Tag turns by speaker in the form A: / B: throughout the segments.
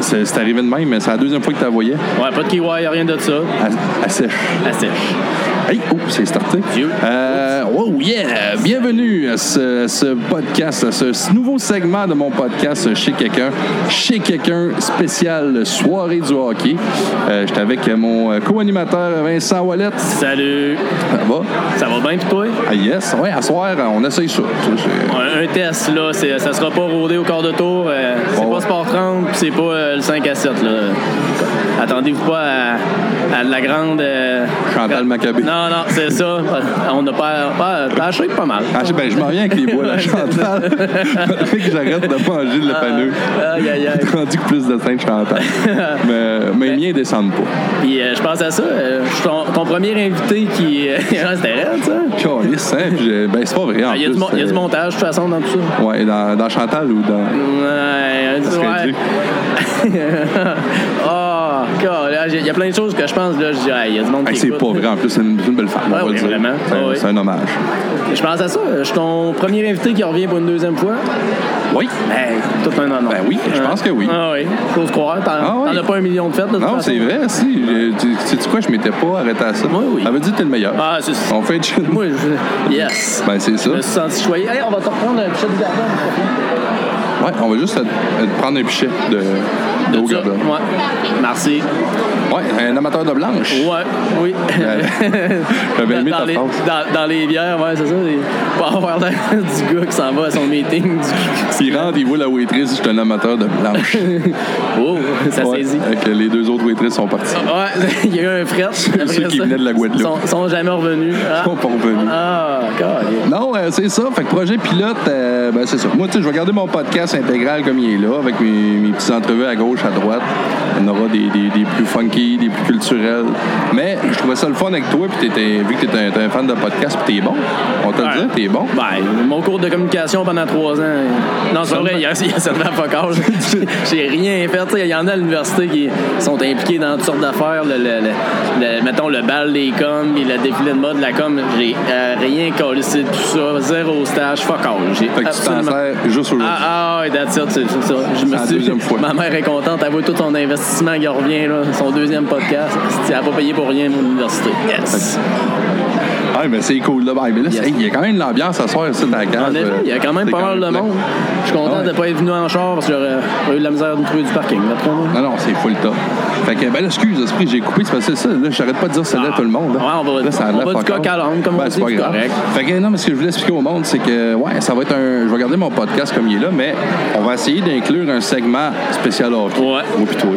A: c'est c'est arrivé de même, mais c'est la deuxième fois que tu la voyais.
B: Ouais, pas de kiwi, rien de ça.
A: Elle, elle sèche.
B: La sèche.
A: Hey, oh, c'est starté.
B: Dieu.
A: Euh, oh yeah! Bienvenue à ce, ce podcast, à ce, ce nouveau segment de mon podcast Chez quelqu'un. Chez quelqu'un spécial soirée du hockey. Euh, J'étais avec mon euh, co-animateur Vincent Wallet.
B: Salut.
A: Ça va?
B: Ça va bien, pis toi?
A: Ah yes, ouais, à soir, on essaye ça. Tu sais, c'est-
B: Un, un test, là, c'est- ça sera pas rodé au quart de tour. euh, c'est
A: Bon.
B: pas Sport 30, puis c'est pas euh, le 5 à 7, là. Attendez-vous pas à, à de la grande. euh,
A: Chantal Maccabé.
B: Non, non, c'est ça. On a pas. pas t'as acheté pas mal.
A: Ah, je- ben, je m'en viens avec les bois, la Chantal. fait que j'arrête de manger le panneau.
B: Aïe, aïe, aïe.
A: Rendu que plus de saint Chantal. mais, mais les miens descendent pas.
B: Puis euh, je pense à ça. euh, je suis ton, ton premier invité qui. euh, C'était raide, ça.
A: Calisse, hein, puis j'ai- Ben, c'est pas vrai. en
B: Ah, Il y, a du
A: plus,
B: mon- il y a du
A: euh,
B: montage, de toute façon, dans tout ça.
A: Ouais, dans, dans Chantal ou dans.
B: Ouais,
A: Parce qu'elle
B: ouais.
A: dit-
B: Ah, God, là, j'ai- il y a plein de choses que je pense, là, je dis, Ah, il y a du
A: Hey,
B: monde qui
A: ben, c'est
B: écoute.
A: pas vrai, en plus, c'est une, c'est une belle femme,
B: Ah
A: on va
B: oui,
A: le dire.
B: vraiment.
A: C'est un-
B: Ah oui.
A: C'est un hommage.
B: Je pense à ça, je suis ton premier invité qui revient pour une deuxième fois.
A: Oui.
B: Ben, tout un honneur.
A: Ben oui, je
B: Ouais.
A: pense que oui.
B: Ah oui, faut se croire, t'en
A: Ah oui.
B: t'en as pas un million de fêtes, de toute
A: Non,
B: façon.
A: c'est vrai, si. Je- Tu sais quoi, je m'étais pas arrêté à ça.
B: Oui, oui.
A: Elle m'a dit que t'es le meilleur.
B: Ah, c'est ça.
A: On fait une
B: Moi, je... Yes.
A: Ben, c'est ça.
B: Je me suis senti choyé. Hey, on va te reprendre un petit de gardien.
A: Ouais, on va juste te- te prendre un pichet de, de haut
B: Ça,
A: gardien.
B: Ouais. Merci.
A: Ouais, un amateur de blanche.
B: Ouais, oui.
A: J'avais aimé
B: dans,
A: ta
B: les,
A: phrase.
B: dans, dans les bières, ouais, c'est ça. les- Pas avoir l'air du gars qui s'en va à son meeting. Du...
A: Puis rendez-vous la waitress, je suis un amateur de blanche.
B: Oh, ça
A: Ouais,
B: saisit.
A: fait que les deux autres waitresses sont parties.
B: Ouais, il y a eu un fret. Ceux,
A: qui venaient de la Guadeloupe.
B: Sont, sont jamais revenus. Ah,
A: Ils sont pas revenus.
B: ah God.
A: Non, euh, c'est ça. Fait que projet pilote, euh, ben, c'est ça. Moi, tu sais, je vais garder mon podcast intégral comme il est là, avec mes, mes petites entrevues à gauche, à droite. On aura des, des- des plus funky, des plus culturels. Mais je trouvais ça le fun avec toi, puis t'étais- vu que t'es un, t'es un fan de podcast, puis t'es bon. On te le
B: Ouais.
A: dit, t'es bon.
B: Ben, mon cours de communication pendant trois ans. euh, Non, c'est pas vrai, il y a, il y a certainement pas encore. J'ai rien fait. tu sais, Il y en a à l'université qui sont impliqués dans toutes sortes d'affaires. Le, le- le- le- mettons le bal des coms et le défilé de mode de la com. J'ai euh, rien collé de tout ça. Zéro stage, fuck all. J'ai
A: Fait que tu t'en
B: absolument.
A: sers juste aujourd'hui.
B: Ah, ah, ouais, that's it, c'est c'est ça. Je
A: C'est
B: me
A: la
B: suis
A: deuxième fois.
B: Ma mère est contente, elle voit tout son investissement qui revient, là, son deuxième podcast. Elle n'a pas payé pour rien, mon université. Yes.
A: Ah, ben c'est cool. Là. Ah, ben là, c'est- hey, il y a quand même de l'ambiance à ce soir ici dans la cage. euh,
B: En effet, il y a quand même
A: Ah, C'est
B: pas mal de
A: plein.
B: monde. Je suis content
A: Ah ouais.
B: de ne pas être venu en char parce que j'aurais j'aurais eu de la misère de trouver du parking. d'après moi.
A: Non, non, c'est full top. Fait que, ben là, excuse, esprit, j'ai coupé, c'est parce que ça, là, j'arrête pas de dire ça là à
B: Ah.
A: tout le monde. là.
B: Ouais, on va-
A: là, ça a
B: on
A: l'air
B: va du
A: fuck
B: coq à
A: all.
B: l'âne, comme on
A: Ben,
B: dit,
A: c'est pas
B: c'est
A: grave.
B: correct.
A: Fait que, non, mais ce que je voulais expliquer au monde, c'est que, ouais, ça va être un. Je vais garder mon podcast comme il est là, mais on va essayer d'inclure un segment spécial hockey.
B: Ouais. Mm-hmm.
A: Moi pis toi.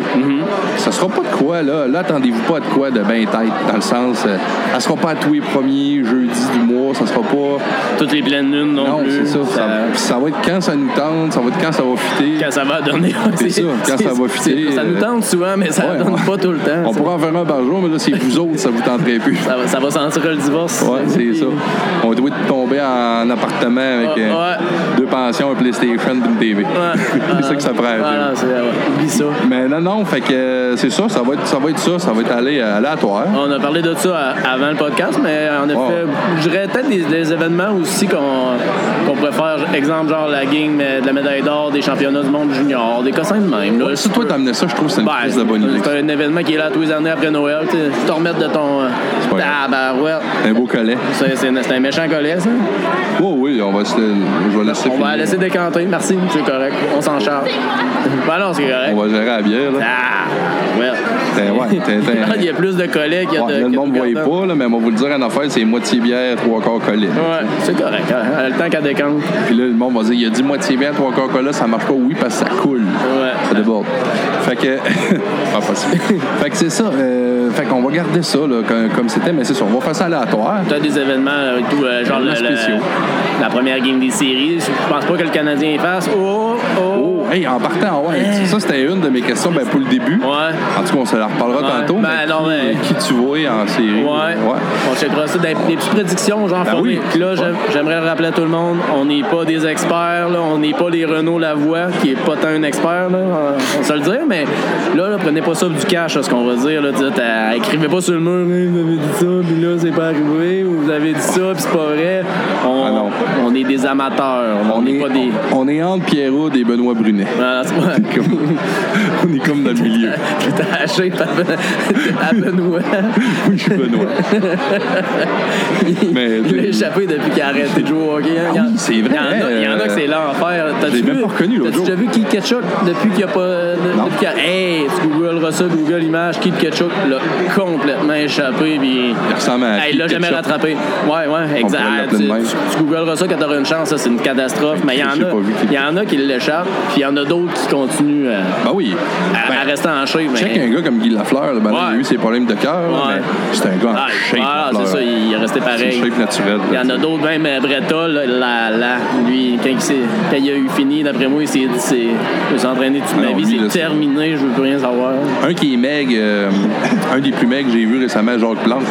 A: Ça sera pas de quoi, là. Là, attendez-vous pas de quoi de ben tête, dans le sens, euh, elle sera pas à tous les premiers jeudis du mois, ça sera pas.
B: Toutes les pleines lunes non,
A: Non,
B: plus. euh,
A: c'est ça. Ça, ça va être quand ça nous tente, ça va être quand ça va fitter.
B: Quand ça va donner.
A: C'est ça, quand ça va fitter,
B: c'est- Ça nous
A: euh,
B: tente souvent, mais ça
A: Ouais,
B: donne
A: ouais.
B: pas tout le temps.
A: On
B: ça.
A: pourra en faire un par jour, mais là, c'est vous autres, ça vous tenterait plus.
B: Ça, va, ça va sentir le divorce.
A: Ouais, c'est ça. On doit tomber en appartement avec
B: Ouais,
A: euh,
B: Ah, ouais.
A: deux pensions, un PlayStation, une TV. c'est ça que ça ferait.
B: Ah, non, c'est- ouais, oublie ça.
A: Mais non, non, fait que euh, c'est ça, ça va être ça, va être ça, ça va être aller euh, aléatoire.
B: On a parlé de ça à- avant le podcast, mais en effet, je dirais peut-être des, des événements aussi qu'on qu'on pourrait faire. Exemple, genre la game euh, de la médaille d'or, des championnats du monde junior, des cossins de même. là.
A: Si toi t'amenais ça, je trouve que c'est une
B: Ben,
A: crise de bonne idée.
B: c'est un événement qui est là tous les années après Noël. Tu sais, te remettre de ton. euh,
A: pas grave.
B: Tabarouette.
A: Un beau collet.
B: C'est c'est un c'est un méchant collet, ça.
A: Oui, oui, on va se je vais laisser
B: On
A: finir.
B: va la laisser décanter. Merci, c'est correct. On s'en charge. Ben non, c'est correct.
A: On va gérer la bière. Là.
B: Ah,
A: T'es- ouais, t'es- t'es-
B: Il y a plus de collets qu'il y a
A: Ouais, là,
B: de.
A: le
B: qu'il y a
A: monde
B: de
A: ne voyait
B: cartons.
A: pas, là, mais on va vous le dire en affaire, c'est moitié bière, trois quarts collet.
B: Ouais, c'est correct. hein. Elle a le temps qu'elle décante.
A: Puis là, le monde va dire, il a dit moitié bière, trois quarts cola, ça marche pas, oui, parce que ça coule. Ça déborde. Fait que. pas possible. fait que c'est ça. euh, fait qu'on va garder ça, là, comme, comme c'était, mais c'est ça. On va faire ça aléatoire.
B: T'as des événements euh, et tout, euh, genre le,
A: Événements
B: le-
A: spéciaux.
B: la première game des séries. Je pense pas que le Canadien y fasse. Oh, oh.
A: Oh, hey, en partant, ouais. Ça, c'était une de mes questions ben, pour le début.
B: Hein? Ouais.
A: En tout cas, on se la reparlera
B: Ouais.
A: tantôt.
B: Ben,
A: mais
B: non, mais-
A: Qui tu vois en série.
B: Ouais. On checkera ça. Des, des petites prédictions, genre
A: Ben
B: formées.
A: oui.
B: Là,
A: Ouais.
B: j'aime- j'aimerais rappeler à tout le monde, on n'est pas des experts, là. on n'est pas les Renault Lavoie, qui est pas tant un expert, là. Euh, on se le dire, mais là, là, prenez pas ça pour du cash, là, ce qu'on va dire. Là, Tu sais, t'as- écrivez pas sur le mur, Hey, vous avez dit ça, puis là, c'est pas arrivé, ou vous avez dit ça, puis c'est pas vrai. On,
A: Ah non.
B: on est des amateurs, on
A: On
B: n'est
A: est,
B: pas des.
A: on est entre Pierrot et Benoît Brunet. connaît.
B: Ah, c'est moi.
A: Comme- on est comme dans le milieu.
B: T'es haché par à Benoît.
A: Oui, je suis Benoît.
B: Il-
A: Mais- Ah
B: il l'a échappé depuis qu'il a arrêté de jouer au hockey. hein. Il y en-
A: Oui, c'est vrai,
B: Il y en a, il y en a que c'est l'enfer. T'as-tu
A: j'ai
B: vu-
A: même pas reconnu l'autre
B: T'as-tu
A: jour.
B: déjà vu Keith Ketchuk depuis qu'il n'y a pas. de-
A: Non.
B: Depuis qu'il y a- hey, tu googleras ça, Google Images. Keith Ketchuk l'a complètement échappé. Puis...
A: Il ressemble à.
B: Hey, il l'a
A: Pete
B: jamais
A: Ketchup.
B: rattrapé. Ouais, ouais, exact.
A: pourrait
B: tu,
A: l'appeler de même.
B: tu- tu googleras ça quand t'auras une chance, ça, c'est une catastrophe. Mais il y,
A: Je
B: en
A: sais pas vu
B: a-
A: qui-
B: il y en a qui l'échappent, puis il y en a d'autres qui continuent euh,
A: Ben oui.
B: à,
A: Ben,
B: à rester en shape. ah, mais-
A: Check un gars comme Guy Lafleur, là, ben, là, il a
B: Ouais.
A: eu ses problèmes de cœur, là,
B: Ouais.
A: mais c'est un gars en
B: Ah,
A: shape.
B: ah,
A: Lafleur.
B: c'est ça, il est resté
A: C'est
B: pareil.
A: une shape naturelle.
B: Il y
A: là,
B: en a d'autres, même euh, Bretta, là, là, là, lui, quand il, s'est- quand il a eu fini, d'après moi, il s'est dit, c'est- je me suis entraîné toute
A: Ah
B: ma
A: non,
B: vie,
A: lui, là,
B: c'est
A: c'est-
B: terminé, je veux plus rien savoir.
A: Un qui est maigre, euh, un des plus maigres que j'ai vu récemment, Jacques Plante.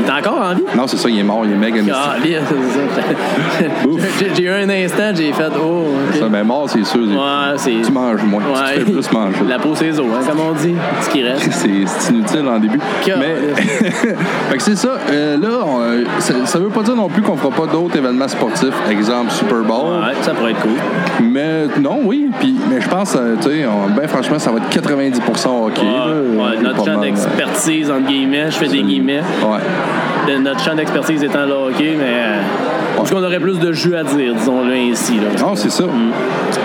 B: Il est encore en vie?
A: Non, c'est ça, il est mort, il est maigre. en
B: Ah, lui, c'est ça.
A: Ouf.
B: J'ai- J'ai eu un instant, j'ai fait, oh, ok.
A: esti. Ça, ben mort, c'est sûr.
B: Ouais, c'est.
A: Tu manges moins. Tu
B: Ouais.
A: te fais plus manger.
B: La peau, c'est les os, hein, comme on dit. Ce qui reste.
A: C'est c'est inutile en début.
B: Que-
A: Mais fait que c'est ça. Euh, là, on, euh, ça, ça veut pas dire non plus qu'on fera pas d'autres événements sportifs, exemple Super Bowl.
B: Ouais, ça pourrait être cool.
A: Mais non, oui. Puis, mais je pense, euh, tu sais, on- ben franchement, ça va être 90% hockey.
B: Ouais,
A: là.
B: ouais, notre
A: Pas
B: champ
A: mal, euh,
B: d'expertise, entre guillemets, je fais des guillemets.
A: Ouais.
B: De notre champ d'expertise étant le hockey, mais. euh, Parce qu'on aurait plus de jus à dire, disons-le ainsi. là.
A: Non, c'est ça.
B: Mm.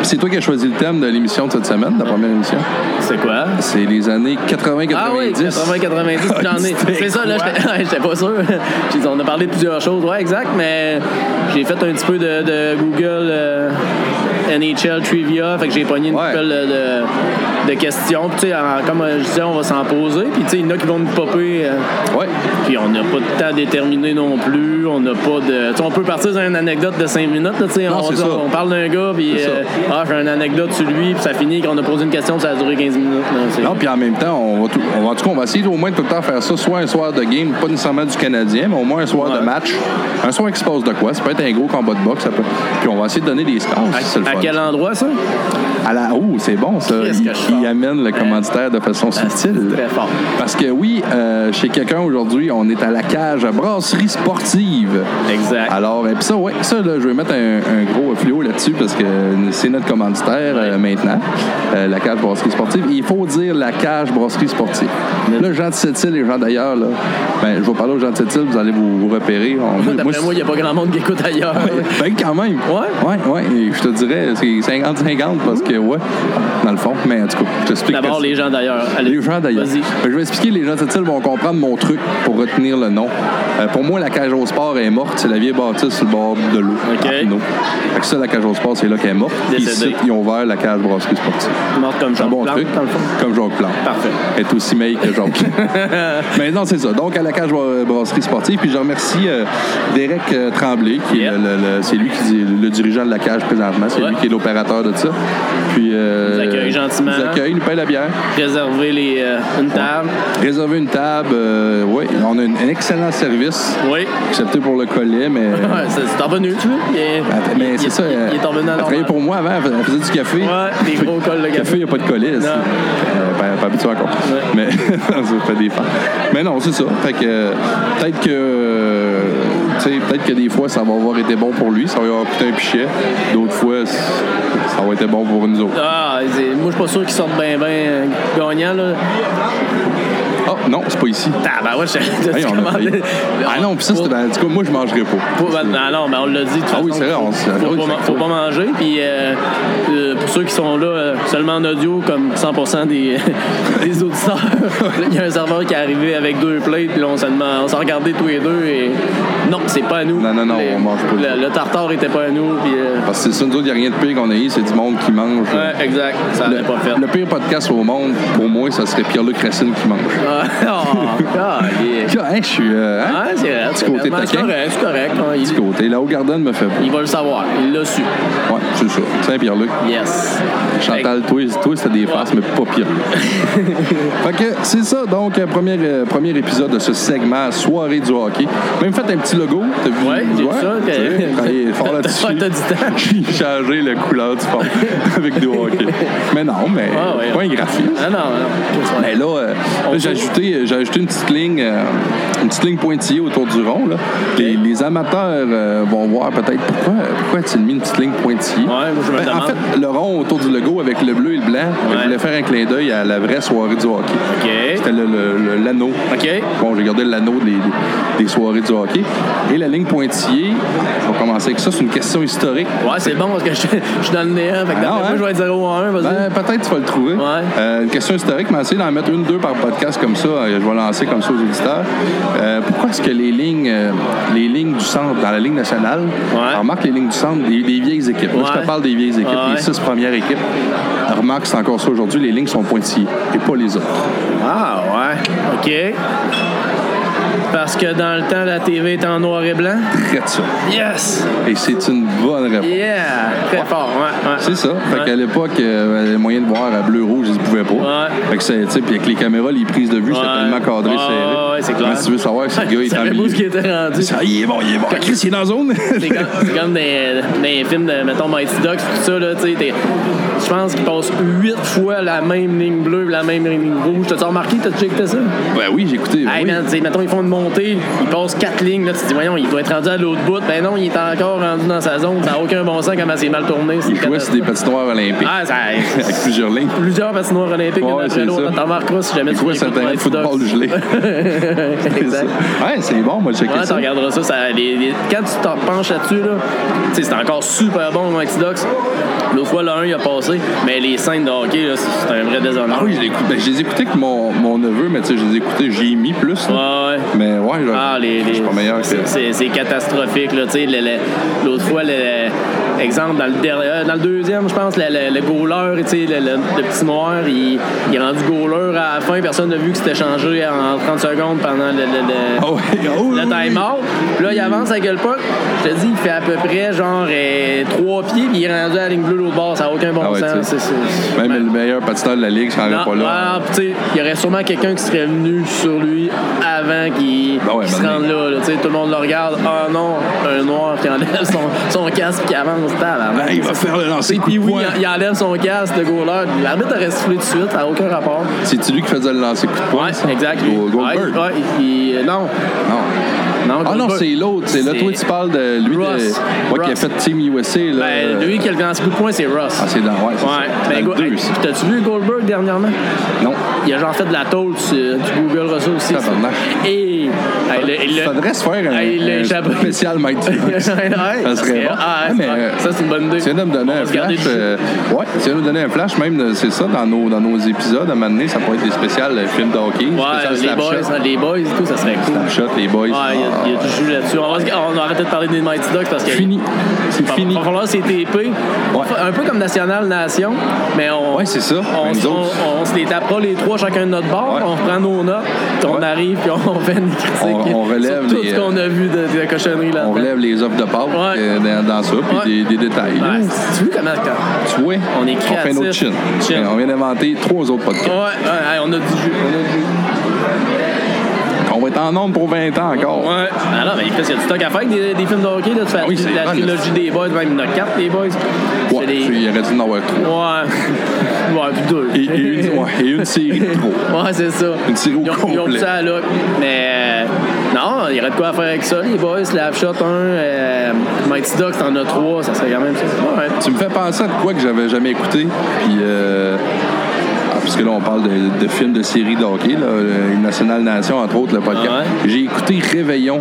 A: C'est toi qui as choisi le thème de l'émission de cette semaine, de la première émission.
B: C'est quoi?
A: C'est les années 80-90.
B: Ah oui, 80-90, j'en ai.
A: C'était
B: C'est ça, là,
A: Ah, quoi?
B: j'étais ouais, j'étais pas sûr. J'ai dit, On a parlé de plusieurs choses, ouais, exact, mais j'ai fait un petit peu de, de Google euh, NHL Trivia, fait que j'ai pogné une
A: Ouais.
B: couple de, de questions. Puis, tu sais, en- comme euh, je disais, on va s'en poser, puis tu sais, il y en a qui vont nous popper. euh,
A: Ouais.
B: puis on n'a pas de temps déterminé non plus. On n'a pas de. tu sais, on peut partir sur une anecdote de 5 minutes. Là, tu sais,
A: Non,
B: on,
A: c'est ça.
B: on parle d'un gars, puis
A: C'est ça.
B: euh, ah, j'ai une anecdote sur lui, puis ça finit, qu'on a posé une question, puis ça a duré 15 minutes. là, c'est-
A: Non, puis en même temps, on va, tout- on va- en tout cas, on va essayer au moins de tout le temps faire ça, soit un soir de game, pas nécessairement du Canadien, mais au moins un soir
B: Ouais.
A: de match, un soir qui se passe de quoi. Ça peut être un gros combat de boxe, ça peut- puis on va essayer de donner des scores. si Ah, c'est le
B: À
A: fun.
B: quel endroit ça?
A: À la... Oh, c'est bon ça.
B: Qu'est-ce
A: Il,
B: que je fais? Hein?
A: il amène le commanditaire de façon subtile.
B: très fort.
A: Parce que oui, euh, chez quelqu'un aujourd'hui, on est à la cage à brasserie sportive.
B: Exact.
A: Alors, et puis ça, ouais, ça, là, je vais mettre un, un gros fléau là-dessus parce que c'est notre commanditaire euh, maintenant, euh, la cage brasserie sportive. Il faut dire la cage brasserie sportive. Là, Jean de Sept-Îles, les gens d'ailleurs, là, ben, je vais parler aux gens de Sept-Îles, vous allez vous, vous repérer. On-
B: D'après moi, il n'y a pas grand monde qui écoute ailleurs.
A: ben, quand même.
B: Ouais?
A: Ouais, ouais. Et je te dirais, c'est 50-50 parce que, ouais, dans le fond. Mais en tout cas, je t'explique.
B: D'abord, les gens d'ailleurs. Allez,
A: Les gens d'ailleurs.
B: Vas-y.
A: Ben, je vais expliquer, les gens de cette île vont comprendre mon truc pour retenir le nom. Euh, pour moi, la cage au sport est morte. C'est la vieille bâtisse sur le bord de l'eau.
B: OK.
A: à Arnaud. Fait que ça, la cage au sport, c'est là qu'elle est morte.
B: Décédée.
A: Ici, ils ont ouvert la cage brasserie sportive.
B: Mort comme
A: C'est un
B: Jean
A: bon
B: Plante,
A: truc.
B: dans le fond.
A: Comme Jacques Plante.
B: Parfait.
A: Est aussi meilleur que Jacques. Mais non, c'est ça. Donc, à la cage bra- brasserie sportive. Puis je remercie euh, Derek euh, Tremblay, qui
B: Yeah.
A: est le, le- le- c'est lui qui est le dirigeant de la cage présentement. C'est
B: Ouais.
A: lui qui est l'opérateur de ça. Puis, euh,
B: Il nous accueille gentiment.
A: Il nous accueille, il nous paye la bière.
B: Réserver les, euh, une table.
A: Réserver une table. euh, oui, on a un, un excellent service,
B: Oui.
A: excepté pour le collet, mais. euh,
B: Ouais, c'est c'est revenu, tu veux? Il est-
A: Mais
B: il-
A: c'est
B: il-
A: ça.
B: Il,
A: euh,
B: il est revenu à
A: elle
B: normal.
A: travaillait pour moi avant, elle faisait- elle faisait du café.
B: Ouais, des gros cols de
A: Café, il
B: café.
A: n'y a pas de collet. c'est- euh, pas, pas habitué encore. Mais ça fait des fans. Mais non, c'est ça. Fait que euh, peut-être que euh, tu sais, peut-être que des fois ça va avoir été bon pour lui, ça va lui avoir coûté un pichet. D'autres fois, c- ça va être bon pour nous autres.
B: Ah, c'est- moi, je suis pas sûr qu'ils sortent bien, bien gagnants, là.
A: Ah non, c'est pas ici.
B: Ah, ben ouais, je t'ai
A: Hey, on a failli. Ah non, puis ça, c'était. ben, en tout cas, moi je mangerai pas.
B: Faut- ben, non, non, mais on l'a dit. de toute
A: Ah oui,
B: façon,
A: c'est vrai, on s'est-
B: faut, faut,
A: oui,
B: pas,
A: c'est
B: ma-
A: vrai.
B: faut pas manger. Puis euh, euh, pour ceux qui sont là euh, seulement en audio, comme 100% des, des auditeurs, il y a un serveur qui est arrivé avec deux plates. Puis là, on s'est demandé- on s'est regardé tous les deux. Et non, c'est pas à nous.
A: Non, non, non,
B: Les-
A: on mange pas.
B: Le, le tartare était pas à nous. Puis euh,
A: Parce que c'est ça, nous autres, il n'y a rien de pire qu'on ait, c'est du monde qui mange.
B: ouais, exact. Ça
A: Le,
B: n'allait pas fait.
A: le pire podcast au monde, pour moi, ça serait Pierre-Luc Racine qui mange.
B: Ah, oh, God, yeah.
A: Ah, hein, je suis. euh, hein?
B: Ah, c'est vrai.
A: Petit côté
B: vraiment, C'est
A: taquin.
B: correct, c'est correct. hein,
A: Du
B: il,
A: côté. La Haut-Garden me fait.
B: il va le savoir. Il l'a su.
A: Ouais, c'est ça. Saint-Pierre-Luc.
B: Yes.
A: Chantal, toi, toi c'était des faces, mais pas pire. fait que c'est ça, donc, euh, premier, euh, premier épisode de ce segment Soirée du hockey. Même fait un petit logo, t'as vu?
B: Ouais, j'ai vu ça,
A: tu
B: que-
A: sais, travaillé fort
B: T'as-
A: là-dessus.
B: t'as du temps.
A: J'ai changé la couleur du fond avec du hockey. Mais non, mais
B: Ah ouais.
A: pas un graphisme.
B: Ah non, non.
A: Mais là, euh, là, j'ai ajouté, j'ai ajouté une petite ligne, euh, une petite ligne pointillée autour du rond. là. Les, les amateurs euh, vont voir peut-être pourquoi, pourquoi as-tu mis une petite ligne pointillée.
B: Ouais, moi, je me
A: Ben, En
B: demande.
A: fait, le rond, rond autour du logo avec le bleu et le blanc. Fait que Je
B: Ouais.
A: voulais faire un clin d'œil à la vraie soirée du hockey.
B: OK.
A: C'était le- le- le- l'anneau.
B: OK.
A: Bon, j'ai gardé l'anneau des, des- des soirées du hockey. Et la ligne pointillée, on va commencer avec ça, c'est une question historique.
B: Ouais, c'est bon parce que je, je suis dans le néant. Fait que
A: Ah,
B: d'après
A: non,
B: moi,
A: hein?
B: je vais être 0 à 1. Vas-y.
A: Ben, peut-être tu vas le trouver.
B: Ouais.
A: Euh, une question historique, mais essayer d'en mettre une, deux par podcast comme ça. euh, Je vais lancer comme ça aux auditeurs. Euh, pourquoi est-ce que les lignes, euh, les lignes du centre, dans la ligne nationale,
B: Ouais.
A: on remarque les lignes du centre, les, les vieilles équipes. Là, je
B: Ouais.
A: te parle des vieilles équipes,
B: Ouais.
A: les six premières équipes. On Remarque, c'est encore ça aujourd'hui, les lignes sont pointillées et pas les autres.
B: Ah, ouais. OK. Parce que dans le temps, la TV est en noir et blanc.
A: Traite ça.
B: Yes!
A: Et c'est une bonne réponse.
B: Yeah! Très fort, ouais. ouais.
A: C'est ça. Fait
B: Ouais.
A: qu'à l'époque, euh, les moyens de voir à bleu-rouge, ils ne pouvaient pas.
B: Ouais.
A: Fait que c'est, tu sais, puis avec les caméras, les prises de vue, c'était
B: Ouais.
A: tellement cadré,
B: Ouais,
A: serré.
B: ouais, c'est clair.
A: Mais si tu veux savoir si le gars est en
B: savais pas où
A: milieu.
B: ce qui était rendu.
A: Ça, il est bon, il est bon. Chris, il est dans la zone.
B: C'est comme, c'est comme des, des films de, mettons, Mighty Ducks, tout ça, là, tu sais, t'es- je pense qu'ils passent huit fois la même ligne bleue, la même ligne rouge. T'as-tu remarqué, t'as checké ça?
A: ben oui, j'ai écouté.
B: Hey,
A: oui.
B: man, tu sais, mettons, ils font une montée, ils passent quatre lignes, là, tu te dis, voyons, il doit être rendu à l'autre bout. Ben non, il est encore rendu dans sa zone, ça n'a aucun bon sens, comment c'est mal tourné. c'est
A: il jouait sur des
B: catastrophe.
A: patinoires olympiques
B: Ah, ça-
A: avec plusieurs lignes.
B: plusieurs patinoires olympiques,
A: Ouais,
B: une après
A: c'est
B: l'autre.
A: ça.
B: T'en remarqueras si jamais
A: Il jouait sur un
B: écoutes
A: terrain de
B: Mighty Ducks.
A: football gelé.
B: exact.
A: Ouais, c'est bon, moi, j'ai checké
B: Ouais, tu
A: ça.
B: regarderas ça. ça- les- les- quand tu t'en penches là-dessus, là, tu sais, c'est encore super bon, le Mighty Ducks. L'autre fois, le 1, il a passé, mais les scènes de hockey, là, c'est c'est un vrai déshonneur.
A: Ah oui, je l'ai écouté. Ben, je les ai écoutés avec mon, mon neveu, mais tu sais, je les ai écoutés, j'y ai mis plus.
B: Ouais,
A: là.
B: ouais.
A: Mais ouais, là,
B: Ah, les,
A: je
B: les-
A: suis pas meilleur que
B: c'est- c'est c'est catastrophique. là, tu sais, le- le- L'autre fois, le- le- exemple, dans le, dernier- euh, dans le deuxième, je pense, le, le, le goaler, tu sais, le, le- le petit noir, il, il est rendu goaler à la fin. Personne n'a vu que c'était changé en 30 secondes pendant le, le- le-
A: Ah ouais, ah oui,
B: le
A: oui, oui.
B: time-out. Puis là, il avance avec le puck. Je te dis, il fait à peu près genre euh, trois pieds, puis il est rendu à la ligne bleue l'autre bord. Ça n'a aucun bon
A: Ah ouais, tu
B: sens.
A: sais.
B: C'est- c'est-
A: Même le meilleur patiteur de la ligue, je n'en
B: non,
A: pas là.
B: ouais, non, puis tu sais, il y aurait sûrement quelqu'un qui serait venu sur lui avant qu'il
A: Ben ouais,
B: qu'il se
A: maintenant.
B: rende là. là. Tu sais, tout le monde le regarde. Ah non, un noir qui enlève son, son casque qui avance.
A: Ah, il va faire le lancer coup
B: Puis
A: de
B: oui,
A: poing.
B: il, il enlève son casque, le goaler. L'arbitre aurait soufflé tout de suite, ça n'a aucun rapport.
A: C'est-tu lui qui faisait le lancer coup de poing? ça?
B: Ouais, exact.
A: Go-
B: Ouais,
A: Goldberg?
B: ouais, il- il- non.
A: Non.
B: non
A: Ah non,
B: Goldberg.
A: c'est l'autre. C'est là, toi, tu parles de lui de-
B: Ross.
A: ouais, qui a
B: Ross.
A: fait Team USA. Là.
B: Ben, lui qui a le grand coup de poing, c'est Ross.
A: Ah, c'est dans, ouais, c'est
B: Ouais,
A: ça.
B: ben,
A: Dans
B: go-
A: le deux,
B: hey,
A: ça.
B: t'as-tu vu Goldberg dernièrement?
A: Non.
B: Il a genre fait de la tôle, tu, tu googleras ça aussi.
A: Tabarnak.
B: Et. Hey, le- le-
A: Faudrait se faire un,
B: Hey, le-
A: un
B: j'avoue.
A: spécial Mighty
B: Ouais,
A: Ducks. ça serait
B: c'est-
A: bon.
B: ah,
A: Ouais,
B: c'est-
A: euh,
B: ça, c'est une bonne idée.
A: Tu viens de me donner
B: On va
A: un
B: se garder
A: flash.
B: dessus.
A: euh, ouais, tu viens de me donner un flash, même, euh, c'est ça, dans nos, dans nos épisodes, à un moment donné, ça pourrait être des spéciales euh, films de hockey,
B: Ouais,
A: spécial
B: les boys,
A: Snapshot.
B: hein, les boys et tout, ça serait cool.
A: Snapshot, les boys. Ah,
B: Ouais, il y a- il y a du jus là-dessus. On, va se- on a arrêté de parler des Mighty Ducks parce que.
A: Fini. C'est
B: Il
A: fini.
B: Bah, va falloir CTP. Un peu comme National Nation, mais on.
A: Ouais, c'est ça. Ben,
B: On,
A: nous
B: on,
A: autres.
B: on se les tapera les trois chacun de notre bord,
A: Ouais.
B: on reprend nos notes, puis on
A: Ouais.
B: arrive, puis on fait une critique
A: On- on relève
B: sur tout
A: les, euh,
B: ce qu'on a vu de, de la cochonnerie là-dedans.
A: On relève les offres de pâtes
B: Ouais.
A: euh, dans, dans ça, puis
B: Ouais.
A: des, des détails. là.
B: Ouais, tu vois comment. quand-
A: Tu vois,
B: On est
A: On fait
B: créatif.
A: un autre chin.
B: Chin.
A: On vient d'inventer trois autres podcasts.
B: Ouais, ouais, ouais, on a du jus. On a du jus.
A: On va être en nombre pour 20 ans encore.
B: Ouais. Ah non, mais parce qu'il y a du stock à faire avec des, des films de hockey. Là, tu fais la-
A: Oh. Ah oui, c'est
B: la,
A: vrai,
B: trilogie des boys, même il y en a quatre des boys. Tu fais
A: Ouais,
B: des-
A: tu- il aurait dû en avoir trois.
B: Ouais. Ouais, puis deux.
A: Et, et une, ouais, et une série de trop.
B: Ouais, c'est ça.
A: Une série au
B: ils ont, ils ont
A: complet.
B: pris ça à la loque. Mais euh, non, il y aurait de quoi à faire avec ça. Les boys, Slapshot 1, euh, Mighty Ducks, t'en as trois, ça serait quand même ça. Ouais.
A: Tu me fais penser à de quoi que j'avais jamais écouté. Puis, euh, ah, puisque là, on parle de, de films, de séries de hockey, là, euh, National Nation, entre autres, le podcast.
B: Ah ouais?
A: J'ai écouté Réveillon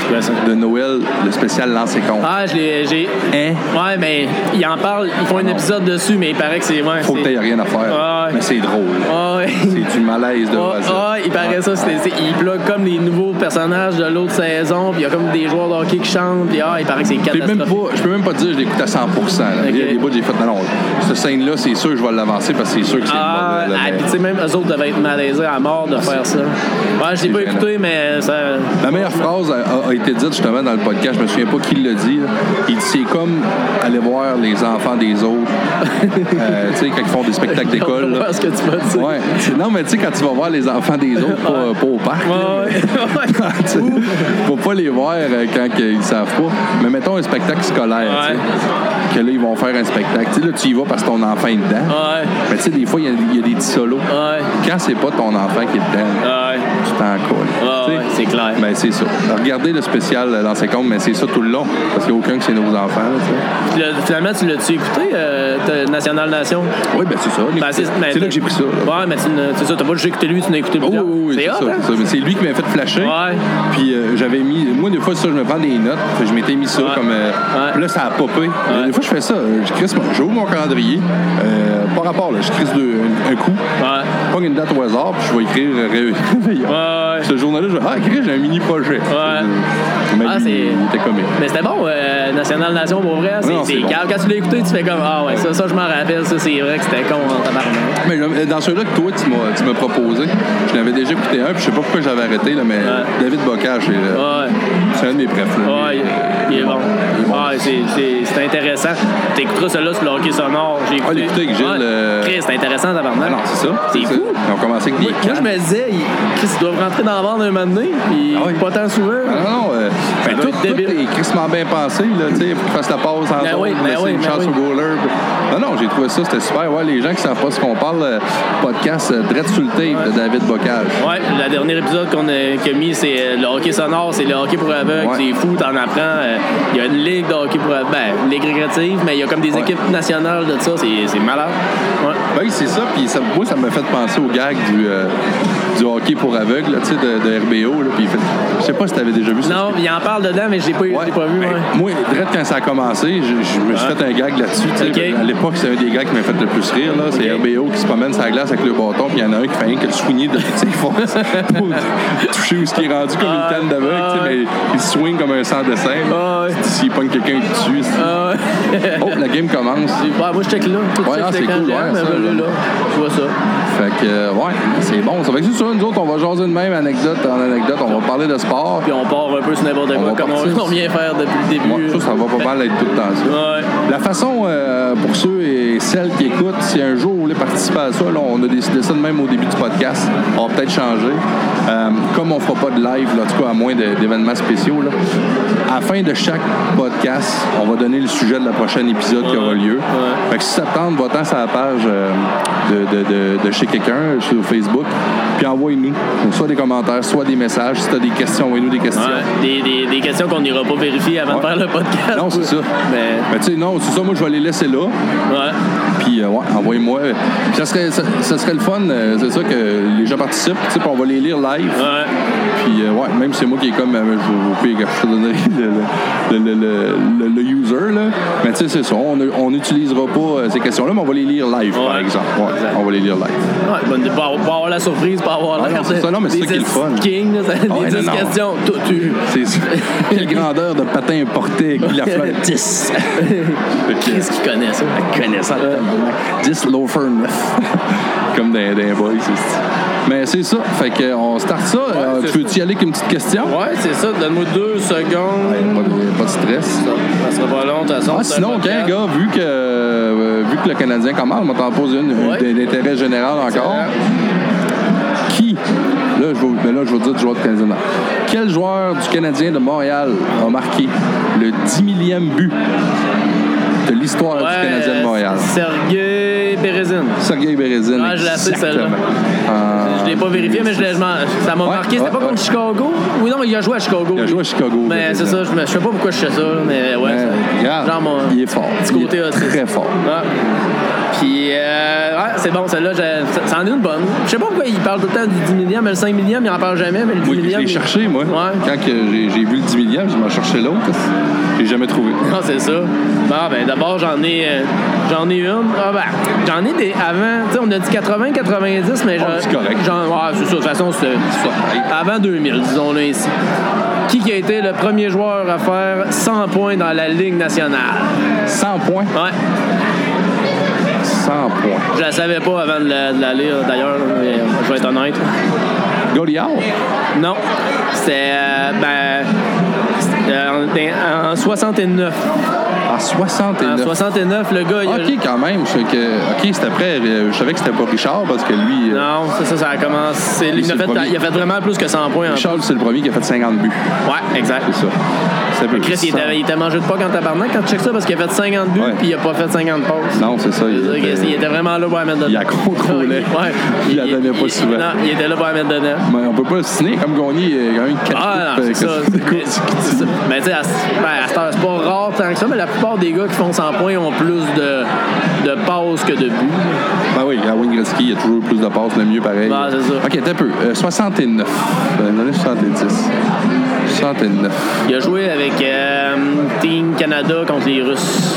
B: c'est quoi ça?
A: de Noël, le spécial Lancé contre.
B: Ah, je l'ai- j'ai.
A: Hein?
B: Ouais, mais ils en parlent, ils font un épisode dessus, mais il paraît que c'est. Ouais,
A: Faut que
B: c'est-
A: t'aies rien à faire.
B: Ah ouais.
A: Mais c'est drôle.
B: Ouais.
A: C'est du malaise de
B: Ah,
A: voisin.
B: ah, il paraît ça, c'est, c'est- il bloque comme les nouveaux personnages de l'autre saison, puis il y a comme des joueurs de hockey qui chantent, puis ah, il paraît que c'est
A: J'ai même
B: catastrophique.
A: pas- je peux même pas te dire que je l'écoute à 100%. là. Il y a
B: Ok.
A: des bouts que j'ai fait, non, non, cette scène-là, c'est sûr que je vais l'avancer parce que c'est sûr que c'est
B: Ah,
A: le bon, là,
B: ah,
A: mais-
B: puis tu sais, même eux autres devaient être malaisés à mort de faire ça. Ouais, je l'ai pas
A: gênant.
B: écouté, mais ça.
A: La meilleure phrase a, a- a été dite justement dans le podcast, je me souviens pas qui l'a dit. là. Il dit c'est comme aller voir les enfants des autres. Euh, tu sais, quand ils font des spectacles d'école. là.
B: Ouais, ce que tu vas dire.
A: Ouais. C'est- Non, mais tu sais, quand tu vas voir les enfants des autres, pas, pas au parc. là,
B: Ouais,
A: mais- tu sais, Faut pas les voir euh, quand ils savent pas. Mais mettons un spectacle scolaire. tu sais. que là, ils vont faire un spectacle. Tu sais, là, tu y vas parce que ton enfant est dedans.
B: Ouais.
A: Mais tu sais, des fois, il y a- il y, a des petits solos.
B: Ouais.
A: Quand c'est pas ton enfant qui est dedans,
B: Ouais.
A: tu t'en colles.
B: Ouais,
A: Tu sais,
B: ouais, c'est clair.
A: Ben, c'est ça. Regardez le spécial euh, dans ses comptes, mais c'est ça tout le long. Parce qu'il n'y a aucun que c'est nos enfants. là, tu sais.
B: Puis là, finalement, tu l'as-tu écouté, euh, t'as- National Nation?
A: Oui, ben c'est ça.
B: Ben,
A: c'est
B: mais-
A: là que j'ai pris ça. là.
B: Ouais, mais tu ne- c'est ça, t'as pas juste écouté lui, tu n'as écouté le
A: Oh, oui, oui,
B: plusieurs.
A: c'est
B: C'est
A: ça.
B: hot, hein?
A: c'est ça. Mais C'est lui qui m'a fait flasher.
B: Ouais.
A: Puis euh, j'avais mis. Moi, des fois, ça, je me prends des notes. Fait que je m'étais mis ça
B: Ouais.
A: comme. euh,
B: Ouais.
A: puis Là, ça a popé. Des fois, je fais ça. euh, Je crisse mon- J'ouvre mon calendrier. Euh, par rapport, là, je crisse deux- un, un coup.
B: Ouais.
A: Je prends une date au hasard, puis je vais écrire euh, Ré- Réveillon.
B: Ouais.
A: Ce journal-là, je vais. Ah, écrit, j'ai un mini-projet. Mais
B: Ah,
A: lui,
B: c'est-
A: il était comique.
B: Mais c'était bon, euh, National Nation, pour vrai. C'est
A: Non, c'est
B: c'est
A: bon.
B: calme. Quand tu l'as écouté, tu fais comme Ah ouais, ça, ça je m'en rappelle, ça c'est vrai que c'était con en tabarnak.
A: Mais euh, dans celui-là que toi, tu m'as, tu m'as proposé, je n'avais déjà écouté un, puis je sais pas pourquoi j'avais arrêté, là, mais David Bocage, c'est, euh,
B: Ouais,
A: c'est un de mes préfs. là.
B: ouais, Ah, il- il est bon. Ouais, c'est- c'est c'est intéressant. T'écouteras celui-là sur le hockey sonore. J'ai
A: Ouais,
B: écouté.
A: Ah, l'écouter avec Gilles,
B: Ouais.
A: euh,
B: Chris, c'est intéressant, tabarnak.
A: Ah non, c'est ça.
B: C'est
A: ça.
B: fou.
A: Ils ont commencé avec des
B: Moi, moi, je me disais, ils- Chris, ils doivent rentrer dans la bande un moment donné, puis
A: ouais.
B: pas tant souvent.
A: Ah non, non, euh, ben,
B: doit
A: tout,
B: être
A: tout
B: débile.
A: est crissement bien pensé, là, tu sais, faut qu'il fasse la passe en
B: Ben
A: zone,
B: oui, ben
A: laisser
B: oui,
A: une
B: ben
A: chance
B: oui.
A: au goaler. Non, non, j'ai trouvé ça, c'était super. Ouais, les gens qui savent pas ce qu'on parle, euh, podcast euh, Dread sur le tape de David Bocage.
B: Ouais, le dernier épisode qu'on a, qu'il a mis, c'est euh, le hockey sonore, c'est le hockey pour aveugles,
A: Ouais.
B: c'est fou, t'en apprends. euh, Il y a une ligue de hockey pour aveugles, ben, ligue récréative, mais il y a comme des
A: Ouais.
B: équipes nationales de ça, c'est c'est malade. Ouais.
A: Ben oui, c'est ça, puis ça, moi, ça m'a fait penser au gag du, euh, du hockey pour aveugles, là, tu sais, de, de RBO, là, puis il fait- je sais pas si t'avais déjà vu ça.
B: Non, il en parle dedans, mais je l'ai pas, je l'ai
A: Ouais,
B: pas vu.
A: ben,
B: ouais.
A: Moi, direct quand ça a commencé, je, je me suis
B: Ouais.
A: fait un gag là-dessus. tu sais.
B: Ok.
A: À l'époque, c'est un des gags qui m'a fait le plus rire. là. C'est
B: Ok.
A: RBO qui se promène sa glace avec le bâton, puis il y en a un qui fait rien que le soigner de toutes ses forces pour toucher où ce qui est rendu comme une
B: Ah,
A: canne d'aveugle. tu sais,
B: ah,
A: mais il swing comme un sans-dessin.
B: Ah, ouais.
A: S'il pogne quelqu'un, il tue.
B: Ah, ouais.
A: Oh, la game commence.
B: Ouais, moi, je check là. Tout de
A: Ouais,
B: suite,
A: ah,
B: je
A: c'est
B: check quand
A: cool,
B: j'aime,
A: ouais,
B: mais
A: ça,
B: voilà,
A: j'aime.
B: là, je vois ça.
A: Fait que, euh, ouais, c'est bon. Ça fait que c'est ça, nous autres, on va jaser de même anecdote en anecdote. On va parler de sport.
B: Puis on part un peu sur n'importe
A: On
B: quoi,
A: va
B: comme
A: partir.
B: on, on vient faire depuis le
A: Moi,
B: début.
A: ça, ça va pas mal être tout le temps ça.
B: Ouais.
A: La façon euh, pour ceux et celles qui écoutent, si un jour vous voulez participer à ça, là, on a décidé ça de même au début du podcast, on va peut-être changer. Euh, comme on fera pas de live, là, en tout cas à moins de- d'événements spéciaux, là, à la fin de chaque podcast, on va donner le sujet de la prochaine épisode qui aura lieu.
B: Ouais.
A: Fait que si ça te tente, va-t'en sur la page euh, de, de- de- de chez quelqu'un sur Facebook, puis envoie-nous Donc, soit des commentaires, soit des messages. Si tu as des questions, envoie-nous des questions.
B: Ouais. Des, des, des questions qu'on n'ira pas vérifier avant de
A: Ouais.
B: faire le podcast.
A: Non, c'est ça.
B: Mais,
A: Mais tu sais, non, c'est ça, moi je vais les laisser là.
B: ouais.
A: Puis euh, ouais, envoyez-moi. Puis Ça serait, ça, ça serait le fun, euh, c'est ça que les gens participent, tu sais, puis on va les lire live.
B: Ouais.
A: Puis euh, ouais, même si c'est moi qui est comme, euh, je vous paye, je te donnerai le, le- le- le- le- le user, là. Mais tu sais, c'est ça, on on n'utilisera pas euh, ces questions-là, mais on va les lire live, par
B: Ouais.
A: exemple. Ouais,
B: Exact.
A: on va les lire live.
B: Ouais, bonne idée. Pas avoir- pas avoir la surprise, pas avoir
A: Ouais,
B: l'air
A: non, c'est
B: de-
A: ça, non, mais c'est
B: des
A: ça qui est le fun.
B: King, là, ça-
A: Ah ouais,
B: des 10
A: non, non.
B: questions, tout tu.
A: C'est ça. Quelle grandeur de patin porté Guy Lafleur 10.
B: Qu'est-ce qu'il connaît ça?
A: connaissant
B: Ouais.
A: 10 loafer 9. Comme dans les boys. c'est- Mais c'est ça. Fait que euh, on start ça. Euh,
B: c'est
A: tu veux-tu y aller avec une petite question?
B: Ouais, c'est ça, donne-moi deux secondes.
A: Ouais, Pas, de, pas de stress.
B: Ça sera pas long, de toute façon.
A: Ah,
B: c'est un
A: sinon, ok,
B: podcast.
A: gars, vu que, euh, vu que le Canadien commence, on va t'en poser une
B: Ouais.
A: d- d'intérêt général encore. Qui, là je, vais, mais là, je vais dire du joueur du Canadien. non. Quel joueur du Canadien de Montréal a marqué le 10 millième but de l'histoire
B: Ouais,
A: du Canadien de Montréal?
B: Sergei Berezin.
A: Sergei Berezin.
B: Ouais, je la sais, celle-là.
A: exactement. Euh,
B: Je l'ai pas vérifié, mais je l'ai- je m'en- ça m'a
A: Ouais,
B: marqué. C'était
A: ouais,
B: pas
A: ouais.
B: contre Chicago? Oui, non, mais il a joué à Chicago.
A: Il a joué à Chicago,
B: Mais
A: Berezin.
B: Ben, c'est ça, je, me- je sais pas pourquoi je fais ça, mais ouais.
A: Mais,
B: ça-
A: regarde,
B: genre mon-
A: il est fort.
B: Petit
A: Il
B: côté
A: est
B: autiste.
A: très fort.
B: Ouais. Puis, euh, ouais, c'est bon, celle-là, j'ai- ça- ça en est une bonne. Je sais pas pourquoi il parle tout le temps du 10 millième, mais le 5 millième, il en parle jamais, mais le 10
A: Moi, je
B: millième.
A: l'ai
B: il-
A: cherché, moi.
B: Ouais.
A: Quand que j'ai j'ai vu le 10 millième, je m'en cherchais l'autre. J'ai jamais trouvé.
B: Non, Ah, c'est ça. Bon, ben d'abord, j'en ai, euh, j'en ai une. Ah, ben, j'en ai des avant. Tu sais, on a dit 80, 90, mais j'en.
A: Oh, c'est correct.
B: j'en- ouais, c'est ça. De toute façon, c'est c'est ça. Avant 2000, disons-le ainsi. Qui qui a été le premier joueur à faire 100 points dans la Ligue nationale?
A: 100 points.
B: Ouais,
A: 100 points.
B: je la savais pas avant de la, de la lire, d'ailleurs, mais euh, je vais être honnête.
A: Goliard.
B: Non, c'était. euh, ben. c'était en- en, 69.
A: En 69.
B: En 69, le gars, il a-
A: Ok, quand même. Je, sais que, ok, c'était après. euh, Je savais que c'était pas Richard parce que lui. euh,
B: Non, ça, ça, ça a commencé.
A: Lui,
B: Il,
A: c'est
B: a
A: le
B: fait,
A: premier.
B: il a fait vraiment plus que 100 points. en-
A: Richard, c'est le premier qui a fait 50 buts.
B: Ouais, exact.
A: C'est ça. C'est un peu
B: Chris, il
A: ça.
B: était, il était mangé de pas quand tabarnak quand tu checkes ça parce qu'il a fait 50 buts
A: Ouais.
B: puis il a pas fait 50 passes.
A: Non, c'est ça.
B: C'est-à-dire
A: Il
B: qu'il- Il
A: était-
B: était vraiment là pour la mettre dedans.
A: Il la contrôlait.
B: Ouais.
A: Il la donnait pas
B: il-
A: souvent.
B: Non, il était là pour la mettre dedans.
A: Mais on peut pas le signer comme Gagné, il y a quand même 4
B: Ah non, c'est ça. C'est- c'est- Mais tu sais, à, ce- ben, à cette heure, c'est pas rare tant que ça, mais la plupart des gars qui font 100 points ont plus de, de passes que de buts.
A: Ben oui, à Wayne Gretzky, il y a toujours eu plus de passes, le mieux pareil.
B: Ouais, Ben, c'est ça.
A: Ok, t'as un peu. Euh, 69. Euh, l'année 70. 69.
B: Il a joué avec euh, Team Canada contre les Russes.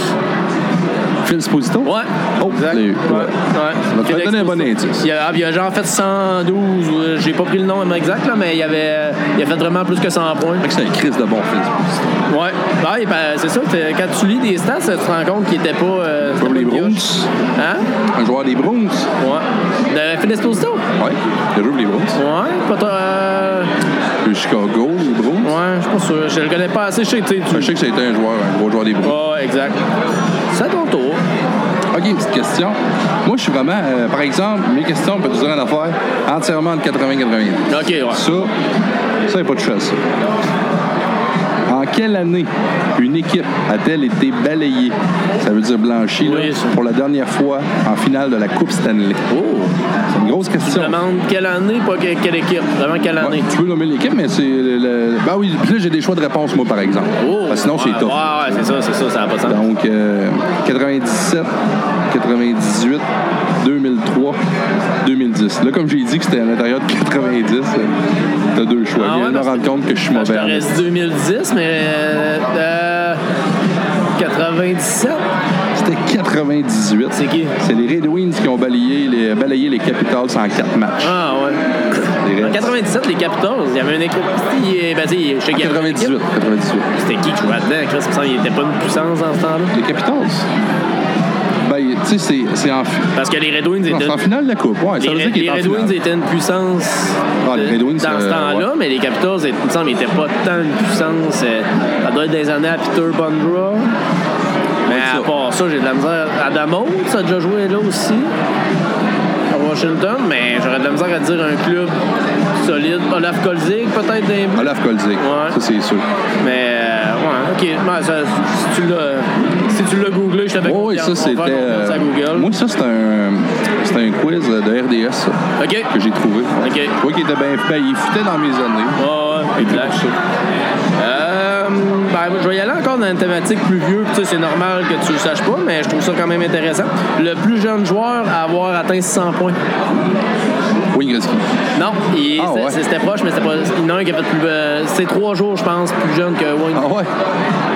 A: Phil Sposito?
B: Ouais.
A: Oh,
B: exact.
A: les-
B: Ouais.
A: ouais.
B: ouais.
A: va te donner un bon indice.
B: Il a, ah, puis il a genre fait 112, euh, j'ai pas pris le nom exact, là, mais il, avait, euh, il a fait vraiment plus que 100 points.
A: Fait que C'est un Chris de bon Phil Sposito.
B: Ouais, Ouais, ben, c'est ça. t'es- Quand tu lis des stats, tu te rends compte qu'il était pas. euh, c'était
A: Comme
B: pas
A: les
B: une pioche.
A: Bruins.
B: Hein?
A: Un joueur des Bruins.
B: Ouais. De Phil Esposito?
A: Ouais. Il joue pour les Bruins.
B: Ouais, pas toi. euh,
A: Le Chicago, les Bruins.
B: Ouais, je suis pas sûr. Je le connais pas assez. Je sais que tu.
A: Je sais que c'était un joueur, un gros joueur des Bruins.
B: Ouais, exact. C'est à ton tour.
A: OK, une petite question. Moi, je suis vraiment, euh, par exemple, mes questions, on peut te dire une affaire, entièrement de 80-90.
B: Ok, ouais.
A: Ça, ça n'est pas de à ça. En quelle année une équipe a-t-elle été balayée, ça veut dire blanchie, là,
B: Oui, ça.
A: pour la dernière fois en finale de la Coupe Stanley?
B: Oh!
A: C'est une grosse
B: Tu
A: question.
B: me demandes quelle année, pas que- quelle équipe. Vraiment quelle
A: Ouais,
B: année.
A: tu peux nommer l'équipe, mais c'est. Le, le- Ben oui, puis là, j'ai des choix de réponse, moi, par exemple.
B: Oh!
A: Parce que sinon, c'est
B: ouais,
A: top.
B: Ouais, ouais, c'est ça, c'est ça, ça n'a pas de sens.
A: Donc, euh, 97, 98, 2003, 2010. Là, comme j'ai dit que c'était à l'intérieur de 90, euh, t'as deux choix.
B: Ah
A: Je viens
B: ouais,
A: de me
B: parce
A: rendre
B: que-
A: compte que je suis
B: Ben, Je
A: mauvais.
B: te reste 2010, mais. euh, euh, 97?
A: C'était 98.
B: C'est qui?
A: C'est les Red Wings qui ont balayé les, balayé les Capitals en quatre matchs.
B: Ah, ouais.
A: Les
B: En
A: Reds.
B: 97, les Capitals, il y avait une équipe. qui- Ben, tu sais, je sais qu'il y avait une équipe.
A: 98. 98.
B: C'était qui qui jouait dedans? Chris, il me semble qu'il était pas une puissance dans ce temps-là.
A: Les Capitals? Ben, tu sais, c'est, c'est en, fi-
B: Parce que les Red Wings
A: non,
B: étaient.
A: c'est en finale de la Coupe. Ouais,
B: Les,
A: ça veut dire
B: Red-
A: qu'il
B: les
A: est en
B: Red
A: finale.
B: Wings étaient une puissance
A: Ah, les
B: de-
A: Red Wings,
B: dans ce
A: euh,
B: temps-là,
A: ouais.
B: mais les Capitals, il me semble, n'étaient pas tant une puissance. euh, Ça doit être des années à Peter Bondra. Mais à
A: ça.
B: part ça, j'ai de la misère. Adamo, ça a déjà joué là aussi, à Washington, mais j'aurais de la misère à dire un club solide. Olaf Kolzig, peut-être, d'un but.
A: Olaf Kolzig.
B: Ouais.
A: Ça, c'est sûr.
B: Mais, euh, ouais, OK. Ouais, ça- si tu l'as si tu l'as googlé, je t'avais
A: Oui, oui, ça, c'était. euh,
B: à Google.
A: Moi, ça, c'est un, c'est un quiz de RDS, ça,
B: OK.
A: que j'ai trouvé.
B: OK.
A: Je vois qu'il était bien. Ben, il foutait dans mes années.
B: Ouais, ouais, exact. Euh, ben, je vais y aller encore dans une thématique plus vieux. puis tu sais, C'est normal que tu le saches pas, mais je trouve ça quand même intéressant. Le plus jeune joueur à avoir atteint 600 points.
A: Wayne Gretzky.
B: Non, il-
A: Ah,
B: c'est-
A: ouais.
B: c'est- c'était proche, mais c'était pas. Il y en a un qui a fait plus. euh, c'est trois jours, je pense, plus jeune que Wayne.
A: Ah ouais?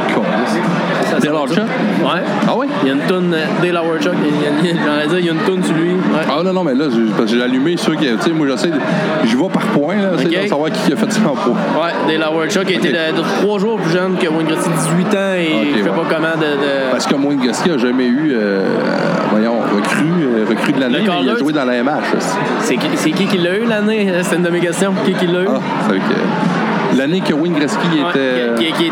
A: Calisse.
B: Ça, c'est
A: Bill
B: pas
A: Archer?
B: ça. Ouais.
A: Ah ouais?
B: Il y a une toune. euh, Dale Howard-Chuck, il y a- il y a- j'allais dire, il y a une toune sur lui. Ouais.
A: Ah non, non, mais là, j'ai- parce que j'ai allumé ceux qui. Tu sais, moi, j'essaie. de- J'y vais par point, là. J'essaie
B: Ok.
A: de savoir qui a fait 100 points.
B: Ouais, Dale Howard-Chuck il était de, de trois jours plus jeune que Wayne Gretzky, 18 ans, et
A: Ok,
B: je sais
A: ouais.
B: pas comment de. de-
A: Parce que Wayne Gretzky a jamais eu, euh, voyons, recru, euh, recru de l'année,
B: Le
A: mais il a
B: Calder,
A: joué dans la MH aussi.
B: C'est qui, c'est qui qui l'a eu l'année? C'est une de mes questions. Qui qui l'a eu?
A: Ah, ça veut dire que l'année que Wayne Gretzky
B: Ouais,
A: était.
B: qui- qui- qui-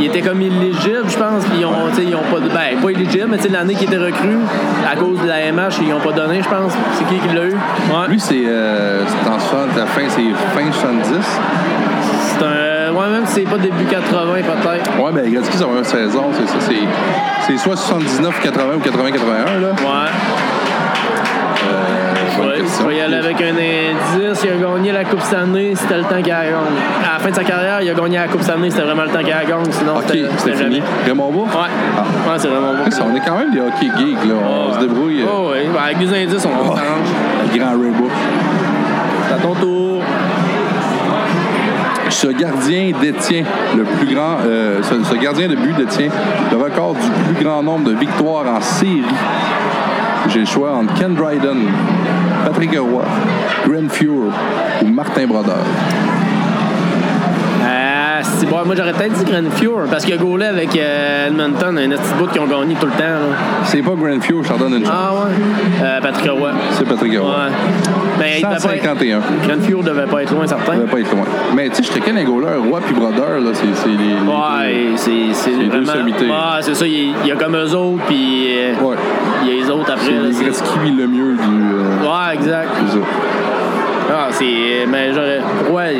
B: il était comme illégible, je pense. Puis ils ont, tu sais, ils ont pas. de- Ben, pas illégible, mais tu sais, l'année qu'il était recru, à cause de la MH, ils n'ont pas donné, je pense. C'est qui qui l'a eu? Ouais.
A: Lui, c'est euh, c'est en 60, la fin, c'est fin 70.
B: C'est un. Ouais, même si c'est pas début 80, peut-être.
A: Ouais, ben Gretzky, ça va avoir une saison, c'est ça. C'est, c'est soit 79, 80 ou 80, 81, là. Euh,
B: Ouais.
A: Bonne
B: ouais. Je
A: question.
B: vais y aller avec un indice. Il a gagné la Coupe Stanley, c'était le temps qu'il a gagné. À la fin de sa carrière, il a gagné la Coupe Stanley, c'était vraiment le temps qu'il a gagné. Sinon,
A: Ok,
B: c'était,
A: c'était fini.
B: jamais.
A: Raymond Bourg?
B: euh, Ouais.
A: Ah.
B: Ouais, c'est vraiment bon.
A: Chris, on est quand même des hockey geeks, là. On se débrouille. euh,
B: Oh, ouais. Ben, avec des indices, on
A: Ouais.
B: s'arrange.
A: Le grand Ray Bourg.
B: C'est à ton tour.
A: Ce gardien détient le plus grand. euh, ce, ce gardien de but détient le record du plus grand nombre de victoires en série. J'ai le choix entre Ken Dryden, Patrick Roy, Graham Fuhr ou Martin Brodeur.
B: Ah, esti boire. Moi, j'aurais peut-être dit Grand Fuhr, parce qu'il a gaulé avec euh, Edmonton, un esti de bout qui ont gagné tout le temps. là.
A: C'est pas Grand Fuel, je t'en donne une chance.
B: Ah ouais? Euh, Patrick Roy.
A: C'est Patrick
B: Ouais.
A: Roy.
B: Ben, il devait pas être-
A: 151.
B: Grand Fuhr devait pas être loin, certain.
A: Ça va pas être loin. Mais tu sais, je te connais Gauler, Roi puis Brodeur, là, c'est c'est les. les-
B: Ouais, c'est c'est
A: deux
B: vraiment.
A: sommités.
B: Ouais, c'est ça, il il y a comme eux autres, puis euh,
A: Ouais.
B: il y a les autres après.
A: C'est
B: là,
A: les
B: c'est-
A: Gretzky le mieux du. euh,
B: Ouais, exact.
A: c'est ça.
B: Ah, c'est. Mais j'aurais. Ouais,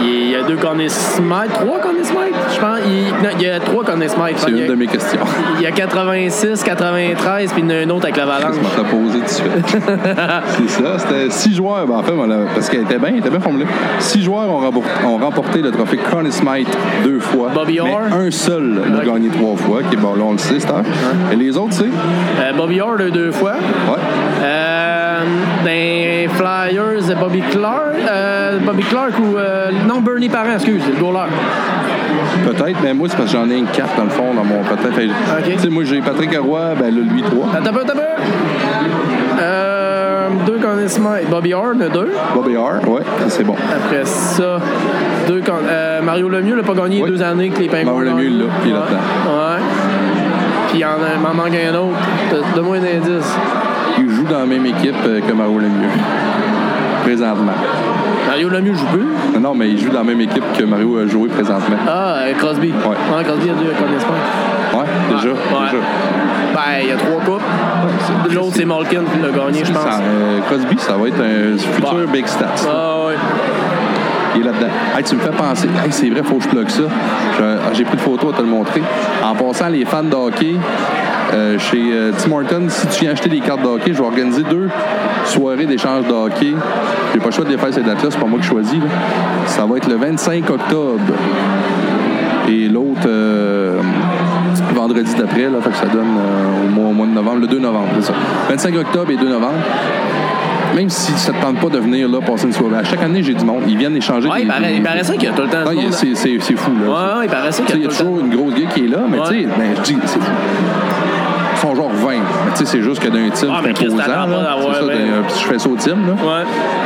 B: il, il- il y a deux Connie Smythe, trois Connie Smythe, je pense. Il, non, il y a trois Connie Smythe.
A: C'est
B: Il y
A: une
B: a-
A: de mes questions.
B: Il y a 86, 93, puis il y en a un autre avec l'avalanche.
A: Je m'en posé tout de suite. c'est ça, c'était six joueurs, ben, en fait, voilà, parce qu'elle était bien, elle était bien formulée. Six joueurs ont remporté, ont remporté le trophée Conn Smythe deux fois.
B: Bobby
A: mais
B: Orr.
A: un seul l'a
B: Ouais.
A: gagné trois fois, qui est bon, là, on le sait, c'est tard. Et les autres, c'est. Ouais.
B: Euh, Bobby Orr deux, deux fois. Euh, ben, Flyers, euh, Bobby Clark. euh, Bobby Clark ou. euh, non, Bernie Parent, excuse, le goaler.
A: Peut-être, mais moi, c'est parce que j'en ai une carte dans le fond, dans mon peut-être. Fait-
B: Ok.
A: Tu sais, moi, j'ai Patrick Roy, ben là, lui, trois.
B: Attends un peu, attends un peu. Euh, deux Connie Smythe. Bobby Orr, le deux.
A: Bobby Orr, ouais, ça, c'est bon.
B: Après ça, deux con- euh, Mario Lemieux l'a pas gagné
A: Oui.
B: deux années que les Pingouins.
A: Mario
B: l'ont
A: Lemieux,
B: gagné.
A: là, puis il est
B: Ouais.
A: là-dedans.
B: Ouais. Puis il y en a- il m'en manque un autre. Donne- Donne-moi un indice.
A: Il joue dans la même équipe euh, que Mario Lemieux, présentement.
B: Mario Lemieux joue plus.
A: Non, Non, mais il joue dans la même équipe que Mario a joué présentement.
B: Ah, euh, Crosby.
A: Ouais.
B: Crosby a deux Conn Smythe.
A: Ouais, déjà.
B: Ouais.
A: déjà.
B: Ben, il y a trois coupes. L'autre, c'est Malkin qui l'a gagné, je pense.
A: Ça, euh, Crosby, ça va être un futur
B: Ouais.
A: Big Stats.
B: Ah, ouais.
A: Il est là-dedans. Hey, tu me fais penser. Hey, c'est vrai, faut que je plug ça. Je- ah, J'ai pris de photo à te le montrer. En passant, les fans de hockey, euh, chez euh, Tim Hortons, si tu viens acheter des cartes de hockey, je vais organiser deux soirées d'échange de hockey. J'ai pas le choix de les faire ces dates-là, c'est pas moi qui choisis. là. Ça va être le 25 octobre. Et l'autre, euh, vendredi d'après, là, fait que ça donne euh, au, mois, au mois de novembre, le 2 novembre, c'est ça. 25 octobre et 2 novembre. Même si ça ne te tente pas de venir là, passer une soirée, à chaque année, j'ai du monde. Ils viennent échanger
B: Ouais,
A: des-
B: il, paraît,
A: des-
B: il paraissait qu'il y a tout le temps.
A: Non,
B: du
A: Ah, il y a-
B: monde.
A: c'est, c'est- c'est fou,
B: Ouais,
A: là.
B: ouais, il paraissait
A: Tu sais,
B: qu'il
A: il
B: y
A: y
B: a
A: a
B: tout le temps.
A: toujours une grosse gueule qui est là, mais
B: Ouais.
A: tu sais, ben, je dis, c'est ils font genre 20. Mais tu sais, c'est juste que d'un team,
B: Ah, mais
A: c'est
B: Chris,
A: imposant.
B: t'as l'air
A: là.
B: d'avoir,
A: C'est ça,
B: ouais.
A: d'un- puis je fais ça au team, là.
B: Ouais.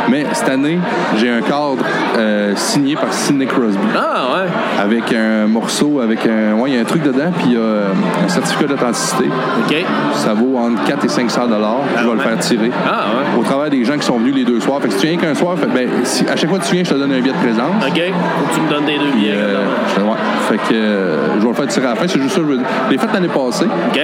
A: Mais cette année, j'ai un cadre euh, signé par Sidney Crosby
B: Ah, ouais.
A: avec un morceau, avec un. Ouais, il y a un truc dedans, puis il y a euh, un certificat d'authenticité.
B: OK.
A: Ça vaut entre 4 et 500 dollars. Je vais le faire tirer.
B: Ah, ouais.
A: Au travers des gens qui sont venus les deux soirs. Fait que si tu viens qu'un soir, fait- ben, si- à chaque fois que tu viens, je te donne un billet de présence.
B: OK. Faut que tu me donnes des deux
A: Puis,
B: billets.
A: euh,
B: comme
A: je- ouais. Fait que euh, je vais le faire tirer à la fin. C'est juste ça que je veux dire. Je l'ai fait l'année passée.
B: ça. OK.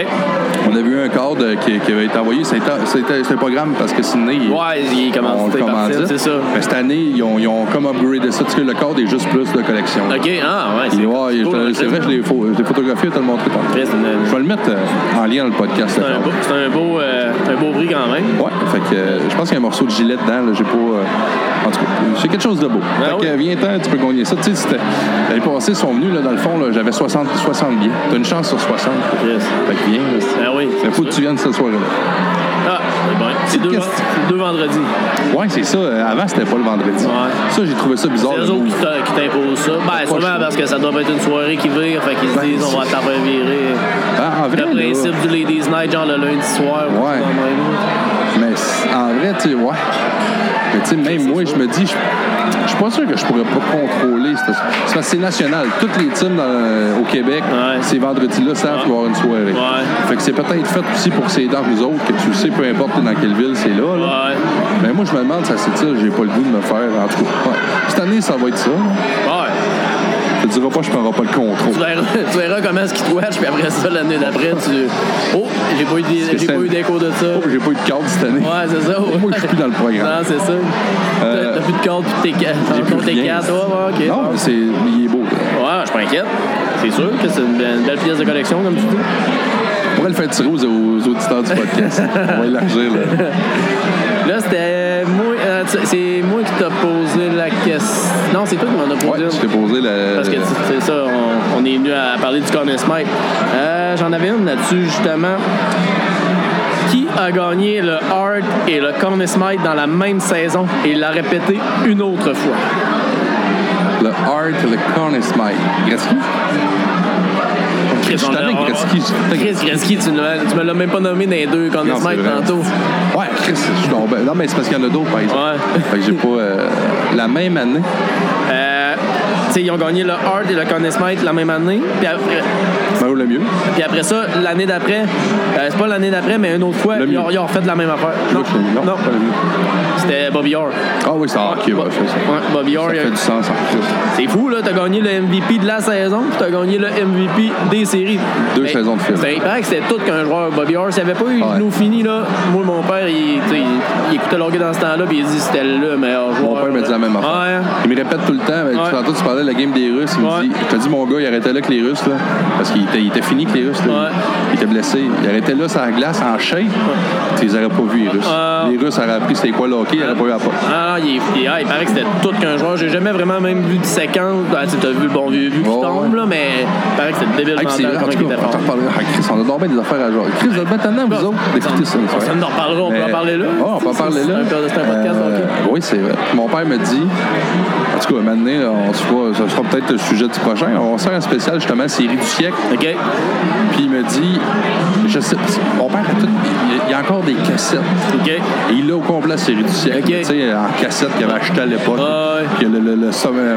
A: On avait eu un cadre euh, qui, qui avait été envoyé. C'était c'était- c'était un programme parce que Sydney. il-
B: Ouais, il
A: on
B: commence
A: le
B: à
A: commandite.
B: c'est ça.
A: Mais cette année, ils ont, ils ont comme upgradé ça. Parce que le cadre est juste plus de collection.
B: OK. Ah, ouais.
A: Il est- ouais, je te-
B: cool,
A: c'est vrai, je l'ai pho- je l'ai photographié, je te le montrer tantôt.
B: Chris, une-
A: Je vais le mettre euh, en lien dans le podcast.
B: C'est un
A: d'accord.
B: beau, c'est un beau, euh, un beau prix quand même.
A: Ouais, fait que euh, je pense qu'il y a un morceau de gilet dedans, là, j'ai pas. euh, en tout cas, euh, c'est quelque chose de beau.
B: Ben
A: fait que
B: oui.
A: euh, viens-t'en, tu peux gagner ça. Tu sais, c'était- l'année passée, ils sont venus, là, dans le fond, là, j'avais 60, 60 billets. T'as une chance sur 60.
B: Yes.
A: Fait que viens, là, c'est-
B: Ben oui.
A: Il faut que tu viennes cette soirée-là.
B: Ah, c'est bon. C'est deux,
A: question.
B: c'est deux vendredis.
A: Ouais, c'est ça. euh, Avant, c'était pas le vendredi.
B: Ouais.
A: Ça, j'ai trouvé ça bizarre.
B: C'est
A: le
B: eux autres
A: move.
B: qui t'a- qui t'imposent ça. Ben, sûrement
A: choix.
B: parce que ça doit pas être une soirée qui vire, fait qu'ils se
A: Ben,
B: disent on va t'en faire virer.
A: Ah, en vrai,
B: Le
A: là,
B: principe du Ladies Night, genre le lundi soir. ou
A: Ouais.
B: tout dans le même.
A: Mais c- en vrai, tu sais, ouais. Mais tu sais, même moi, je me dis, je je suis pas sûr que je pourrais pas contrôler. cette- C'est parce que c'est national. Toutes les teams dans- euh, au Québec,
B: Ouais.
A: ces vendredis-là, savent qu'il va y avoir une soirée.
B: Ouais.
A: Fait que c'est peut-être fait aussi pour ces dents nous autres, que tu sais, peu importe dans quelle ville c'est là. là.
B: Ouais.
A: Mais moi, je me demande, ça c'est ça, j'ai pas le goût de me faire. En tout cas, ouais. cette année, ça va être ça. là.
B: Ouais.
A: Je te dirai pas, je prendrai pas le
B: Tu
A: contrôle.
B: verras, tu verras comment est-ce qu'ils te watchent, puis après ça, l'année d'après, tu. Oh, j'ai pas eu
A: que
B: des- j'ai
A: c'est-
B: pas eu d'écho de ça.
A: Oh, j'ai pas eu de carte cette année.
B: Ouais, c'est ça.
A: Moi, je suis plus dans le programme.
B: Non, c'est ça.
A: Euh,
B: T'as t'as plus de cartes, plus de tes cartes.
A: J'ai plus
B: Ton
A: rien.
B: T4, ouais, ouais, ok.
A: Non, mais c'est, il est beau. là.
B: Ouais, je m'inquiète. C'est sûr que c'est une belle, une belle pièce de collection, comme tu dis.
A: On pourrait le faire tirer aux, aux auditeurs du podcast. On va élargir, là.
B: Là, c'était moi, euh, tu- c'est moi qui t'ai posé la question. Non, c'est toi qui m'en as posé.
A: Ouais, je
B: une.
A: t'ai posé la.
B: Parce que tu- c'est ça, on, on est venu à parler du Conn Smythe. Euh, J'en avais une là-dessus, justement. Qui a gagné le Hart et le Conn Smythe dans la même saison et l'a répété une autre fois?
A: Le Art et le Corn Smite. Gretzky?
B: Chris,
A: Je suis
B: on
A: tanné
B: l'a-
A: de Gretzky, je suis tanné de
B: Chris Gretzky, tu ne l'as- tu me l'as même pas nommé dans les deux Conn
A: Non, c'est
B: Smythe
A: vrai.
B: tantôt.
A: Ouais, Chris, je suis tombé. Non, mais c'est parce qu'il y en a d'autres, par exemple.
B: Ouais.
A: Fait que j'ai pas. euh, la même année.
B: Euh, Tu sais, ils ont gagné le Hart et le Conn Smythe la même année. Puis après,
A: Ben, le mieux.
B: puis après ça, l'année d'après, euh, c'est pas l'année d'après, mais une autre fois,
A: Le
B: ils
A: mieux.
B: ont, ils ont refait la même affaire.
A: Je
B: Non,
A: crois que c'est-
B: non,
A: pas le mieux.
B: c'était Bobby Orr.
A: Ah oui, c'est hockey, ouais, fait ça.
B: Ouais, Bobby Orr,
A: Ça
B: il a-
A: fait du sens en plus.
B: c'est fou, là. T'as gagné le MVP de la saison, puis t'as gagné le MVP des séries.
A: Deux
B: Mais
A: saisons de fil.
B: C'est vrai que c'était tout qu'un joueur Bobby Orr. S'il avait pas eu
A: Ouais.
B: nous fini, là, moi, mon père, il, tu sais, il- il écoutait l'orgue dans ce temps-là, puis il dit c'était le meilleur joueur.
A: Mon père me dit la même
B: Ouais.
A: affaire. Il me répète tout le temps. Ben,
B: Ouais.
A: Tantôt, tu parlais de la game des Russes. Il
B: Ouais.
A: me dit, je te dis, mon gars, il arrêtait là que les Russes, là. Parce qu'il était, il était fini que les Russes, là.
B: Ouais.
A: Il était blessé. Il arrêtait là sur la glace, en shape. Tu les aurais pas vus, les Russes.
B: Ouais.
A: Les Russes auraient appris c'était quoi le hockey, ils auraient pas eu à pas.
B: Ah, il, est- il- ah, il paraît que c'était tout qu'un joueur. J'ai jamais vraiment même vu de séquence. Ah, tu sais, t'as vu le bon vieux but qui
A: Ouais,
B: tombe,
A: ouais.
B: là, mais il paraît que c'était débile
A: Hey, puis c'est
B: mental
A: en
B: comment il
A: tout cas,
B: était
A: on
B: fort.
A: t'en reparlera. Ah, Chris, on a donc bien des affaires à jouer. Chris, vous êtes maintenant, vous autres, d'écouter ça. une
B: On
A: fois.
B: s'en en reparlera, on peut en
A: Mais-
B: parler là.
A: Ouais, on peut en parler là.
B: C'est un- C'est un podcast,
A: Euh,
B: ok.
A: Oui, c'est vrai. Mon père me dit, en tout cas, maintenant, on se voit, ça sera peut-être le sujet du prochain. On va faire un spécial, justement, série du siècle.
B: OK.
A: Puis il me dit, je sais, mon père a tout, il- il y a encore des cassettes.
B: OK.
A: Et il l'a au complet, la série du siècle.
B: Ok.
A: Tu sais, en cassette qu'il avait acheté à l'époque.
B: Ouais.
A: Puis le, le- le summer, euh,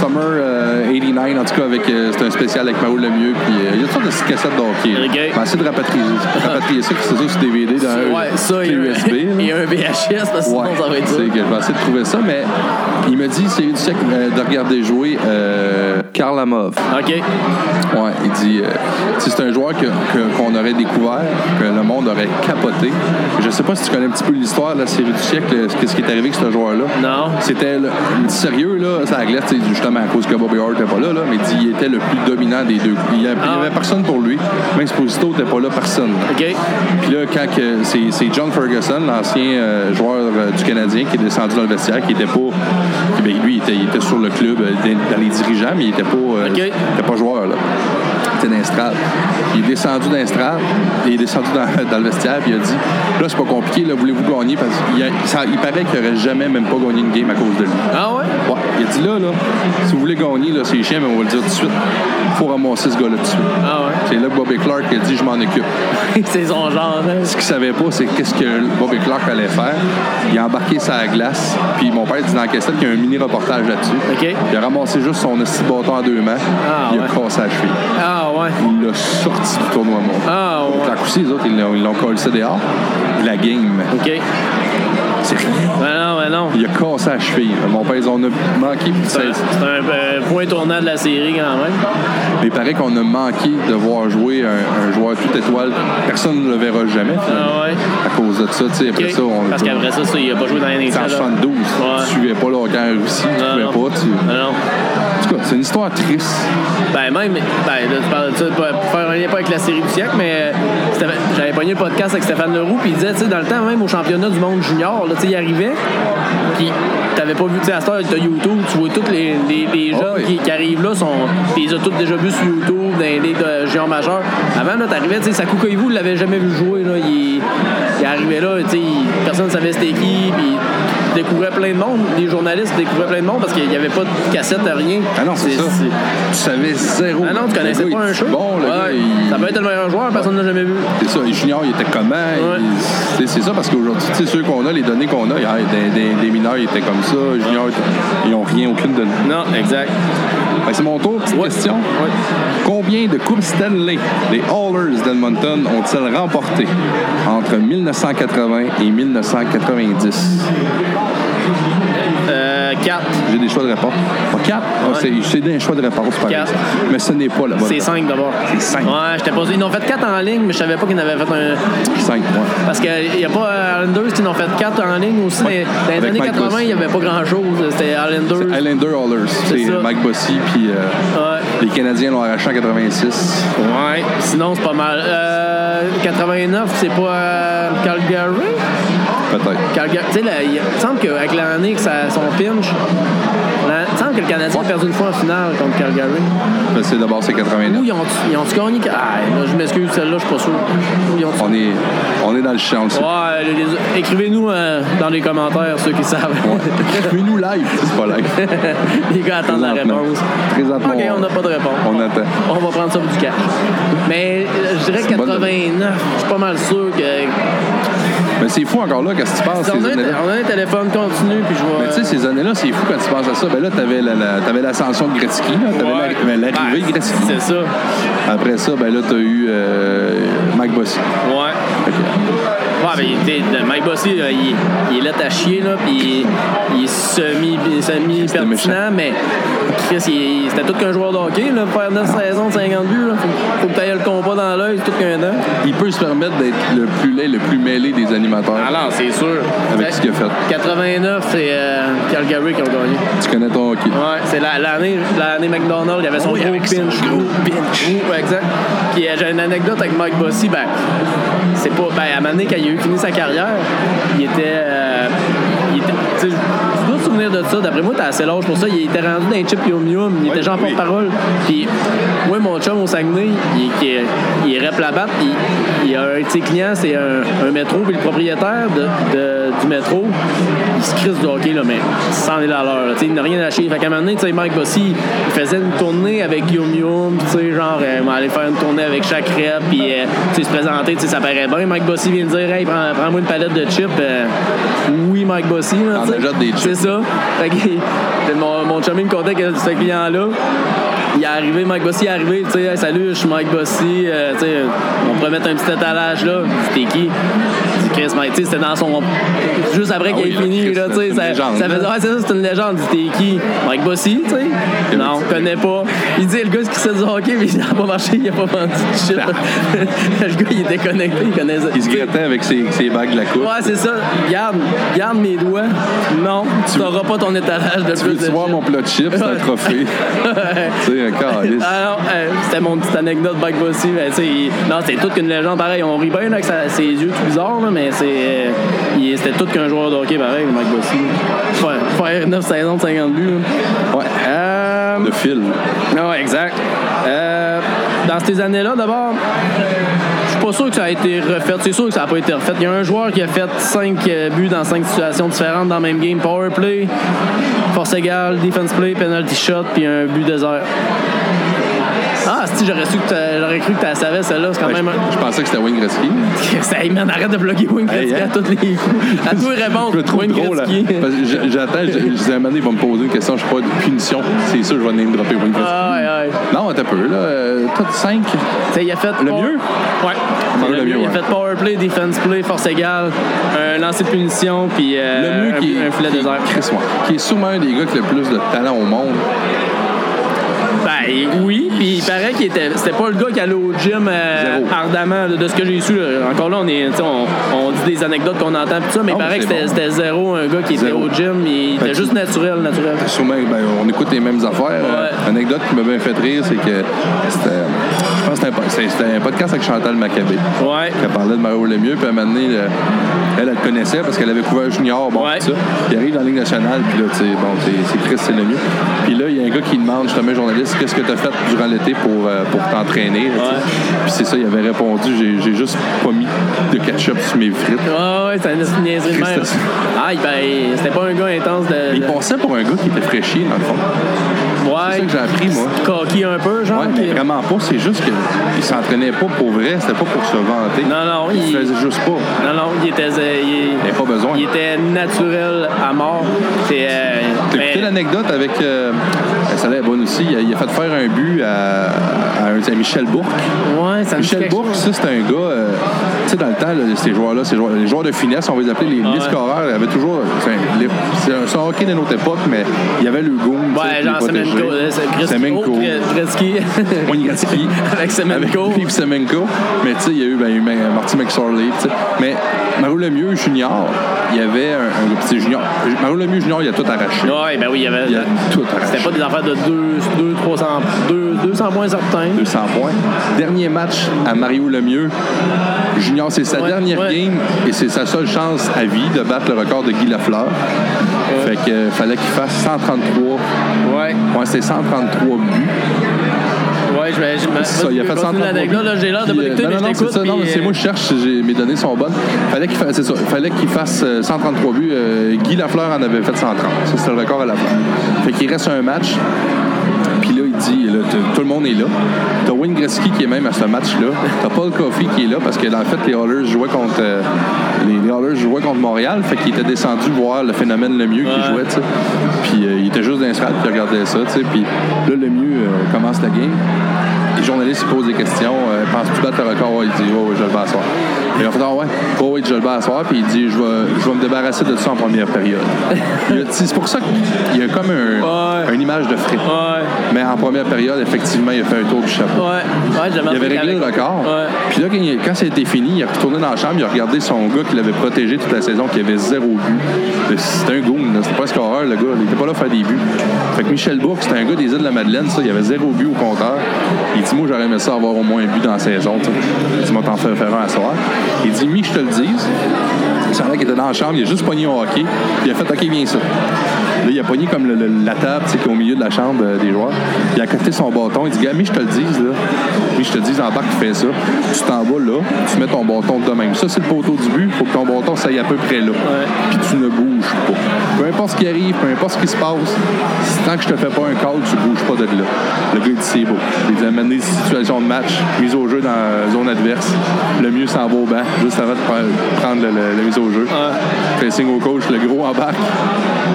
A: Summer, euh, 89, en tout cas, avec euh, c'était un spécial avec Mario Lemieux. Puis euh, il y a toutes sortes de petites cassettes d'hockey. là.
B: Ok.
A: On va essayer de rapatrier, rapatrier ça, puis c'est sûr, sur DVD, dans un-
B: Ouais, ça,
A: clé
B: il y a un-
A: USB. là.
B: il y a un VHS, parce que
A: Ouais,
B: sinon, ça va être
A: tu
B: dur.
A: sais que je vais essayer de trouver ça, mais il me dit, c'est du siècle euh, de regarder jouer euh, Karl Amov.
B: OK.
A: Ouais, il dit, euh, tu sais, c'est un joueur que- que- qu'on aurait découvert, que le monde aurait capoté. Je sais pas si tu connais un petit peu l'histoire de la série du siècle, qu'est-ce qui est arrivé avec ce joueur-là.
B: Non.
A: C'était, le- sérieux, là, ça glace, tu sais, justement, à cause que Bobby Hart n'était pas là, là, mais il dit, il était le plus dominant des deux. Il n'y avait, il y
B: Ah.
A: avait personne pour lui. Même Sposito n'était pas là, personne.
B: OK.
A: Puis là, quand que- c'est c'est John Ferguson, l'ancien euh, joueur euh, du Canadien, qui est descendu dans le vestiaire, qui était pas. qui- ben, lui, il était, il était sur le club, euh, dans dans les dirigeants, mais il était pas, euh,
B: Ok.
A: il était pas joueur. Là. Il était dans l'estrade. Il est descendu dans l'estrade, il est descendu dans, dans le vestiaire, puis il a dit Là, c'est pas compliqué, là, voulez-vous gagner Parce qu'il a- ça- il paraît qu'il aurait jamais même pas gagné une game à cause de lui.
B: Ah ouais?
A: Ouais. Il a dit là, là, si vous voulez gagner, là, c'est chiant, mais on va le dire tout de suite. Faut ramasser ce gars-là tout de suite.
B: Ah ouais.
A: C'est là que Bobby Clark a dit Je m'en occupe.
B: C'est son genre. hein.
A: Ce qu'il savait pas, c'est qu'est-ce que Bobby Clark allait faire. Il a embarqué sa glace, puis mon père dit dans la cassette qu'il y a un mini reportage là-dessus.
B: OK.
A: Il a ramassé juste son esti de bâton à deux mains,
B: Ah,
A: il
B: ouais.
A: a cassé la cheville.
B: Ah ouais.
A: Il l'a sorti du tournoi monde.
B: Ah, ouais.
A: Donc, la cousine, les autres, ils l'ont, ils l'ont collé ça dehors. La game,
B: OK.
A: c'est rien.
B: Ben non, ben non.
A: Il a cassé la cheville. Mon père, ils ont manqué. puis
B: C'est
A: c'est-
B: c'est un euh, point tournant de la série quand même.
A: Mais il paraît qu'on a manqué de voir jouer un, un joueur tout étoile. Personne ne le verra jamais. finalement.
B: Ah ouais.
A: À cause de ça, tu sais, après
B: OK.
A: ça, on
B: Parce qu'après ça, ça, il a pas joué dans les
A: C'est en 72.
B: Ouais.
A: Tu suivais pas leur guerre en Russie, tu
B: Non, non.
A: pouvais pas. Tu...
B: Ah non.
A: En tout cas, c'est une histoire triste.
B: Ben même, ben là, tu parles de ça pour pour faire un lien pas avec la série du siècle, mais euh, Stéphane- j'avais pogné le podcast avec Stéphane Leroux, puis il disait, tu sais, dans le temps, même au championnat du monde junior, là, tu sais, il arrivait, puis t'avais pas vu, tu sais, à cette heure, t'as YouTube, tu vois tous les, les, les
A: Ah
B: jeunes
A: oui.
B: qui, qui arrivent là, sont, puis ils ont tous déjà vu sur YouTube, dans les ligues de junior majeurs. Avant, là, t'arrivais, tu sais, Sakou Koivu, il l'avait jamais vu jouer, là, il, il arrivait là, tu sais, il- personne ne savait c'était qui, puis il découvrait plein de monde, les journalistes découvraient plein de monde parce qu'il n'y avait pas de cassette, rien.
A: Ah non, c'est ça. Tu savais zéro.
B: Ah non, tu
A: Le
B: connaissais
A: gars,
B: pas
A: il
B: un
A: était
B: show.
A: Bon, le
B: Ouais,
A: gars, il-
B: Ça peut être le meilleur joueur, personne n'a jamais vu.
A: C'est ça, les juniors, ils étaient comment? Ils- c'est- C'est ça, parce qu'aujourd'hui, tu sais, ceux qu'on a, les données qu'on a, ah, des, des- des mineurs, ils étaient comme ça, les juniors, ils n'ont rien, aucune donnée.
B: Non, exact.
A: Ben, c'est mon tour, petite
B: Ouais.
A: question.
B: Ouais.
A: Combien de Coupes Stanley les Hallers d'Edmonton ont-ils remporté entre 1980 et 1990?
B: Euh, 4.
A: J'ai des choix de réponse. Pas quatre. Ah,
B: Ouais.
A: c'est j'ai des choix de réponse, par
B: Quatre.
A: exemple. Mais ce n'est pas la bonne.
B: C'est 5 d'abord.
A: C'est cinq.
B: Ouais, j'étais pas. Ils en ont fait 4 en ligne, mais je savais pas qu'ils en avaient fait un.
A: Cinq, ouais.
B: Parce qu'il n'y a pas Islanders qui en ont fait 4 en ligne aussi. mais Dans les
A: Avec
B: années
A: Mike
B: 80,
A: Bossy.
B: il n'y avait pas grand chose. C'était Islanders. Ouais.
A: Highlander Hallers. C'est
B: Mm. ça.
A: Mike Bossy, puis euh, les Canadiens l'ont arraché en 86.
B: Ouais. Sinon, c'est pas mal. Euh, 89, c'est pas euh, Calgary?
A: Peut-être.
B: Calgary. Tu sais, là, il il semble qu'avec l'année que ça, son pinch, là, il semble que le Canadien a perdu une fois en finale contre Calgary.
A: Mais C'est d'abord, c'est
B: Ou
A: 89.
B: ils ont, ils ont gagné. Ah, là, je m'excuse, celle-là, je suis pas sûr. Ou ils ont
A: On est, on est dans le champ, on le sait.
B: Ouais, les- les- écrivez-nous euh, dans les commentaires, ceux qui savent.
A: Mais nous live, c'est pas live.
B: les gars attendent la
A: Présentement.
B: réponse.
A: Présentement,
B: Ok, on n'a pas de réponse.
A: on attend.
B: On va prendre ça pour du cash. Mais euh, je dirais
A: C'est une bonne
B: 89, je suis pas mal sûr que.
A: Mais c'est fou encore là, qu'est-ce que tu penses?
B: on,
A: ces
B: a un,
A: années-là?
B: on a un téléphone continu, puis je vois.
A: Mais tu sais, ces années-là, c'est fou quand tu penses à ça. Ben là, t'avais la- la- t'avais l'ascension de Gretzky, là. t'avais
B: Ouais.
A: la- ben, l'arrivée de
B: Ben,
A: Gretzky.
B: C'est ça.
A: Après ça, ben là, t'as eu euh, Mike Bossy.
B: Ouais.
A: Fait que,
B: Ouais, ben, il était- le Mike Bossy, là, il, il est là à chier, là, puis il, il est semi,
A: méchant.
B: semi-pertinent, mais Chris, il- c'était tout qu'un joueur de hockey, là, faire 9 saisons de 50 buts, là. Faut, faut que t'ailles le combat dans l'œil tout qu'un an.
A: Il peut se permettre d'être le plus laid, le plus mêlé des animateurs
B: Ah non, c'est sûr.
A: avec ce qu'il a fait.
B: 89, c'est euh, Calgary qui ont gagné.
A: Tu connais ton hockey.
B: Ouais, c'est la- l'année l'année McDonald's, il avait son gros pinch. Ouh, ouais, exact. Puis euh, j'ai une anecdote avec Mike Bossy, ben, c'est pas. Ben, à un moment donné, quand il a eu fini sa carrière, il était. euh, il était- tu sais, tu dois te souvenir de ça, d'après moi, t'as assez l'âge pour ça. Il était rendu dans les chips yum yum, il
A: Ouais,
B: était genre
A: oui.
B: porte-parole. Puis, moi, mon chum au Saguenay, il, qui est- il est rep la batte, puis il y a un de ses clients, c'est un, un métro, puis le propriétaire de- de- du métro, il se crisse du hockey, là, mais 100 000 à l'heure. là. Tu sais, Il n'a rien lâché. Fait qu'à un moment donné, tu sais, Mike Bossy, il faisait une tournée avec Yum Yum, tu sais, genre, euh, on allait faire une tournée avec chaque rep, puis euh, tu sais, se présenter, tu sais, ça paraît bien. Mike Bossy vient de dire, hey, prends- prends-moi une palette de chips. Euh, oui, Mike Bossy, là,
A: T'en
B: tu sais.
A: achètes des chips.
B: C'est ça. Fait que mon, mon chummy me contait que ce client-là, il est arrivé, Mike Bossy est arrivé, tu sais, Hey, salut, je suis Mike Bossy, euh, tu sais, on pourrait mettre un petit étalage là. C'était qui? Il dit, Chris Mike, tu sais, c'était dans son. Juste après
A: Ah
B: qu'il
A: oui,
B: ait
A: là,
B: fini,
A: Chris,
B: là, tu sais,
A: c'est
B: ça,
A: une légende,
B: ça faisait,
A: là.
B: ouais, c'est ça, c'est une légende. Il dit, t'es qui? Mike Bossy, tu sais? Non, on connaît pas. Il dit, le gars, ce qui sait du hockey, mais il n'a pas marché, il a pas vendu de shit. le gars, il était connecté, il connaissait.
A: Il se grattait avec ses, ses bagues de la coupe.
B: Ouais, c'est ça. Garde, garde mes doigts. Non, tu n'auras pas ton étalage de
A: Tu veux tu voir mon plat de chips, c'est un trophée. tu sais, un calice.
B: Ah non, euh, c'était mon petite anecdote Mike Bossy. mais tu sais, il- non, c'est toute qu'une légende. Pareil, on rit bien là, avec sa- ses yeux tout bizarres, là, mais c'est, euh, il- c'était tout qu'un joueur de hockey, pareil, Mike Bossy. Faire, faire 9 saisons de 50 buts. là.
A: Ouais.
B: Euh,
A: Le film.
B: non, ouais, exact. Euh, dans ces années-là, d'abord, je suis pas sûr que ça a été refait. C'est sûr que ça n'a pas été refait. Il y a un joueur qui a fait 5 buts dans 5 situations différentes dans le même game. Power play, force égale, defense play, penalty shot, puis un but désert. Ah, si j'aurais su que t'as- j'aurais cru que tu la savais, celle-là. C'est quand
A: Ben,
B: même un...
A: je, je pensais que c'était Wayne Gretzky.
B: Ça, hey, man, arrête de bloquer Wayne
A: Hey,
B: Gretzky
A: hein?
B: à toutes les coups. À tous les réponses.
A: Je me trouve
B: Wayne
A: drôle. là.
B: Gretzky.
A: Parce que j'- J'attends, je, je disais à un moment donné, il va me poser une question, je suis pas de punition. C'est sûr, je vais name dropper Wayne Gretzky.
B: Ah, ouais, ouais.
A: Non, attends un peu, là. euh, Toi, 5.
B: Tu sais, il a fait
A: Le
B: power-
A: mieux?
B: Ouais.
A: Mario
B: Le
A: Le
B: mieux,
A: mieux,
B: il a
A: ouais.
B: fait power play, defense play, force égale, un lancer de punition, puis euh,
A: Le mieux
B: un,
A: qui est.
B: un filet
A: qui est-
B: désert.
A: Chris Watt, Qui est sûrement un des gars qui a le plus de talent au monde.
B: Ben oui, puis il paraît qu'il était. C'était pas le gars qui allait au gym euh,
A: Zéro.
B: ardemment, de, de ce que j'ai su. là. Encore là, on, est, tu sais, on, on dit des anecdotes qu'on entend, pis tout ça, mais
A: Non,
B: il paraît
A: mais
B: que
A: Ah, c'est
B: c'était
A: bon.
B: c'était zéro, un gars qui
A: Zéro.
B: était au gym, il
A: Fait
B: était juste
A: qu'il-
B: naturel, naturel.
A: Sûrement, ben, on écoute les mêmes affaires. Euh, anecdote qui m'a bien fait rire, c'est que c'était. Je pense que c'était un po- c'est- c'était un podcast avec Chantal Maccabé.
B: Ouais.
A: Elle parlait de Mario Lemieux, puis à un moment donné, le- elle, elle le connaissait parce qu'elle avait couvert Junior, bon,
B: Ouais.
A: tout ça. Il arrive dans la Ligue nationale, puis là, tu sais, bon, c'est- c'est Chris, c'est Lemieux. Puis là, il y a un gars qui demande, justement, un journaliste, qu'est-ce que tu as fait durant l'été pour, euh, pour t'entraîner, là, tu sais.
B: Ouais.
A: Puis c'est ça, il avait répondu, j'ai- j'ai juste pas mis de ketchup sur mes frites.
B: Ah, Ouais, ouais, c'était une niaiserie de même.
A: Christophe.
B: Ah, il- ben, c'était pas un gars intense de.
A: Il
B: de-
A: pensait pour un gars qui était fraîchier, dans le fond.
B: ouais,
A: C'est ça que j'ai appris, moi.
B: coquille un peu, genre.
A: Ouais, mais
B: qui-
A: vraiment pas, c'est juste qu'il s'entraînait pas pour vrai, c'était pas pour se vanter.
B: Non, non,
A: il
B: il-
A: faisait juste pas.
B: Non, non, il était, euh, il,
A: Il avait pas besoin.
B: il était naturel à mort. C'est, euh,
A: T'as
B: mais-
A: écouté l'anecdote avec. Euh, ça est bonne aussi. Il a, il a fait faire un but à, à, un- à Michel Bourque.
B: ouais, ça me dit
A: Michel
B: quelque
A: Bourque,
B: chose.
A: ça, c'est un gars. euh, tu sais, dans le temps, là, ces joueurs-là, ces joueurs, les joueurs de finesse, on va les appeler les, les
B: Ah, ouais.
A: scoreurs. Ils avaient toujours. C'est un, les- c'est un- c'est un hockey de notre époque, mais il y avait le goon.
B: Ouais, genre Semenko. euh, c'est Chris-
A: Semenko.
B: oh, Chris- Kretzky.
A: Wayne Gretzky.
B: Avec Semenko.
A: Avec Yves Semenko. Mais tu sais, il y a eu, ben, il y a eu Ma- Marty McSorley. tu sais. Mais Mario Lemieux Junior, il y avait un, un petit junior. Mario Lemieux Junior, il a tout arraché.
B: Ouais, ben oui, il y hein. avait.
A: Il a tout arraché.
B: C'était pas des affaires de 2, 2, 300, 2, 200 points certains.
A: 200 points. Dernier match à Mario Lemieux. Junior, c'est sa
B: Ouais,
A: dernière
B: ouais.
A: game et c'est sa seule chance à vie de battre le record de Guy Lafleur. Fait que euh, fallait qu'il fasse 133.
B: Ouais.
A: Ouais, c'est 133 buts.
B: Ouais, je vais. je me-
A: C'est ça,
B: vas-y,
A: il a fait
B: continue
A: 133
B: l'anecdote,
A: buts.
B: là, J'ai l'air de
A: Puis,
B: pas
A: euh,
B: l'écouter,
A: Non,
B: mais euh,
A: non,
B: je
A: non, c'est
B: t'écoute.
A: ça. Non,
B: puis,
A: c'est moi, je cherche, j'ai- mes données sont bonnes. Fallait qu'il fasse, c'est ça, fallait qu'il fasse euh, 133 buts. Euh, Guy Lafleur en avait fait 130. Ça, c'était le record à Lafleur. Fait qu'il reste un match. Puis là, il dit dit, là, t- tout le monde est là. T'as Wayne Gretzky qui est même à ce match-là. T'as Paul Coffey qui est là parce que, en fait, les Oilers jouaient contre, euh, les, les Oilers jouaient contre Montréal. Fait qu'il était descendu voir le phénomène le mieux qui
B: Ouais.
A: jouait, tu sais. Puis euh, il était juste dans le stade, puis il regardait ça, tu sais. Puis là, le mieux euh, commence la game. Les journalistes ils posent des questions. Euh, Penses-tu battre le record? Ouais, il dit, oui, oui, je le bats à soir. Et on fait, ah ouais, oui, oui, je le bats à soir. Puis il dit, je vais, je vais me débarrasser de ça en première période. Il y a- c'est pour ça qu'il y a comme un,
B: Ouais.
A: une image de frais.
B: Ouais.
A: Mais en première période, effectivement, il a fait un tour du chapeau.
B: euh, Ouais, ouais, j'avais
A: Il avait réglé le record.
B: Ouais.
A: Puis là, quand, il- quand c'était fini, il est retourné dans la chambre, il a regardé son gars qui l'avait protégé toute la saison, qui avait zéro but. Mais C'était un goon, là. c'était presque horreur, le gars. Il était pas là pour faire des buts. Fait que Michel Bourque, c'était un gars des îles de la Madeleine, ça. Il avait zéro but au compteur. Il dit, moi, j'aurais aimé ça avoir au moins un but dans la saison. tu sais. Il dit, moi, t'en fais faire un à soir. Il dit, mi, je te le dise. Il semblait qu'il était dans la chambre, il a juste pogné au hockey, puis il a fait OK, viens ça. Là, il a pogné comme le- le- la table, tu sais, qui est au milieu de la chambre euh, des joueurs. Il a côté son bâton, il dit Gars, mais je te le dise, là. Mais je te le dise, embarque, tu fais ça. Tu t'en vas là, tu mets ton bâton de même. Ça, c'est le poteau du but, faut que ton bâton, ça aille à peu près là. Puis tu ne bouges pas. Peu importe ce qui arrive, peu importe ce qui se passe, si tant que je te fais pas un call, tu bouges pas de là. Le gars, il dit C'est beau. Il dit Amener des situations de match, mise au jeu dans la zone adverse. Le mieux s'en va au banc, juste avant de pre- prendre le- le- la mise au jeu. Fait signe au coach, le gros embarque,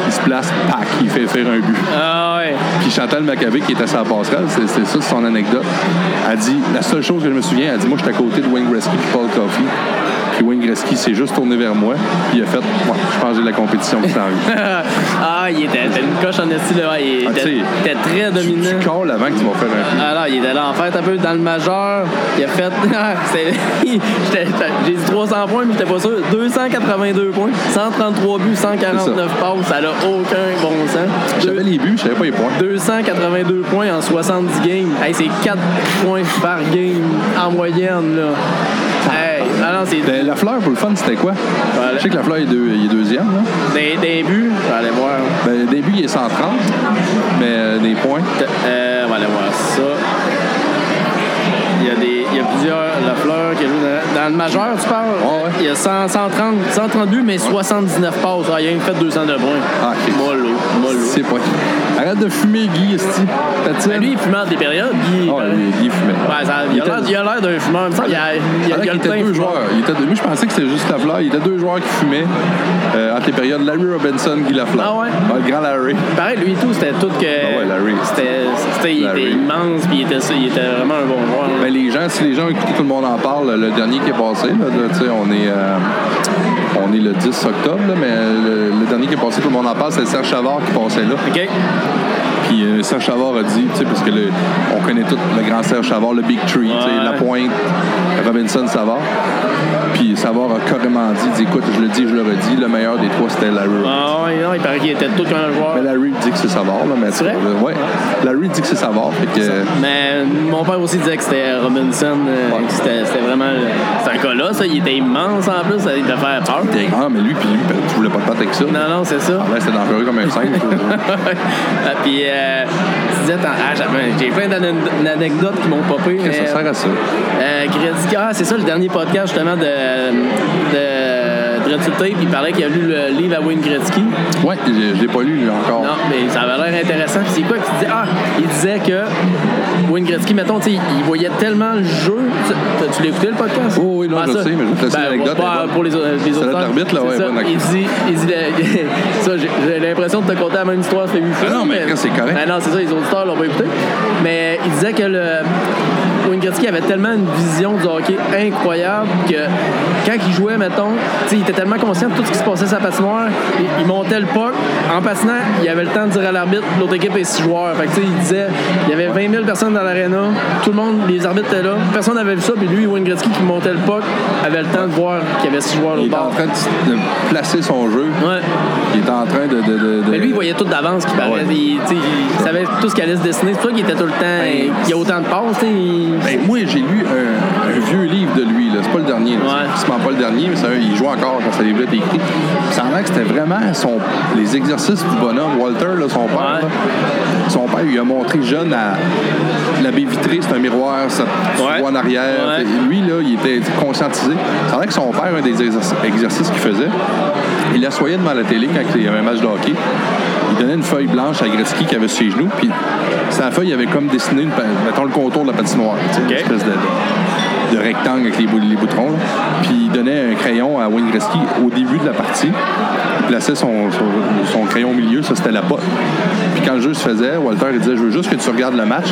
A: il se place, pack, il fait faire un but.
B: Ah ouais.
A: Puis Chantal Maccabé, qui était à sa passerelle, c'est c'est ça son anecdote, a dit la seule chose que je me souviens, elle dit moi j'étais à côté de Wayne Gretzky et Paul Coffey. Puis Wayne Gretzky s'est juste tourné vers moi, puis il a fait Ouais, je pense que j'ai la compétition qui s'en vient.
B: ah, il était t'as une coche en esti, là. ouais, Il
A: Ah,
B: était,
A: tu sais,
B: était très
A: Tu,
B: dominant.
A: tu calls avant que tu vas faire un but.
B: Alors, Ah il est allé en fête un peu dans le majeur. Il a fait. c'est- j'étais- J'ai dit 300 points, mais j'étais pas sûr. 282 points, 133 buts, 149 passes. Ça n'a aucun bon sens.
A: J'avais
B: Deux-
A: les buts, je savais pas les points.
B: 282 points en 70 games. Hey, c'est 4 points par game en moyenne, là. Hey, non, non, c'est
A: Ben, la fleur pour le fun, c'était quoi?
B: Voilà.
A: Je sais que la fleur est, deux- il est deuxième. Là.
B: des, des buts. Je vais aller voir.
A: Ben, des buts, il est 130, mais euh, des points.
B: Euh, on va aller voir ça. Il y a, des, il y a plusieurs. La fleur qui joue dans, dans le majeur, tu parles?
A: Ouais, ouais.
B: Il y a 100, 130, 132, mais 79 passes. Ah, il a même fait 202 points.
A: Ah, ok.
B: Mollo, mollo.
A: C'est pas. Arrête de fumer, Guy, esti. T'as-tu?
B: Ben, lui, il fumait en des périodes. Guy,
A: Ah,
B: euh,
A: lui, Guy fumait.
B: ouais, ça- il,
A: Il
B: a l'air-
A: était-
B: il a l'air d'un fumeur. Il me semble qu'il a- il
A: Il,
B: a, il a le
A: était
B: teint
A: deux
B: fumeur.
A: joueurs. Il était deux- Moi, je pensais que c'était juste Lafleur. Il était deux joueurs qui fumaient euh, entre les périodes Larry Robinson, Guy Lafleur.
B: Ah ouais?
A: le grand Larry.
B: Pareil, lui et tout, c'était tout que.
A: Ah ouais, Larry.
B: C'était, c'était, il
A: Larry.
B: était immense, puis il était, il était vraiment un bon joueur.
A: Ben, les gens, si les gens écoutent, tout le monde en parle. Le dernier qui est passé, là, de- tu sais, on est. euh, on est le 10 octobre, là, mais le, le dernier qui est passé, tout le monde en parle, c'est Serge Chavard qui passait là.
B: OK?
A: Puis euh, Serge Chavard a dit, tu sais, parce que le- on connaît tout le grand Serge Chavard, le Big Tree, tu sais,
B: Ouais.
A: la pointe, Robinson, Savard. Puis Savard a carrément dit, dit, écoute, je le dis, je le redis, le meilleur des trois, c'était Larry.
B: Ah, ouais, non, il paraît qu'il était tout qu'un joueur.
A: Mais Larry dit que c'est Savard, là, mais
B: C'est vrai?
A: euh, ouais. Larry dit que c'est Savard, fait que euh,
B: Mais mon père aussi disait que c'était Robinson. euh,
A: Ouais.
B: que C'était c'était vraiment. C'est un gars-là, ça. Il était immense en plus. Ça, il devait faire peur.
A: t'es grand, mais lui, puis lui, ben, tu voulais pas te battre avec ça.
B: Non, non, c'est ça.
A: Ah, Là, c'était dangereux comme un 5.
B: Ah, Puis, euh, tu disais, t'en- ah, j'avais- j'ai plein d'ane- d'anecdotes qui m'ont popé. mais-
A: ça sert à ça.
B: Euh, Gretzky, ah, c'est ça le dernier podcast justement de, de, de Red Tape. Il parlait qu'il a lu le livre à Wayne Gretzky.
A: Ouais, je je l'ai pas lu, lui, encore.
B: Non, mais ça avait l'air intéressant. Puis c'est quoi? Puis il disait, ah, il disait que Wayne Gretzky, mettons, tu sais, il voyait tellement le jeu. Tu, tu l'as écouté le podcast? Ah,
A: Oh oui, non, je
B: ça. Ben,
A: sais, mais je vais te laisser l'anecdote,
B: Pour,
A: elle est bonne.
B: pour les, autres les
A: Celle-là de
B: auteurs,
A: l'arbitre, là,
B: c'est
A: ouais,
B: ça.
A: bonne, ok.
B: Il dit, il dit la- ça, j'ai- j'ai l'impression de te conter la même histoire, ça fait huit fois.
A: Ah non, mais après, c'est correct.
B: Ben non, c'est ça, les auditeurs l'ont pas écouté. Mais euh, il disait que le. Wayne Gretzky avait tellement une vision du hockey incroyable que quand il jouait, mettons, tu sais, il était tellement conscient de tout ce qui se passait sur sa patinoire, il, il montait le puck. En patinant, il avait le temps de dire à l'arbitre, l'autre équipe est six joueurs. Fait que, tu sais, il disait, il y avait 20 000 personnes dans l'aréna, tout le monde, les arbitres étaient là, personne n'avait vu ça, puis lui, Wayne Gretzky qui montait le puck, avait le temps de voir qu'il y avait six joueurs
A: Il
B: l'autre
A: était
B: bord.
A: en train de, de placer son jeu.
B: Ouais.
A: Il était en train de. de- de- de-
B: Mais Ben, lui, il voyait tout d'avance qu'il parlait.
A: Ouais.
B: Il, tu sais, il savait Ben, tout ce qu'il allait se dessiner. C'est pour ça qu'il était tout le temps. Il y a autant de passes. tu sais, il-
A: Ben, moi, j'ai lu un, un vieux livre de lui, là. C'est pas le dernier, là.
B: Ouais.
A: C'est pas le dernier, mais ça, il joue encore quand ce livre-là était écrit. Puis Ça a l'air que c'était vraiment son, les exercices du bonhomme. Walter, là, son père,
B: Ouais.
A: là, son père, il a montré jeune à la baie vitrée, c'est un miroir, ça tu
B: Ouais.
A: vois en arrière.
B: Ouais.
A: Fait, Lui, là, il était conscientisé. Ça a l'air que son père, un des exercices exercices qu'il faisait, il l'assoyait devant la télé quand il y avait un match de hockey. Il donnait une feuille blanche à Gretzky qui avait sur ses genoux, puis sa feuille il avait comme dessiné, une pa- mettons, le contour de la patinoire, tu sais, une
B: Ok.
A: espèce de, de- de rectangle avec les, bou- les boutrons. là. Puis il donnait un crayon à Wayne Gretzky au début de la partie. Il plaçait son, son- son crayon au milieu, ça c'était la pote. Puis quand le jeu se faisait, Walter il disait Je veux juste que tu regardes le match,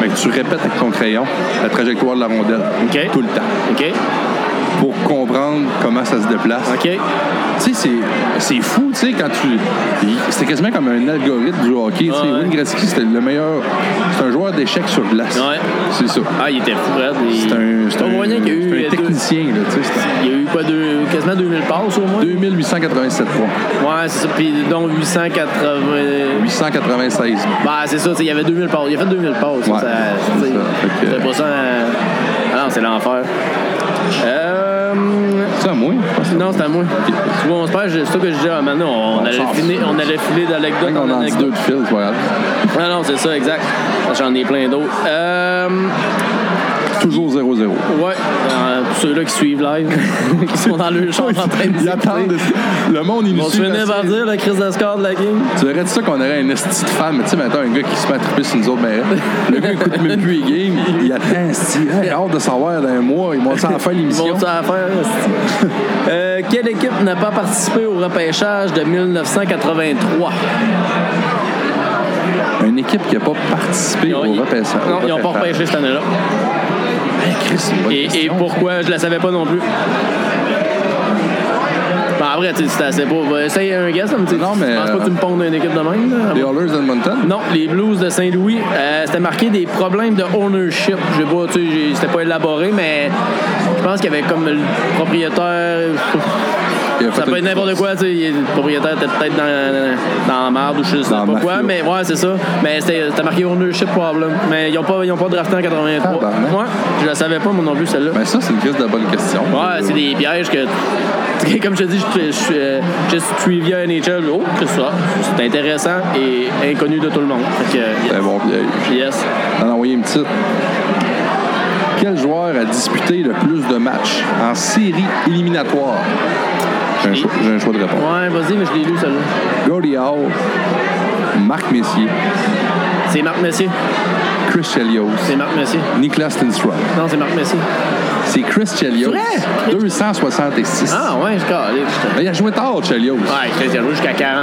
A: mais que tu répètes avec ton crayon la trajectoire de la rondelle.
B: Ok.
A: Tout le temps.
B: OK?
A: Pour comprendre comment ça se déplace.
B: OK?
A: Tu sais, c'est- c'est fou, tu sais, quand tu. il- C'était quasiment comme un algorithme du hockey. tu sais.
B: Ah ouais.
A: Wayne Gretzky, c'était le meilleur. C'est un joueur d'échecs sur glace.
B: Ouais.
A: C'est ça.
B: Ah, il était fou, Red.
A: C'est un, c'est
B: Pas
A: un-
B: moyen qu'il y a eu.
A: c'est un
B: euh, deux-
A: technicien, là, tu sais. c'est-
B: Il y a eu quoi, deux, quasiment 2000 passes au moins?
A: 2887 points.
B: Ouais, c'est ça. Puis dont 880.
A: 896.
B: Bah, c'est ça, tu sais, il y avait 2000 passes. Il a fait 2000 passes.
A: Ouais,
B: ça,
A: c'est
B: tu sais,
A: ça. Fait que-
B: C'est pas ça. euh, Ah non, c'est l'enfer. Euh.
A: C'est à moi, je pense.
B: Non, c'est à moi. Tu vois, on se perd, c'est ça que je disais à Manon, on,
A: On
B: allait
A: s'en
B: filer,
A: fout.
B: on allait filer d'anecdote en
A: On en dit
B: anecdote.
A: deux de fil, c'est pas grave.
B: Non, non, c'est ça, exact. J'en ai plein d'autres. Euh,
A: Toujours 0-0.
B: ouais, euh, tous ceux-là qui suivent live, qui sont dans le champ en train de
A: Ils
B: discuter.
A: attendent. Le monde, il nous
B: On se
A: suit
B: finit
A: là-dessus.
B: par dire la crise de score de la game.
A: Tu verrais de ça qu'on aurait un esti de fan, mais tu sais, maintenant, un gars qui se met à triper sur nous autres, ben, le gars écoute même plus les games, il, il attend, esti. Hey, il a hâte de savoir dans un mois, ils vont s'en faire
B: Ils
A: l'émission.
B: vont ça à faire. c'est-tu. Euh, quelle équipe n'a pas participé au repêchage de 1983?
A: Une équipe qui n'a pas participé au
B: ils-
A: repêchage.
B: non, ils n'ont pas
A: repêchage.
B: repêché cette année-là.
A: Hey, Ben, Chris, c'est une bonne
B: Et, et
A: question.
B: pourquoi je la savais pas non plus? Ben, en vrai, tu sais, tu la sais pas. Ben, essaye un guess. là, mais tu-
A: Non,
B: tu
A: mais,
B: penses pas que tu me pondes une équipe de même? là?
A: Les Oilers d'Edmonton?
B: Non, les Blues de Saint-Louis, euh, c'était marqué des problèmes de ownership. Je sais pas, tu sais, j'ai- c'était pas élaboré, mais je pense qu'il y avait comme le propriétaire.
A: Il a
B: Ça
A: fait
B: peut être
A: une-
B: n'importe quoi, tu sais. Le propriétaire était peut-être dans, dans la merde ou je sais
A: Dans
B: pas
A: le
B: quoi,
A: mafia.
B: mais ouais, c'est ça. Mais c'était c'était marqué ownership problem. Mais ils n'ont pas, ils ont pas drafté en 83.
A: Tabarnak.
B: ouais, je la savais pas, moi non plus, celle-là.
A: Ah, hein. Ben euh, ça, c'est une crise de bonne question.
B: Ouais, c'est des pièges que. Comme je te dis, je, je, je, euh, je suis trivia NHL. Oh, que ça. C'est intéressant et inconnu de tout le monde. Fait que,
A: Ben bon, vieille.
B: yes.
A: On a envoyé une petite. Quel joueur a disputé le plus de matchs en série éliminatoire? J'ai un, choix- j'ai un choix de réponse.
B: Ouais, vas-y, mais je l'ai lu, celle-là.
A: Gordy Howe, Marc Messier,
B: C'est Marc Messier.
A: Chris Chelios,
B: C'est Marc Messier.
A: Nicolas Lindstrom.
B: Non, c'est Marc Messier.
A: C'est Chris Chelios.
B: C'est
A: 266.
B: Ah, ouais, je calais.
A: Ben, il a joué tard, Chelios.
B: Ouais, Christian Rouge jusqu'à 40.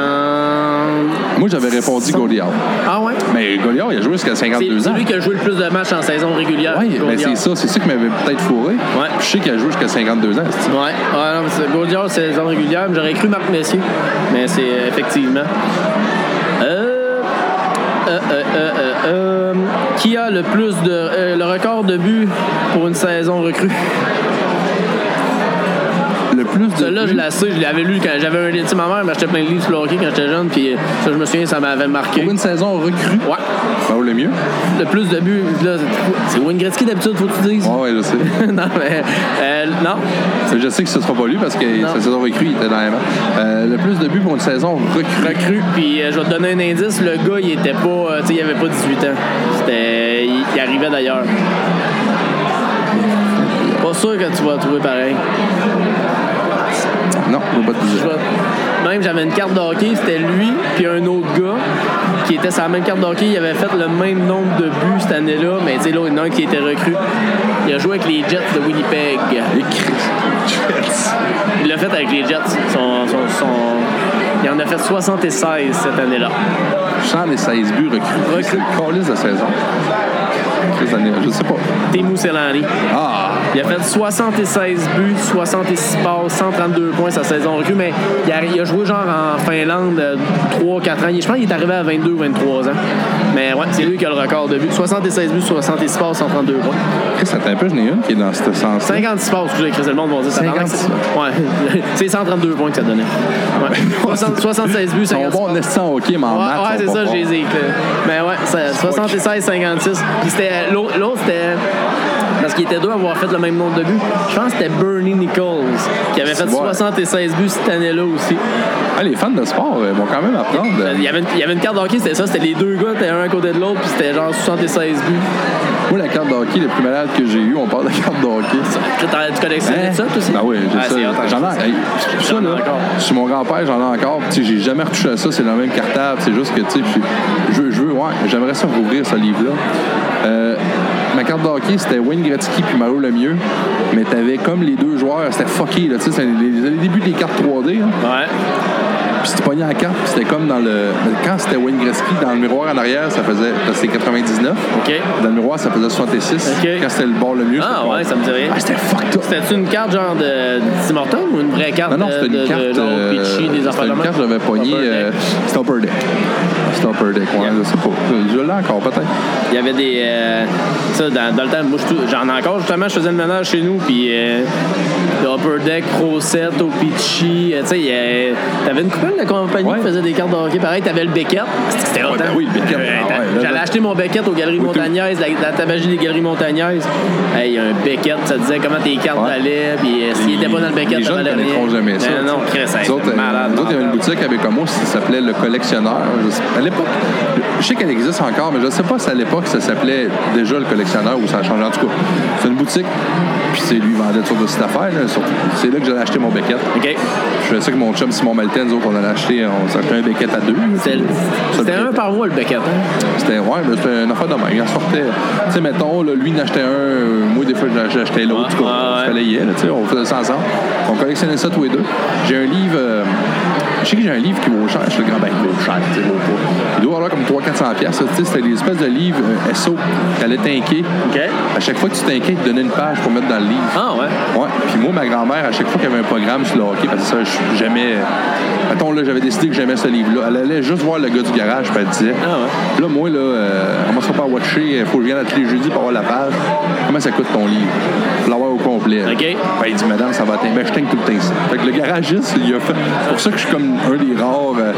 A: Moi, j'avais répondu Gordy Howe.
B: Ah, ouais.
A: Mais Gordy Howe, il a joué jusqu'à
B: C'est
A: 52
B: c'est
A: ans.
B: lui qui a joué le plus de matchs en saison régulière.
A: Oui, mais
B: Gourdiard.
A: c'est ça. C'est ça qui m'avait peut-être fourré. Puis Je sais qu'il a joué jusqu'à 52 ans. c'est-tu.
B: Ouais, ouais non, mais c'est Gaudiard, c'est saison régulière, mais j'aurais cru Marc Messier. Mais c'est euh, effectivement. Euh, euh, euh, euh, euh, euh, qui a le plus de. euh, le record de buts pour une saison recrue
A: Le plus de.
B: Celle-là, je la sais, je l'avais lu quand j'avais un livre. Tu sais, Ma mère m'achetait plein de livres sur le hockey quand j'étais jeune, puis euh, ça, je me souviens, ça m'avait marqué.
A: Pour une saison recrue.
B: Ouais,
A: Ça vaut le mieux.
B: le plus de buts, là, c'est- c'est Wayne Gretzky d'habitude, faut que tu dises.
A: Ouais, ouais, je sais.
B: non, mais. euh, non,
A: Mais je sais que ce sera pas lui parce que
B: Non.
A: sa saison recrue, il était dans la main. Euh, le plus de buts pour une saison recrue.
B: recrue. Puis euh, je vais te donner un indice, le gars, il était pas, euh, tu sais, il avait pas 18 ans. C'était, il, il arrivait d'ailleurs. Pas sûr que tu vas trouver pareil.
A: Non, je vais pas te
B: Je
A: dire.
B: vais- Même j'avais une carte de hockey, c'était lui puis un autre gars qui était sur la même carte de hockey. Il avait fait le même nombre de buts cette année-là, mais tu sais, là, il y en a un qui était recru. Il a joué avec les Jets de Winnipeg.
A: Et Chris.
B: Il l'a fait avec les Jets. Son, son- son- Il en a fait 76 cette année-là.
A: 116 buts recrues.
B: Recrues.
A: C'est le calice de saison. Chris Daniel, je sais pas.
B: Temu Sellanri.
A: Ah!
B: Il a fait 76 buts, 66 passes, 132 points sa saison recrue, mais il a, il a joué genre en Finlande 3-4 ans. Il- Je pense qu'il est arrivé à 22 ou 23 ans. Mais ouais, c'est lui qui a le record de buts. 76 buts, 66 passes, 132 points.
A: Chris, attends un peu, j'en ai une qui est dans ce sens.
B: 56 passes, excusez, Chris, le monde va dire ça.
A: 56.
B: Ouais, c'est 132 points que ça donnait. Ouais. 60 76 buts,
A: Ils sont
B: 56
A: bons en esti en hockey, mais en
B: Ouais,
A: maths,
B: ouais,
A: ils
B: c'est
A: sont
B: ça,
A: pas
B: je
A: bons.
B: Ben les ai éclairés. Mais ouais, ça- 76-56. Puis c'était l'autre, l'autre, c'était Parce qu'il était deux à avoir fait le même nombre de buts. Je pense que c'était Bernie Nichols qui avait fait
A: Ouais.
B: 76 buts cette année-là aussi.
A: Ah, les fans de sport euh, vont quand même apprendre.
B: Il y avait une, il y avait une carte d'hockey, c'était ça, c'était les deux gars, c'était un à côté de l'autre, puis c'était genre 76 buts.
A: Moi, la carte de hockey, la plus malade que j'ai eue, on parle de carte de hockey.
B: Tu, t'as- tu collectionnais
A: Hein?
B: ça, toi aussi?
A: Ben oui, j'ai
B: Ah, c'est hot,
A: ça. J'en ai. hey, ça,
B: J'en ai
A: là,
B: encore.
A: Sur mon grand-père, j'en ai encore. Tu sais, j'ai jamais retouché à ça. C'est dans le même cartable. C'est juste que, tu sais, puis je veux, je veux, ouais, j'aimerais ça rouvrir ce livre-là. Euh, ma carte de hockey, c'était Wayne Gretzky puis Mario Lemieux. Mais t'avais comme les deux joueurs, c'était fucké, là. Tu sais, c'est les, les débuts des cartes 3D, là.
B: Ouais.
A: Puis c'était pogné à la carte, puis c'était comme dans le. Quand c'était Wayne Gretzky, dans le miroir en arrière, ça faisait. C'était 99.
B: OK.
A: Dans le miroir, ça faisait 66.
B: Ok.
A: Quand c'était le bord le mieux,
B: Ah, ouais, ça me dit rien.
A: Ah, c'était fucked up.
B: C'était-tu une carte genre de Tim Horton ou une vraie carte
A: Non, non,
B: de-
A: c'était
B: de-
A: une
B: de-
A: carte.
B: genre
A: euh,
B: Pitchy, des affaires
A: C'était
B: de
A: une
B: même?
A: carte que j'avais pognée.
B: Upper Deck.
A: euh, C'était Upper Deck. C'était Upper Deck, ouais,
B: Yeah.
A: je sais pas. Je l'ai encore, peut-être.
B: Il y avait des. euh, ça, dans, dans le temps, moi, je tou- j'en ai encore. Justement, je faisais le ménage chez nous, puis euh, le Upper Deck, Pro 7, Opichi. euh, tu sais, il y a- t'avais une couple de compagnies
A: Ouais.
B: qui faisaient des cartes de hockey. Pareil, t'avais le Beckett. C'était hot,
A: Ouais, ben
B: hein?
A: oui, le Beckett.
B: Euh,
A: Ah ouais, là,
B: J'allais
A: là.
B: acheter mon Beckett aux Galeries
A: Oui, tout.
B: Montagnaises, la, la tabagie des Galeries Montagnaises. Hey, Il y a un Beckett, ça disait comment tes cartes
A: Ouais.
B: allaient, puis euh, s'il était pas dans le Beckett,
A: Les
B: ça
A: jeunes
B: valait
A: ne
B: rien.
A: connaîtront jamais ça.
B: Non, non, Chris, hey,
A: Nous autres, euh,
B: c'était malade.
A: nous autres, il y avait une
B: mental.
A: boutique avec un mot, ça s'appelait Le Collectionneur. Je sais- À l'époque, je sais qu'elle existe encore, mais je ne sais pas si à l'époque ça s'appelait déjà Le Collectionneur ou ça a changé. En tout cas, c'est une boutique, puis c'est lui, il vendait toutes sortes de cette affaire. là, surtout. C'est là que j'allais acheter mon Beckett.
B: OK.
A: Je faisais ça avec mon chum Simon Maltais, nous autres, on allait acheter, on s'achetait un Beckett à deux.
B: C'était- C'était un par mois, le Beckett. hein?
A: C'était ouais, mais c'était une affaire de même. Il en sortait. Tu sais, mettons, là, lui il en achetait un, euh, moi des fois j'en achetais l'autre.
B: Ouais,
A: tout cas,
B: Ah, ouais,
A: il fallait y aller, tu sais, on faisait ça ensemble. On collectionnait ça tous les deux. J'ai un livre. euh, je sais que j'ai un livre qui vaut cher. Je suis le grand ben, il vaut cher, tu sais, il vaut pas. Il doit avoir comme 300-400$. piastres, ça, tu sais, C'était des espèces de livres euh, SO. T'allais t'inquiéter.
B: OK.
A: À chaque fois que tu t'inquiètes, ils te donnaient une page pour mettre dans le livre.
B: Ah, ouais.
A: Ouais. Puis moi, ma grand-mère, à chaque fois qu'il y avait un programme sur le hockey, parce que ça, je- j'aimais. Mettons, là, j'avais décidé que j'aimais ce livre-là. Elle allait juste voir le gars du garage, puis elle disait.
B: Ah ouais.
A: Puis Là, moi, là, euh, on commence pas à watcher. Il faut que je vienne à tous les jeudis pour avoir la page. Comment ça coûte ton livre? Pour l'avoir au complet.
B: OK.
A: Ben, il dit, madame, ça va atteindre. Ben, je teigne tout le temps ça. Fait que le garagiste, il a fait. C'est pour ça que je suis comme un des rares euh,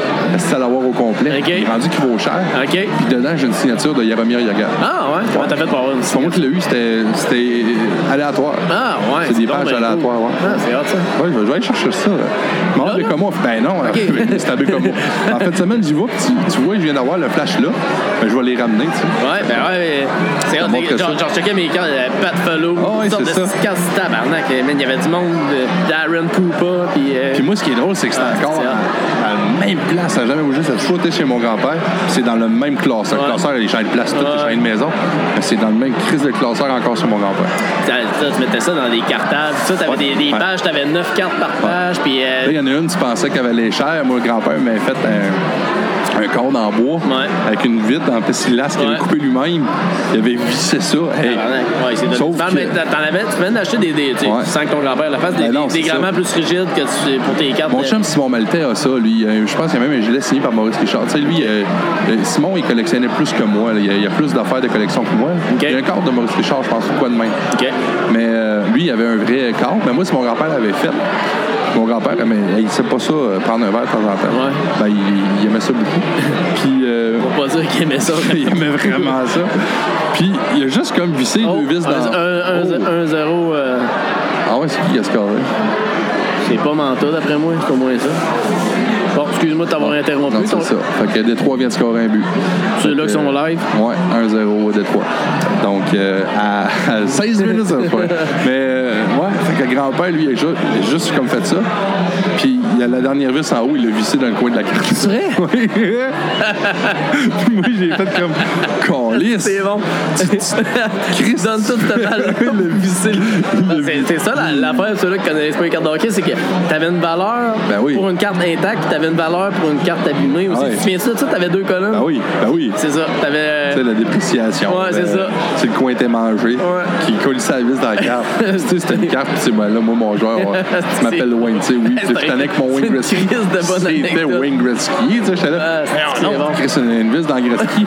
A: à l'avoir au complet.
B: OK.
A: Il est rendu qu'il vaut cher.
B: OK.
A: Puis dedans, j'ai une signature de Yaromir Yaga.
B: Ah, ouais. Comment t'as fait pour avoir une
A: C'est pas moi qui l'ai eu, c'était c'était euh, aléatoire.
B: Ah, ouais.
A: C'est des
B: donc
A: pages
B: bien
A: aléatoires,
B: cool.
A: ouais.
B: Ah, c'est hot, ça.
A: Ouais, je vais aller chercher ça. Mort
B: Là, là?
A: Bécomo. Ben non, c'est à Bécomo. En fin de semaine, j'y vais, puis tu, tu vois, je viens d'avoir le flash là. Ben, je vais les ramener, tu sais.
B: Ouais, ben ouais, mais c'est hot.
A: montre
B: Genre,
A: ça.
B: genre, je checkais mes cartes, euh, Pat Fellow,
A: Ah ouais,
B: toutes sortes
A: c'est
B: de
A: ça.
B: petites cartes tabarnak. euh, man, Il y avait du monde, euh, Darren Cooper, puis... euh,
A: Puis moi, ce qui est drôle, c'est que c'est
B: Ah,
A: encore
B: c'est hot.
A: à, à la même place. Ça n'a jamais bougé. Ça a toujours été chez mon grand-père. Puis C'est dans le même classeur.
B: Ouais.
A: Le classeur, il y a les chaînes de place, toutes
B: Ouais.
A: les chaînes de maison. Mais c'est dans le même crise de classeur encore sur mon grand-père.
B: t'as- t'as- tu mettais ça dans des cartables, tout ça, t'avais
A: Ouais,
B: des, des
A: ouais.
B: pages, t'avais 9 cartes par page, puis... euh,
A: Là, il y en a une, tu pensais qu'elle valait cher. Moi, le grand-père m'avait fait un, un corps en bois
B: Ouais.
A: avec une vitre en plexiglas qu'il
B: Ouais.
A: avait coupé lui-même. Il avait vissé ça. Hey.
B: tabarnak. Ouais, c'est
A: Sauf
B: de...
A: que-
B: mais t'en t'en avais, tu venais d'acheter des... des tu sais,
A: Ouais.
B: tu sens que ton grand-père la face, des,
A: Ben non,
B: des-
A: c'est
B: des
A: ça.
B: grammaires plus rigides que tu, pour tes cartes.
A: Mon
B: euh,
A: chum Simon Maltais a ça, lui. Euh, Je pense qu'il y a même un gilet signé par Maurice Richard. Tu sais, lui, euh, euh, Simon, il collectionnait plus que moi. là. Il y a, il y a plus d'affaires de collection que moi.
B: Ok.
A: Il y a un cadre de Maurice Richard, je pense, ou quoi de même.
B: OK.
A: Mais euh, lui, il avait un vrai cadre. Mais moi, si mon grand-père l'avait fait, mon grand-père, mais, il ne sait pas ça, euh, prendre un verre de temps en temps.
B: Ouais.
A: Ben, il, il aimait ça beaucoup. Puis, euh,
B: Faut pas dire qu'il aimait ça.
A: il aimait vraiment ça. Puis, il a juste comme vissé
B: Oh,
A: deux vis dans... Oh.
B: 1-0, euh,
A: Ah ouais, c'est qui qui a scoré?
B: c'est pas mental d'après moi, c'est au moins ça. Bon, excuse-moi de t'avoir interrompu.
A: Non, c'est
B: ton-
A: ça. Euh, Fait que Détroit vient de scorer un but.
B: Ceux-là
A: Fait
B: qui
A: que,
B: sont live.
A: Ouais, 1-0 au Détroit. Donc, euh, à, à 16 minutes, ça se fait. Mais, euh, ouais, fait que le grand-père, lui, il a ju- il a juste comme fait ça. Puis, il a la dernière vis en haut, il l'a vissé dans le coin de la carte. C'est
B: vrai?
A: Oui. Puis moi, j'ai fait comme. Calice!
B: C'est bon. Chris donne toute ta balle.
A: Le
B: missile. C'est ça la- l'affaire, ceux-là qui connaissent pas les cartes de hockey, c'est que t'avais une valeur
A: Ben oui.
B: pour une carte intacte, puis t'avais une valeur pour une carte abîmée aussi.
A: Ah ouais.
B: Tu te souviens de ça, tu sais, t'avais deux colonnes.
A: Ben oui, ben oui.
B: C'est ça. T'avais.
A: C'est la dépréciation. Euh,
B: Ouais, c'est ça.
A: C'est le coin était mangé. Qui collissait la vis dans la carte. tu sais, c'était une carte. Tu sais, ben là, moi, mon joueur, ouais, tu m'appelles Wayne. Tu sais, oui.
B: C'est
A: Je suis allé avec mon Wayne
B: une
A: Gretzky.
B: crise de bonne
A: C'était
B: anecdote.
A: Wayne Gretzky. Tu sais, j'étais là.
B: Ah, c'est
A: Voyons,
B: bon.
A: non, Chris, une une vis dans Gretzky.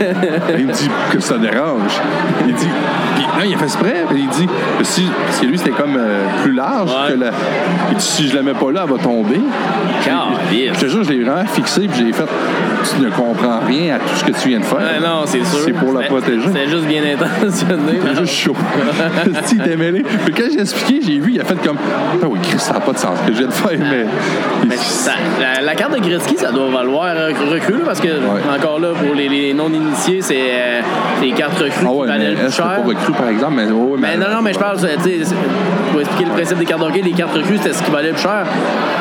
A: Il me dit, que que ça dérange. Il dit, puis, non, il a fait exprès. Puis il dit, si, parce que lui, c'était comme euh, plus large
B: Ouais.
A: que la. Il dit, si je la mets pas là, elle va tomber. Je te
B: Caliste.
A: jure, je l'ai vraiment fixé, puis j'ai fait, tu ne comprends rien à tout ce que tu viens de faire.
B: Ouais, non, c'est sûr.
A: C'est pour la
B: C'était-
A: protéger.
B: C'était juste bien intentionné.
A: Il est juste chaud. si il était mêlé. Puis quand j'ai expliqué, j'ai vu, il a fait comme Ah oui, Chris, ça n'a pas de sens ce que je viens de faire, mais.
B: Ah. Mais ça- la, la carte de Gretzky, ça doit valoir euh, recrue, là, parce que, encore là, pour les, les non-initiés, c'est euh, les cartes recrues
A: Ah
B: qui
A: ouais, mais
B: valaient le plus
A: est-ce
B: cher.
A: que pour recrue, par exemple, mais. oh,
B: Mais non, non, mais je parle, euh, tu sais, c'est- pour expliquer le principe des cartes hockey, les cartes recrues, c'était ce qui valait le plus cher.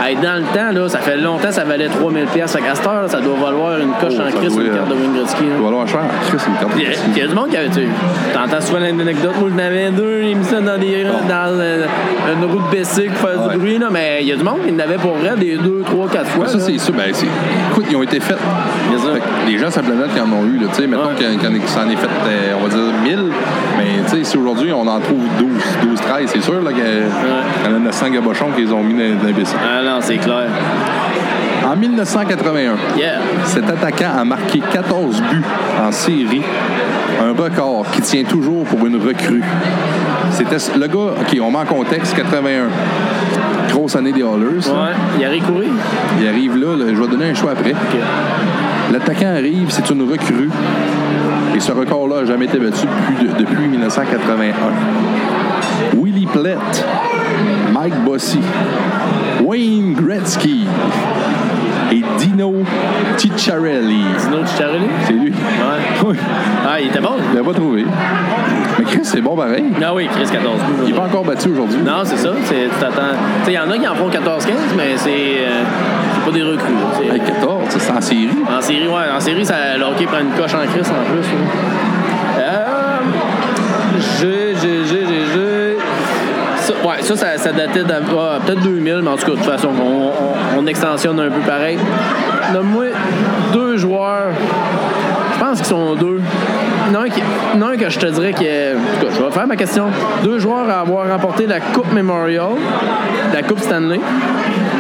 B: Hey, dans le temps, là, ça fait longtemps, ça valait 3000$. Fait qu'à cette heure, là, ça doit valoir une coche
A: Oh,
B: en
A: ça
B: Christ
A: doit,
B: une
A: euh,
B: carte de Wayne Gretzky. là.
A: Il va cher. Chris, une carte de
B: Il y a-
A: Gretzky.
B: Il y a du monde qui avait. Tu entends souvent l'anecdote, moi j'en avais deux, ils me disaient dans, des, dans euh, une roue de bicycle pour faire
A: Ouais.
B: du bruit, là, mais il y a du monde qui en avait pour vrai des deux, trois, quatre fois.
A: Ouais, ça,
B: là.
A: c'est sûr. Ben, c'est... Écoute, ils ont été faits.
B: Bien sûr.
A: Fait que les gens sur la planète qui en ont eu, là, tu sais, mettons
B: Ouais.
A: qu'il y en- qu'il s'en est fait, euh, on va dire, 1000, mais tu sais, si aujourd'hui on en trouve 12, 12, 13, c'est sûr là, qu'il y en a 900 gabochons qu'ils ont mis dans dans les bicycles.
B: Ah non, c'est clair.
A: En 1981,
B: Yeah.
A: Cet attaquant a marqué 14 buts en série, un record qui tient toujours pour une recrue. C'était le gars, OK, on met en contexte, 81. Grosse année des Hallers.
B: Ouais. Il a recouru.
A: Il arrive là, là, je vais donner un choix après.
B: Ok.
A: L'attaquant arrive, c'est une recrue. Et ce record-là n'a jamais été battu depuis, de- depuis 1981. Willie Plett, Mike Bossy, Wayne Gretzky et Dino Cicciarelli.
B: Dino Chicharelli.
A: C'est lui.
B: Ouais.
A: Oui,
B: Ah, il était bon.
A: il l'a pas trouvé. Mais Chris, c'est bon pareil.
B: Ah oui, Chris 14.
A: Il n'est pas encore battu aujourd'hui.
B: Non, c'est ça. c'est- Tu t'attends. Tu sais, il y en a qui en font 14-15, mais c'est euh, c'est pas des recrues. là, c'est-
A: Hey, 14, c'est en série.
B: En série, ouais. En série, ça, le hockey prend une coche en crise en plus. là. Euh, j'ai, j'ai, j'ai, j'ai, j'ai. Ça, ouais, ça, ça, ça datait d'à- ah, peut-être 2000, mais en tout cas, de toute façon, on, on- on extensionne un peu pareil. Nomme-moi deux joueurs. Je pense qu'ils sont deux. Il y en a un qui- il y en a un que je te dirais que. en tout cas, je vais faire ma question. Deux joueurs à avoir remporté la Coupe Memorial, la Coupe Stanley,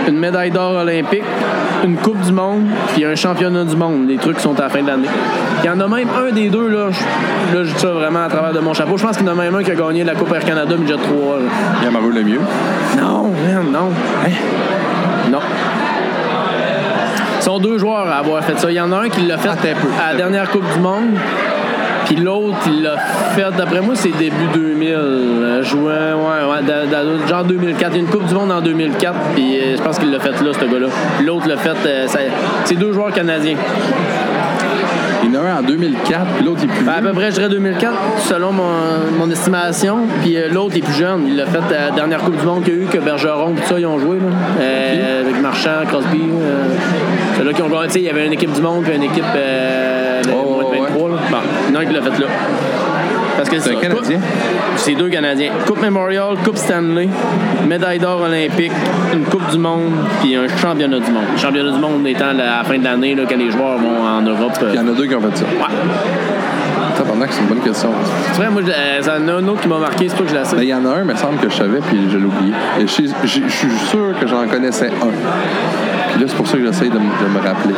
B: une médaille d'or olympique, une Coupe du Monde, puis un championnat du monde. Les trucs qui sont à la fin de l'année. Il y en a même un des deux, là. Je, là, je dis ça vraiment à travers de mon chapeau. Je pense qu'il y en a même un qui a gagné la Coupe Air Canada Midget 3. là.
A: Il y a Mario Lemieux.
B: Non, man, non. Hein? Non. Ce sont deux joueurs à avoir fait ça. Il y en a un qui l'a fait
A: Attends un peu,
B: à
A: attends un
B: la dernière Coupe du Monde. Puis l'autre, il l'a fait, d'après moi, c'est début 2000. euh, Jouant, ouais, ouais, da- da- genre 2004. Il y a une Coupe du Monde en 2004, puis euh, je pense qu'il l'a fait là, ce gars-là. L'autre l'a fait. euh, ça- c'est deux joueurs canadiens.
A: Il y en a un en 2004, puis l'autre, il est plus
B: Ben, à
A: vieux.
B: peu près, je dirais 2004, selon mon, mon estimation. Puis euh, l'autre est plus jeune. Il l'a fait à la dernière Coupe du Monde qu'il y a eu, que Bergeron, tout ça, ils ont joué. Là. Euh, Avec Marchand, Crosby. Euh, c'est là qui ont gagné. Tu sais, Il y avait une équipe du monde, puis une équipe euh, de
A: Oh,
B: moins de
A: ouais,
B: 23. là. Bon, il y en a un qui l'a fait là. Parce que
A: C'est un
B: ça,
A: Canadien.
B: Coupe- C'est deux Canadiens. Coupe Memorial, Coupe Stanley, médaille d'or olympique, une Coupe du Monde, puis un championnat du monde. Le championnat du monde étant la, à la fin de l'année, là, quand les joueurs vont en Europe. euh,
A: Il y en a deux qui ont fait ça.
B: ouais.
A: Tabarnak, c'est une bonne question.
B: C'est vrai, moi, je- euh, ça en a un autre qui m'a marqué, c'est toi que je la sais.
A: Ben, il y en a un, me semble, que je savais, puis je l'ai oublié. Et Je sais- je- je suis sûr que j'en connaissais un. Puis là, c'est pour ça que j'essaye de, m- de me rappeler.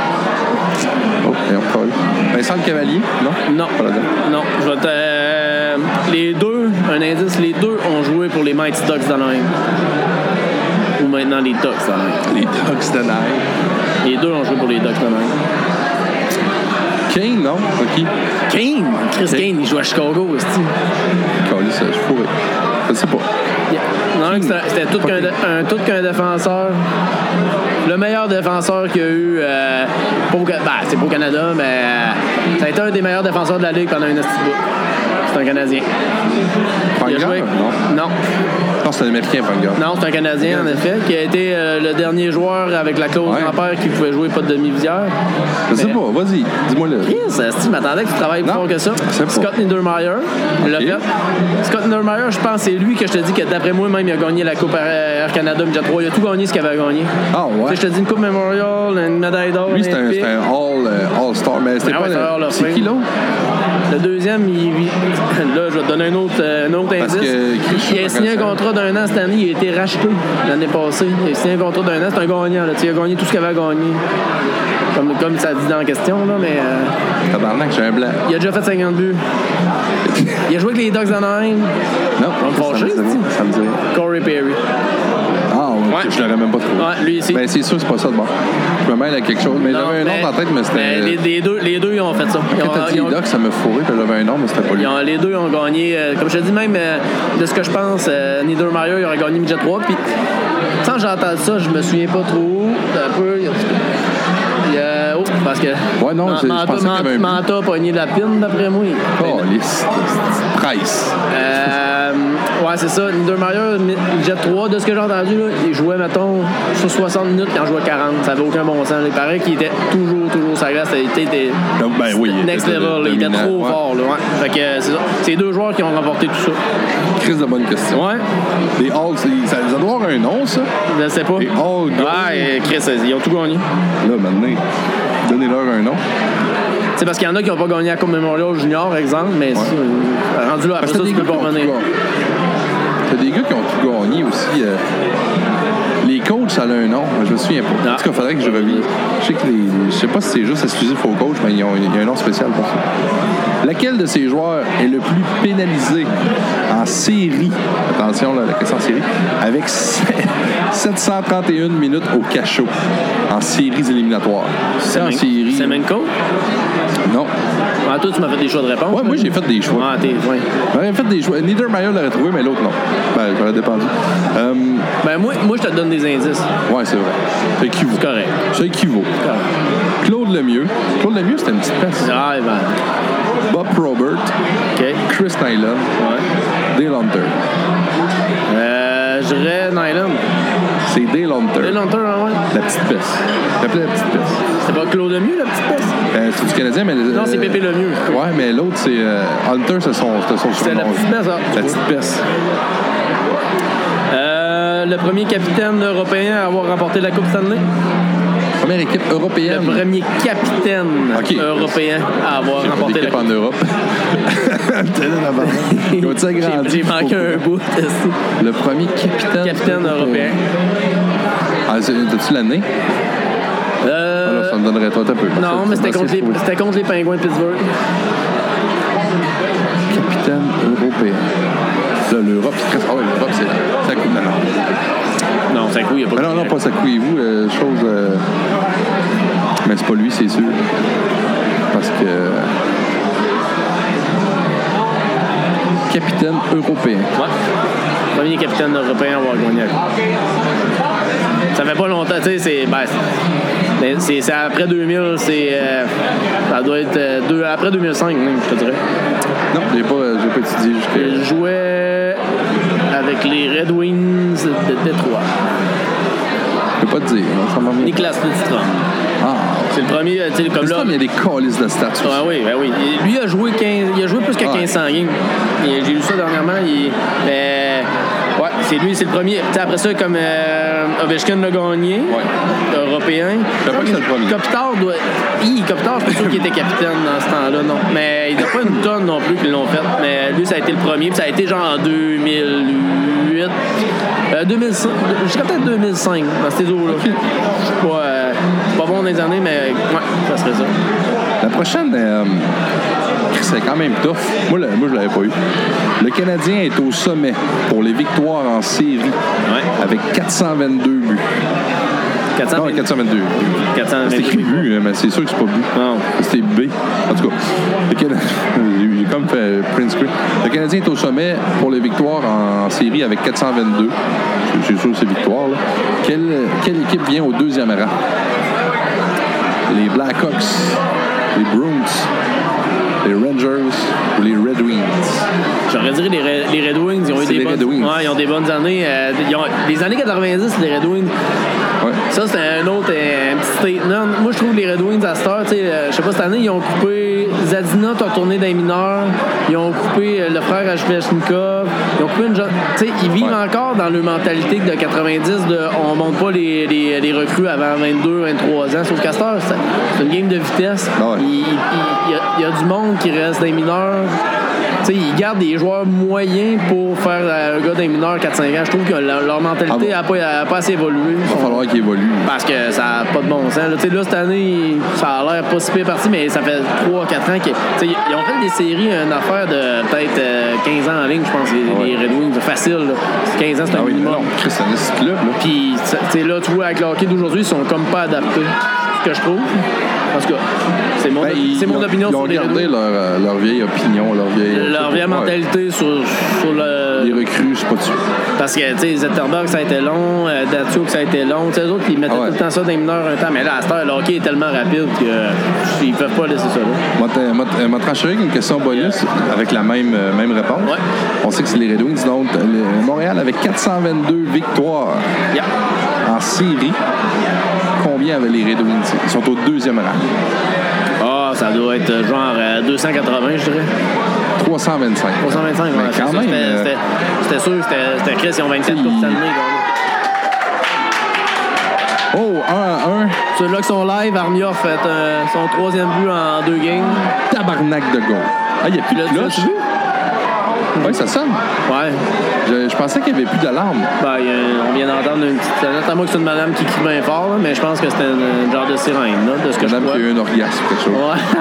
A: Oh, et on colle. Vincent Le Cavalier, non?
B: Ben, Non.
A: Pas là-dedans.
B: Non, je vais te- euh, les deux, un indice, les deux ont joué pour les Mighty Ducks d'Anaheim. Ou maintenant les Ducks d'Anaheim.
A: Les Ducks de Night.
B: Les deux ont joué pour les Ducks d'Anaheim.
A: Kane, non? Ok.
B: Kane! Chris Kane, il joue à Chicago aussi.
A: Colle, ça, je pourrais. Je sais pas.
B: C'était tout qu'un dé- un- tout qu'un défenseur. Le meilleur défenseur qu'il y a eu, euh, pas au Ca- ben, c'est pas au Canada, mais euh, ça a été un des meilleurs défenseurs de la Ligue pendant une petite bout. C'est un Canadien. Il a
A: Vanguard?
B: joué.
A: Non.
B: non.
A: Non, c'est l'Américain, Vanguard.
B: Non, c'est un Canadien, en effet, qui a été euh, le dernier joueur avec la clause
A: Ouais.
B: grand-père qui pouvait jouer pas de demi-visière.
A: Je sais pas, vas-y, dis-moi le.
B: Chris, est-ce que je m'attendais que tu travailles plus
A: Non,
B: fort que ça.
A: je sais pas.
B: Scott Niedermayer l'a
A: Ok.
B: fait. Scott Niedermayer, je pense, c'est lui que je te dis que d'après moi, même, il a gagné la Coupe Air Canada Midget 3. Il a tout gagné ce qu'il avait gagné.
A: Ah
B: Tu
A: ouais.
B: sais, Je te dis une Coupe Memorial, une médaille d'or.
A: Lui, c'est un,
B: olympique.
A: c'est un all, euh, all-Star, mais c'était
B: Ah
A: pas
B: ouais, c'est
A: le-
B: un Hall of
A: C'est
B: Fame.
A: qui l'autre?
B: Le deuxième, il- il- là, je vais te donner un autre, euh, un autre
A: Parce
B: indice.
A: que-
B: il, il a signé un contrat d'un an cette année, il a été racheté l'année passée. Il a signé un contrat d'un an, c'est un gagnant. Là. Tu sais, Il a gagné tout ce qu'il avait à gagner. Comme, comme ça dit dans la question, là, mais euh,
A: Tabarnak, j'ai un blanc.
B: il a déjà fait 50 buts. Il a joué avec les Ducks d'Anaheim,
A: Non,
B: va me
A: ça
B: fâcher,
A: me dit rien, Ça me dit rien.
B: Corey Perry.
A: Ah, ouais,
B: Ouais.
A: je l'aurais même pas trouvé.
B: Ouais, lui ici.
A: Ben, c'est sûr, c'est pas ça de bon. Je me mêle à quelque chose, mais
B: Non,
A: j'avais un
B: mais-
A: nom en tête, mais
B: mais les,
A: c'était.
B: les deux, les deux, ils ont fait ça. Ils
A: Quand
B: ont-
A: t'as dit
B: ils ont-
A: Doc, ça me fourré, puis j'avais un nom, mais c'était pas lui.
B: Ils ont- les deux ont gagné, euh, comme je te dis, même euh, de ce que je pense, euh, Niedermayer, il aurait gagné Midget 3. Puis, sans que j'entende ça, je me souviens pas trop. Un peu. il y a- oh, parce que.
A: Ouais, non, c'est- je
B: Manta-
A: pensais qu'il y avait un but.
B: Manta a pogné la pine, d'après moi.
A: Oh, les Price.
B: Euh, ouais, c'est ça. Niedermayer, Midget 3, de ce que j'ai entendu, là, il jouait, mettons, sur 60 minutes, il en jouait 40. Ça avait aucun bon sens. Il paraît qu'il était toujours, toujours sa glace. Il était- était-
A: Donc, ben oui, il
B: Next
A: était
B: level,
A: de-
B: là, il était
A: dominant,
B: trop
A: ouais.
B: fort. Là, ouais. Fait que euh, c'est ça. C'est deux joueurs qui ont remporté tout ça.
A: Crise de bonne question.
B: Ouais,
A: Les Hawks, ils- ça, ça doit avoir un nom, ça?
B: je sais pas.
A: Les All Gold.
B: Ouais, et Chris, ils ont tout gagné.
A: Là, maintenant, donnez-leur un nom.
B: C'est parce qu'il y en a qui n'ont pas gagné la Coupe Memorial Junior, exemple, mais si, euh, rendu là,
A: Parce
B: après ça,
A: que t'as
B: tu
A: des gars qui
B: peux pas
A: ont tout
B: revenir.
A: gagné. T'as des gars qui ont tout gagné aussi. euh, Les coachs, ça a un nom, mais je me souviens pas.
B: Ah.
A: En tout cas, faudrait que je revive. Je sais, que les- je sais pas si c'est juste exclusif aux coachs, mais ils ont- il y a un nom spécial pour ça. Laquelle de ces joueurs est le plus pénalisé en série, attention là, la question en série, avec 731 minutes au cachot en séries éliminatoires? C'est en série.
B: Semenko?
A: Non.
B: Ah, toi, tu m'as fait des choix de réponse.
A: Ouais, moi, j'ai fait des choix.
B: Ah, t'es. Ouais.
A: J'aurais fait des choix. Niedermayer l'aurait trouvé, mais l'autre non. Ben, j'aurais dépendu. Euh,
B: Ben, moi, moi, je te donne des indices.
A: ouais, c'est vrai. Ça équivaut.
B: C'est correct.
A: Ça équivaut. Claude Lemieux. Claude Lemieux, c'était une petite place.
B: Ah, ben.
A: Bob Probert,
B: OK. Ouais.
A: Chris Nyland, Dale Hunter.
B: Euh, je dirais Nyland.
A: C'est Dale Hunter.
B: Le Hunter, hein, ouais.
A: La petite peste. Je l'appelais la petite peste.
B: C'est pas Claude Lemieux, la petite peste?
A: Euh, c'est du Canadien, mais.
B: Non, c'est Pépé Lemieux.
A: Ouais, mais l'autre, c'est. euh, Hunter, c'est son, c'est son
B: C'est la
A: surnom.
B: petite peste, ah.
A: La petite peste.
B: Euh, le premier capitaine européen à avoir remporté la Coupe Stanley.
A: Première équipe
B: Le
A: européenne.
B: premier capitaine
A: Ok.
B: européen à avoir
A: J'ai pas
B: remporté la
A: d'équipe
B: Coupe
A: en Europe. T'es là, la barre. Ils ont-ils agrandi
B: J'ai j'ai manqué
A: pour-
B: un bout. c'est-
A: Le premier capitaine.
B: Capitaine européen.
A: Ah, c'est- T'as-tu l'année? Ah, là,
B: Euh,
A: ça me donnerait toi un peu.
B: non, mais c'était contre, les,
A: Capitaine
B: c'était contre les Pingouins de Pittsburgh.
A: européen. Là, l'Europe, c'est très. Ah ouais, l'Europe, c'est ça coupe. Non, non.
B: Non, c'est coup, il n'y a
A: Mais non, non, pas ça couille, vous. euh, chose. euh, Mais c'est pas lui, c'est sûr. Parce que. Capitaine européen.
B: Premier capitaine européen à avoir gagné la Coupe. Ça fait pas longtemps, tu sais, c'est. Ben, c'est- mais c'est, c'est après 2000, c'est. euh, ça doit être. euh, deux- après 2005, même, je te dirais.
A: Non, j'ai pas, euh, j'ai pas étudié jusqu'à.
B: Il jouait avec les Red Wings de Détroit.
A: Je peux pas te dire. non, Ça m'a mis.
B: Nicolas Lidstrom.
A: Ah,
B: C'est le premier, euh, tu sais, comme là.
A: Comme il y a des calices de statues.
B: Ah oui, ben oui. Il- Lui a joué 15, il a joué plus que
A: Ah Ouais.
B: 1500 games. Il- J'ai lu ça dernièrement. Il, mais, ouais, c'est lui, c'est le premier. Tu sais, après ça, comme euh, Ovechkin l'a gagné,
A: Ouais.
B: européen.
A: Je sais pas que c'est le premier.
B: Kopitar doit. Hi, Kopitar, je suis pas sûr qu'il était capitaine dans ce temps-là, non. Mais il n'y a pas une tonne non plus qu'ils l'ont fait. Mais lui, ça a été le premier. Puis ça a été genre en 2008. euh, 2005, jusqu'à peut-être 2005, dans ces eaux-là. Je suis pas, euh, pas bon dans les années, mais ouais, ça serait ça.
A: La prochaine, euh, c'est quand même tough. Moi, le- moi je l'avais pas eu. Le Canadien est au sommet pour les victoires en série
B: Ouais.
A: avec 422 buts.
B: 400
A: Non, 422.
B: 422.
A: C'est écrit but, hein, mais c'est sûr que c'est pas but.
B: Non.
A: C'était B. En tout cas, le Canadien, j'ai comme fait Prince Creek. Le Canadien est au sommet pour les victoires en série avec 422. C'est- C'est sûr que c'est victoire. là. Quelle, quelle équipe vient au deuxième rang Les Blackhawks, les Bruins, les Rangers ou les Red Wings
B: J'aurais dit les, Re- les Red Wings, ils ont eu
A: C'est
B: des
A: les
B: bonnes
A: Red Wings.
B: Ouais, ils ont des bonnes années. euh, ils ont- les années 90, les Red Wings,
A: Ouais.
B: ça c'est un autre euh, un petit statement. Moi je trouve les Red Wings à cette heure, tu sais, euh, je sais pas cette année, ils ont coupé Zadina a tourné d'un mineur, ils ont coupé euh, le frère à Svechnikov, ils ont coupé une jeune. Tu sais, ils vivent
A: Ouais.
B: encore dans leur mentalité de 90 de on monte pas les, les, les recrues avant 22, 23 ans. Sauf qu'à cette heure, c'est c'est une game de vitesse.
A: Ah ouais.
B: Il- il- il- il y a- il y a du monde Young qui reste des mineurs. Tu sais, ils gardent des joueurs moyens pour faire euh, un gars des mineurs 4-5 ans. Je trouve que leur, leur mentalité n'a
A: Ah
B: pas, a pas assez évolué.
A: Il va falloir qu'il évolue.
B: Parce que ça n'a pas de bon sens. Là, Tu sais, là, cette année, ça a l'air pas si pire parti, mais ça fait 3-4 ans qu'ils tu sais, ils ont fait des séries, une affaire de peut-être euh, 15 ans en ligne, je pense, les,
A: Ouais.
B: les Red Wings. Facile, là. 15 ans, c'est
A: Ah
B: un
A: oui,
B: minimum.
A: non, Chris, c'est un petit club, là.
B: Puis, tu sais, là, tu vois, avec le hockey d'aujourd'hui, ils sont comme pas adaptés. Ce que je trouve. Parce que c'est mon,
A: Ben, ils-
B: c'est mon
A: ils ont-
B: opinion
A: Ils ont
B: sur les Red
A: gardé
B: Wings.
A: leur, euh, leur vieille opinion, leur vieille.
B: Leur vraie
A: Ouais.
B: mentalité sur, sur le.
A: Les recrues, je sais pas dessus.
B: Parce que, tu sais, Zetterberg, ça a été long, euh, Datsyuk, ça a été long. Tu sais, les autres, ils mettaient
A: Ah ouais.
B: tout le temps ça dans les mineurs un temps. Mais là, à cette heure, le hockey est tellement rapide qu'ils ne peuvent pas laisser ça là.
A: Moi, t'as- moi, t'as- moi, tranché avec une question bonus avec la même, euh, même réponse.
B: Ouais.
A: On sait que c'est les Red Wings, donc le- Montréal avec 422 victoires
B: Yeah.
A: en série. Combien avaient les Red Wings Ils sont au deuxième rang.
B: Ah, ça doit être euh, genre euh, 280, je dirais.
A: 325.
B: 325, ouais,
A: Ben,
B: c'est
A: quand
B: ça,
A: même,
B: c'était-
A: euh,
B: c'était- C'était sûr, c'était- c'était Chris, ils ont 27
A: Il-
B: coupes cette année. donc.
A: Oh, 1 à 1.
B: Ceux-là qui sont live, Armia fait euh, son troisième but en deux games.
A: Tabarnak de goal. Ah, il n'y a plus de
B: Là, tu
A: cloche.
B: l'as-tu vu?
A: Oui, ça sonne.
B: Ouais.
A: Je, je pensais qu'il n'y avait plus d'alarme.
B: Ben, il y a- on vient d'entendre une petite sonnette. À moi que c'est une madame qui crie bien fort, là, mais je pense que c'était une- un genre de sirène, là, de ce que
A: Madame
B: je
A: qui
B: vois.
A: a eu un orgasme, quelque chose.
B: Ouais.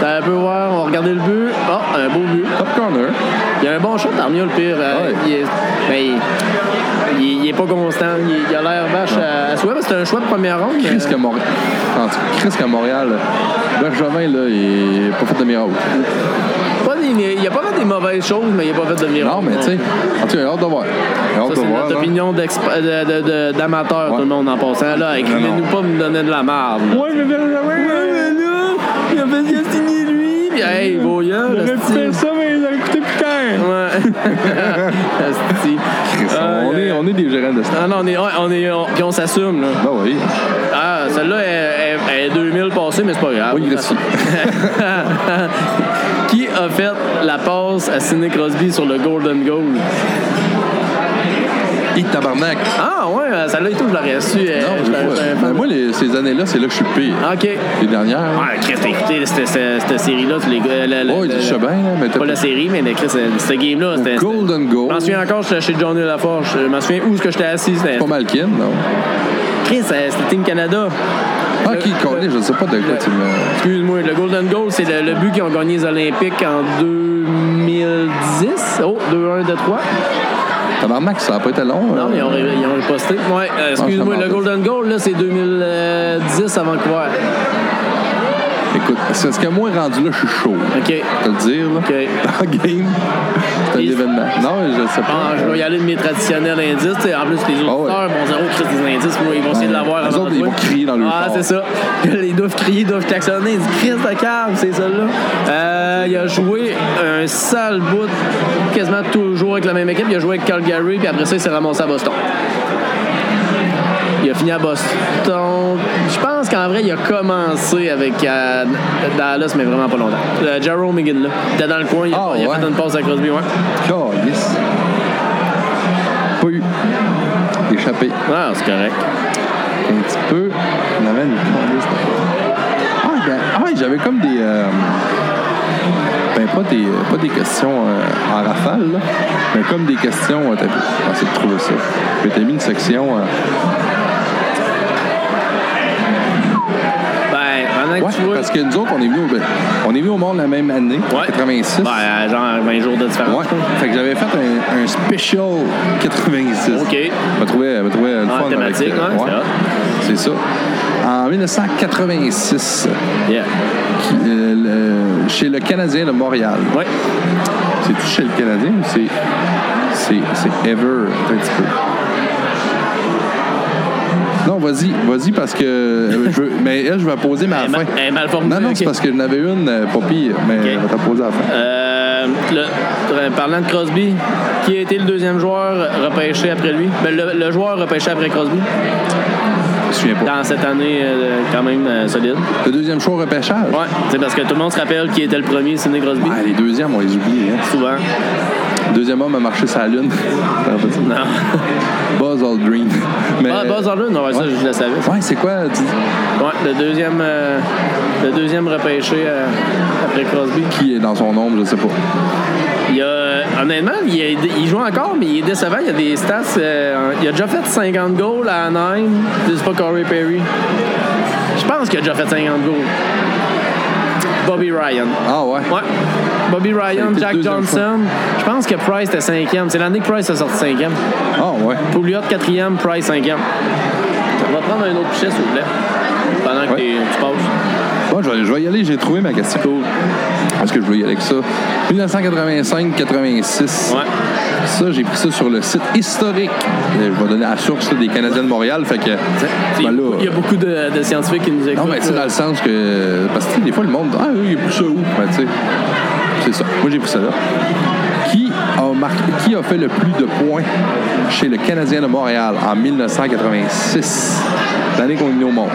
B: T'as un peu voir, on va regarder le but. Ah, un beau but.
A: Top corner.
B: Il y a un bon shot d'Armia, le pire. Euh,
A: Ouais.
B: Il, est, ben, il- il- il est pas constant. Il, il a l'air vache à, à souhait, parce que c'est un choix de première ronde. euh, mais-
A: Chris que Montréal. En tout cas, Chris qu'à Montréal, Bergevin, là, il n'a pas fait de miracle.
B: pas des- il a pas fait des mauvaises choses, mais il a pas fait de miracle.
A: Non, mais tu sais, en tout cas, hâte de voir.
B: Ça,
A: Hâte de
B: c'est
A: voir. hein.
B: notre
A: là.
B: opinion d'exp- de- de- de- d'amateur,
A: Ouais.
B: tout le monde en passant. Là, écrivez-nous
A: non.
B: pas me donner de la marde. là.
A: Ouais, mais euh, Bergevin,
B: mais là, il a fait il a signé lui. Puis, hey, voyant, le style.
A: ça, mais il a coûté putain.
B: Ouais. Asti.
A: on,
B: Euh,
A: est, on est des gérants de stade.
B: Ah non, on est, ouais, on est, on- puis on s'assume, là.
A: Ben oui.
B: Ah, celle-là est, est- est 2000 passée, mais c'est pas grave.
A: Oui, merci.
B: Qui a fait la passe à Sidney Crosby sur le Golden Goal?
A: Et tabarnak.
B: Ah, ouais, celle-là et tout, je l'aurais reçu. euh,
A: Non,
B: j'étais-
A: j'ai pas-
B: j'étais un
A: Ben,
B: fan
A: moi, les- ces années-là, c'est là que je suis pire.
B: de- Ok.
A: Les dernières. là.
B: Ah, Chris, t'as écouté cette, cette- cette série-là, tous les gars. la- la-
A: Ouais,
B: la-
A: je sais bien, là, mais t'as
B: Pas la série, mais le- Chris, euh, cette game-là, c'était. c'était-
A: Golden Goal.
B: Je m'en souviens encore, j'étais chez Johnny Laforge. Je m'en souviens où est-ce que j'étais assis. C'était
A: pas mal kin, non?
B: Chris, euh, c'était Team Canada.
A: Ah, qui connaît, je sais pas de quoi tu me.
B: Excuse-moi, le Golden Goal, c'est le, le but qu'ils ont gagné les Olympiques en 2010. Oh, 2-1 de 3.
A: Tabarnak, ça a pas été long.
B: Non,
A: euh.
B: ils ont, ré- ils ont riposté. Ouais, euh, excuse-moi,
A: Ah, je
B: le
A: m'en
B: Golden Goal, là, c'est 2010 à Vancouver.
A: Écoute, c'est ce que moi, rendu là, je suis chaud.
B: OK.
A: Je te le dire, là.
B: OK.
A: En game, c'est un
B: Et-
A: événement. Non, je sais
B: Ah,
A: pas.
B: je vais y aller de mes traditionnels indices. tu sais, En plus, les
A: Ah ouais.
B: auditeurs vont zéro crise des indices. Moi, ils vont essayer de l'avoir
A: les
B: avant
A: autres, ils
B: toi.
A: vont crier dans leur
B: Ah,
A: char.
B: c'est ça. Ils doivent crier, ils doivent klaxonner. Ils disent Chris de cave, c'est celle-là. Euh, il a joué un sale bout, quasiment toujours avec la même équipe. Il a joué avec Calgary, puis après ça, il s'est ramassé à Boston. Il a fini à Boston. Je pense qu'en vrai, il a commencé avec euh, Dallas, mais vraiment pas longtemps. Euh, Jerome McGinn, là. Il était dans le coin, il a,
A: Ah,
B: il a
A: ouais.
B: fait une passe à Crosby, ouais.
A: Calice. Pas eu. Échappé.
B: Ah, c'est correct.
A: Un petit peu. On avait une calice. Ah, ben, ah, j'avais comme des. euh, Ben, pas des, pas des questions euh, en rafale, là, mais comme des questions. euh, T'as on va essayer de trouver ça. Mais t'as mis une section. euh,
B: Ben, pendant que
A: Ouais,
B: tu vois.
A: parce que nous autres, on est venus au, on est venus au monde la même année,
B: Ouais.
A: 86.
B: Ben, euh, genre 20 jours de différence.
A: Ouais. Fait que j'avais fait un, un special 86.
B: OK.
A: Je me trouvais, je me trouvais le
B: Ah,
A: fun
B: thématique,
A: avec,
B: ouais,
A: C'est ça. En 1986,
B: Yeah.
A: qui- euh, le- chez le Canadien de Montréal.
B: Ouais.
A: C'est-tu chez le Canadien ou c'est. C'est, c'est Ever, un petit peu. Non, vas-y, vas-y, parce que. euh, je veux- mais elle, je vais la poser, mais à la
B: Elle est
A: fin.
B: mal- elle est mal formulée,
A: Non, non, c'est
B: ok.
A: parce que j'en avais une, euh, pas pire, mais
B: Ok.
A: je vais t'en poser à la fin.
B: Euh, le- euh, parlant de Crosby, qui a été le deuxième joueur repêché après lui? Ben, le, le joueur repêché après Crosby,
A: Je me souviens pas.
B: dans cette année euh, quand même euh, solide.
A: Le deuxième choix au repêchage.
B: Ouais, c'est parce que tout le monde se rappelle qui était le premier, Sidney Crosby.
A: Ah, les deuxièmes, on les oublie. Hein.
B: Souvent.
A: Deuxième homme a marché sa lune.
B: Non.
A: Buzz Aldrin. Mais mais-
B: Ah, Buzz Aldrin, ouais, ça,
A: Euh, Ouais.
B: je le savais. ça.
A: Ouais, c'est quoi? tu-
B: Ouais, le deuxième, euh, le deuxième repêché euh, après Crosby.
A: Qui est dans son ombre, je sais pas.
B: Il y a, euh, honnêtement, il, y a- il joue encore, mais il est décevant. Il y a des stats. euh, il a déjà fait 50 goals à Anaheim. C'est pas Corey Perry. Je pense qu'il a déjà fait 50 goals. Bobby Ryan.
A: Ah ouais?
B: Ouais. Bobby Ryan,
A: été
B: Jack
A: le deuxième
B: Johnson. Je pense que Price était cinquième. C'est l'année que Price a sorti cinquième.
A: Ah ouais.
B: Pouliot, quatrième. Price, cinquième. On va prendre un autre pichet, s'il vous plaît. Pendant que
A: Ouais.
B: t'es- tu passes.
A: Bon, je vais, je vais y aller, j'ai trouvé ma question. Est-ce que je veux y aller avec ça? 1985-86.
B: Ouais.
A: Ça, j'ai pris ça sur le site historique. Euh, Je vais donner la source là, des Canadiens de Montréal. Fait que.
B: Il y a
A: ben là,
B: beaucoup- il y a beaucoup de, de scientifiques qui nous écoutent. euh.
A: non, mais c'est dans le sens que. Parce que tu sais, des fois, le monde. Ah, eux, il a pris ça où? Ben, tu sais. C'est ça. Moi, j'ai pris ça là. Qui a, marqué, qui a fait le plus de points chez le Canadien de Montréal en 1986? L'année qu'on est venu au monde.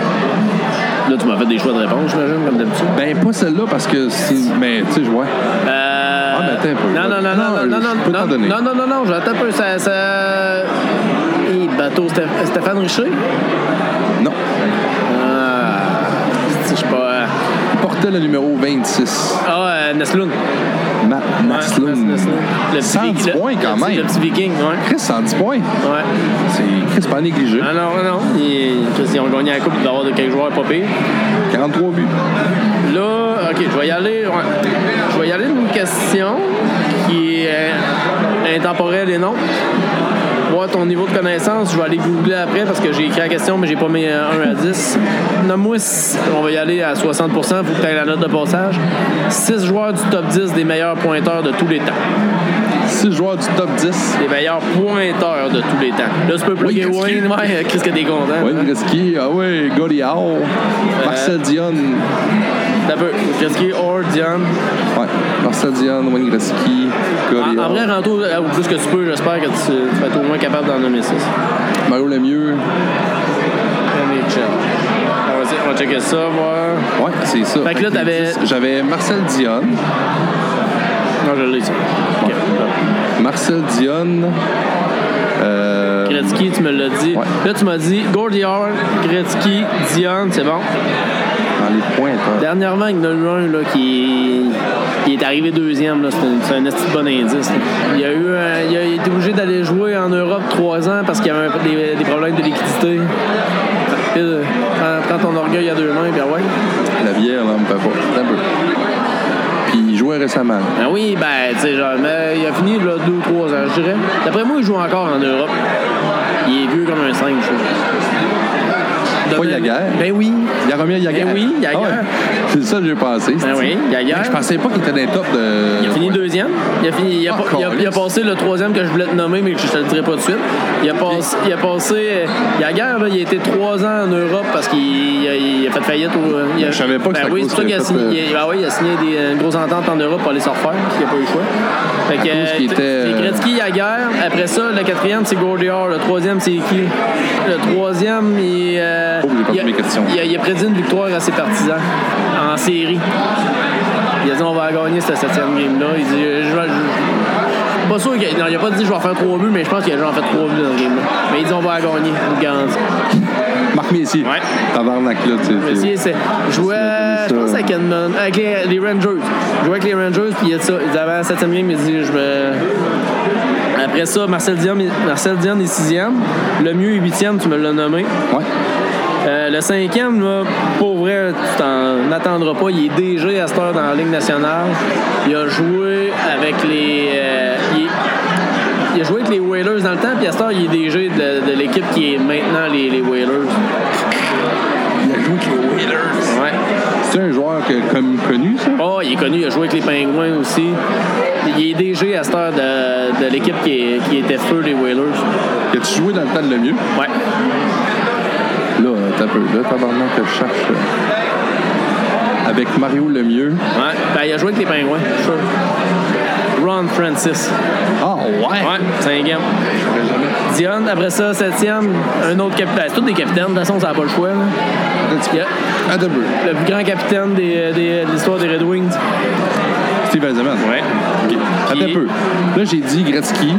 B: Là, tu m'as fait des choix de réponse, j'imagine, comme d'habitude.
A: Ben, pas celle-là parce que. c'est- Mais, tu sais, je vois.
B: Euh,
A: Ah, mais attends un peu.
B: Non, non, non,
A: Non,
B: non, non,
A: je
B: non,
A: peux t'en
B: non,
A: donner.
B: non, non, non, non, j'attends un peu, ça... ça... Hey, bateau, Stéph- Stéphane Richer?
A: Non.
B: Ah, c'est- je sais pas... euh,
A: Il portait le numéro 26.
B: Ah, euh, Nesloun.
A: Matt Maslin.
B: Ouais, Nesloun. Le petit
A: 110
B: vi- le-
A: points quand
B: le petit-
A: même.
B: Le petit viking, ouais.
A: Chris, 110 points.
B: Ouais.
A: C'est Chris, pas négligé.
B: Ah non, non, non, ils, ils ont gagné la coupe, il doit y avoir de quelques joueurs pas pires.
A: 43 buts.
B: Là, ok, je vais y aller. ouais. Je vais y aller d'une question qui est euh, intemporelle et non. Voir ton niveau de connaissance, je vais aller googler après parce que j'ai écrit la question, mais j'ai pas mis euh, 1 à 10. Nomme-moi, six- on va y aller à 60 faut que tu aies la note de passage. 6 joueurs du top 10 des meilleurs pointeurs de tous les temps.
A: 6 joueurs du top 10.
B: Des meilleurs pointeurs de tous les temps. Là, tu peux plugger
A: qu'est-ce qu'il-
B: Wayne, ouais, euh, qu'est-ce que t'es content.
A: Wayne
B: hein?
A: Gretzky, ah ouais, Goliard, Marcel Dion.
B: T'as peu. Qu'est-ce qui est Or, Dion,
A: Ouais, Marcel Dion, Wayne Gretzky,
B: En, en
A: Goliard.
B: vrai, rentre au euh, au plus que tu peux. J'espère que tu, tu vas être au moins capable d'en nommer 6.
A: Mario Lemieux.
B: On va, essayer- Ah, on va checker ça, voir.
A: Ouais, c'est ça.
B: Fait que là, t'avais-
A: J'avais Marcel Dion,
B: Non, je l'ai ici. Ok.
A: Marcel Dion, euh,
B: Gretzky, tu me l'as dit.
A: Ouais.
B: Là, tu m'as dit Gordiard, Gretzky, Dion, c'est bon.
A: dans les hein. pointeurs.
B: Dernièrement, il y en a eu un là, qui, qui est arrivé deuxième. là. C'est un- C'est un esti de bon indice. là. Il a, eu, un- il a été obligé d'aller jouer en Europe trois ans parce qu'il y avait un- des, des problèmes de liquidité. Puis, euh, Prends, prends ton orgueil à deux mains, puis ah ouais.
A: La bière, là, me fait pas. Un peu. Puis il jouait récemment.
B: Ben oui, ben, tu sais, genre, mais il a fini là, deux ou trois ans, je dirais. D'après moi, il joue encore en Europe. Il est vieux comme un singe, je trouve.
A: Pas Yaguerre.
B: Ben oui.
A: Yaromir Yaguerre.
B: Eh oui, Yaguerre.
A: Ah ouais. C'est ça que j'ai pensé.
B: Ben oui, Yaguerre.
A: Je pensais pas qu'il était dans les top de.
B: Il a fini deuxième. Il a, fini, il, a,
A: Ah,
B: pas- il a- il a
A: câlisse.
B: passé le troisième que je voulais te nommer, mais que je te le dirai pas tout de suite. Il a, pas- il a passé. Il a guerre, là, il a été trois ans en Europe parce qu'il il a, il a fait faillite. Au, il a-
A: Je savais pas que
B: ben
A: c'était à
B: oui,
A: cause
B: c'est pour ça
A: qu'il
B: qu'il a
A: a
B: signé.
A: fait,
B: il a- ben oui, il a signé des, euh, une grosse entente en Europe pour aller se refaire, puis il a pas eu le choix. Fait que,
A: cause qu'il
B: euh,
A: était, euh,
B: c'est Gretzky, Yaguerre. Après ça, le quatrième, c'est Gordiard. Le troisième, c'est qui Le troisième, il. euh,
A: Oh, j'ai perdu
B: il a-
A: mes questions.
B: il a- il a prédit une victoire à ses partisans en série. Il a dit on va gagner cette septième game-là. Il dit je, vais- je- pas sûr qu'il non, il a pas dit je vais en faire trois buts, mais je pense qu'il a déjà en fait trois buts dans le game-là. Mais il dit on va la gagner, une garantie.
A: Marc Messier.
B: Ouais.
A: Tabarnak, là, tu sais.
B: Monsieur, c'est. Je jouais,
A: Ça,
B: je pense, à Kenman, avec les, les Rangers. Je jouais avec les Rangers, puis il y a ça. Il dit avant la 7 game, il dit je me. Après ça, Marcel Dion, Marcel Dion est 6 Le mieux est 8 tu me l'as nommé.
A: Ouais.
B: Euh, le cinquième, là, pour vrai, tu t'en attendras pas. Il est DG à cette heure dans la Ligue nationale. Il a joué avec les. euh, il, il a joué avec les Whalers dans le temps, puis à cette heure, il est DG de, de l'équipe qui est maintenant les, les Whalers.
A: Il a joué avec les Whalers.
B: Ouais.
A: C'est un joueur que- comme connu, ça?
B: Oh, il est connu, il a joué avec les Pingouins aussi. Il est DG à cette heure de, de l'équipe qui, est- qui était feu, les Whalers.
A: Que tu joué dans le temps de le mieux?
B: Ouais.
A: Là, euh, t'as peu. Là, tabarnak, que je cherche. euh, Avec Mario Lemieux.
B: ouais. Ben, il a joué avec les Pingouins, sure. Ron Francis.
A: Ah, ouais.
B: Ouais, cinquième. Dion, après ça, septième, un autre capitaine. Ben, C'est tous des capitaines, de toute façon, ça n'a pas le choix. là.
A: Un petit
B: Il y
A: peu.
B: a
A: Un petit peu.
B: le plus grand capitaine des- des- de l'histoire des Red Wings.
A: Steve Eisenman.
B: Ouais.
A: OK. Attends un
B: Qui-
A: peu. Là, j'ai dit Gretzky.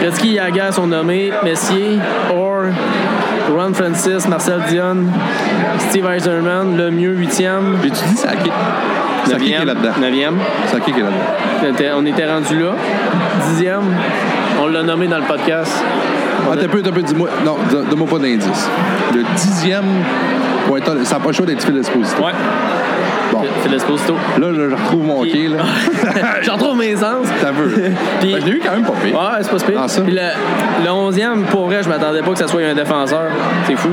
B: Gretzky et Yaga sont nommés Messier, Orr, Francis, Marcel Dion, Steve Eiserman, le mieux, huitième.
A: J'ai-tu dit Saki? Saki qui est là-dedans.
B: Neuvième.
A: Saki qui est là-dedans.
B: On était- On était rendu là. Dixième. On l'a nommé dans le podcast. On
A: Ah,
B: a-
A: t'as peu, t'as peu, dis-moi. Non, don- donne-moi pas d'indice. Le dixième pointeur, ça n'a pas le choix d'être Phil Esposito.
B: Ouais.
A: Bon,
B: C'est l'esposito.
A: là, là, je retrouve mon quai, là.
B: J'en retrouve mes sens.
A: T'as peu.
B: Puis-
A: Fait que Je l'ai eu quand même pas pire.
B: Ouais, c'est pas super.
A: Ah, ça?
B: Puis le, le 11e, pour vrai, je m'attendais pas que ça soit un défenseur. C'est fou.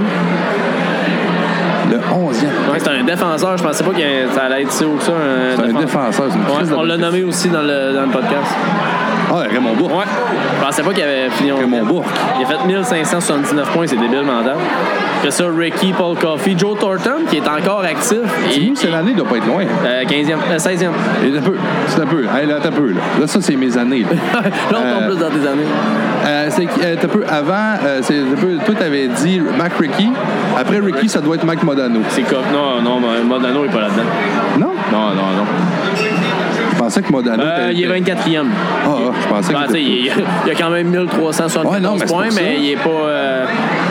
A: Le onzième.
B: Ouais, c'est un défenseur. Je pensais pas que ça allait être si haut que ça. Un
A: C'est un défenseur, c'est une
B: Ouais,
A: crise de-
B: on l'a nommé aussi dans le, dans le podcast.
A: Ah, Raymond Bourque.
B: Ouais. Je pensais pas qu'il avait fini en
A: Raymond Bourque.
B: Il a fait 1579 points, c'est débile mental. Après ça, Ricky, Paul Coffey, Joe Thornton, qui est encore actif.
A: Dis-nous que c'est l'année, il doit pas être loin.
B: Euh, 15e, euh, 16e.
A: Et t'as peu, c'est un peu. Hey, là, t'as peu, là. Là, ça, c'est mes années, là.
B: là, on tombe
A: Euh,
B: plus dans tes années.
A: Euh, c'est que, euh, t'as peu avant, euh, c'est t'as peu, toi t'avais dit Mac Ricky, après Ricky ça doit être Mac Modano.
B: C'est comme. Non, non, Modano est pas là-dedans.
A: Non?
B: Non, non, non.
A: Je pensais que Modano
B: Euh,
A: était-
B: il est 24e.
A: Ah, ah, je pensais
B: Ben,
A: que
B: tu sais,
A: c'était-
B: il, il a quand même 1374
A: Ouais, non, mais c'est pour
B: points,
A: ça.
B: mais il est pas. euh,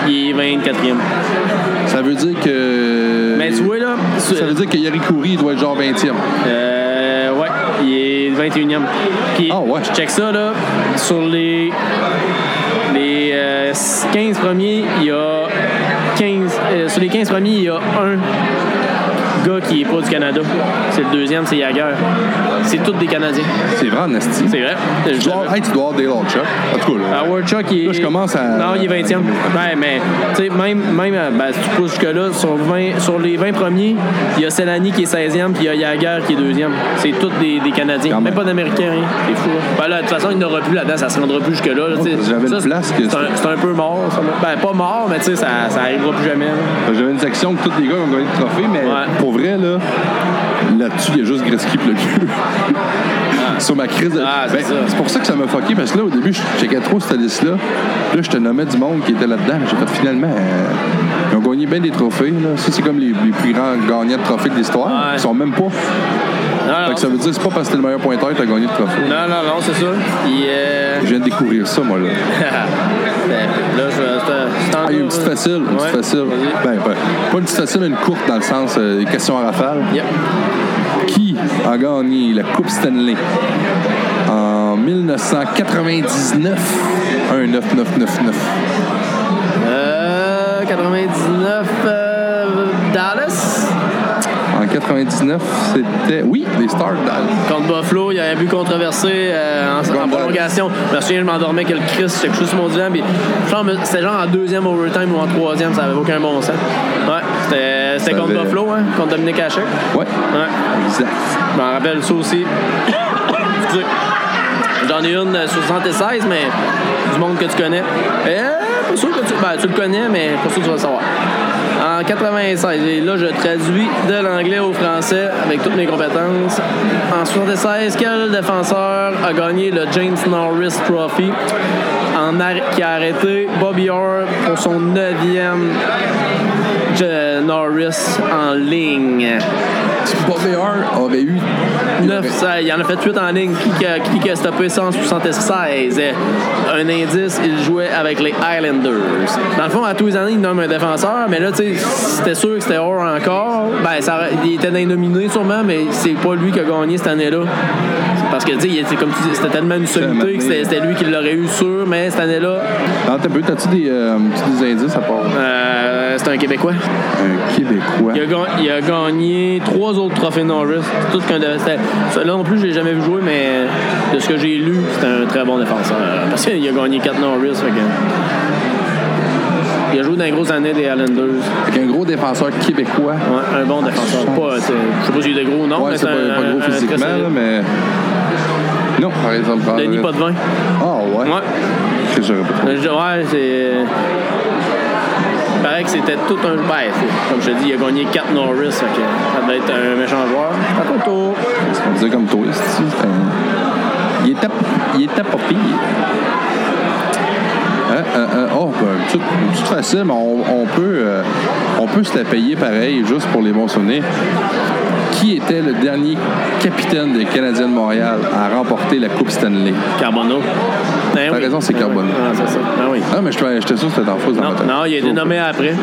B: il est 24e.
A: ça veut dire que
B: Mais tu vois, là. tu-
A: ça veut dire que Yari Kouri doit être genre 20e.
B: Euh, ouais, il est 21e. Puis,
A: Ah ouais.
B: je check ça, là. Sur les, les euh, 15 premiers, il y a 15. euh, sur les 15 premiers, il y a un gars qui est pas du Canada. C'est le deuxième, c'est Yager. C'est tous des Canadiens.
A: C'est vrai, Ah, Nasty.
B: C'est vrai. Je
A: Tu dois-
B: l'avais-
A: hey, tu dois avoir Dale Alchuk. En tout cas, là.
B: Howard Ah, Chuck, il est...
A: Là, je commence à-
B: Non, il est 20e. Ouais, mais, tu sais, même, même euh, ben, si tu pousses jusque-là, sur, 20 sur les 20 premiers, il y a Selani qui est 16e, puis il y a Yager qui est 2e. C'est tous des, des Canadiens,
A: Quand
B: même
A: même.
B: pas d'Américains, rien. C'est fou. hein. Ben là, de toute façon, il n'aura plus là-dedans, ça se rendra plus jusque-là. là, tu sais.
A: parce que j'avais
B: Ça,
A: une place que-
B: C'est un, c'est un peu mort, ça. là. Ben, pas mort, mais tu sais, ça, ça arrivera plus jamais. là.
A: J'avais une section que tous les gars ont gagné le trophée, mais
B: Ouais.
A: pour vrai, là, là-dessus, il y a juste Gretzky pis le cul. Sur ma crise de. Ben,
B: Ah, c'est ça.
A: pour ça que ça m'a fucké, parce que là, au début, je checkais trop cette liste-là. Là, je te nommais du monde qui était là-dedans. mais J'ai fait finalement. euh, ils ont gagné bien des trophées. Là. Ça, c'est comme les, les plus grands gagnants de trophées de l'histoire.
B: Ouais.
A: Ils sont même pas.
B: Non,
A: Fait
B: non,
A: que ça veut dire que c'est pas parce que t'es le meilleur pointeur que t'as gagné le trophée.
B: non, non, non, c'est ça. Il est...
A: Je viens de découvrir ça, moi, là.
B: Ben, là, je vais... c'est- c'est en
A: Ah, il y a une petite
B: bas, là.
A: facile. Une petite
B: Ouais,
A: facile.
B: vas-y.
A: Ben, ben, pas une petite facile, une courte dans le sens euh, des questions à rafale.
B: Yep.
A: qui a gagné la Coupe Stanley en 1999 un 9999
B: Euh, 99 euh, Dallas
A: en 99 c'était oui les Stars Dallas
B: contre Buffalo, il y a un but controversé euh, en, en
A: Contre
B: prolongation. Je me souviens, je m'endormais que le Chris, j'étais couché sur mon divan, puis je pense que c'était genre en deuxième overtime ou en troisième, ça avait aucun bon sens. Ouais, c'était- c'était
A: Ça
B: contre
A: avait-
B: Buffalo, hein, contre Dominique Hachek.
A: ouais
B: Ouais.
A: exact
B: Je m'en rappelle ça aussi. Excusez. J'en ai une euh, sur 76, mais du monde que tu connais. Eh, pas sûr que tu. Ben, tu le connais, mais pas sûr que tu vas le savoir. En 96, et là je traduis de l'anglais au français avec toutes mes compétences. En 76, quel défenseur a gagné le James Norris Trophy en arr- qui a arrêté Bobby Orr pour son 9e Je- Norris en ligne?
A: si Bobby Orr aurait eu
B: Neuf, ça, il en a fait 8 en ligne. Qui, qui, a- qui, qui a stoppé ça en 76? Eh, Un indice, il jouait avec les Islanders. Dans le fond, à tous les années, il nomme un défenseur, mais là, tu sais, c'était sûr que c'était Orr encore. Ben, ça, aurait- il était dans les nominés sûrement, mais c'est pas lui qui a gagné cette année-là. C'est Parce que, tu sais, il était- comme tu dis, c'était tellement une sommité que c'était c'était lui qui l'aurait eu sûr, mais cette année-là,
A: non Ah, t'as peu t'as-tu des, euh, t'as-tu des indices à part
B: euh, c'est un Québécois.
A: un Québécois
B: Il a, ga- il a gagné trois autres trophées Norris. C'est Tout ce qu'on devait- c'était- ça, Là non plus, je l'ai jamais vu jouer, mais de ce que j'ai lu, c'est un très bon défenseur. Parce qu'il a gagné quatre Norris. fait que- Il a joué dans les grosses années des Islanders.
A: avec un gros défenseur québécois
B: Ouais, un bon défenseur. Pas, euh, c'est- je sais pas s'il est gros, non.
A: ouais
B: mais
A: c'est pas,
B: un-
A: pas gros
B: un- un très
A: physiquement
B: solide.
A: là, mais non par exemple prendre-
B: Denis Potvin.
A: ah ouais,
B: Ouais.
A: Qu'est-ce que j'aurais pas trouvé?
B: Je- Ouais, c'est. Il paraît que c'était tout un. Ben, c'est- comme je te dis, il a gagné 4 Norris. fait que ça devait être un méchant joueur. À ton tour.
A: On disait comme toi, c'est-tu, c'est un- Il était, il était pas pire. Hein, hein, hein, oh, ben, une petite- une petite facile, mais on, on peut, euh, on peut se la payer pareil, juste pour les bons souvenirs. Qui était le dernier capitaine des Canadiens de Montréal à remporter la Coupe Stanley?
B: Carbonneau. Ben
A: T'as
B: oui.
A: raison, c'est
B: Ben
A: Carbone.
B: oui. Ah, c'est ça. Ben oui.
A: Ah, mais je- j'étais sûr que c'était en fausse dans
B: Non,
A: ma tête.
B: non, il a été nommé après.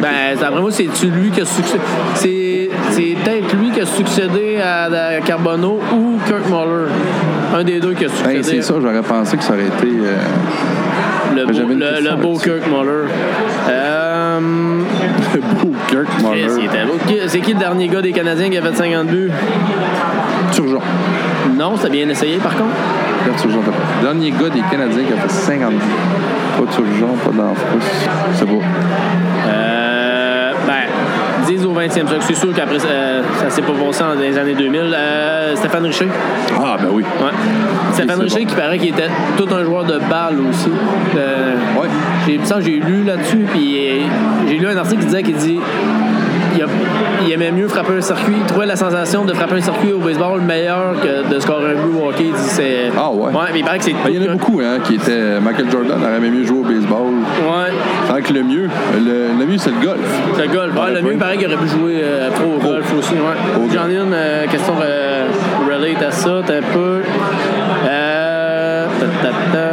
B: Ben, d'après moi, c'est-tu lui qui a succédé. C'est, c'est peut-être lui qui a succédé à, à Carbono ou Kirk Muller. Un des deux qui a succédé.
A: Hey, Ben, c'est ça, j'aurais pensé que ça aurait été. euh,
B: Le beau,
A: j'avais une
B: le,
A: question
B: le beau
A: là-dessus.
B: Kirk Muller. Euh,
A: le beau Kirk
B: Chris, il
A: Muller.
B: était beau. Qui- C'est qui le dernier gars des Canadiens qui a fait 50 buts?
A: Turgeon.
B: Non, c'était bien essayé par contre.
A: Pierre Turgeon, t'as pas- Dernier gars des Canadiens qui a fait 50 Pas Turgeon, pas d'Anfrousse. C'est beau.
B: Euh, ben, 10 au 20e siècle. C'est sûr qu'après, euh, ça s'est pas bon sens dans les années 2000. Euh, Stéphane Richer.
A: Ah, ben oui.
B: Ouais. Stéphane
A: c'est
B: Richer
A: bon.
B: qui paraît qu'il était tout un joueur de balle aussi. Euh,
A: Ouais.
B: j'ai il me semble que j'ai lu là-dessus, puis euh, j'ai lu un article qui disait qu'il dit il, a- il aimait mieux frapper un circuit. Il trouvait la sensation de frapper un circuit au baseball meilleure que de scorer un but au hockey. Il dit c'est.
A: Ah ouais.
B: mais il paraît que c'est.
A: Ben, il y en a beaucoup hein, qui étaient. Michael Jordan aurait aimé mieux jouer au baseball.
B: Ouais,
A: Tant que le mieux, le, le mieux, c'est le golf.
B: le golf. Ouais, Ah, le mieux, il paraît qu'il aurait pu jouer euh, pro au golf aussi. ouais.
A: Au
B: J'en ai une euh, question euh, relate à ça, t'as un peu. Euh, ta, ta, ta.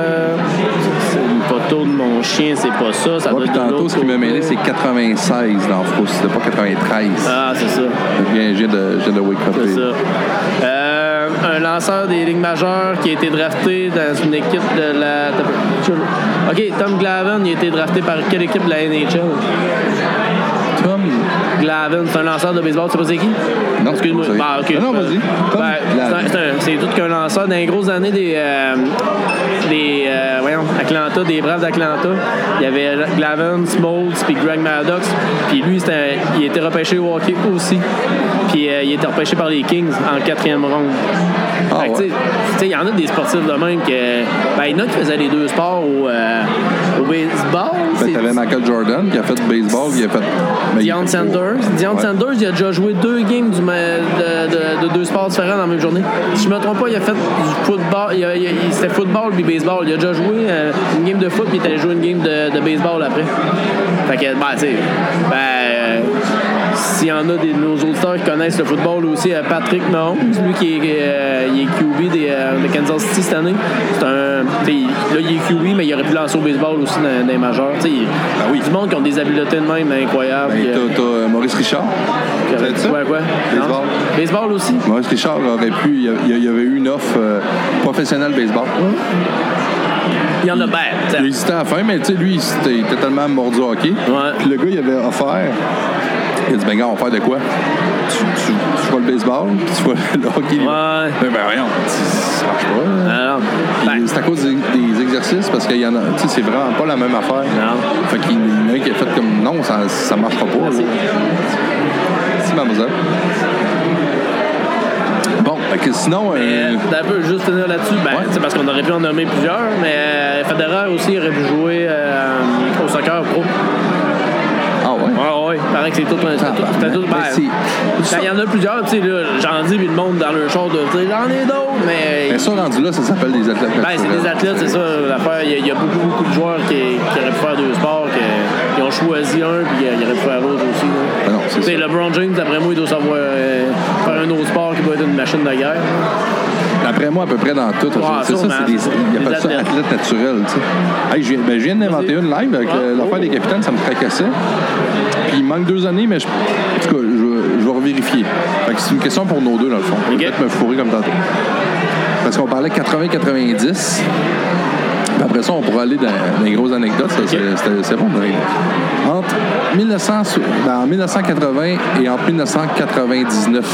B: C'est une photo de mon chien, c'est pas ça. Ça
A: Moi,
B: doit
A: puis
B: être de
A: tantôt,
B: l'autre
A: ce qui m'a
B: côté.
A: mêlé, c'est 96 dans Frousse. C'était pas 93.
B: Ah, c'est ça.
A: Je viens, je viens de, je viens de wake up.
B: C'est ça. Euh, un lanceur des ligues majeures qui a été drafté dans une équipe de la. Ok, Tom Glavin, il a été drafté par quelle équipe de la NHL
A: Tom. ben,
B: Glavin, c'est un lanceur de baseball, tu sais pas c'est qui
A: Non,
B: excuse-moi.
A: vous savez.
B: Bah, ok,
A: Non, non,
B: euh,
A: vas-y. Tom
B: ben, c'est
A: Glavin.
B: un- c'est un- c'est tout qu'un lanceur. Dans les grosses années des. euh, des euh, voyons, Atlanta, des Braves d'Atlanta, il y avait Glavin, Smoltz, puis Greg Maddox. Puis lui, c'était un- il était repêché au hockey aussi. Puis euh, il était repêché par les Kings en quatrième ronde.
A: Ah,
B: Fait que,
A: ouais.
B: tu sais, tu sais, Il y en a des sportifs de même que. Ben, il y en a qui faisaient les deux sports au, euh, au baseball.
A: Fait que
B: c'est-
A: Ben, T'avais Michael Jordan qui a fait baseball, qui a fait. ben, il
B: Dion
A: fait-
B: Sanders. Dion
A: Ouais.
B: Sanders, il a déjà joué deux games du ma- de, de- de deux sports différents dans la même journée. Si je ne me trompe pas, il a fait du football. Il a- il a- il- C'était football puis baseball. Il a déjà joué euh, une game de foot puis il est allé jouer une game de, de baseball après. Fait que, ben, tu sais, ben, euh, s'il y en a des de nos auditeurs qui connaissent le football aussi, euh, Patrick Mahomes, lui qui est, euh, il est QB des, euh, de Kansas City cette année, c'est un. tu sais, il- Là, il est QB, mais il aurait pu lancer au baseball aussi dans, dans les majeurs. Tu sais, il-
A: Ben oui.
B: Du monde qui ont des habiletés de même incroyables.
A: Ben,
B: puis, euh,
A: t'as- T'as euh, Maurice Richard. C'est ça?
B: Ouais, quoi?
A: Baseball.
B: Non. Baseball aussi?
A: Maurice Richard aurait pu. Il y a- il y avait eu une offre euh, professionnelle baseball.
B: Il y en a ben. t'sais.
A: Il hésitait à la fin, mais tu sais, lui, c'était- il était tellement mordu au hockey.
B: Ouais.
A: Puis le gars, il avait offert. Il a dit, ben gars, on va faire de quoi? Tu, tu, tu vois le baseball, puis tu vois le hockey.
B: Ouais.
A: Ben, ben voyons, ça marche pas. là.
B: Ah, non.
A: Puis
B: Ben,
A: C'est à cause des, des exercices parce qu'il y en a, tu sais, c'est vraiment pas la même affaire.
B: Non.
A: Fait qu'il y en a un qui a fait comme non, ça, ça marchera pas. là. Merci, mademoiselle. Bon, fait que sinon, euh,
B: euh, t'as un peu juste finir là-dessus, ben,
A: Ouais.
B: t'sais, parce qu'on aurait pu en nommer plusieurs, mais euh, Federer aussi aurait pu jouer euh, au soccer pro.
A: ah ouais.
B: Ouais, ouais, il paraît que c'est tout un. c'est tout- c'est tout- ben,
A: Mais c'est-
B: ben, Il y en a plusieurs, tu sais, là, j'en dis, puis le monde dans le show de dire j'en ai d'autres, mais.
A: Mais ça rendu là, ça s'appelle des athlètes.
B: Ben, c'est
A: naturels.
B: des athlètes, c'est ça l'affaire. Il y a- il y, a beaucoup, beaucoup de joueurs qui, qui auraient pu faire deux sports, qui, qui ont choisi un, puis ils auraient pu faire l'autre aussi. là.
A: Ben non, c'est
B: Tu
A: ça.
B: sais, LeBron James, d'après moi, il doit savoir euh, faire un autre sport qui doit être une machine de guerre.
A: D'après moi, à peu près dans tout. c'est ça,
B: sûrement,
A: c'est des,
B: c'est
A: ils
B: des
A: appellent ça
B: athlètes.
A: athlète naturel. Tu sais. Hey, je viens, ben, je viens d'inventer une live avec
B: Ah,
A: euh, l'affaire
B: oh.
A: des capitaines, ça me fracassait. Puis il manque deux années, mais je, en tout cas, je, je vais revérifier. Fait que c'est une question pour nos deux, dans le fond. Je vais
B: Ok.
A: Peut-être me fourrer comme tantôt. Parce qu'on parlait 80-90. Puis Après ça, on pourra aller dans, dans les grosses anecdotes. Ça, c'est- c'est- C'est bon, mais- Entre 1900, ben, en 1980 et entre 1999,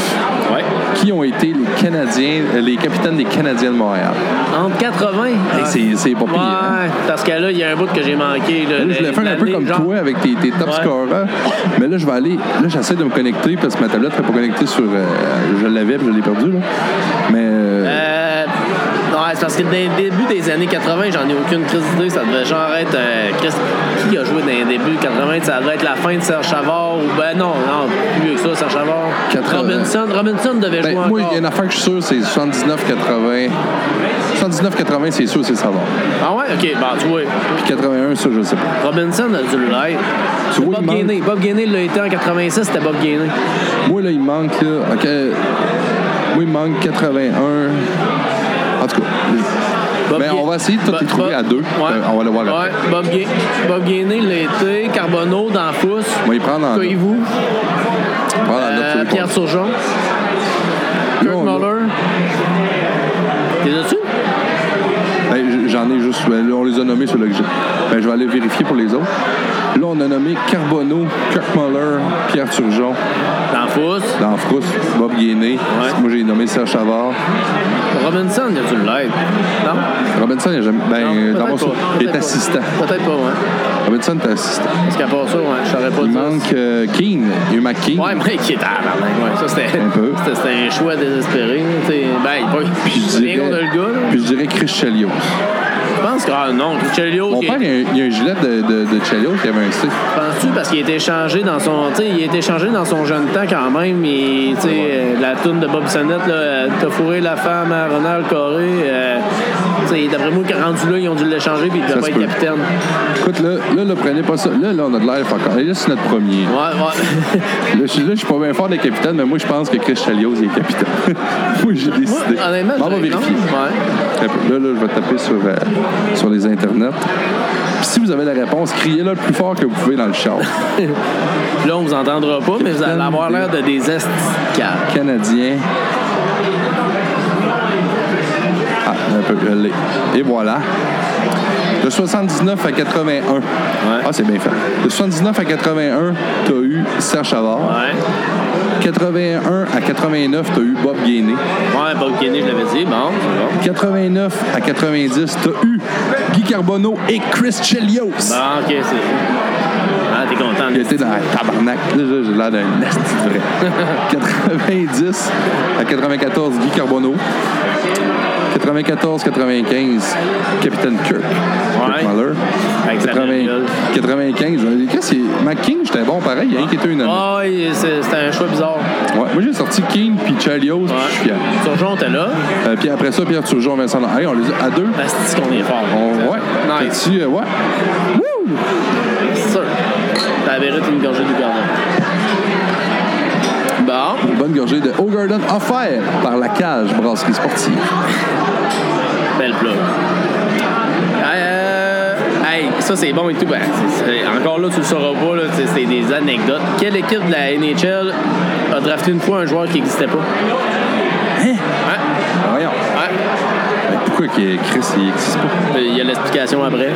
B: Ouais.
A: qui ont été les Canadiens, euh, les capitaines des Canadiens de Montréal.
B: Entre 80.
A: Hey, c'est- c'est pas pire,
B: Ouais,
A: hein.
B: parce que là, il y a un bout que j'ai manqué.
A: Là,
B: Là,
A: je voulais faire un peu
B: l'année,
A: comme
B: genre.
A: toi avec tes, tes top
B: Ouais.
A: scorers, mais là, je vais aller. Là, j'essaie de me connecter parce que ma tablette n'est pas connectée sur. euh, je l'avais puis je l'ai perdue, là. Mais. euh,
B: Euh, ouais, c'est parce que dans le début des années 80, j'en ai aucune crise d'idée. Ça devait genre être. euh, Chris, qui a joué dans les débuts 80 Ça devait être la fin de Serge Chavard ou. Ben non, non, plus vieux que ça, Serge Chavard.
A: 80.
B: Robinson, Robinson devait
A: ben,
B: jouer
A: moi,
B: encore.
A: il y a une affaire que je suis sûr, c'est 79-80. 79-80, c'est sûr, c'est savoir.
B: Ah ouais, ok, ben tu vois.
A: Puis 81, ça, je sais pas.
B: Robinson a dû l'être.
A: Tu vois,
B: Bob
A: il manque-
B: Gainé. Bob Gainé l'a été en 86, c'était Bob Gainé.
A: Moi, là, il me manque, là, OK. Moi, il me manque 81. En tout cas,
B: Bob
A: Ben,
B: Gay-
A: on va essayer de tout
B: Bo-
A: les trouver
B: Bo-
A: à deux. Euh, on va le voir après.
B: Ouais, Bob, Gay- Bob Gainé l'été, Carbonneau dans Fousse.
A: On va y prendre en note.
B: Cueillez-vous.
A: Prends la note
B: Euh,
A: sur le
B: Pierre
A: compte.
B: Surgeon. Kurt
A: Non, non.
B: Muller. T'es là-dessus?
A: Ben, j- J'en ai juste. ben, là, on les a nommés, ceux-là que j'ai. Ben, je vais aller vérifier pour les autres. Là, on a nommé Carbonneau, Kirk Muller, Pierre Turgeon,
B: Dans Fousse.
A: dans Frousse, Bob Guéné. Moi, j'ai nommé Serge Chavard.
B: Robinson, y a-tu l'aide? Non?
A: Robinson, il, a jamais-
B: Non,
A: ben, dans
B: peut-être
A: mon sou-
B: pas,
A: il
B: peut-être
A: est
B: pas.
A: assistant.
B: Peut-être pas, ouais.
A: Robinson est assistant.
B: Parce qu'à part ça, ouais, je saurais pas
A: Il
B: dire.
A: manque euh, Keane. Il y a eu McKean.
B: Ouais, mais qui est tabarnak, ouais. Ça, c'était
A: Un peu.
B: c'était- c'était un choix désespéré. t'sais. Ben, il est pas.
A: Puis je
B: rien contre
A: dirais,
B: le gars, là.
A: puis je dirais Chris Chelios.
B: Je pense que. Ah non, Richelieu,
A: Mon père, il y a un, il y a un gilet de, de, de Chelios qui avait un C.
B: Penses-tu parce qu'il a été changé dans son. Tu sais, il a été changé dans son jeune temps quand même. Et, tu sais, euh, la toune de Bob Sennett, là, euh, t'as fourré la femme à Ronald Coré. Euh, tu sais, d'après moi, rendu là, ils ont dû le changer puis il
A: Ça
B: devait pas
A: se
B: être
A: peut.
B: capitaine.
A: Écoute, là, là, là, prenez pas ça. Là, là, on a de l'air encore. Là, c'est notre premier.
B: Ouais, ouais.
A: Là, je suis là, je suis pas bien fort des capitaines, mais moi, je pense que Chris Chelios il est capitaine. moi, j'ai décidé.
B: moi, honnêtement,
A: Bon, on va
B: j'aurais- non,
A: vérifier.
B: ouais.
A: Là, là, je vais taper sur, euh, sur les internets. Puis si vous avez la réponse, criez-la le plus fort que vous pouvez dans le char.
B: Là, on vous entendra pas, mais vous allez avoir l'air de des esticables.
A: Canadien. Ah, un peu. je l'ai. Et voilà. De 79 à 81. Ah, c'est bien fait. De 79 à 81, t'as eu Serge Chavard.
B: Ouais.
A: 81 à 89, t'as eu Bob Gainé.
B: Ouais, Bob Kenney, je l'avais dit. Bon, c'est bon.
A: 89 à 90, t'as eu Guy Carbonneau et Chris Chelios.
B: Bon, ok, c'est. Ah, t'es content.
A: Il était dans un tabarnak. Là, j'ai- j'ai l'air d'un nasty de vrai. 90 à 94, Guy Carbonneau. 94-95, Capitaine Kirk. Kirk Muller.
B: Avec sa
A: 80
B: belle gueule.
A: 95. Qu'est-ce que c'est? McKing, j'étais bon pareil. Il y a un qui était une année.
B: Ouais, c'est- c'était un choix bizarre.
A: Ouais. Moi, j'ai sorti King puis Chalios, puis
B: Ouais.
A: je suis fier.
B: Surgeon, t'es là.
A: Euh, puis après ça, Pierre Turgeon, Vincent Lahaye, on les a à deux.
B: Ben, c'est qu'on est fort.
A: On- ouais.
B: Nice.
A: T'as-tu, euh, ouais. Wouh!
B: C'est sûr. T'as mérité une gorgée du gardon. Bon.
A: Une bonne gorgée de O'Garden offert par la cage brasserie sportive.
B: Belle plug. Euh, hey, ça c'est bon et tout. Ben, c'est- c'est- encore là, tu le sauras pas, là, c'est c'est des anecdotes. Quelle équipe de la NHL a drafté une fois un joueur qui n'existait pas? Hein?
A: Voyons.
B: Ouais.
A: Ben, pourquoi que Chris, il n'existe pas?
B: Euh, Il y a l'explication après.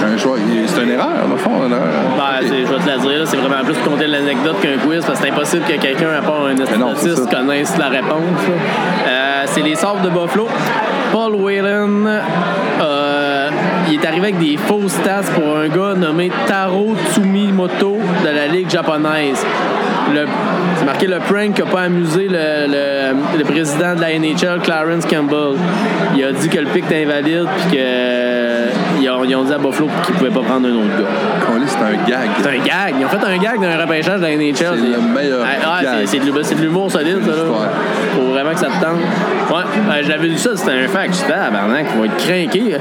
A: J'ai un choix. Il- C'est une erreur, dans le fond. une erreur.
B: Ben,
A: Ok.
B: c'est- je vais te la dire, là, c'est vraiment plus compter l'anecdote qu'un quiz parce que c'est impossible que quelqu'un, à part un
A: non, c'est
B: estatiste,
A: ça.
B: connaisse la réponse. là. Euh, c'est les sabres de Buffalo. Paul Whelan, euh, il est arrivé avec des fausses stats pour un gars nommé Taro Tsumimoto de la Ligue japonaise. Le- c'est marqué le prank qui n'a pas amusé le, le- le président de la NHL, Clarence Campbell. Il a dit que le pic était invalide puis que. euh, Ils ont, ils ont dit à Buffalo qu'ils ne pouvaient pas prendre un autre gars.
A: Colin, C'est un gag.
B: C'est un gag. Ils ont fait un gag d'un repêchage de la NHL. C'est
A: le meilleur
B: Ah, ouais,
A: gag.
B: c'est- c'est de l'humour- c'est de l'humour solide, ça.
A: Ouais.
B: Là. Faut vraiment que ça te tente. Ouais, euh, j'avais lu ça, c'était un fact. J'étais à Barnac, ils vont être craqués.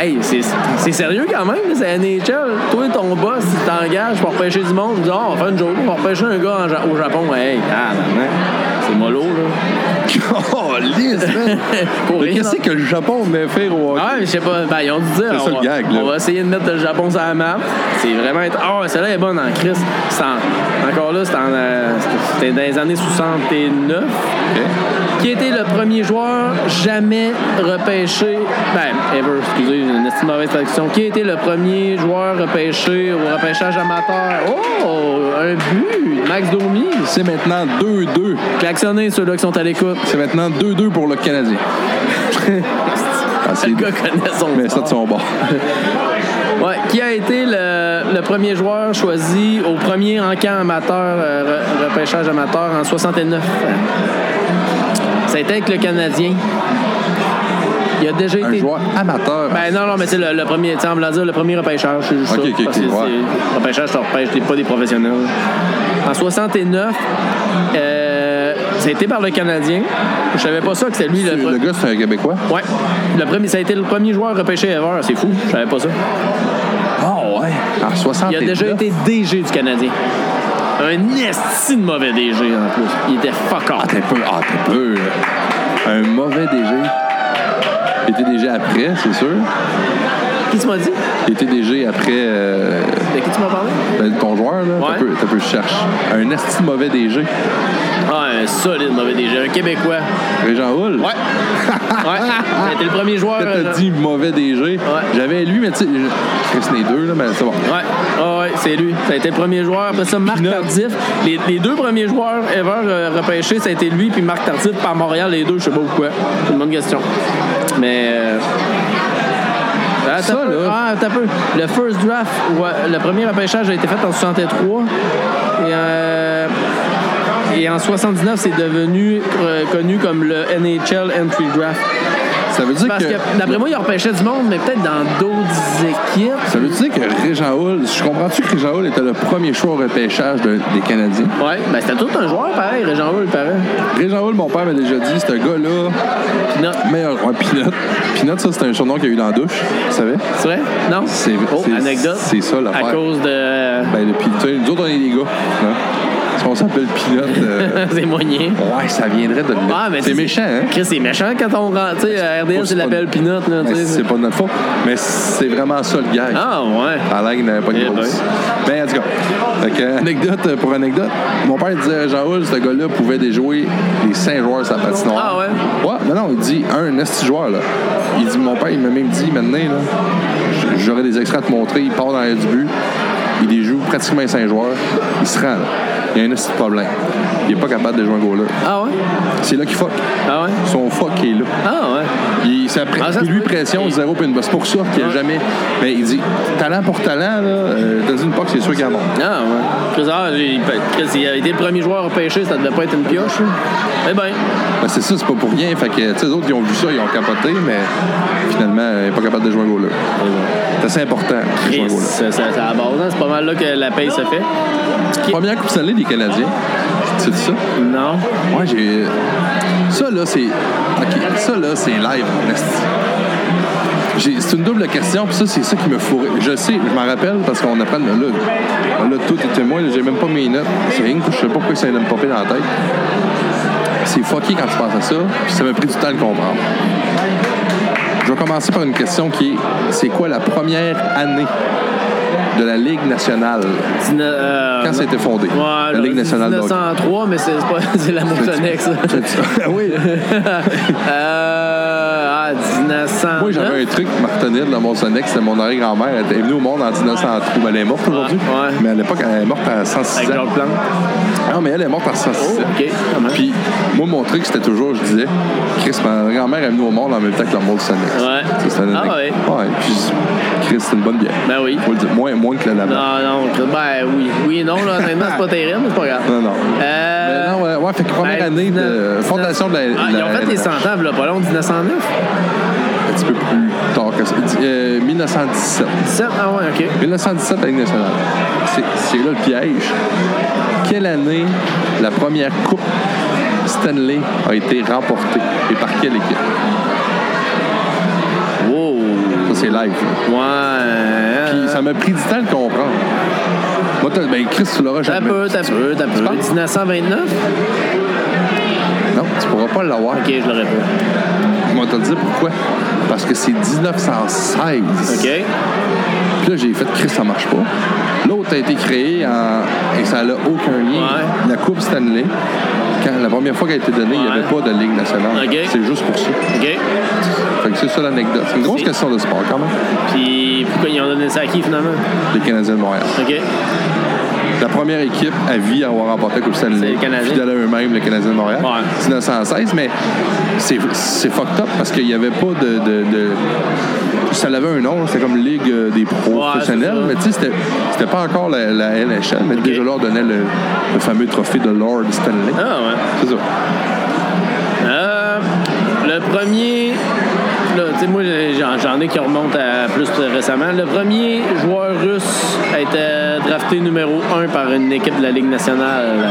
B: Hey, c'est c'est sérieux quand même, là, c'est la NHL. Toi, ton boss, il t'engage pour repêcher du monde. Il dit, Ah, on va faire une journée pour repêcher un gars en Ja- au Japon. Hey, tabarnak. C'est mollo, là.
A: Colin, man.
B: Pour
A: Mais
B: rien,
A: Qu'est-ce
B: non?
A: que le Japon met faire au hockey?
B: Ah, ouais, mais je sais pas. Ben, ils ont dû dire.
A: C'est ça,
B: on
A: le
B: va-
A: gag, là.
B: On va essayer de mettre le Japon sur la map. C'est vraiment. être- Ah, ouais, celle-là est bonne en crise. C'est en- Encore là, c'était en, euh, c'était dans les années 69.
A: Ok.
B: Qui était le premier joueur jamais repêché. Ben, ever, excusez, j'ai une estime mauvaise traduction. Qui était le premier joueur repêché au repêchage amateur? Oh, un but! Max Domi.
A: C'est maintenant 2-2.
B: Klaxonnez ceux-là qui sont à l'écoute.
A: C'est maintenant 2-2 pour le Canadien. Ah, c'est-
B: Le gars connaît son
A: Mais ça
B: sport.
A: de son bord.
B: Ouais, qui a été le, le premier joueur choisi au premier en camp amateur, euh, re- repêchage amateur en 69? Ça a été avec le Canadien. Il a déjà
A: Un
B: été.
A: joueur amateur.
B: Ben non, non, mais c'est le, le premier, tu sais, on va dire le premier repêchage, c'est juste
A: Ok,
B: ça.
A: ok,
B: parce
A: ok,
B: que
A: ouais.
B: c'est- le repêchage, ça repêche, t'es pas des professionnels. En 69, euh, ça a été par le Canadien. Je savais pas ça que c'est lui le,
A: Le
B: premier.
A: gars, c'est un Québécois?
B: Ouais. Le premier, ça a été le premier joueur repêché ever. C'est fou. Je savais pas ça.
A: Ah, ouais. En 60
B: Il a déjà été DG du Canadien. Un esti de mauvais DG en plus. Il était fuck
A: Ah,
B: off.
A: t'es peu. Ah, t'es peu. Un mauvais DG. J'étais DG après, c'est sûr.
B: Ah, Qui tu m'as dit?
A: J'étais DG après euh,
B: De qui tu m'as parlé?
A: ben, ton joueur, là.
B: Ouais.
A: T'as peu, t'as peu, je cherche. Un esti de mauvais DG.
B: Ah, un solide mauvais DG, un Québécois.
A: Régent Hull.
B: Ouais. Ouais. T'es le premier joueur. euh,
A: Quand
B: là.
A: t'as dit mauvais DG, j'avais lui, mais tu sais, je- Chris, les deux, là, mais c'est bon.
B: Ouais, Ah ouais, c'est lui. Ça a été le premier joueur. Après ça, Marc
A: Pinot.
B: Tardif. Les, les deux premiers joueurs ever euh, repêchés, ça a été lui puis Marc Tardif par Montréal, les deux. Je sais pas pourquoi. C'est une bonne question. Mais. euh, ah,
A: Ça,
B: t'as peu.
A: là.
B: Ah, t'as peu. Le first draft, ouais, le premier repêchage a été fait en 63. Et, euh, et en 79, c'est devenu euh, connu comme le NHL Entry Draft.
A: Ça veut dire
B: Parce
A: que.
B: que, d'après moi, ils repêchaient du monde, mais peut-être dans d'autres équipes.
A: Ça veut dire que Régent Hull, je comprends-tu que Régent Hull était le premier choix au repêchage de- des Canadiens?
B: Ouais, ben c'était tout un joueur pareil, Régent Hull, pareil.
A: Régent Hull, mon père m'a déjà dit, ce gars-là,
B: Pinot,
A: meilleur. Ouais, Pinot. Pinot, ça, c'est un surnom qu'il y a eu dans la douche, tu savais?
B: c'est vrai? Non?
A: C'est-
B: Oh,
A: c'est-
B: anecdote.
A: c'est ça, l'affaire.
B: À cause de.
A: Ben, depuis, tu sais, nous autres, on est des gars. Hein? Si on s'appelle Pinot, euh,
B: c'est moyen.
A: ouais, ça viendrait de là.
B: Ah, mais
A: c'est
B: tu-
A: méchant, hein?
B: Chris, c'est méchant quand on rentre. Tu sais, euh, à RDS,
A: c'est
B: il
A: pas-
B: l'appelle Pinot, là.
A: Mais
B: tu sais.
A: c'est pas de notre faute. Mais c'est vraiment ça, le gars.
B: Ah, ouais.
A: À l'air qu'il n'avait pas de
B: Eh
A: grosse. Ben, en tout cas. Fait que, anecdote euh, pour anecdote, mon père disait Jean-Hull, ce gars-là pouvait déjouer les 5 joueurs de sa patinoire.
B: Ah ouais?
A: Ouais, non, non, il dit un esti joueur, là. Il dit, mon père, il m'a même dit, maintenant, là, j- j'aurais des extraits à te montrer, il part dans l'air du but, il déjoue pratiquement les 5 joueurs, il se rend, là. Il y a un esti de problème. Il n'est pas capable de jouer un goal-là.
B: Ah, ouais?
A: C'est là qu'il fuck.
B: Ah, ouais?
A: Son fuck est là.
B: Ah, ouais.
A: Il, ça pré-
B: Ah, ça,
A: puis lui,
B: c'est-
A: pression,
B: et-
A: zéro puis une bosse. C'est pour ça qu'il a
B: Ouais.
A: jamais. Mais il dit, talent pour talent, là, euh, dans une box, c'est sûr qu'il y en a.
B: Ah, ouais. Chris, ah, j'ai- Chris, il a été le premier joueur repêché, ça devait pas être une pioche, là. Eh ben.
A: Ben, c'est ça, c'est pas pour rien. Fait que, tu sais, les autres, ils ont vu ça, ils ont capoté, mais finalement, euh, il n'est pas capable de jouer un goal là. C'est assez important, de jouer un
B: Chris,
A: goal
B: ça, ça, ça aborde, hein. C'est pas mal là que la paye se fait.
A: là. Première Coupe Stanley des Canadiens. C'est ça?
B: Non.
A: Moi, j'ai. Ça, là, c'est. OK. Ça, là, c'est live. Nasty. J'ai- C'est une double question, puis ça, c'est ça qui me fourrait. Je sais, je m'en rappelle, parce qu'on apprend. Là, là, tout est témoin, là, j'ai même pas mes notes. C'est rien que je sais pas pourquoi ça vient de me popper dans la tête. C'est fucké quand tu penses à ça, puis ça m'a pris du temps de comprendre. Je vais commencer par une question qui est c'est quoi la première année de la Ligue nationale
B: Dix- euh,
A: quand
B: non.
A: c'était fondé
B: Ouais,
A: La
B: j'aurais
A: Ligue
B: dit
A: nationale de hockey.
B: 1903, mais c'est c'est pas c'est la Montonex.
A: Ah oui,
B: euh, ah, 1900.
A: Moi, j'avais un truc, Martinelle, dans mon sonnex, c'était mon arrière-grand-mère. Elle est venue au monde en 1903. mais Elle est morte aujourd'hui.
B: ouais.
A: Mais à l'époque, elle est morte à 106
B: Avec
A: ans.
B: Jacques Plante.
A: Non, mais elle est morte à 106
B: Oh,
A: ans.
B: ok, quand même.
A: Puis, moi, mon truc, c'était toujours, je disais, Chris, ma grand-mère est venue au monde en même temps que leur monde sonnex.
B: Ouais.
A: Ça, c'était une
B: Ah,
A: anecdote.
B: ouais.
A: Ouais. Puis, je- Chris, c'est une bonne bière.
B: Ben oui.
A: Faut le dire, moins, moins que la lavande.
B: Non, non, Chris, ben oui. Oui, non, là, honnêtement, c'est pas terrible, mais c'est pas grave.
A: Non, non.
B: Euh,
A: Mais non, ouais, ouais, fait que première
B: ben,
A: année de
B: 19
A: fondation de la. de
B: Ah, ils ont
A: la-
B: fait les 100 ans, là, pas long, 1909.
A: Un petit peu plus tard que ça. Euh, 1917.
B: 17, ah ouais, ok.
A: 1917 à Ligue nationale. C'est- C'est là le piège. Quelle année la première Coupe Stanley a été remportée et par quelle équipe?
B: Wow.
A: Ça, c'est live. là.
B: Ouais.
A: Puis ça m'a pris du temps de comprendre. Moi, t'as- ben, Chris, tu l'auras
B: T'as
A: jamais.
B: peu, t'as peu, t'as peu.
A: penses?
B: 1929?
A: Non, tu pourras pas l'avoir.
B: Ok, je l'aurais pas.
A: Moi, te le dire pourquoi. Parce que c'est 1916.
B: Ok.
A: Puis là, j'ai fait Chris, ça marche pas. L'autre a été créé en- et ça n'a aucun lien.
B: Ouais.
A: La Coupe Stanley, quand, la première fois qu'elle a été donnée, il n'y
B: Ouais.
A: avait pas de Ligue nationale.
B: Ok.
A: C'est juste pour ça.
B: Ok.
A: Fait que c'est ça l'anecdote. C'est une grosse
B: C'est-
A: question de sport quand même,
B: Puis pourquoi ils ont donné ça à qui finalement?
A: les Canadiens de Montréal.
B: Ok.
A: La première équipe à vie à avoir remporté la Coupe
B: C'est
A: Stanley.
B: les Canadiens.
A: Fidèle à eux-mêmes, les Canadiens de Montréal.
B: Ouais.
A: 1916, mais c'est c'est fucked up parce qu'il n'y avait pas de, de- de- Ça l'avait un nom, c'était comme Ligue euh, des professionnels,
B: Ouais, c'est ça.
A: mais tu sais, c'était- c'était pas encore la, la LHL, mais déjà leur donnait le, le fameux trophée de Lord Stanley.
B: Ah ouais.
A: C'est ça.
B: Euh, le premier. Là, tu sais, moi, j'en, j'en ai qui remontent à plus récemment. Le premier joueur russe a été drafté numéro 1 par une équipe de la Ligue nationale.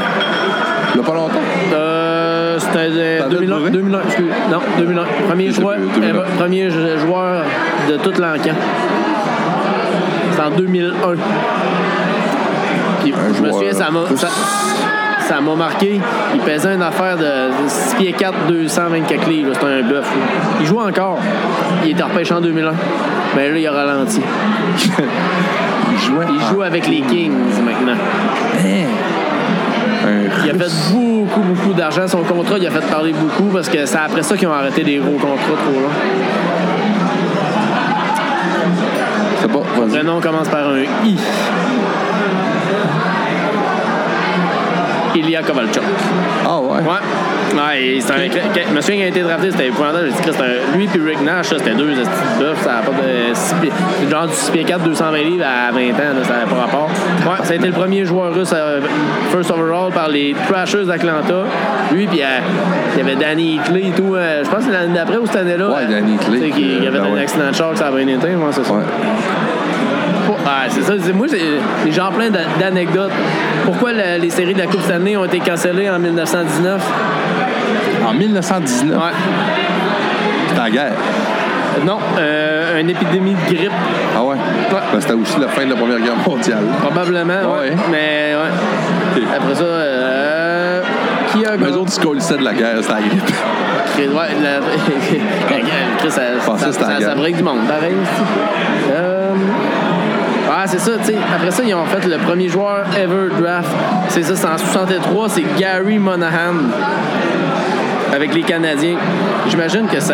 A: Il n'y a pas longtemps.
B: Euh, c'était
A: Pavel
B: 2001.
A: Bure?
B: 2001 excuse, non, 2001. Premier
A: Je sais
B: joueur,
A: plus, 2001.
B: euh, premier joueur de toute l'encan. C'est en 2001. Puis,
A: Un
B: je me
A: joueur
B: souviens, ça m'a.
A: russe.
B: ça- ça m'a marqué. Il pesait une affaire de 6 pieds 4, 224 livres. C'était un bœuf. là. Il joue encore. Il était repêché en 2001. Mais Ben là, il a ralenti.
A: Il jouait. Hein?
B: Il joue avec les Kings maintenant. Il a fait beaucoup, beaucoup d'argent. Son contrat, il a fait parler beaucoup parce que c'est après ça qu'ils ont arrêté des gros contrats trop longs.
A: C'est pas.
B: Le
A: Vas-y.
B: nom commence par un I. Ilya Kovalchuk.
A: Ah ouais.
B: Ouais. Ouais, et c'est un. quand- Je me souviens qu'il a été drafté, c'était épouvantable. J'ai dit, Christ, un- lui et Rick Nash, ça, c'était deux petits bœufs. Ça a pas de. six pieds- C'est genre du 6 pieds 4, 220 livres à 20 ans, là, ça n'a pas rapport. Ouais, ça a été le premier joueur russe à- first overall par les Thrashers d'Atlanta. Lui, puis euh, il y avait Danny Clay et tout. euh, je pense que c'est l'année d'après ou cette année-là.
A: Ouais,
B: euh,
A: Danny Clay,
B: tu sais, qu'il- Il y avait
A: ben
B: un
A: ouais.
B: accident de char que ça a bien été, ouais, c'est ça.
A: Ouais.
B: Pour- Ah, c'est ça. c'est- Moi, j'ai j'ai genre plein d'a- d'anecdotes. Pourquoi la- les séries de la Coupe Stanley ont été cancellées en 1919?
A: En 1919,
B: Ouais.
A: c'était la guerre.
B: Non, euh, une épidémie de grippe,
A: Ah ouais? Ben, c'était aussi la fin de la Première Guerre mondiale.
B: probablement. Ouais.
A: Ouais.
B: Mais ouais.
A: Ok.
B: Après ça, euh, qui a
A: Mais
B: gagné?
A: eux autres, ils se colissaient de la guerre, c'était la grippe.
B: Chris, ouais, la... la gueule, Chris, ça,
A: pensais
B: ça,
A: que c'était la
B: ça-
A: gueule.
B: ça break du monde, pareil. c'est- Euh, Ah, c'est ça, tu sais. Après ça, ils ont fait le premier joueur ever draft. C'est ça, c'est en 63, c'est Gary Monahan avec les Canadiens. J'imagine que ça.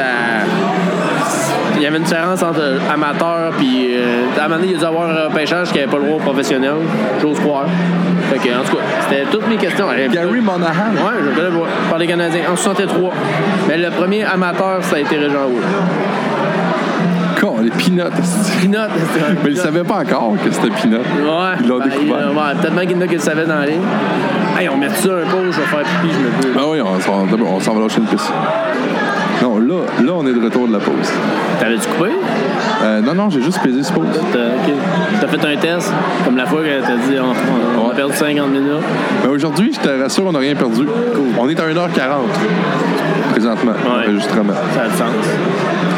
B: Il y avait une différence entre amateur puis. euh, à un moment donné, il y a dû avoir un pêchage qui n'avait pas le droit au professionnel. J'ose croire. Fait que, en tout cas, c'était toutes mes questions.
A: Gary Monahan.
B: Ouais, je connais moi, par les Canadiens en 63. Mais le premier amateur, ça a été Régent Wood.
A: hein? Con, les peanuts. esti.
B: Pinot, c'est un
A: Mais ils
B: Pinot.
A: savaient pas encore que c'était peanut.
B: Ouais.
A: Ils l'ont
B: Ben, il-
A: découvert.
B: ouais, peut-être bien qu'il y en a qui le savaient dans la ligne. Hey, on met ça un peu, je vais faire pipi, je me veux.
A: Ben oui, on s'en on s'en va lâcher une piste. Non, là, là, on est de retour de la pause.
B: T'avais dû couper?
A: Euh, non, non, j'ai juste pesé ce pause.
B: T'as ok. T'as fait un test, comme la fois que t'as dit on, on- on a
A: Ouais.
B: perdu 50 minutes.
A: Mais Ben, aujourd'hui, je te rassure, on n'a rien perdu. On est à 1h40 présentement, enregistrement.
B: Ça a du sens.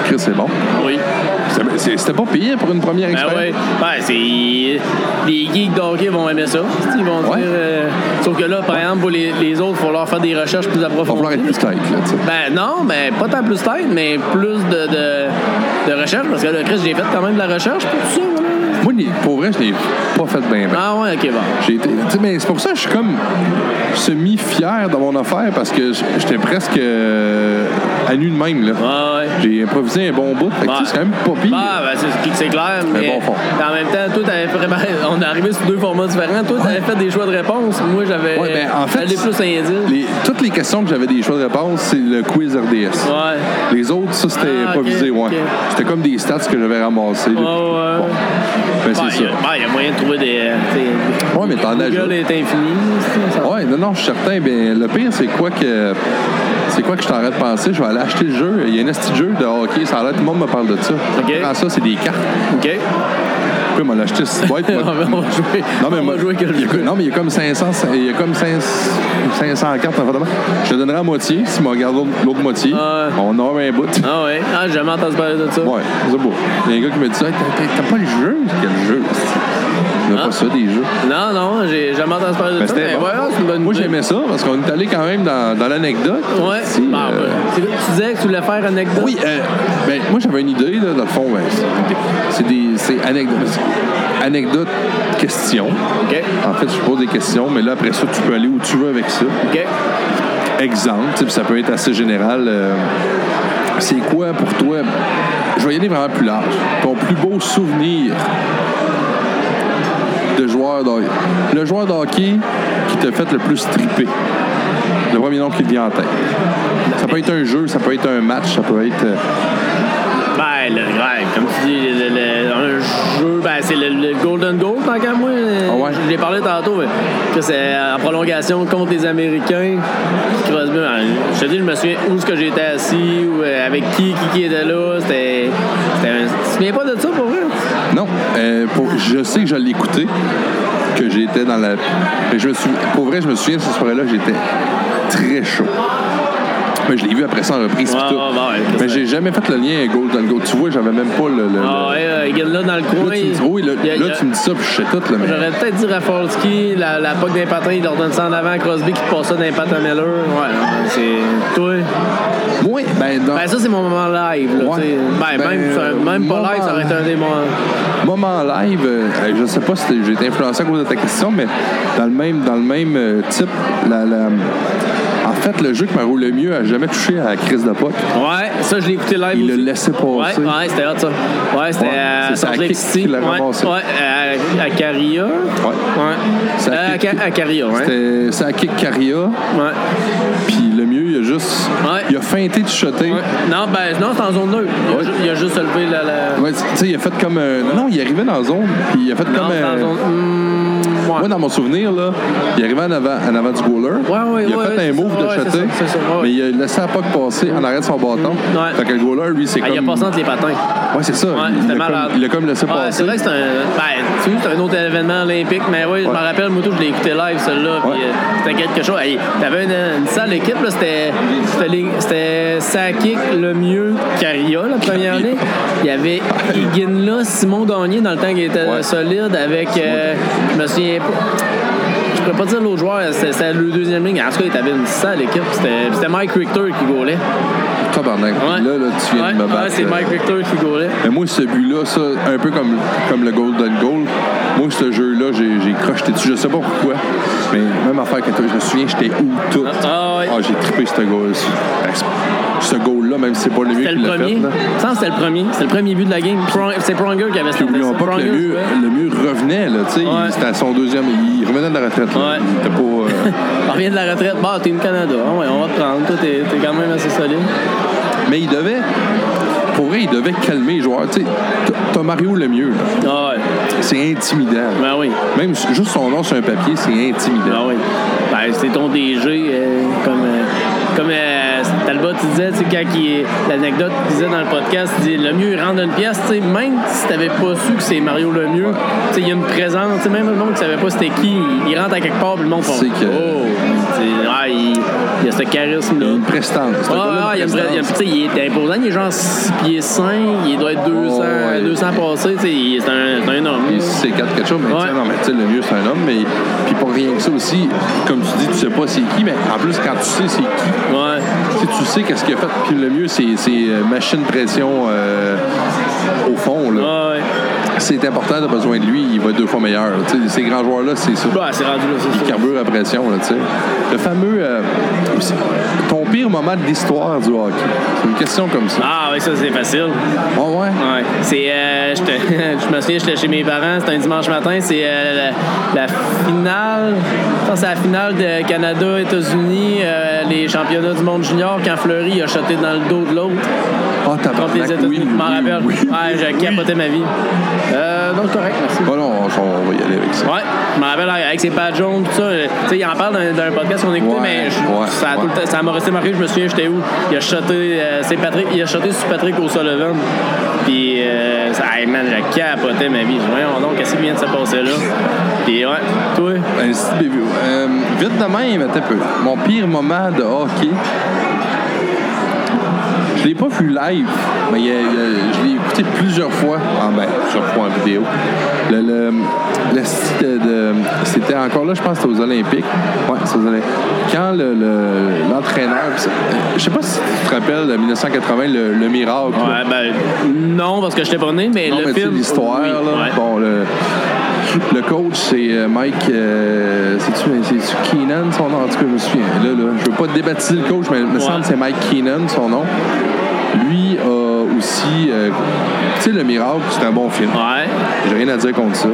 A: Chris, c'est bon.
B: Oui.
A: C'est- c'est- C'était pas payé pour une première
B: Ben
A: expérience.
B: ouais. Ben, c'est. Les geeks d'hockey vont aimer ça. Ils vont
A: Ouais.
B: dire. euh, Sauf que là, par exemple, pour les, les autres, il faut leur faire des recherches plus
A: On va falloir
B: approfondies.
A: être plus tight, là, tu sais.
B: Ben non, mais pas tant plus tête, mais plus de, de, de recherche, parce que le Chris, j'ai fait quand même de la recherche pour ça. là.
A: Moi, les- pour vrai, je l'ai pas fait bien, bien.
B: Ah ouais, ok, bon.
A: J'ai été- tu sais, mais c'est pour ça que je suis comme semi-fier dans mon affaire parce que j- j'étais presque euh, à nu de même. Là.
B: Ouais, ouais.
A: J'ai improvisé un bon bout. Fait que, tu sais, C'est quand même pas pire.
B: Ah, ben c'est- c'est clair, mais
A: bon fond.
B: en même temps, toi, t'avais préparé, on est arrivé sur deux formats différents. Toi, t'avais fait des choix de réponse. Moi, j'avais
A: Ouais, ben, en fait,
B: j'allais plus un indice.
A: Les- toutes les questions que j'avais des choix de réponse, c'est le quiz RDS.
B: Ouais.
A: Les autres, ça, c'était
B: Ah, ok,
A: improvisé. ouais.
B: ok. Oh,
A: C'était comme des stats que j'avais ramassées. là.
B: Ouais, ouais.
A: Bon. Ben, c'est
B: Ben,
A: ça.
B: il y a- ben, il y a moyen de trouver des. euh, t'sais,
A: Ouais, mais t'en as Ah,
B: Google est infini. c'est ça.
A: Ouais, non, non, je suis certain. Ben, le pire, c'est quoi que. C'est quoi que je t'arrête de penser? Je vais aller acheter le jeu. Il y a un esti de jeu de hockey. Ça a l'air, tout le monde me parle de ça.
B: Ok.
A: Prends ça, c'est des cartes.
B: Ok.
A: Pourquoi m'en acheter six boîtes? moi?
B: on va jouer.
A: Non, mais
B: on
A: moi-
B: va jouer que le
A: il y a
B: jeu.
A: que- non, mais il y a comme 500, il y a comme 500, 500 cartes, en fait, demain. Je te donnerai la moitié, si tu me regardes l'autre- l'autre moitié.
B: Ah ouais.
A: On aura un bout.
B: Ah ouais. Ah, j'ai jamais entendu parler de ça.
A: Ouais, c'est beau. Il y a un gars qui me dit ça, Hey, t'as- t'as- t'as pas le jeu? Quel jeu? On n'a
B: Ah.
A: pas ça, des jeux.
B: Non, non, j'ai jamais entendu parler de
A: Ben,
B: ça.
A: c'était
B: Mais
A: bon.
B: ouais, c'est une bonne
A: Moi,
B: idée.
A: j'aimais ça, parce qu'on est allé quand même dans, dans l'anecdote.
B: Ouais.
A: Si,
B: Ah,
A: euh,
B: ouais. C'est- Tu disais que tu voulais faire anecdote.
A: Oui, euh, ben, moi j'avais une idée, là, dans le fond, ben, c'est- c'est des c'est anecdote, anecdote question.
B: OK.
A: En fait, je pose des questions, mais là après ça, tu peux aller où tu veux avec ça.
B: OK.
A: Exemple, tu sais, puis ça peut être assez général. euh, c'est quoi pour toi Je vais y aller vraiment plus large. Ton plus beau souvenir de joueur d'hockey. Le joueur d'hockey qui t'a fait le plus triper. Le premier nom qui te vient en tête. Ça peut être un jeu, ça peut être un match, ça peut être. euh,
B: Ben, le ouais, comme tu dis, le- le- un jeu, ben, c'est le, le Golden Goal, tant qu'à moi.
A: Ah ouais?
B: Je l'ai parlé tantôt, mais que c'est euh, en prolongation contre les Américains. Puis Crosby, ben, je te dis, je me souviens où est-ce que j'étais assis, ou, euh, avec qui, qui, qui était là. C'était. c'était un- Tu te souviens pas de ça, pour vrai?
A: Non, euh, pour- je sais que je l'ai écouté, que j'étais dans la. Mais je me souvi- Pour vrai, je me souviens, ce soir-là, j'étais très chaud. Mais je l'ai vu après ça en reprise. pis
B: Ouais,
A: tout.
B: ouais, ouais,
A: mais
B: c'est
A: j'ai jamais fait le lien Golden Goat. Tu vois, j'avais même pas le. le-
B: Ah, ouais, euh, il est là dans le
A: le-
B: coin.
A: Là, tu me dis, oui, là,
B: Il y a-
A: là,
B: il y a-
A: tu me dis ça, puis je sais tout. Là, mais...
B: J'aurais peut-être dit Rafalski, la, la POC des patins, il leur donne ça en avant, Crosby qui passe ça d'un patin Miller. Ouais, non, c'est. Toi.
A: Oui, ben, dans
B: Ben, ça, c'est mon moment live. Là,
A: Ouais.
B: tu sais. ben,
A: Ben,
B: même, ça- même
A: mon
B: pas live, ça aurait été un des moments.
A: moment live, euh, euh, je sais pas si t'es- j'ai été influencé à cause de ta question, mais dans le même, dans le même euh, type, la, la- en fait, le jeu que m'a roulé le mieux a jamais touché à la crise de Puck.
B: Ouais, ça, je l'ai écouté live.
A: Il
B: aussi.
A: l'a laissé passer.
B: Ouais, ouais, c'était hot, ça. Ouais, c'était
A: Ouais,
B: à
A: c'est à
B: Salt
A: Kick
B: Lake City.
A: qu'il l'a
B: Ouais,
A: ramassé.
B: ouais, euh, à, à Caria. Ouais.
A: C'est à
B: Euh, À,
A: Kick-
B: Ca- à Caria, ouais.
A: C'était- C'est à kick Caria,
B: Ouais.
A: puis le mieux, il a juste.
B: Ouais.
A: Il a feinté de shotter.
B: Ouais. Non, ben, non, c'est en zone neutre. Il, a
A: Ouais.
B: ju- il a juste levé la. la...
A: Ouais, tu sais, il a fait comme. un- Non, il arrivait dans la zone, puis il a fait
B: Non,
A: comme.
B: c'est
A: un-
B: en zone. Hmm, ouais.
A: Moi, dans mon souvenir, là, il arrivait en avant, en avant du goaler.
B: Ouais, ouais,
A: il a
B: ouais,
A: fait
B: ouais,
A: un
B: c'est
A: move
B: ça,
A: de
B: ouais, c'est
A: shotter,
B: ça, c'est ça, ouais, ouais.
A: mais il a laissé la puck passer en arrêt de son bâton.
B: Ouais.
A: Fait que le goaler, lui, c'est
B: Ah,
A: comme...
B: il a passé entre les patins.
A: Ouais, c'est ça.
B: Ouais,
A: il,
B: c'était
A: a
B: malade.
A: comme, il a comme laissé
B: Ouais,
A: passer.
B: C'est vrai que c'est un, ben, tu sais, c'est un autre événement olympique, mais oui, je
A: Ouais.
B: me rappelle, Moutou, je l'ai écouté live, celle-là, puis
A: Ouais.
B: euh, c'était quelque chose. Hey, T'avais une, une salle équipe, là, c'était- c'était les- c'était Sakic, le mieux, Caria, la première année. Il y avait Higuinla, Simon Gagné, dans le temps qu'il était
A: Ouais.
B: solide, avec, euh, je me souviens pas, je pourrais pas dire l'autre joueur, c'était c'était le deuxième ligne. En tout cas, il avait une sale équipe, c'était c'était Mike Richter qui gaulait.
A: Tabarnak. Là,
B: Ouais.
A: là, tu viens
B: Ouais,
A: de me battre. euh,
B: ouais, c'est
A: là.
B: Mike Richter qui gaulait.
A: Mais moi, ce but-là, ça, un peu comme, comme le Golden Goal, moi, ce jeu-là, j'ai j'ai crocheté dessus. Je sais pas pourquoi, mais même affaire que toi, je me souviens, j'étais où tout.
B: Ah, ah ouais.
A: j'ai trippé ce goal. Ce goal-là, même si c'est pas le mieux
B: C'était
A: qui
B: le
A: l'a fait.
B: premier.
A: là.
B: Ça, c'était le premier. C'était le premier but de la game. Prong- C'est Pronger qui avait
A: Puis
B: starté
A: oublions
B: ça.
A: pas que
B: Pronger,
A: le mur,
B: ouais.
A: le mur revenait, là, tu sais. il-
B: Ouais.
A: C'était à son deuxième. Il revenait de la retraite, là.
B: Ouais.
A: Il était pas. euh,
B: On revient de la retraite. Bah, Team Canada. Ah ouais, on va te prendre. Toi, t'es t'es quand même assez solide.
A: Mais il devait. Pour vrai, il devait calmer les joueurs. Tu sais, t'as- t'as Mario Lemieux, là.
B: Ah ouais.
A: C'est intimidant.
B: Ben oui.
A: Même s- juste son nom sur un papier, c'est
B: Ben
A: intimidant.
B: oui. Ben, c'était ton DG. euh, comme euh, comme euh, Talbot tu disait, tu sais, quand il- l'anecdote qu'il disait dans le podcast, il dit le mieux, il rentre dans une pièce. tu sais, Même si t'avais pas su que c'est Mario Lemieux, tu sais, il y a une présence. tu sais, Même le monde qui savait pas c'était qui, il- il rentre à quelque part, puis le monde fait
A: C'est que-
B: Oh! Tu sais, ah, il, il y a ce charisme-là.
A: Une prestance. C'est un
B: Ouais, ouais,
A: gars-là,
B: Ah, ouais, il y a une vraie- il y a une-
A: prestance.
B: tu sais, il est imposant, il est genre 6 pieds 5, il doit être 200,
A: ouais.
B: 200 passés, tu sais, il- c'est un, c'est un énorme.
A: Et si c'est quatre quelque chose, mais
B: Ouais.
A: tu sais, non, mais tu sais, le mieux, c'est un homme. Mais puis pour rien que ça aussi, comme tu dis, tu sais pas c'est qui, mais en plus, quand tu sais c'est qui,
B: Ouais.
A: Si tu sais qu'est-ce qu'il a fait, puis le mieux, c'est c'est, euh, machine pression euh, au fond. Là.
B: Ouais, ouais.
A: C'est important, t'as besoin de lui, il va être deux fois meilleur. là. Tu sais, Ces grands joueurs-là, c'est ça.
B: Ouais, Bah, c'est rendu là,
A: Ils
B: c'est ça.
A: carburent à pression. Là, tu sais. le fameux. euh, aussi, ton pire moment de l'histoire du hockey. C'est une question comme ça.
B: Ah, oui, ça, c'est facile.
A: Ah ouais?
B: Ouais. C'est, euh, j'étais- je me souviens, j'étais chez mes parents, c'était un dimanche matin, c'est euh, la, la finale, je pense que c'est la finale de Canada-États-Unis, euh, les championnats du monde junior, quand Fleury a shoté dans le dos de l'autre.
A: Ah, t'as
B: Contre les États-Unis, je m'en rappelle. Ouais, j'ai capoté ma vie. Euh, non, c'est correct, merci.
A: Bon, non, on, on va y aller avec ça.
B: Ouais, je me rappelle avec ses pattes jaunes, tout ça. euh, Tu sais, il en parle dans, dans un podcast qu'on écoutait,
A: Ouais,
B: mais je-
A: ouais,
B: ça a
A: ouais.
B: tout le temps- ça m'a resté marqué. Je me souviens, j'étais où Il a shoté, euh, c'est Patrick, il a shoté sur Patrick O'Sullivan. Puis, euh, ça, hey man, j'ai capoté ma vie. Je dis, voyons donc, qu'est-ce qui vient de se passer là Puis, ouais, toi
A: Un petit bébé. Euh, vite de même, attends un peu. Mon pire moment de hockey. Je l'ai pas vu live, mais il y a- il y a- je l'ai écouté plusieurs fois. Ah ben, plusieurs fois en vidéo. Le, le- le site de- de- c'était encore là, je pense, que c'était aux Olympiques. Ouais, c'est aux Olympiques. Quand le- le- l'entraîneur, pis c'est- euh, je sais pas si tu te rappelles de 1980, le, le miracle. là.
B: Ouais, ben, non, parce que j'étais pas né, mais
A: Non,
B: le
A: mais tu sais,
B: film.
A: l'histoire,
B: oui,
A: là.
B: ouais.
A: Bon, le, le coach, c'est euh, Mike. euh, c'est-tu, c'est-tu Keenan, son nom? En tout cas, je me souviens. Là, là, je veux pas débaptiser le coach, mais il me semble que c'est Mike Keenan, son nom. Lui a aussi. euh, tu sais, Le Miracle, c'est un bon film.
B: Ouais.
A: J'ai rien à dire contre ça.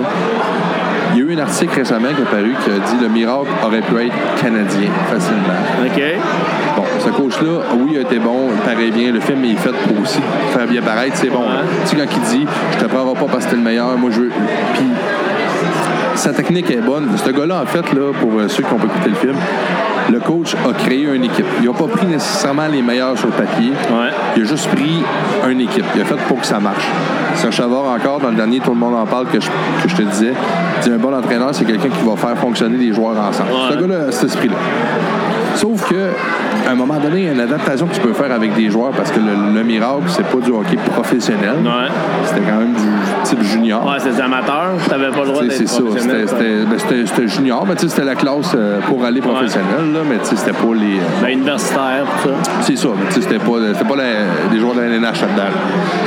A: Il y a eu un article récemment qui est paru qui a dit Le Miracle aurait pu être canadien facilement.
B: OK.
A: Bon, ce coach-là, oui, il a été bon, il paraît bien, le film est fait pour aussi faire bien paraître, c'est bon.
B: Ouais.
A: Tu sais, quand il dit, je te prendrai pas parce que t'es le meilleur, moi je veux. Puis, sa technique est bonne. Ce gars-là, en fait, là, pour euh, ceux qui ont pas écouté le film, le coach a créé une équipe. Il n'a pas pris nécessairement les meilleurs sur le papier.
B: Ouais.
A: Il a juste pris une équipe. Il a fait pour que ça marche. Serge Chavard, encore, dans le dernier, tout le monde en parle que je, que je te disais, Dis, un bon entraîneur, c'est quelqu'un qui va faire fonctionner les joueurs ensemble.
B: Ouais.
A: Ce gars-là, cet esprit-là. Sauf que, à un moment donné, il y a une adaptation que tu peux faire avec des joueurs parce que le, le miracle, c'est pas du hockey professionnel.
B: Ouais.
A: C'était quand même du type junior.
B: Ouais, c'est des amateurs, t'avais pas le droit
A: Tu sais,
B: d'être
A: C'est ça,
B: professionnel,
A: c'était-
B: quoi.
A: c'était ben, c'était- c'était junior, mais tu sais, c'était la classe euh, pour aller professionnel, là, mais tu sais, c'était pas les. euh,
B: Ben, universitaire, tout ça.
A: C'est ça, mais tu sais, c'était pas, c'était pas la- des joueurs de la NNH là-dedans. là.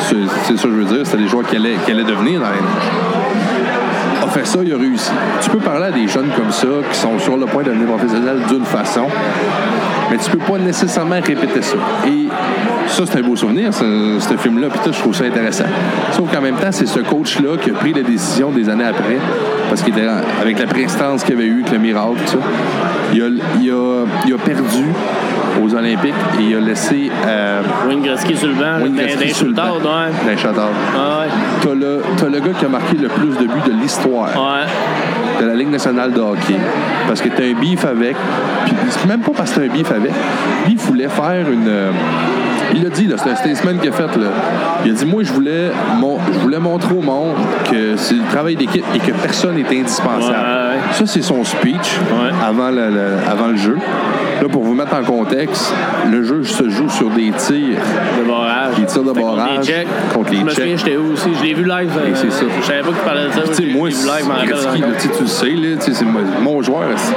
A: C'est c'est ça que je veux dire, c'était des joueurs qui allaient, qui allaient devenir dans la NNH. A fait ça, il a réussi. Tu peux parler à des jeunes comme ça qui sont sur le point de devenir professionnels d'une façon, mais tu peux pas nécessairement répéter ça. Et ça, c'est un beau souvenir, ce, ce film-là, puis tout, je trouve ça intéressant. Sauf qu'en même temps, c'est ce coach-là qui a pris la décision des années après, parce qu'il était en- avec la prestance qu'il avait eue, avec le miracle, tout ça, il a, il a- il a perdu aux Olympiques et il a laissé euh,
B: Wayne Gretzky sur le banc,
A: Wayne
B: ben,
A: Gretzky
B: des
A: sur le banc.
B: shootouts, ouais.
A: D'un shootout.
B: Ah ouais.
A: T'as le, t'as le gars qui a marqué le plus de buts de l'histoire
B: Ouais.
A: de la Ligue nationale de hockey. Parce que t'as un bif avec. Puis c'est même pas parce que t'as un bif avec. Lui, il voulait faire une. euh, il l'a dit, là, c'est un statement qu'il a fait. Là. Il a dit Moi, je voulais, mon- je voulais montrer au monde que c'est le travail d'équipe et que personne n'est indispensable.
B: Ouais, ouais.
A: Ça, c'est son speech
B: Ouais.
A: avant, le, le- avant le jeu. Là, pour vous mettre en contexte, le jeu se joue sur des tirs.
B: De barrage.
A: Des tirs de
B: Fait contre
A: barrage,
B: les Tchèques.
A: contre les
B: Je me souviens,
A: Tchèques.
B: j'étais où aussi? Je l'ai vu live. euh,
A: c'est ça.
B: Je savais pas qu'il parlait de ça.
A: Puis, tu sais,
B: Je l'ai
A: moi,
B: vu live, je m'en rappelle
A: Gretzky,
B: encore.
A: là, tu sais, tu le sais, là, tu sais, c'est mon mon joueur. c'est-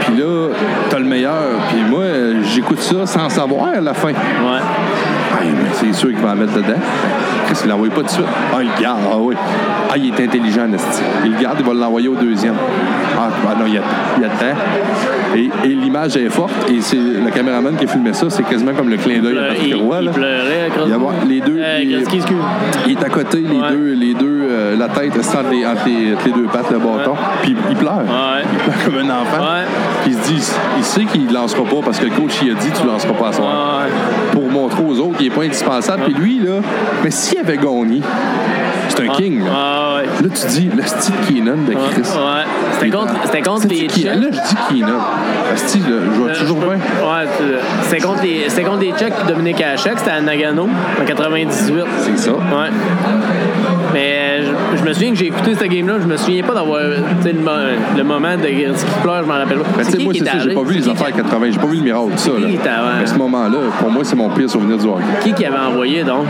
A: Puis là, t'as le meilleur. Puis moi, euh, j'écoute ça sans savoir à la fin.
B: Ouais.
A: Ah, mais c'est sûr qu'il va en mettre dedans. Chris, il l'envoie pas tout de suite. Ah, il le garde. Ah oui. Ah, il est intelligent, Nasty. Il le garde, il va l'envoyer au deuxième. Ah, ah non, il attend. Il attend. Et, et l'image est forte. Et c'est le caméraman qui a filmé ça. C'est quasiment comme le clin d'œil à
B: Pleu-
A: Patrick
B: Il,
A: Roy.
B: il
A: là.
B: pleurait. Gretzky.
A: Il y a avoir- les deux,
B: Euh,
A: puis-
B: Gretzky, excuse.
A: Il est à côté, les
B: Ouais.
A: deux, les deux euh, la tête reste entre les, entre les- entre les deux pattes, le bâton. Puis il pleure.
B: Ouais.
A: Il pleure comme un enfant.
B: Ouais.
A: Puis il se dit, il sait qu'il ne lancera pas parce que le coach il a dit tu ne lanceras pas à soir.
B: Ouais.
A: Pour montrer aux autres qu'il n'est pas indispensable. Puis lui, là, mais s'il avait gagné, c'est un king. Là.
B: Ah ouais.
A: Là, tu dis, le style Keenan de
B: Ouais.
A: Chris.
B: Ouais. C'était contre,
A: Putain.
B: c'était contre
A: C'est-tu
B: les
A: Keenan?
B: Tchèques.
A: Là, je dis Keenan. Le style, là, je
B: Euh,
A: vois toujours bien.
B: Ouais, c'est- c'était contre les, c'était contre les Tchèques puis Dominique Hachek, c'était à Nagano en 98.
A: C'est ça.
B: Ouais. Mais euh, je, je me souviens que j'ai écouté cette game-là, je me souviens pas d'avoir tu sais, le, mo- le moment de Gretzky qui pleure, je m'en rappelle pas.
A: Ben, tu sais,
B: qui
A: moi,
B: qui
A: c'est
B: est
A: ça, j'ai
B: arrivé?
A: pas vu
B: C'est
A: les
B: qui
A: affaires
B: qui-
A: 80, j'ai pas vu le miracle, tout ça.
B: qui
A: là.
B: qui était avant?
A: Mais ce moment-là, pour moi, c'est mon pire souvenir du hockey.
B: Qui qui avait envoyé donc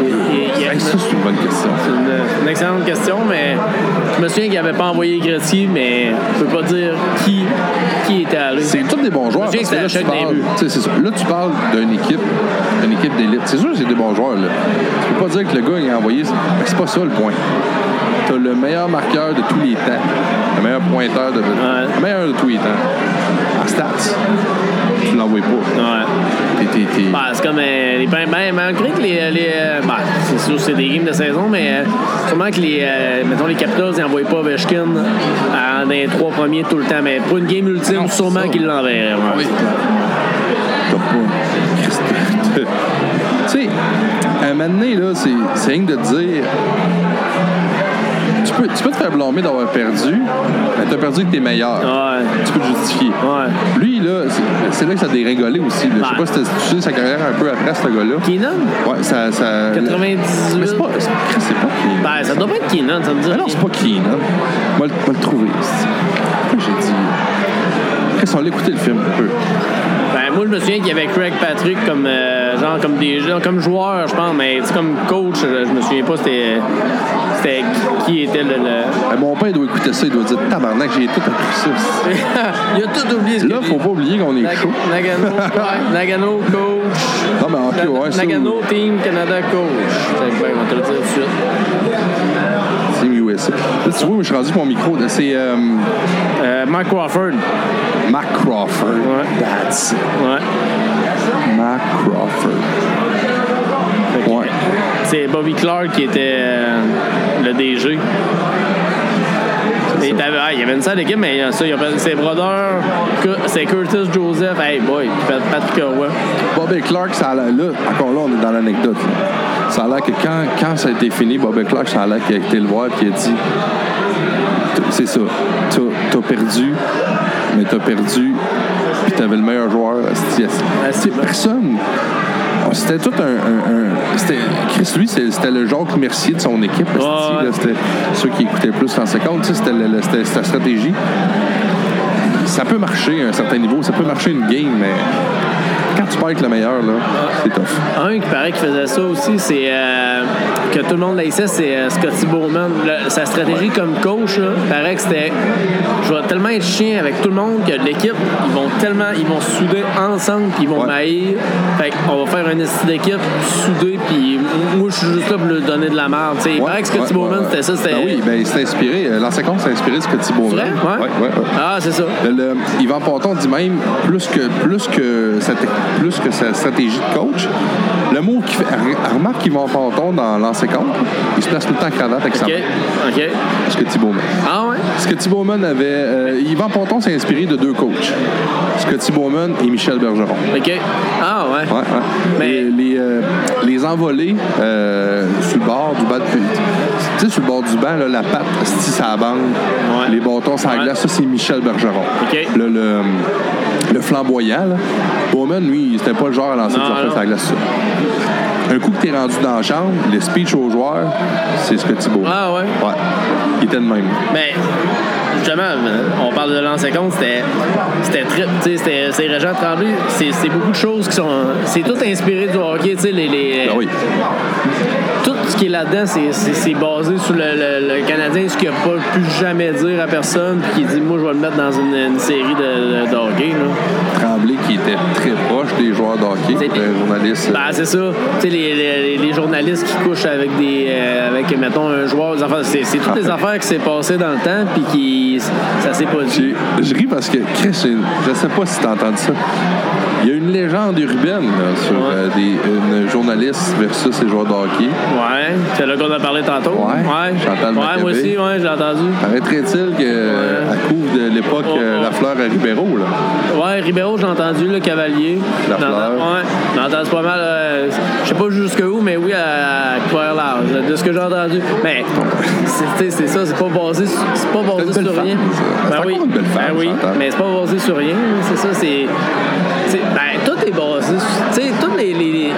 B: Il- il- il-
A: Hey, ça, c'est une bonne question.
B: C'est une, une excellente question, mais je me souviens qu'il n'avait pas envoyé Gretzky, mais je peux pas dire qui, qui était allé.
A: C'est tous des bons joueurs.
B: Je sais
A: parce
B: que
A: que là,
B: c'est
A: tu
B: la chèque
A: parles,
B: des buts.
A: tu sais, c'est ça. là, tu parles d'une équipe, d'une équipe d'élite. C'est sûr que c'est des bons joueurs. Là. Tu peux pas dire que le gars il a envoyé. Mais c'est pas ça le point. T'as le meilleur marqueur de tous les temps. Le meilleur pointeur de. Le meilleur de tous les temps. En stats. Tu l'envoies pas.
B: Ouais.
A: T'es- t'es- t'es-
B: Bah, c'est comme euh, les ben, ben, malgré que les, les euh, bah, c'est sûr que c'est des games de saison mais euh, sûrement que les euh, mettons les Capitals ils envoient pas Ovechkin à- dans les trois premiers tout le temps mais pour une game ultime
A: Non,
B: sûrement
A: ça.
B: qu'ils l'enverraient ouais.
A: Oui. T'as pas. Christ, t'as- t'as- Tu sais, à un moment donné, là, c'est, c'est rien que de te dire. Tu peux, tu peux te faire blâmer d'avoir perdu, mais t'as perdu que t'es meilleur.
B: ouais
A: Tu peux te justifier.
B: ouais
A: Lui, là, c'est- c'est là que ça a dérégolé aussi. là. Je sais
B: Ouais.
A: pas si t'as suivi sa carrière un peu après, ce gars-là.
B: Keenan
A: Ouais, ça. ça
B: 98
A: Mais c'est pas. C'est, c'est pas Keenan.
B: ben, ça doit pas être Keenan ça me dit
A: Mais Ben non, c'est pas Keenan. Moi, le- moi, le trouver. c'est- Pourquoi j'ai dit. Chris, on l'a écouté le film un peu.
B: Ben, moi je me souviens qu'il y avait Craig Patrick comme euh, genre comme des genre, comme joueur je pense mais tu sais, comme coach je, je me souviens pas c'était c'était qui- qui était le, le-
A: Ben, mon père il doit écouter ça, il doit dire tabarnak, j'ai tout appris ça.
B: il a tout oublié ce que
A: Là,
B: j'ai
A: faut pas oublier qu'on est chaud.
B: Nag- Nagano, ouais, Nagano coach.
A: Non, mais hockey, ouais, ça.
B: Nagano Team Canada coach. Fait que, ben, on va te le dire tout de suite.
A: C'est USA. Là, tu vois, je suis rendu pour mon micro. là, C'est euh,
B: Euh, Mark Crawford.
A: Mark Crawford.
B: Ouais.
A: That's it.
B: Ouais.
A: Mark Crawford. Ouais.
B: C'est Bobby Clark qui était euh, le DG. Et t'avais- ah, Il y avait une sale équipe, mais euh, ça, il y a pas- c'est Brodeur, Cu- c'est Curtis Joseph, hey boy, puis Pat- Patrick Roy.
A: Bobby Clark, ça a l'air. Là, encore là, on est dans l'anecdote. là. Ça a l'air que quand, quand ça a été fini, Bobby Clark, ça a l'air qu'il a été le voir et il a dit T- C'est ça. T'as t'as perdu, mais t'as perdu, puis t'avais le meilleur joueur. asti, asti.
B: Ah, c'est bon.
A: Personne. C'était tout un. un- un- c'était- Chris, lui, c'est- c'était le Jacques Mercier de son équipe.
B: Ouais,
A: hostie,
B: ouais.
A: là. C'était ceux qui écoutaient plus en seconde. tu sais, C'était le- le- c'était sa stratégie. Ça peut marcher à un certain niveau. Ça peut marcher une game, mais quand tu perds avec le meilleur, là, c'est tough.
B: Un qui paraît qui faisait ça aussi, c'est euh, que tout le monde laissait, c'est euh, Scotty Bowman. Le- sa stratégie comme coach, là, paraît que c'était je vais tellement être chien avec tout le monde que l'équipe, ils vont tellement, ils vont se souder ensemble puis ils vont
A: Ouais.
B: m'haïr. Fait qu'on va faire une esti d'équipe soudée puis moi je suis juste là pour leur donner de la merde. tu sais. Il
A: Ouais,
B: paraît que
A: ouais,
B: Scotty Bowman,
A: ouais, ouais.
B: c'était ça, c'était.
A: Ben oui, ben, c'est inspiré. euh, L'ancien compte, c'est inspiré de ce que Thibault
B: Vrai? Ouais?
A: ouais, ouais.
B: Ah, c'est ça.
A: Le- le- Yvan Ponton dit même plus que, plus, que sa, te- plus que sa stratégie de coach. Le mot qui fait. re- Remarque Yvan Ponton dans l'ancien compte, il se place tout le temps cravate avec sa
B: OK.
A: main.
B: OK.
A: Ce que Thibault met.
B: Ah ouais?
A: Ce que Thibault Mann avait. euh, Yvan Ponton s'est inspiré de deux coachs. Scotty Bowman et Michel Bergeron.
B: OK. Ah ouais.
A: Ouais, ouais.
B: Mais-
A: Les, les, euh, les envolées euh, sur le bord du banc, de- tu sais, sur le bord du banc, là, la patte, si ça bande,
B: Ouais.
A: les bâtons, ça
B: Ouais.
A: glace, ça c'est Michel Bergeron.
B: OK.
A: Le, le, le flamboyant, là. Bowman, lui, c'était pas le genre à lancer
B: Non,
A: des affaires
B: non.
A: sur la glace. ça. Un coup que t'es rendu dans la chambre, le speech aux joueurs, c'est ce que Thibault.
B: Ah ouais?
A: Ouais. Il était de même.
B: Mais Ben, justement, euh, on parle de l'an 50, c'était c'était trip, tu sais, c'était- c'est Régent Tremblay, c'est c'est beaucoup de choses qui sont c'est tout inspiré du hockey, tu sais les, les-
A: Ben oui.
B: tout ce qui est là-dedans, c'est- c'est c'est basé sur le, le- le Canadien, ce qu'il n'a pas pu jamais dire à personne, puis qui dit moi je vais le mettre dans une, une série de, de- de hockey là.
A: Tremblay qui était très proche des joueurs d'hockey,
B: C'est-
A: le journaliste. euh,
B: Ben, c'est ça, tu sais les, les- les journalistes qui couchent avec des euh, avec mettons un joueur, des affaires- c'est c'est
A: Ah.
B: toutes les affaires qui s'est passées dans le temps puis qui ça s'est pas dit.
A: J'ai- Je ris parce que, Chris, j'ai- je sais pas si t'as entendu ça. Il y a une légende urbaine là, sur
B: Ouais.
A: euh, des, une journaliste versus les joueurs de hockey.
B: Ouais, c'est là qu'on a parlé tantôt.
A: Ouais. Chantal
B: ouais moi
A: Maccabée.
B: aussi, ouais, j'ai entendu.
A: Paraîtrait-il qu'à
B: Ouais.
A: couvre de l'époque
B: Oh,
A: euh,
B: oh.
A: Lafleur à Ribeiro, là.
B: Ouais, Ribeiro, j'ai entendu, le Cavalier.
A: La
B: J'ai
A: Fleur.
B: entendu- Ouais, j'ai entendu pas mal. euh, je sais pas jusqu'où, mais oui, à Croire large, de ce que j'ai entendu. Mais c'est tu sais, c'est ça, c'est pas basé, sur- c'est pas basé
A: C'est une belle
B: sur
A: femme,
B: rien.
A: ça. C'est
B: Ben
A: encore
B: oui,
A: une belle femme,
B: ben oui,
A: Chantal.
B: mais c'est pas basé sur rien, c'est ça, c'est. c'est- Ben, tout est basé. sur- Tu sais, toutes les. les- les-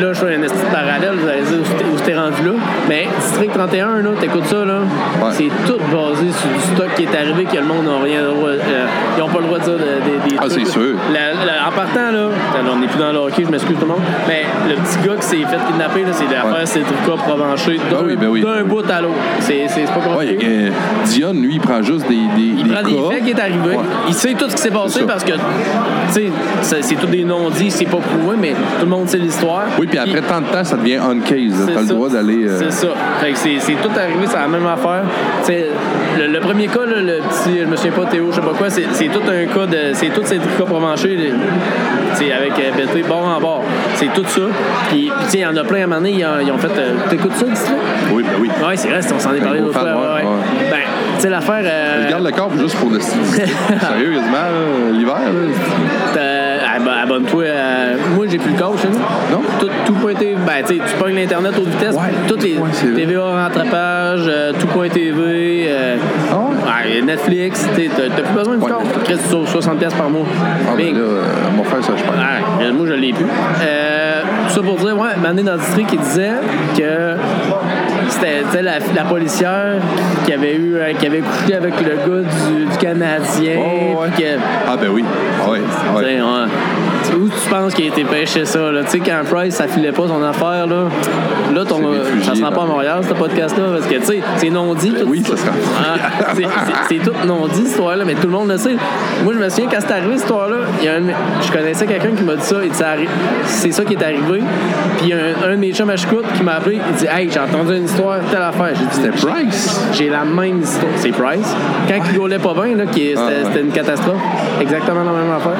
B: Là, je fais un esti de parallèle, vous allez dire où t'es- où t'es rendu là. Mais District 31, là, t'écoutes ça, là.
A: Ouais.
B: C'est tout basé sur du stock qui est arrivé que le monde n'a rien le droit. euh, ils n'ont pas le droit de dire des. des
A: Ah, c'est
B: trucs.
A: sûr.
B: La- la- en partant, là, attends, là, on n'est plus dans le hockey, je m'excuse tout le monde, mais le petit gars qui s'est fait kidnapper, là, c'est l'affaire,
A: Ouais.
B: c'est le cas provenché d'un
A: oui, ben oui.
B: d'un bout à l'autre. C'est c'est- c'est pas
A: Ouais,
B: compliqué.
A: euh, Dion, lui, il prend juste des, des,
B: Il prend des
A: cas.
B: faits qui est arrivé,
A: Ouais.
B: il sait tout ce qui s'est
A: C'est
B: passé
A: ça.
B: parce que, tu sais, c'est- c'est tout des non-dits, c'est pas prouvé, mais tout le monde sait l'histoire.
A: Oui, puis après tant de temps, ça devient on case. là.
B: C'est
A: T'as le
B: ça.
A: droit d'aller. euh,
B: C'est ça. Fait que c'est c'est tout arrivé, c'est la même affaire. T'sais, le, le premier cas, là, le petit, je me souviens pas, Théo, je sais pas quoi, c'est c'est tout un cas de. C'est tous ces cas provenchés, les- t'sais, avec euh, BT bord en bord. C'est tout ça. Puis, puis t'sais, il y en a plein à un moment donné, ils ont, ils ont fait. euh, T'écoutes ça, d'ici là?
A: Oui, ben oui.
B: Ouais, c'est vrai, c'est- on s'en est parlé
A: gros
B: l'autre fois.
A: fan, ouais,
B: ouais, ouais. Ben, tu sais, l'affaire. euh,
A: Garde le corps juste pour le Sérieusement, là, l'hiver, là.
B: Euh, ab- Abonne-toi. à- Moi, j'ai plus le coach.
A: Non?
B: Tout, tout pointé. Ben, tu sais, tu pognes l'Internet aux vitesses.
A: Ouais,
B: toutes les
A: ouais, c'est vrai.
B: TVA rattrapage, euh, tout point TV, euh,
A: Ah ouais?
B: ouais, Netflix. tu sais, T'as t'as plus besoin de
A: Ouais.
B: coach. Chris, tu sauves 60$ piastres par mois.
A: Ah, ben
B: Bing.
A: là, euh, on va faire ça, je pense.
B: Ouais, moi, je l'ai plus. Euh, tout ça pour dire, ouais, Mané dans le district, il disait que c'était tu sais, la, la policière qui avait eu euh, qui avait couché avec le gars du, du Canadien.
A: Oh, ouais.
B: puis que-
A: Ah, ben oui. Ah, ouais. Ah, ouais.
B: T'sais, ouais. Tu- Où tu penses qu'il a été pêché ça? là? Tu sais, quand Price, ça filait pas son affaire, là, là ton, euh,
A: C'est réfugié,
B: ça se rend pas
A: là. Ben
B: à Montréal, ce podcast-là, parce que, tu sais, c'est non dit. Tout
A: oui, ça se rend.
B: Ah, c'est- c'est- C'est tout non dit, cette histoire-là, mais tout le monde le sait. Moi, je me souviens, quand c'est arrivé, cette histoire-là, il y a un- je connaissais quelqu'un qui m'a dit ça, il dit, Ça arri- c'est ça qui est arrivé. Puis il y a un, un de mes chums à Chicoute qui m'a appelé, il dit, hey, j'ai entendu une histoire, telle affaire. J'ai dit,
A: C'était Price.
B: j'ai la même histoire. C'est Price. Quand il gaulait pas bien, là, qui- c'était
A: Ah, ouais.
B: c'était une catastrophe. Exactement la même affaire.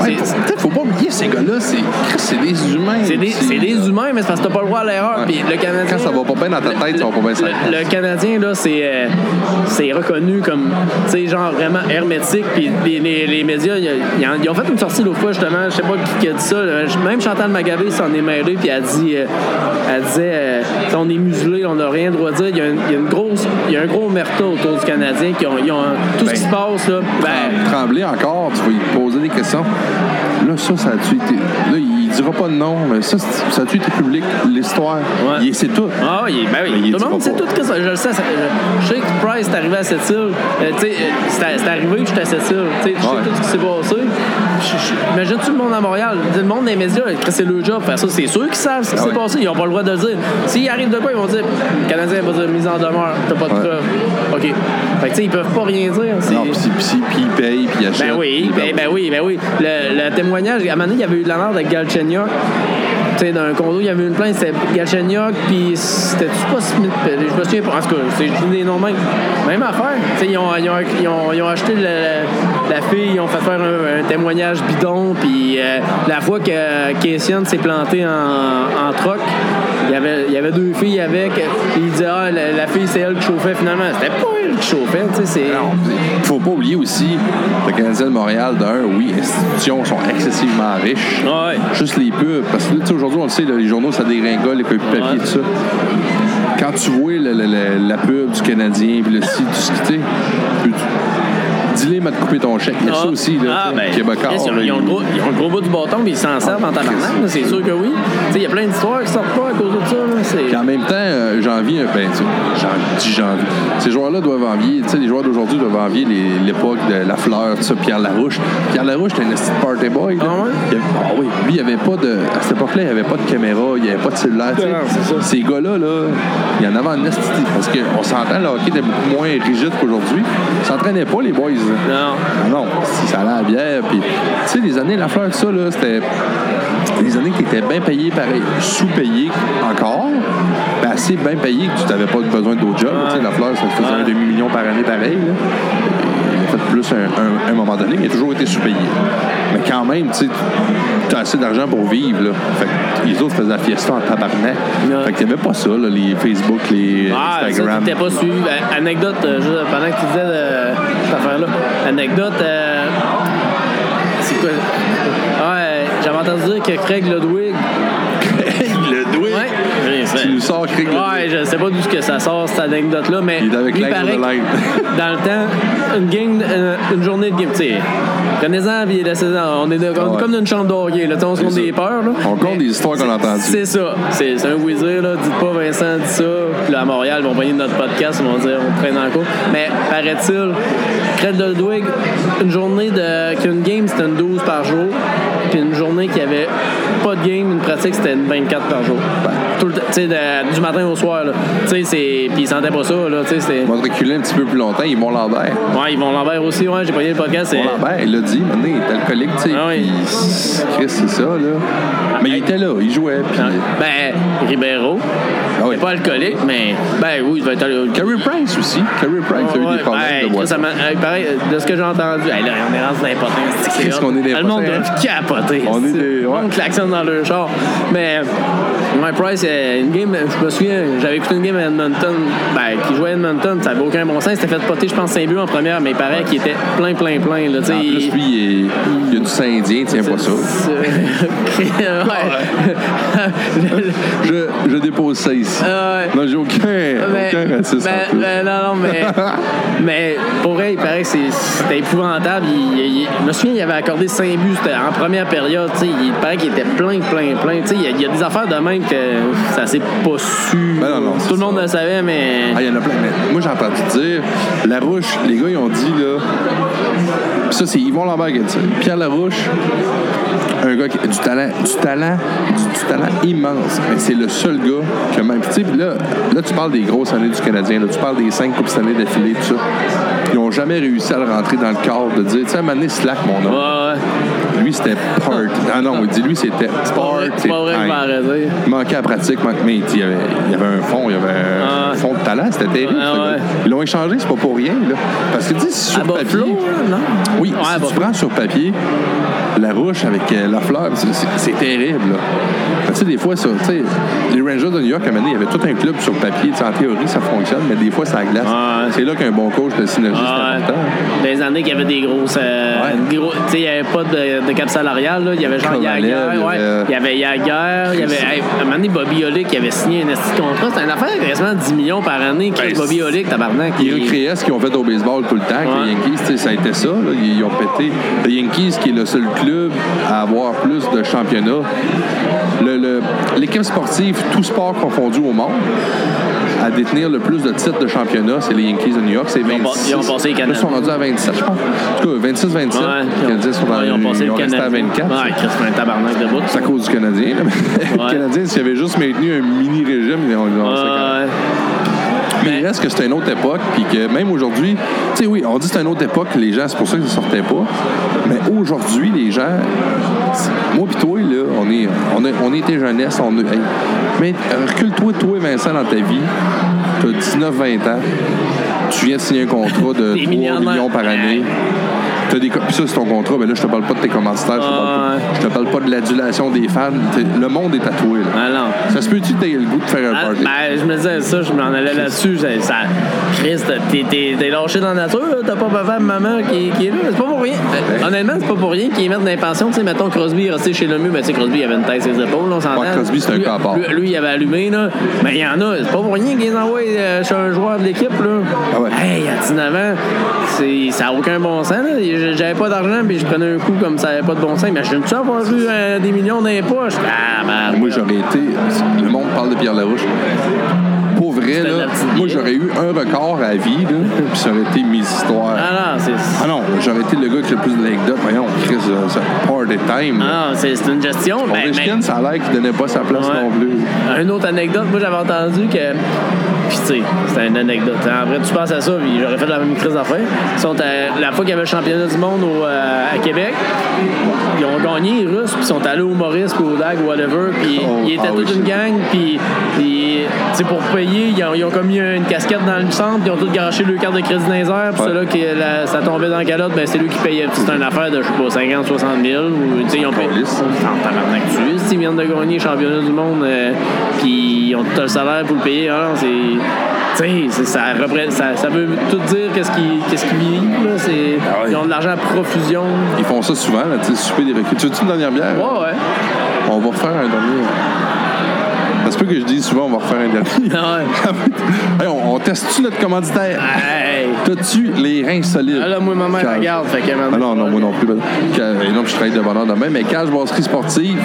A: Ouais,
B: C'est-
A: faut, peut-être faut pas oublier ces gars-là, c'est Chris, c'est des humains.
B: c'est des,
A: aussi.
B: c'est des humains, mais c'est parce que t'as pas le droit à l'erreur.
A: Ouais.
B: Puis le Canadien.
A: Quand ça va pas bien dans ta tête, ça va pas bien ça.
B: le, le Canadien, là, c'est, euh, c'est reconnu comme, tu sais, genre vraiment hermétique. Puis les, les- les médias, ils, ils en- ils ont fait une sortie l'autre fois, justement. Je sais pas qui, qui a dit ça. là. Même Chantal Magabé s'en est mêlée, puis elle, dit, euh, elle disait euh, on est muselé, on n'a rien le droit de dire. Il y a, une, il y a une grosse, il y a un gros merta autour du Canadien. Qui ont, ils ont- tout
A: Ben,
B: ce qui se passe, là. Ben,
A: Trembler encore, tu vas y poser des questions. Là, ça, ça, ça a-tu été. Là, il dira pas de nom, mais ça, c'est- ça a-tu été public, l'histoire?
B: Ouais.
A: Il- C'est tout.
B: Ah oui, ben
A: Mais il
B: oui. Tout
A: dit
B: le
A: pas
B: monde sait
A: quoi.
B: tout que ça. Je le sais. ça- je, je sais que Price est arrivé à cette île. Euh, tu sais, euh, c'est c'est arrivé que j'étais à cette île. Tu sais, je sais
A: Ouais.
B: tout ce qui s'est passé. Je- je- Imagine tout le monde à Montréal. Le monde des médias, euh, c'est le job. Faire ça, c'est sûr qu'ils savent ce qui
A: Ah
B: s'est
A: oui.
B: passé. Ils n'ont pas le droit de le dire. S'ils arrivent de quoi, ils vont dire le Canadien va dire mise en demeure. T'as pas de
A: Ouais.
B: preuve. OK. Fait que tu sais, ils peuvent pas rien dire. C'est-
A: Non, puis c'est- puis c'est- puis il paye, puis il achète.
B: ben oui,
A: puis il
B: ben, ben oui, ben oui. Le, le témoignage, à un moment donné, il y avait eu de la merde avec Galchenyuk. Tu sais, dans un condo, il y avait eu une plainte, c'était Galchenyuk, puis c'était pas Smith, je me souviens pas, en tout cas, c'est je dis des noms de même. Même affaire. Tu sais, ils ont, ils ont, ils ont- ils ont acheté la- la fille, ils ont fait faire un, un témoignage bidon, puis euh, la fois que Kessian s'est planté en, en troc, il y, avait, il y avait deux filles avec, il disait, ah, la, la fille, c'est elle qui chauffait, finalement, c'était pas elle qui chauffait, tu sais, c'est.
A: Non, puis faut pas oublier aussi, le Canadien de Montréal, d'un, oui, les institutions sont excessivement riches.
B: Ah ouais.
A: Juste les pubs, parce que là, tu sais, aujourd'hui, on le sait, là, les journaux, ça dégringole, les papiers,
B: Ouais.
A: tout ça. Quand tu vois le- le- le- la pub du Canadien, puis le site du skité, dis-les, m'a de couper ton chèque. Il y a
B: Ah.
A: ça aussi, là, tu sais, Québécois.
B: Chris, ils, ben, ont,
A: là,
B: ils ont le gros, ils ont le gros bout du bâton, mais ils s'en servent en tabarnak, là, c'est sûr que oui. Tu sais, Il y a plein d'histoires qui sortent pas à cause de ça. Là.
A: Puis
B: C'est...
A: en même temps, euh, j'envie un ben, tu sais, j'en- dis j'envie. Ces joueurs-là doivent envier, tu sais, les joueurs d'aujourd'hui doivent envier les- l'époque de La Fleur, tout ça, Pierre Larouche. Pierre Larouche, c'était un esti de party boy. là.
B: Ah ouais?
A: Il y avait- ah oui. Lui, il n'y avait pas de. À cette époque-là, il n'y avait pas de caméra, il n'y avait pas de cellulaire. tu sais.
B: Non, c'est ça.
A: Ces gars-là, là, il y en avait en esti. Parce qu'on s'entend, le hockey était beaucoup moins rigide qu'aujourd'hui. Ils s'entraînaient pas, les boys. là.
B: Non.
A: Ah Non, si ça allait à la bière. Puis, tu sais, les années La Fleur, ça, là, c'était c'était des années que tu étais bien payé, pareil, sous-payé encore, mais assez bien payé que tu n'avais pas besoin d'autres jobs. Tu sais, La Fleur, ça te faisait
B: Ouais.
A: un demi-million par année, pareil. là. Il a fait plus à un, un- un moment donné, mais il a toujours été sous-payé. Mais quand même, tu sais, tu as assez d'argent pour vivre. Là. Fait que les autres faisaient la fiesta en tabarnak.
B: Ouais.
A: Fait que t'aimais pas ça, là, les Facebook, les
B: Ah, ça,
A: Instagram.
B: t'étais pas suivi. Euh, Anecdote, euh, juste pendant que tu disais euh, cette affaire-là. Anecdote, euh, c'est quoi? Ah, euh, j'avais entendu dire que Craig Ludwig.
A: le doué.
B: Ouais.
A: Tu nous sors Craig Ludwig.
B: Ouais, je sais pas d'où ce que ça sort, cette anecdote-là, mais.
A: Il est avec
B: lui,
A: l'angle
B: paraît
A: de
B: que
A: l'Inde.
B: Dans le temps, une, game, euh, une journée de game, tu sais. Prenez-en, puis laissez-en. On est, de- on est
A: Ouais.
B: comme dans une chambre d'orgueil, là. tu sais, On se compte
A: C'est
B: des
A: ça.
B: peurs, là.
A: On compte des histoires qu'on a entendues.
B: C'est ça. C'est c'est un wizard, là. Dites pas Vincent, dis ça. Puis là, à Montréal, ils vont pogner notre podcast, ils vont dire, on traîne en cours. Mais paraît-il, Fred Ludwig, une journée de. qu'une game, c'était une 12 par jour. Puis une journée qui avait pas de game, une pratique, c'était une 24 par jour. Tout le temps, tu sais, de- du matin au soir, là. Tu sais, c'est. Puis ils sentaient pas ça, là. Tu sais, c'est.
A: On va te reculer un petit peu plus longtemps, ils vont Lambert.
B: Ouais, ils vont l'envers aussi, ouais, j'ai pogné le podcast. c'est-
A: Bon, Lambert, il l'a dit, maintenant, il est alcoolique, tu sais.
B: Ah oui.
A: puis c'est- Chris, c'est ça, là. Mais il était là, il jouait, puis.
B: Ben, Ribeiro.
A: Ah oui.
B: Pas alcoolique, mais. Ben oui, il va être alcoolique.
A: Carey Price aussi. Carey Price a eu Ah, des problèmes
B: Ouais, Ben,
A: de
B: Chris,
A: boisson.
B: ça m'a- hey, pareil, euh, de ce que j'ai entendu, hey, là, on est rendu dans les potins, c'est que c'est
A: Qu'est-ce
B: hot.
A: qu'on est des
B: Le monde
A: potins,
B: doit
A: hein?
B: capoter.
A: On est
B: c'est-
A: des-
B: Le
A: ouais.
B: monde klaxonne dans leur char. Mais, ouais, Price, euh, une game, je me souviens, j'avais écouté une game à Edmonton, ben, qui jouait à Edmonton, ça n'avait aucun bon sens. Il s'était fait poter, je pense, 5 buts en première, mais il paraît qu'il était plein, plein, plein. Là, tu sais,
A: En plus,
B: il-
A: lui, il, est- il a du sang indien, tiens pas ça.
B: c'est-
A: Ah
B: ouais. Le- le-
A: Je, je dépose ça ici.
B: Ah ouais.
A: Non, j'ai aucun,
B: Mais-
A: aucun racisme.
B: mais-
A: en plus.
B: mais non, non, mais, mais pour vrai, il paraît que c'est- c'était épouvantable. Il, il- il- je me souviens, il avait accordé 5 buts c'était en première période. tu sais, il paraît qu'il était plein, plein, plein. Tu sais, Il y, a, il y a des affaires de même que ça s'est pas su.
A: Ben non, non, c'est
B: Tout le monde
A: ça.
B: le savait, mais.
A: Ah, il y en a plein. Mais moi, j'ai entendu dire, Larouche, les gars, ils ont dit, là. Puis ça, c'est Yvon Lambert qui a dit ça. Pierre Larouche, un gars qui a du talent, du talent, du, du talent immense. Mais c'est le seul gars qui a même. Puis, tu sais, là, là, tu parles des grosses années du Canadien, là, tu parles des cinq coupes années d'affilée, tout ça. Ils n'ont jamais réussi à le rentrer dans le corps, de dire, tu sais, à un moment donné, slack, mon homme.
B: Ouais, ouais.
A: Lui, c'était part. Ah non, il dit, lui, c'était
B: C'est pas vrai-
A: part.
B: c'est pas vrai que je vais arrêter.
A: Il manquait à la pratique, manquait- mais il y avait, il y avait un fond, il y avait un
B: Ah.
A: fond de talent, c'était terrible.
B: Ah
A: ce gars-là.
B: ouais.
A: Ils l'ont échangé, c'est pas pour rien. Là. Parce que tu sais, si
B: À
A: sur papier.
B: Buffalo, là, non?
A: Oui,
B: Ouais, à
A: si tu
B: Buffalo.
A: prends sur papier la rouche avec euh, la fleur, c'est- c'est c'est terrible. là. Tu sais, des fois, ça, tu sais, les Rangers de New York, à un moment donné, il y avait tout un club sur papier. Tu sais, En théorie, ça fonctionne, mais des fois, ça glace.
B: Ouais.
A: C'est là qu'un bon coach, le synergie,
B: Ah, Ouais.
A: c'est important.
B: dans les années qu'il y avait des grosses. euh,
A: Ouais.
B: gros- tu sais, il n'y avait pas de, de cap salarial. là. Il y avait genre
A: Kovalev,
B: Yaguerre.
A: il y
B: ouais.
A: avait-
B: Il y avait Yaguerre. Il y avait.
A: Christ.
B: hey, à un moment donné, Bobby Olick qui avait signé un esti de contrat. C'était une affaire de quasiment 10 millions par année. Chris
A: Ben,
B: Bobby Olick, tabarnak.
A: Ils
B: il-
A: recréaient ce qu'ils ont fait au baseball tout le temps. avec
B: Ouais.
A: Les Yankees, tu sais, ça a été ça. là. Ils ils ont pété. Les Yankees, qui est le seul club à avoir plus de championnats. Le- le- L'équipe sportive, tout sport confondu au monde, à détenir le plus de titres de championnat, c'est les Yankees de New York. C'est
B: ont
A: 26.
B: pas- ils ont passé les
A: Là, Ils sont rendus à 27, je pense. En tout cas, 26-27.
B: Ouais,
A: les Canadiens sont dans-
B: ouais,
A: ils ont
B: passé le
A: resté à
B: Canadien.
A: 24.
B: Ouais, Chris, c'est un tabarnak de bout.
A: C'est à cause du Canadien. là.
B: Ouais.
A: Le Canadien, s'il avait juste maintenu un mini-régime, ils ont ils ont- c'est quand même-
B: Ouais.
A: mais il reste que c'était une autre époque, puis que même aujourd'hui, tu sais, oui, on dit que c'est une autre époque, les gens, c'est pour ça qu'ils ne sortaient pas. Mais aujourd'hui, les gens, c'est- moi pis toi, là, on est, on est, on est tes jeunesse, on est- hey, mais euh, recule-toi, toi, Vincent, dans ta vie, t'as 19-20 ans, tu viens de signer un contrat de
B: Des
A: 3
B: milliardaires.
A: millions par année. T'as des co- Puis ça, c'est ton contrat, mais là, je te parle pas de tes commanditaires, je te parle pas- je te parle pas de l'adulation des fans. T'es- Le monde est tatoué, là.
B: Ah non.
A: Ça se peut-tu que t'aies le goût de faire un
B: Ah,
A: party?
B: ben, je me disais ça, je m'en allais là-dessus. Ça, ça, Christ, t'es- t'es t'es lâché dans la nature, là, t'as pas papa, maman qui, qui est là. C'est pas pour rien. Euh,
A: Ben.
B: Honnêtement, c'est pas pour rien qu'ils mettent pensions. Tu sais, mettons Crosby est resté chez Lemieux, mais tu sais, Crosby il avait une tête ses épaules, on s'entend.
A: Ouais, Crosby, c'est un
B: Lui-
A: cas à part.
B: Lui, lui, il avait allumé, là. Mais il y en a, c'est pas pour rien qu'ils les envoient euh, chez un joueur de l'équipe, là.
A: Ah ouais.
B: Hey, à 19 ans, c'est- ça n'a aucun bon sens, là. J- J'avais pas d'argent, puis je prenais un coup comme ça avait pas de bon sens. Imagine-tu avoir eu euh, des millions d'impôts? Ah, merde.
A: Moi, j'aurais été. Le monde parle de Pierre Larouche. Pour vrai,
B: C'était
A: là,
B: la petite
A: moi,
B: bière.
A: j'aurais eu un record à vie, là, puis ça aurait été mes histoires.
B: Ah non, c'est.
A: Ah non, j'aurais été le gars avec le plus d'anecdotes. Voyons, Chris, euh, ça party time. là.
B: Ah, c'est c'est une gestion.
A: Bon,
B: ben,
A: Ovechkin,
B: ben,
A: ça a l'air qu'il donnait pas sa place
B: ouais.
A: non plus.
B: Une autre anecdote, moi j'avais entendu que. Puis tu sais, c'était une anecdote. hein. En vrai, tu penses à ça, puis j'aurais fait la même crise d'affaires. Ils sont à- la fois qu'il y avait le championnat du monde au, euh, à Québec, ils ont gagné les Russes, puis ils sont allés au Maurice, puis au Dag, ou whatever, puis
A: Oh,
B: ils étaient
A: ah
B: toute
A: oui,
B: une
A: c'est-
B: gang, puis puis, tu sais, pour payer, ils ont, ils ont comme mis une casquette dans le centre, puis ils ont tous gâché leur carte de crédit dans les airs, puis
A: Ouais.
B: ceux-là qui la- ça tombait dans la calotte, ben c'est lui qui payait. Puis c'est une affaire de, je sais pas, 50, 60 000, ou tu sais, ils ont payé.
A: Calisse.
B: En tabarnak, tu sais, ils viennent de gagner le championnat du monde, euh, puis ils ont tout le salaire pour le payer. Ah non, c'est. Tu sais, c'est- ça, repré- ça, ça veut tout dire qu'est-ce qu'ils qu'est-ce qu'ils vivent. là, c'est-
A: Ah ouais.
B: Ils ont de l'argent à profusion.
A: Ils font ça souvent, là, tu sais, souper des reculs. Tu veux-tu une dernière bière?
B: Ouais, ouais.
A: On va refaire un dernier. Ça se peut que je dise souvent, on va refaire un dernier.
B: Ah Ouais.
A: Hey, on, on teste-tu notre commanditaire?
B: Hey!
A: T'as-tu les reins solides?
B: Ah Là, moi, ma mère
A: Quand-
B: regarde, fait que
A: Ah non, non, moi non plus. ben, que- Et non, puis je travaille de bonheur demain. Mais Cage Brasserie Sportive,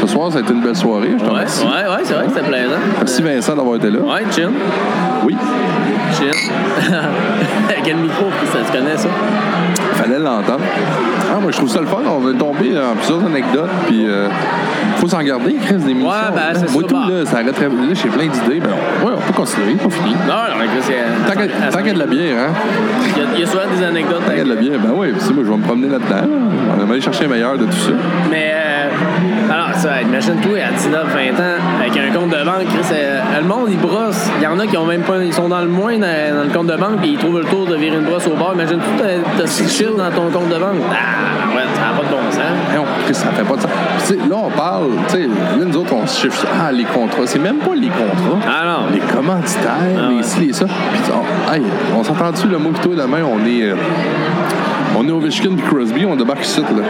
A: ce soir, ça a été une belle soirée. Je te
B: Ouais, ouais,
A: remercie.
B: ouais, c'est vrai que c'était plaisant.
A: Merci Vincent d'avoir été là.
B: Ouais, chin,
A: Oui,
B: chin. Quel micro, ça, tu connais ça?
A: fallait l'entendre. Ah, moi, je trouve ça le fun. On est tombé dans plusieurs anecdotes. Puis, euh, faut s'en garder, Chris, des missions.
B: ben, c'est
A: Moi,
B: ça,
A: tout,
B: bah.
A: là, ça arrêterait. Là, j'ai plein d'idées. Ben, ouais, on peut continuer. Pas fini.
B: Non, non, mais que c'est.
A: Tant qu'à tant qu'à de la bière, hein?
B: Il y a- il y a souvent des anecdotes.
A: Tant qu'à de la bière, ben oui, c'est moi, je vais me promener là-dedans. là. On va aller chercher un meilleur de tout ça.
B: Mais euh, alors, ça, imagine-toi à 19, 20 ans, avec un compte de banque, Chris, euh, le monde, ils brossent. Il y en a qui ont même pas. Ils sont dans le moins dans, dans le compte de banque, puis ils trouvent le tour de virer une brosse au bord. Imagine-toi, t'as- t'as six chill dans ton compte de banque. Ah, ouais, ça n'a pas de bon sens.
A: Non, Chris, ça fait pas de sens. Puis, tu sais, là, on parle, tu sais, là, nous autres, on se chiffre sur ah, les contrats. C'est même pas les contrats.
B: Ah non.
A: Les commanditaires,
B: Ah ouais.
A: les ci, les ça. Puis, on, hey, on s'entend-tu, le mot pis toi, demain, on est. euh, on est au Michigan puis Crosby, on débarque ici, là.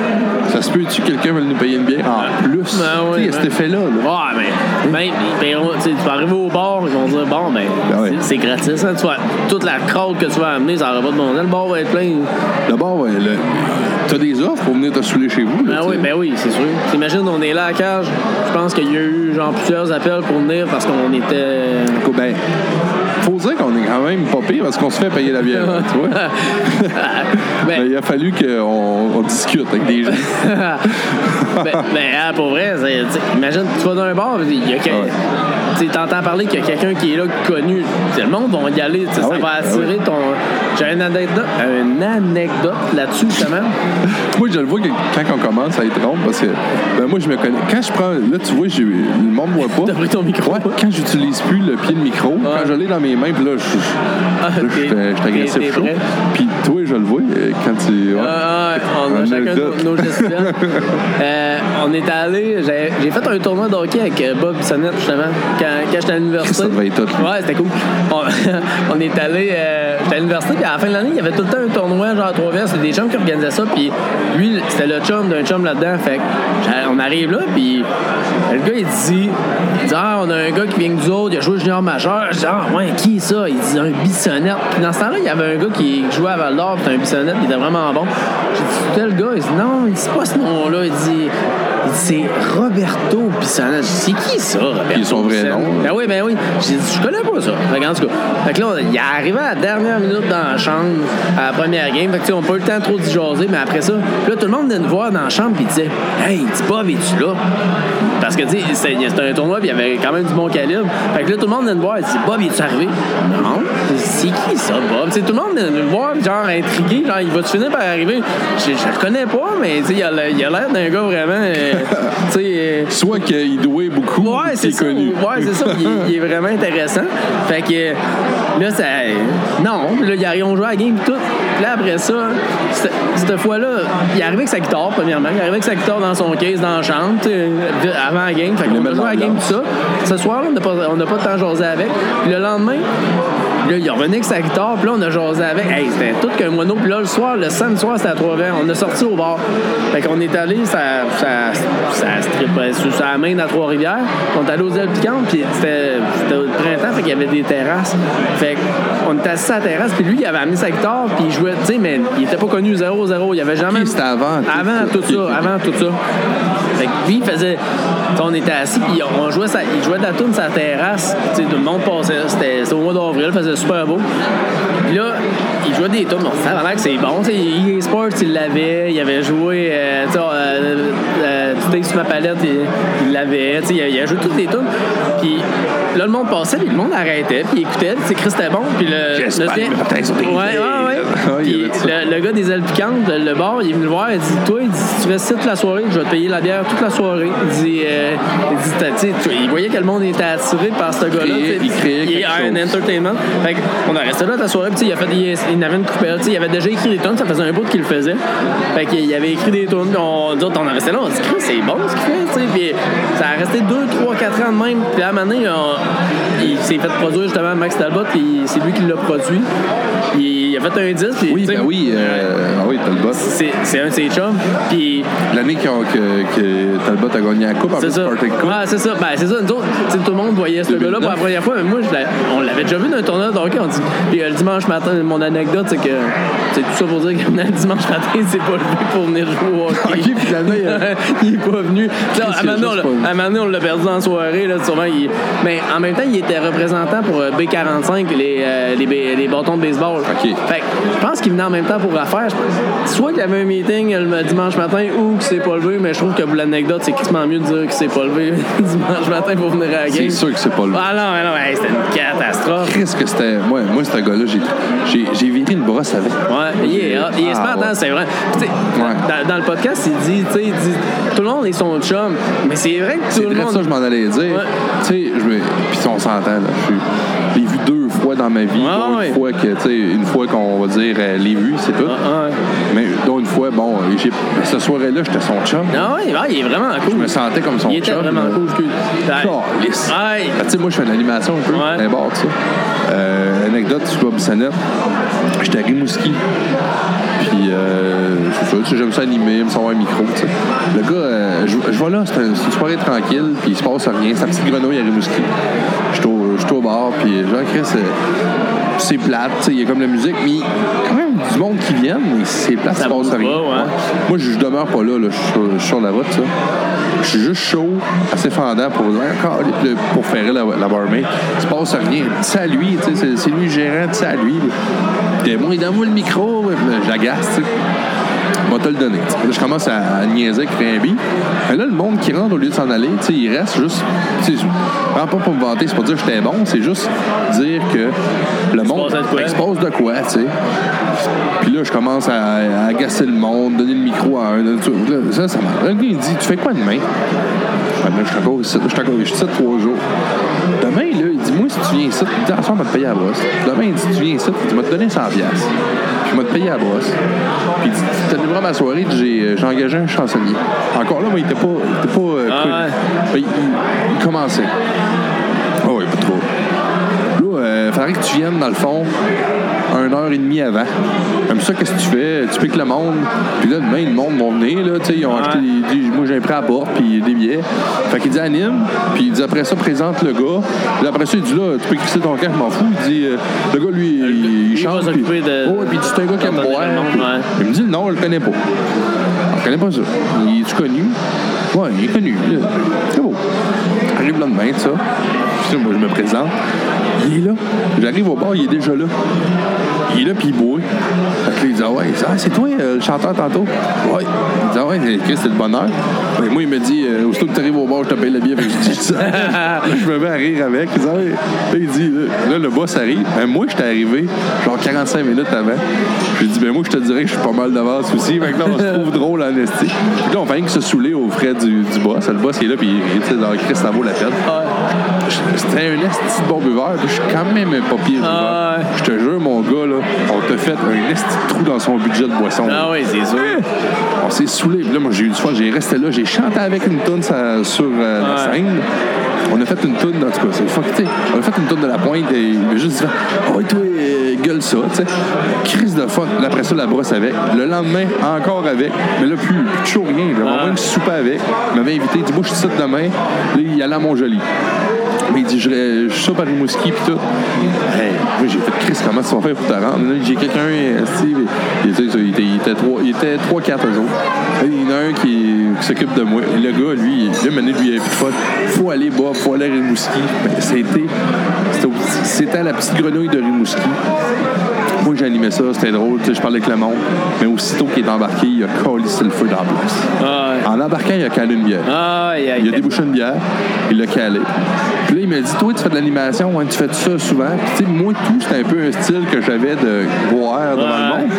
A: Ça se peut-tu que quelqu'un veut nous payer une bière en plus?
B: Ben ouais,
A: tu sais, il y a
B: ben.
A: cet effet-là, là.
B: Ouais, mais même, ben, on- tu sais, tu vas arriver au bar, ils vont dire bon, ben,
A: Ben ouais.
B: c'est- c'est gratis, hein, tu vas, toute la crowd que tu vas amener, ça aura pas de bon sens, le bar va être plein.
A: D'abord, ouais, le- t'as des offres pour venir te saouler chez vous, là.
B: Ben
A: tu
B: oui,
A: sais.
B: ben oui, c'est sûr. T'imagines, on est là à cage, je pense qu'il y a eu genre plusieurs appels pour venir parce qu'on était.
A: Ben, faut dire qu'on est quand même pas pire parce qu'on se fait payer la bière, là, tu vois. Mais
B: ben,
A: il a fallu qu'on on discute avec des gens.
B: ben, ben, ah, pour vrai, c'est- tu sais, imagine, tu vas dans un bar, il y a quelqu'un.
A: Ah Ouais.
B: Tu sais, t'entends parler qu'il y a quelqu'un qui est là, connu. Tu sais, Le monde va y aller, tu sais, ça
A: oui,
B: va
A: ah
B: attirer ton. J'ai une anecdote, une anecdote là-dessus, justement.
A: Moi, je le vois que quand on commence à être rond, parce que ben, moi, je me connais. Quand je prends. Là, tu vois, j'ai- le monde ne voit pas.
B: T'as pris ton micro.
A: Ouais, quand j'utilise plus le pied de micro, quand je l'ai dans mes mains, puis là, je, je,
B: Ah,
A: là, je,
B: t'es-
A: suis- je suis
B: t'es- t'es
A: agressif chaud.
B: prêt?
A: Puis toi, je le vois euh, quand tu. ouais.
B: Ah, ah, on
A: Un
B: a chacun
A: anecdote.
B: nos, nos gestionnaires. Euh, on est allé, j'ai j'ai fait un tournoi de hockey avec euh, Bob Bissonnette, justement, quand, quand j'étais à l'université.
A: Ça devait être hot, lui.
B: Ouais, c'était cool. On, on est allé, euh, j'étais à l'université, puis à la fin de l'année, il y avait tout le temps un tournoi, genre à trois verres, c'était des chums qui organisaient ça, puis lui, c'était le chum d'un chum là-dedans. Fait que j'a- on arrive là, puis le gars, il dit, il dit, ah, on a un gars qui vient que nous autres, il a joué junior majeur. Je dis, ah, ouais, qui ça? Il dit, un Bissonnette. Puis dans ce temps-là, il y avait un gars qui jouait à Val d'Or, c'était un Bissonnette, il était vraiment bon. J'ai dit, c'est tel gars? Il dit, non, il dit pas ce nom-là. Il dit, il dit, c'est Roberto Bissonnette. Je dis, c'est qui ça, Roberto?
A: Puis son vrai
B: Bissonnette?
A: nom, là.
B: Ben oui, ben oui. J'ai dit, je connais pas ça. Fait que, en tout cas, fait que là, on- il est arrivé à la dernière minute dans la chambre, à la première game. Fait que, tu sais, on n'a pas eu le temps trop d'y jaser, mais après ça, puis là, tout le monde venait nous voir dans la chambre, puis il disait, hey, dis pas, es-tu là? Parce que, tu sais, c'était c'était un tournoi, puis il y avait quand même du bon calibre. Fait que là, tout le monde venait nous voir, il dit, Bob, es-tu arrivé? Non. C'est qui ça, Bob? Tu sais, tout le monde venait nous voir, genre intrigué, genre, il va-tu finir par arriver? Je, je le connais pas, mais, tu sais, il a l'air il a l'air d'un gars vraiment, euh, tu sais. euh,
A: Soit qu'il douait beaucoup,
B: Ouais,
A: puis
B: c'est
A: qu'il est
B: ça.
A: connu.
B: Ouais, c'est ça. Il, il est vraiment intéressant. Fait que euh, là, ça. Non, là, ils arrivent, on joue à la game tout. Puis là, après ça, cette, cette fois-là, il est arrivé avec sa guitare, premièrement. Il est arrivé avec sa guitare dans son case, dans la chambre, tu sais, avant la game. Fait
A: le
B: qu'on
A: met
B: a joué à la
A: dans
B: game, tout ça. Ce soir-là, on n'a pas, on n'a pas de temps à jaser avec. Puis le lendemain, Là, il revenait avec sa guitare, puis là, on a jasé avec. Hey, c'était tout qu'un moineau. Puis là, le soir, le samedi soir, c'était à 3 h On a sorti au bar. Fait qu'on est allé, ça, ça, ça se tripait sous sa main à Trois-Rivières. On est allé aux ailes piquantes, puis c'était c'était au printemps, fait qu'il y avait des terrasses. Fait qu'on était assis à la terrasse, puis lui, il avait amené sa guitare, puis il jouait, tu sais, mais il était pas connu 0-0. Il avait jamais.
A: Ok, c'était avant tout
B: Avant
A: ça.
B: tout
A: Ok, ok.
B: ça, avant tout ça. Fait que lui, il faisait. tu sais, On était assis, puis on jouait, sa- il jouait de la toune sur la terrasse. Tu sais, tout le monde passait. C'était c'était au mois d'avril, il faisait super beau. Puis là, il jouait des tunes. On se disait, que c'est bon. Tu sais, EA Sports, il l'avait. Il avait joué. euh, tu sais, euh, euh, du texte sur ma palette, il il l'avait. Tu sais, il a- il a joué toutes des tunes. Puis là, le monde passait, puis le monde arrêtait, puis il écoutait. Tu sais, Chris, c'était bon. Puis le.
A: J'espère
B: le-
A: que mes patins sont
B: Ouais,
A: déguisés.
B: ouais, ouais.
A: Ah, il y avait
B: Puis
A: ça.
B: le, le gars des ailes piquantes, le, le bar, il est venu le voir, il dit Toi, il dit, si tu restes ici toute la soirée, je vais te payer la bière toute la soirée. Il dit, euh, il, dit T'as- tu sais, tu- il voyait que le monde était attiré par ce gars-là.
A: créait-
B: tu sais,
A: il créait
B: est
A: quelque
B: un
A: chose.
B: entertainment. Fait que, on a resté là toute la soirée, puis tu sais, il, a fait, des- il, en avait une coupelle, tu sais, il avait déjà écrit des tonnes, ça faisait un bout qu'il le faisait. Fait qu'il avait écrit des tonnes, puis on, nous autres, on a resté là, on a dit Chris, c'est bon ce qu'il fait, tu sais. Puis ça a resté 2, 3, 4 ans de même, puis à un moment donné, on- il s'est fait produire justement Max Talbot, puis c'est lui qui l'a produit. Il, il a fait un disque, puis,
A: Oui,
B: tu sais,
A: ben oui, euh, ah oui, Talbot.
B: c'est c'est un de ses chums. Puis
A: L'année qu'ils ont- que, que Talbot a gagné la coupe, en
B: c'est
A: plus,
B: ça.
A: Spartan Cup.
B: Ah, c'est ça. Ben, c'est ça. Nous autres, tu sais, tout le monde voyait ce gars-là pour la
A: 2009.
B: première fois, mais moi, je l'ai- on l'avait déjà vu dans un tournoi de hockey. On dit... Puis euh, le dimanche matin, mon anecdote, c'est que c'est tout ça pour dire que le dimanche matin, il s'est pas levé pour venir jouer au hockey.
A: Ok, finalement, il a-
B: il est pas venu. Tu sais,
A: Chris,
B: à
A: il a
B: Manon,
A: juste
B: là,
A: pas venu.
B: à Manon, on l'a perdu en soirée. Là, sûrement, il... Mais en même temps, il était représentant pour euh, B45, les, euh, les, ba- les bâtons de baseball.
A: Ok.
B: Fait que je pense qu'il venait en même temps pour l'affaire. Je pense- Soit qu'il y avait un meeting le dimanche matin ou qu'il s'est pas levé, mais je trouve que pour l'anecdote, c'est quasiment mieux de dire qu'il s'est pas levé dimanche matin pour venir à la
A: C'est
B: game.
A: sûr que c'est pas le
B: Ah non, mais non, hey, c'était une catastrophe.
A: Qu'est-ce que c'était. Moi, moi ce gars-là, j'ai- j'ai j'ai viré une brosse avec.
B: Ouais, il est hot, il est
A: Ah,
B: smart, hein,
A: ouais.
B: c'est vrai. Puis, tu sais,
A: Ouais.
B: dans, dans le podcast, il dit, tu sais, il dit, tout le monde est son chum, mais c'est vrai que
A: C'est
B: tout le
A: vrai
B: monde.
A: ça, je m'en allais dire.
B: Ouais.
A: Tu sais, je me. Puis on s'entend, là. je suis- Je l'ai vu deux fois dans ma vie.
B: Ouais,
A: dont
B: ouais.
A: Une fois que, tu sais, une fois qu'on va dire, euh, l'ai vu, c'est tout.
B: Ah, ouais.
A: Mais dont une fois, bon, euh, j'ai- ce soir-là, j'étais son chum.
B: Non, Ah ouais, ouais, il est vraiment cool.
A: Je me sentais comme son
B: Il était
A: chum,
B: vraiment
A: là.
B: cool, excuse.
A: euh, Calisse.
B: Ouais.
A: Ah, Tu sais, moi, je fais de l'animation un peu,
B: Ouais.
A: un bar, tout ça. Euh, anecdote sur Bob Bissonnette. J'étais à Rimouski. Puis, euh, c'est ça, tu sais, j'aime ça animer, me savoir un micro, tu sais. Le gars, euh, je, je vois là, c'est un- c'est une soirée tranquille, puis il se passe rien. C'est la petite grenouille à Rimouski. J'étais au, j'étais au bar, puis euh, Jean-Chris, c'est plate, tu sais, il y a comme la musique, mais il y a quand même du monde qui vient, mais c'est plate,
B: Ça
A: il se
B: bouge
A: passe rien.
B: pas, ouais.
A: Moi, je je demeure pas là, là. Je suis sur- je suis sur la route, ça. Je suis juste chaud, assez fendant pour dire encore pour faire la, la barmaid. Il se passe rien. Dis ça à lui, tu sais, c'est- c'est lui le gérant, dis ça à lui. Puis, moi, il donne-moi le micro, je l'agace, tu sais. Je vais te le donner. tu sais. Là, je commence à, à niaiser avec Rimby. Mais là, le monde qui rentre, au lieu de s'en aller, tu sais, il reste juste. tu sais, je- Vraiment pas pour me vanter, c'est pas dire que j'étais bon, c'est juste dire que le monde
B: passait de quoi.
A: expose de quoi, tu sais. Puis là, je commence à, à agacer le monde, donner le micro à un. tu- là, Ça, ça m'a. Le gars, il dit Tu fais quoi demain Je fais, Là, je suis encore ici, je suis encore- je suis ici trois jours. Demain, là, il dit Moi, si tu viens ici, il dit Ah, ça, on va te payer à la brosse. Demain, il dit Tu viens ici, il dit Je vais te donner 100$. piastres. Je vais te payer à la brosse. Puis il dit Tu t'es ma soirée, il dit, j'ai euh, j'ai engagé un chansonnier. Encore là, moi, il était pas. Il était pas euh,
B: Ah
A: connu.
B: ouais.
A: Ben, il, il- il commençait. Oh, oui, pas trop. Là, euh, faudrait que tu viennes, dans le fond, une heure et demie avant. Comme ça, qu'est-ce que tu fais? Tu piques le monde. Puis là, demain, le monde vont venir. Là, tu sais, ils ont acheté des, des- Moi, j'ai un prêt à bord, puis des billets. Fait qu'il dit anime, puis il dit après ça, présente le gars. Puis après ça, il dit là, tu peux crisser ton camp, je m'en fous. Il dit euh, le gars, lui, il,
B: il va
A: chante. Puis,
B: s'occuper de-
A: Ouais, puis il dit c'est un gars qui aime
B: d'entendre
A: boire.
B: le monde,
A: Puis-
B: ouais.
A: il me dit non, je le connais pas. Je connais pas ça. Il est connu? Ouais, il est connu. là. C'est beau. J'arrive le lendemain, ça. Puis là, moi, je me présente. Il est là. J'arrive au bar, il est déjà là. Il est là, puis il boit. Fait que là, il dit Ah ouais, Il dit, Ah, c'est toi euh, le chanteur tantôt. Ouais. Il dit Ah ouais, Chris, c'est le bonheur. Mais moi, il me dit euh, Aussitôt que tu arrives au bar, je te paye le billet. Fait que je dis ça. Là, je me mets à rire avec. Il dit, Ah ouais. Là, il dit Là, là, le boss arrive. Ben, moi, j'étais arrivé genre 45 minutes avant. J'ai dit Ben, moi, je te dirais que je suis pas mal d'avance aussi. Fait que là, on se trouve drôle en esti. Puis là, on fait rien que se saouler aux frais du, du boss. Le boss, il est là, puis il dit Genre, Chris, ça vaut la peine. C'était un esti de bon buveur, puis je suis quand même un papier
B: Ah ouais.
A: Je te jure, mon gars, là, on t'a fait un esti de trou dans son budget de boisson.
B: Ah oui, c'est sûr.
A: On s'est saoulé. Puis Là, moi, j'ai eu du fun. J'ai resté là. J'ai chanté avec une toune sa- sur euh, la
B: Ouais.
A: scène. On a fait une toune, en tout cas, c'est fuck, tu sais. On a fait une toune de la pointe et il m'a juste dit « Ouais, toi, euh, gueule ça, tu sais. » Crise de fun. Là, Après ça, la brosse avec. Le lendemain, encore avec. Mais là, plus, plus chaud rien. Là,
B: Ouais.
A: On même souper avec. Il m'avait invité. Il dit « Moi, je suis ici demain. » Là, il allait à Montjoly. Mais il dit, je, je soupe à Rimouski pis tout. Hey, moi j'ai fait Chris, comment tu vas faire pour te rendre? Là, j'ai quelqu'un, euh, Steve, il, était- il était- il était trois- il était 3-4 eux autres. Là, il y en a un qui, qui s'occupe de moi. Le gars, lui, il- là, maintenant, lui, il avait plus de fun. Faut aller boire, faut aller à Rimouski. Ben, c'était, c'était, au- c'était à la petite grenouille de Rimouski. Moi, j'animais ça, c'était drôle, tu sais, je parlais avec le monde. Mais aussitôt qu'il est embarqué, il a collissé le feu dans la place.
B: Ah, ouais.
A: En embarquant, il a calé une bière.
B: Ah, il y a-
A: Il a débouché une bière, il l'a calé. Puis là, il m'a dit, toi, tu fais de l'animation, hein, tu fais ça souvent. Puis, tu sais, moi, tout, c'était un peu un style que j'avais de boire devant
B: Ouais.
A: le monde.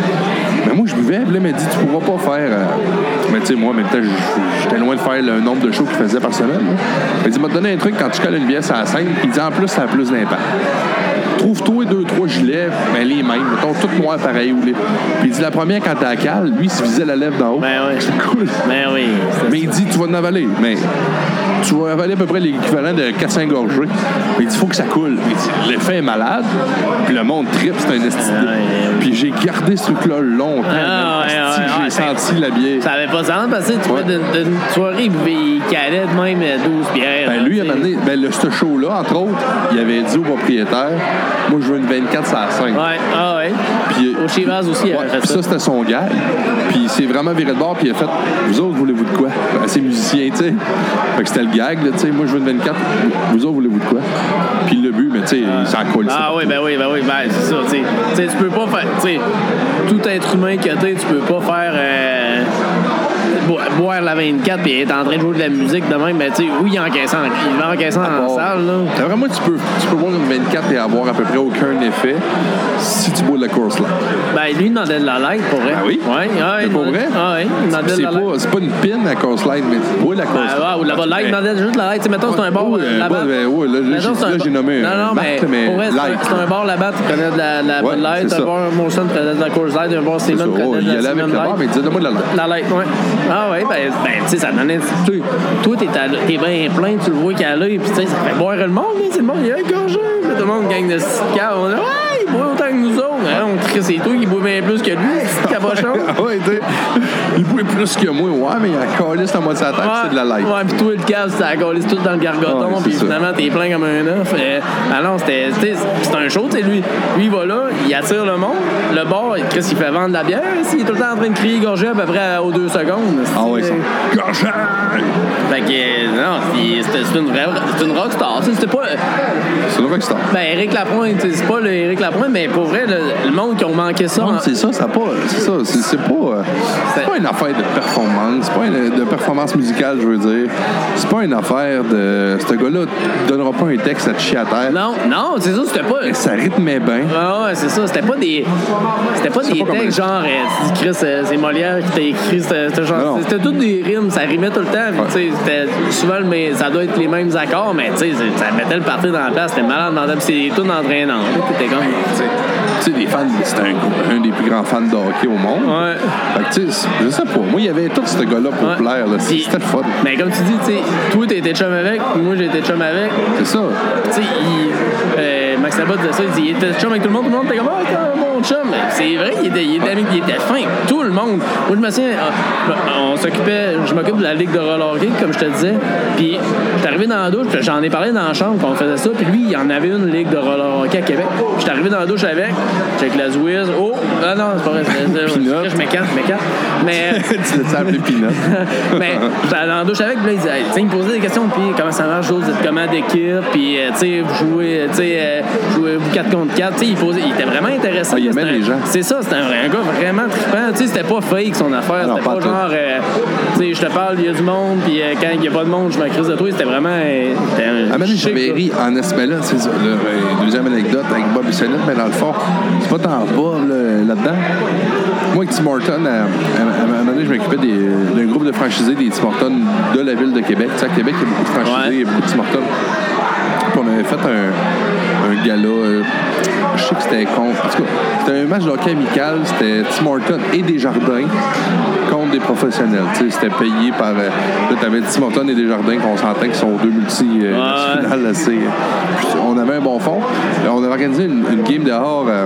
A: Mais moi, je buvais, puis là, il m'a dit, tu pourras pas faire. euh, Mais tu sais, moi, en même temps, j- j'étais loin de faire le nombre de shows qu'il faisait par semaine. là. Il m'a dit, m'a donné un truc quand tu colles une bière à la scène, puis il dit, en plus, ça a plus d'impact. Trouve-toi deux, trois gilets, ben, les mêmes, mettons, toutes noires pareilles. Ou les... Puis il dit, la première, quand t'as la cale, lui, il se visait la lèvre d'en haut.
B: Ben ouais.
A: C'est cool.
B: Ben oui. c'est-
A: Mais il dit, tu vas en avaler. Mais tu vas avaler à peu près l'équivalent de 4-5 gorgées. Mais il dit, faut que ça coule. Il dit, l'effet est malade. Puis le monde tripe, c'est un esti.
B: Ah, ouais.
A: Puis j'ai gardé ce truc-là longtemps.
B: Ah,
A: man.
B: ouais,
A: Esti
B: ouais,
A: que
B: ouais,
A: j'ai senti la bière.
B: Ça avait pas de sens parce que tu vois,
A: Ouais.
B: d'une d'une soirée, il buvait- il calait de même euh, 12 bières.
A: Ben,
B: là,
A: lui,
B: tu
A: à un
B: sais.
A: moment donné, ben, le, ce show-là, entre autres, il avait dit au propriétaire, moi, je veux une 24 sur la 5.
B: Ouais, ah ouais.
A: Puis,
B: Au Chivas aussi, il
A: Ouais,
B: avait fait
A: puis ça,
B: ça.
A: c'était son gars. Puis il s'est vraiment viré de bord, puis il a fait Vous autres, voulez-vous de quoi Ben, C'est musicien, tu sais. Fait que c'était le gag, là, tu sais. Moi, je veux une 24. Vous autres, voulez-vous de quoi Puis le but, mais tu sais, il s'en colle.
B: Ah oui, ben oui, ben oui, ben c'est ça, tu sais. Tu sais, tu peux pas faire, tu sais, tout être humain que t'es, tu peux pas faire euh, bo- boire la 24 puis être en train de jouer de la musique de même, ben tu sais, oui, il encaisse en, il va encaisser en salle, là.
A: Ah, Vraiment, moi, tu peux, tu peux boire une 24 et avoir à peu près aucun effet si tu bois de la course là.
B: Ben lui, il en donne de la light, pour vrai.
A: Ah oui?
B: Ouais, ouais.
A: C'est
B: il
A: pas
B: en-
A: vrai?
B: Ah oui, il en donne
A: C'est
B: de la
A: pas,
B: light.
A: c'est pas une pin la course light, mais tu bois de la course
B: Ben, ouais, ou la bonne light, non, juste de la light. Tu sais, mettons, c'est un bar
A: Ouais,
B: euh,
A: ouais,
B: là-bas.
A: ben, ouais, là,
B: Mettons,
A: j'ai-
B: c'est un
A: là,
B: bar-
A: j'ai nommé
B: Non,
A: un
B: non, mais.
A: marque, mais
B: Pour vrai, c'est un-
A: light.
B: c'est un bar là-bas, tu connais de la, la
A: Ouais,
B: bonne light.
A: c'est
B: C'est un
A: ça.
B: bar Molson, tu connais de la course light. Un bar
A: C'est Eh, ça,
B: Simon, tu
A: ouais,
B: connais
A: il
B: de
A: y
B: la
A: allait avec
B: Simon
A: le bar,
B: light.
A: mais il disait Donne-moi de la light.
B: La light, ouais. Ah ouais, ben, ben tu sais, ça donnait. tu- Toi, t'es à- t'es bien plein, tu le vois qu'à l'œil, puis tu sais, ça fait boire le monde, hein, c'est le monde, il y a un gorgeux. Puis Tout le monde gagne de 6 caves. On dit, ouais, il boit autant que nous autres. Hein, on crie, c'est toi qui bois bien plus que lui, c'est cabochon.
A: Ah ouais, tu sais, il bouille plus que moi, ouais, mais il a collé la moitié de la tête,
B: Ouais,
A: c'est de la light.
B: Ouais, puis toi, le cave, ça a collé tout dans le gargoton,
A: Ouais, c'est
B: puis
A: ça.
B: finalement, t'es plein comme un œuf. Euh, ah non, c'était. tu sais, C'est un show, tu sais, lui. Lui, il va là, il attire le monde. Le bar, Chris, il fait vendre de la bière. Il est tout le temps en train de crier gorgé à peu près aux deux secondes.
A: Ah ouais, ça.
B: Euh,
A: Gorgeant!
B: Fait que, euh, non, c'est- c'est c'est une vraie. C'est une rockstar. Tu sais, C'était pas.
A: C'est une rockstar.
B: Ben, Eric Lapointe, tu sais, c'est pas le Eric Lapointe, mais pour vrai, le, le monde qui qui ont manqué ça.
A: Non,
B: en-
A: c'est ça, ça pas. C'est ça, c'est, c'est pas. euh, C'est
B: C'est-
A: pas une affaire de performance. C'est pas une, de performance musicale, je veux dire. C'est pas une affaire de. Ce gars-là te donnera pas un texte à te chier à terre.
B: Non, non, c'est ça, c'était pas.
A: Mais ça rythmait bien.
B: Ah ouais, c'est ça. C'était pas des. C'était pas des
A: pas comme
B: textes genre. euh, tu dis, Chris, euh, c'est Molière qui t'a écrit ce ce genre.
A: Non.
B: C'était toutes des rimes, ça rimait tout le temps. puis, tu sais, c'était souvent, le- mais ça doit être les mêmes accords, mais tu sais, c'est- ça mettait le parti dans la place. C'était malade mental. Puis c'est des tunes entraînantes. là, puis T'es comme.
A: Tu sais, tu sais, des fans, c'est un, groupe- un des plus grands fans de hockey au monde.
B: Ouais.
A: Fait que, tu sais, je sais pas. Moi, il y avait tout ce gars-là pour
B: Ouais.
A: plaire. là.
B: Puis-
A: C'était le fun.
B: Mais comme tu dis, tu sais, toi, t'étais chum avec, moi, j'étais chum avec.
A: C'est ça.
B: Tu sais, il- euh, Max Labat disait ça, il dit, il était chum avec tout le monde, tout le monde était comme, ah, t'es un bon chum. Mais C'est vrai, il était, il était, ami- il était fin, tout le monde. Moi, je me souviens, ah, on s'occupait, je m'occupe de la ligue de roller hockey, comme je te disais. Puis, j'étais arrivé dans la douche, puis j'en ai parlé dans la chambre quand on faisait ça. Puis lui, il en avait une ligue de roller hockey à Québec. Puis J'étais arrivé dans la douche avec, j'ai avec la Zwiz. Oh, ah non, c'est pas vrai, c'est- c'est-
A: Peanut.
B: je m'écarte, je m'écarte. Mais.
A: tu l'as appelé Pinot.
B: mais j'étais Ben, dans la douche avec, puis là, il, disait, hey, tu sais, il me posait des questions, puis comment ça marche, vous êtes comment d'équipe, puis euh, tu sais, vous jouez, tu sais, euh, vous jouez vous 4 contre 4, tu sais, il, posait- il était vraiment intéressant.
A: Ah, il
B: là,
A: aimait
B: c'était un-
A: les gens.
B: C'est ça, c'était un, un gars vraiment trippant, tu sais, c'était pas fake son affaire,
A: Non,
B: c'était
A: pas
B: pas,
A: tout.
B: genre, euh, tu sais, je te parle, il y a du monde, puis euh, quand il y a pas de monde, je me crise de toi, c'était vraiment. euh, c'était un
A: Ah, mais là,
B: chic
A: j'avais
B: gars.
A: ri en aspect là, c'est ça, là, euh, deuxième anecdote avec Bob Bissonnette, mais dans le fond, c'est pas tant bas là, là-dedans. Moi, avec Tim Horton, à, à- à un moment donné, je m'occupais des- d'un groupe de franchisés des Tim Hortons de la ville de Québec. Tu sais, à Québec, il y a beaucoup de franchisés,
B: Ouais.
A: il y a beaucoup de Tim Hortons. Puis on avait fait un, un gala, euh, je sais que c'était contre, en tout cas, c'était un match de hockey amical, c'était Tim Horton et Desjardins contre des professionnels. Tu sais, c'était payé par, euh, là, t'avais Tim Horton et Desjardins qu'on s'entend qui sont deux multi... euh,
B: Ouais.
A: national, c'est- puis on avait un bon fond. Euh, On avait organisé une, une game dehors, euh,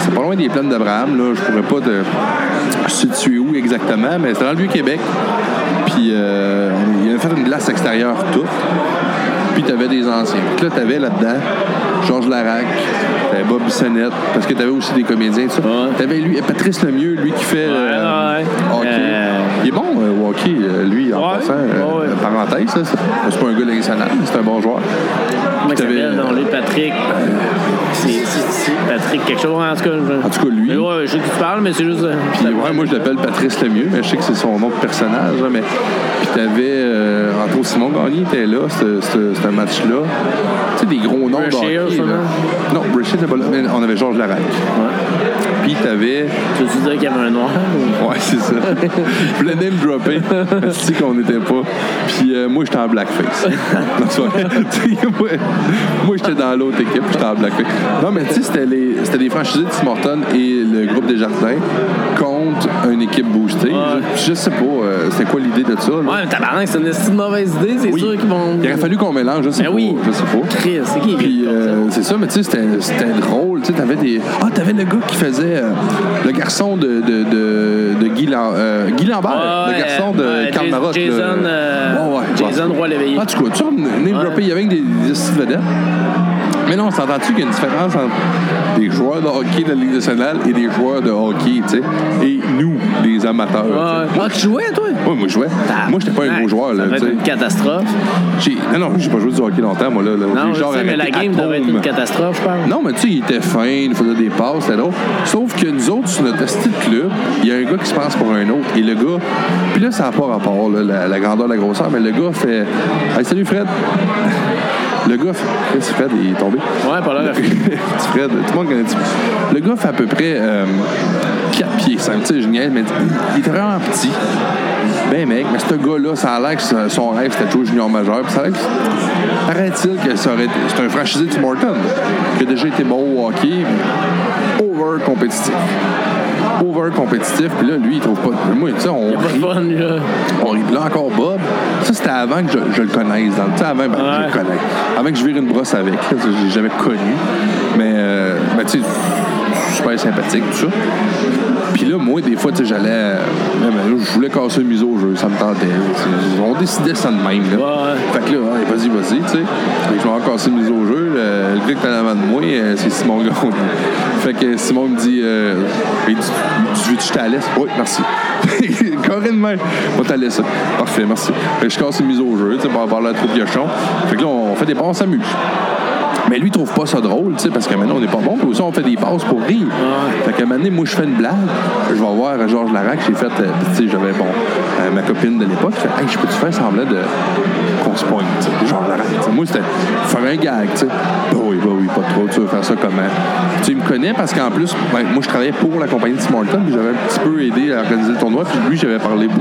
A: c'est pas loin des plaines d'Abraham, là. Je pourrais pas te situer où exactement, mais c'était dans le Vieux-Québec. Puis euh, il avait fait une glace extérieure toute. Puis t'avais des anciens. Puis là, t'avais là-dedans Georges Larac, t'avais Bob Bissonnette, parce que t'avais aussi des comédiens, tout ça.
B: Ouais.
A: T'avais lui, euh, Patrice Lemieux, lui qui fait euh,
B: ouais.
A: hockey.
B: Euh,
A: Il est bon, euh, au hockey, euh, lui, en
B: Ouais,
A: passant. euh,
B: ouais, ouais.
A: Parenthèse, ça, c'est- c'est pas un gars de la Ligue nationale, mais c'est un bon joueur.
B: Comment il
A: Puis t'avais-
B: s'appelle, non, lui, Patrick. C'est- c'est- c'est Patrick, quelque chose, en tout cas. je-
A: En tout cas, lui.
B: Mais ouais, je sais que tu parles, mais c'est juste. euh,
A: Puis, ouais, moi, je l'appelle Patrice Lemieux, mais je sais que c'est son nom de personnage. là, mais... Puis t'avais, euh, entre autres, Simon Gagné était là, ce, ce- ce match-là. Tu sais, des gros noms de
B: Brashear,
A: hockey,
B: sûrement.
A: là. Non, Brashear n'était pas là, mais on avait Georges Larac. Puis t'avais...
B: Tu veux-tu dire qu'il y avait un noir? ou-
A: Ouais, c'est ça. je voulais name dropper. C'est qu'on n'était pas. Puis euh, moi, j'étais en blackface. Non, c'est vrai. Tu sais, moi, moi, j'étais dans l'autre équipe, j'étais en blackface. Non, mais tu sais, c'était les, c'était les franchisés de Tim Hortons et le groupe des Jardins contre une équipe boostée. Je, je sais pas, euh, c'était quoi l'idée de ça. là.
B: Ouais, mais tabarnak, c'est une esti de mauvaise idée, c'est
A: Oui.
B: sûr qu'ils vont.
A: Il aurait fallu qu'on mélange, je sais
B: Ben
A: pas.
B: oui.
A: Je sais pas.
B: Chris, c'est qui
A: Puis
B: qui
A: euh, c'est ça, mais tu sais, c'était- c'était drôle. Tu sais, t'avais des. Ah, t'avais le gars qui faisait. euh, le garçon de, de, de, de Guy, Lam- euh, Guy Lambert.
B: Ah,
A: le
B: ouais,
A: garçon de
B: euh,
A: Karl
B: Jas-
A: Marotte, là.
B: Jason, euh,
A: Ouais, ouais,
B: Jason
A: ouais.
B: Roy-Léveillé.
A: Ah, tu crois, tu vois, name dropper, il y avait avec des, des petites vedettes. Mais non, s'entends-tu qu'il y a une différence entre des joueurs de hockey de la Ligue nationale et des joueurs de hockey, tu sais, et nous, les amateurs. tu sais.
B: Ah, tu jouais, toi?
A: Ouais, moi, je jouais. Moi, j'étais pas un gros joueur, là,
B: Ça va
A: tu
B: être
A: sais.
B: une catastrophe.
A: J'ai- Non, non, j'ai pas joué du hockey longtemps, moi, là. là.
B: Non,
A: J'ai
B: je
A: genre
B: sais, mais la
A: arrêté
B: game
A: à
B: devait être
A: Rome.
B: une catastrophe, je pense.
A: Non, mais tu sais, il était fin, il faisait des passes, c'était drôle. Sauf que nous autres, sur notre style club, il y a un gars qui se passe pour un autre. Et le gars, puis là, ça n'a pas rapport, là, la, la grandeur, la grosseur, mais le gars fait Hey, salut Fred. Le gars, fait- Chris, Fred, il est tombé.
B: Ouais, pas là.
A: Petit Fred, tout le monde connaît petit- Le gars fait à peu près 4 pieds, c'est un petit génial, mais il était vraiment petit. Ben mec, mais ce gars-là, ça a l'air que son- son rêve c'était de jouer junior majeur. Puis ça a l'air que- Paraît-il que ça aurait été- c'est un franchisé de Tim Hortons qui a déjà été bon au hockey, mais over compétitif. Over compétitif, puis là, lui, il trouve pas. Moi, tu sais, on.
B: Pas de fun, là.
A: On rit. Puis là, encore Bob. Ça, c'était avant que je, je le connaisse. Dans le temps, avant ben,
B: Ouais.
A: que je le connaisse. Avant que je vire une brosse avec. là, ça, Je l'ai jamais connu. Mais, euh, ben, tu sais, super sympathique, tout ça. Puis là, moi, des fois, tu sais, j'allais. euh, ben, ben, je voulais casser le museau au jeu. Ça me tentait. C'est- On décidait ça de même, là.
B: Ouais, ouais.
A: Fait que là, ouais, vas-y, vas-y, tu sais. Fait que je m'en cassé une mise au jeu. Le, le gars qui était en avant de moi, euh, c'est Simon Gaudin. Fait que Simon me dit, euh, Hey, tu, tu veux que je te la laisse? Oui, merci. Carrément. On t'a laissé. Parfait, merci. Fait que je casse une mise au jeu, tu sais, par rapport à la troupe de Fait que là, on fait des passes, on s'amuse. Mais lui, il trouve pas ça drôle, tu sais, parce que maintenant, on n'est pas bon. Puis aussi, on fait des passes pour rire.
B: Ouais.
A: Fait que maintenant, moi, je fais une blague. Je vais voir Georges Larac. J'ai fait, euh, tu sais, j'avais, bon, euh, ma copine de l'époque. Je fais, hey, je peux-tu faire semblant de qu'on se pointe, tu sais, Georges Larac. tu sais. moi, c'était faire un gag, tu sais. Bah oui, bah oui, pas trop. Tu veux faire ça comment? Tu sais, il me connais parce qu'en plus, ben, moi, je travaillais pour la compagnie de Smarton. Puis j'avais un petit peu aidé à organiser le tournoi. Puis lui, j'avais parlé beaucoup.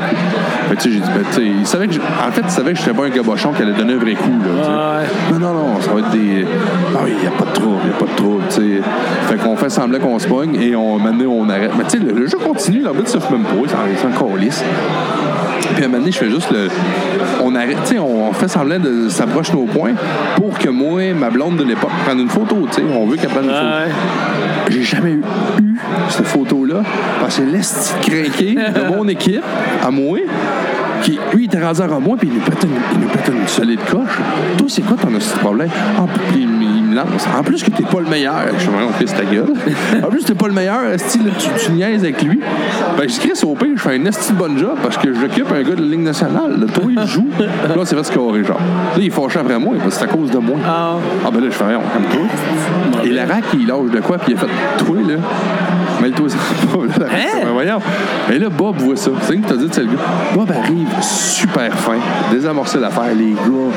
A: Fait que, tu sais, j'ai dit, ben, tu sais, il savait que, je- en fait, il savait que je n'étais pas un gabochon qui allait donner un vrai coup, là, tu sais.
B: Ouais.
A: Non, non, non, ça va être des. Ah oui, il n'y a pas de trouble, il n'y a pas de trouble, tu sais. Fait qu'on fait semblant qu'on se pogne et on, maintenant, on arrête. Mais tu sais, le, le jeu continue, l'arbitre se fait même pas, ça arrive, c'est encore lisse. Puis à un moment donné, je fais juste le. On arrête, tu sais, on fait semblant de s'approcher nos points pour que moi, ma blonde de l'époque, prenne une photo, tu sais. On veut qu'elle prenne une photo.
B: Ouais.
A: J'ai jamais eu, eu cette photo-là parce que l'esti craqué de mon équipe, à moi, qui, lui, il était rendu à moi puis il nous pète une, il nous pète une solide coche. Toi, c'est quoi ton esti de problème? En plus, il, me- il me lance. En plus que t'es pas le meilleur. Je suis vraiment fils ta gueule. En plus, t'es pas le meilleur, esti, là, euh, tu, tu niaises avec lui. Ben, je crie au pire, je fais un esti de bonne job parce que j'occupe un gars de la Ligue nationale. Là, toi, il joue. Là, c'est fait ce qu'il aurait, genre. Là, il est fâché après moi parce que c'est à cause de moi.
B: Ah.
A: Ah ben là, je fais rien, on calme toi. Et Larac, il lâche de quoi, puis il a fait Toi là, mêle-toi ça. Larac,
B: Hein?
A: ben voyons. Et là, Bob voit ça. C'est que t'as dit, c'est le gars. Bob arrive super fin, désamorcer l'affaire, les gars,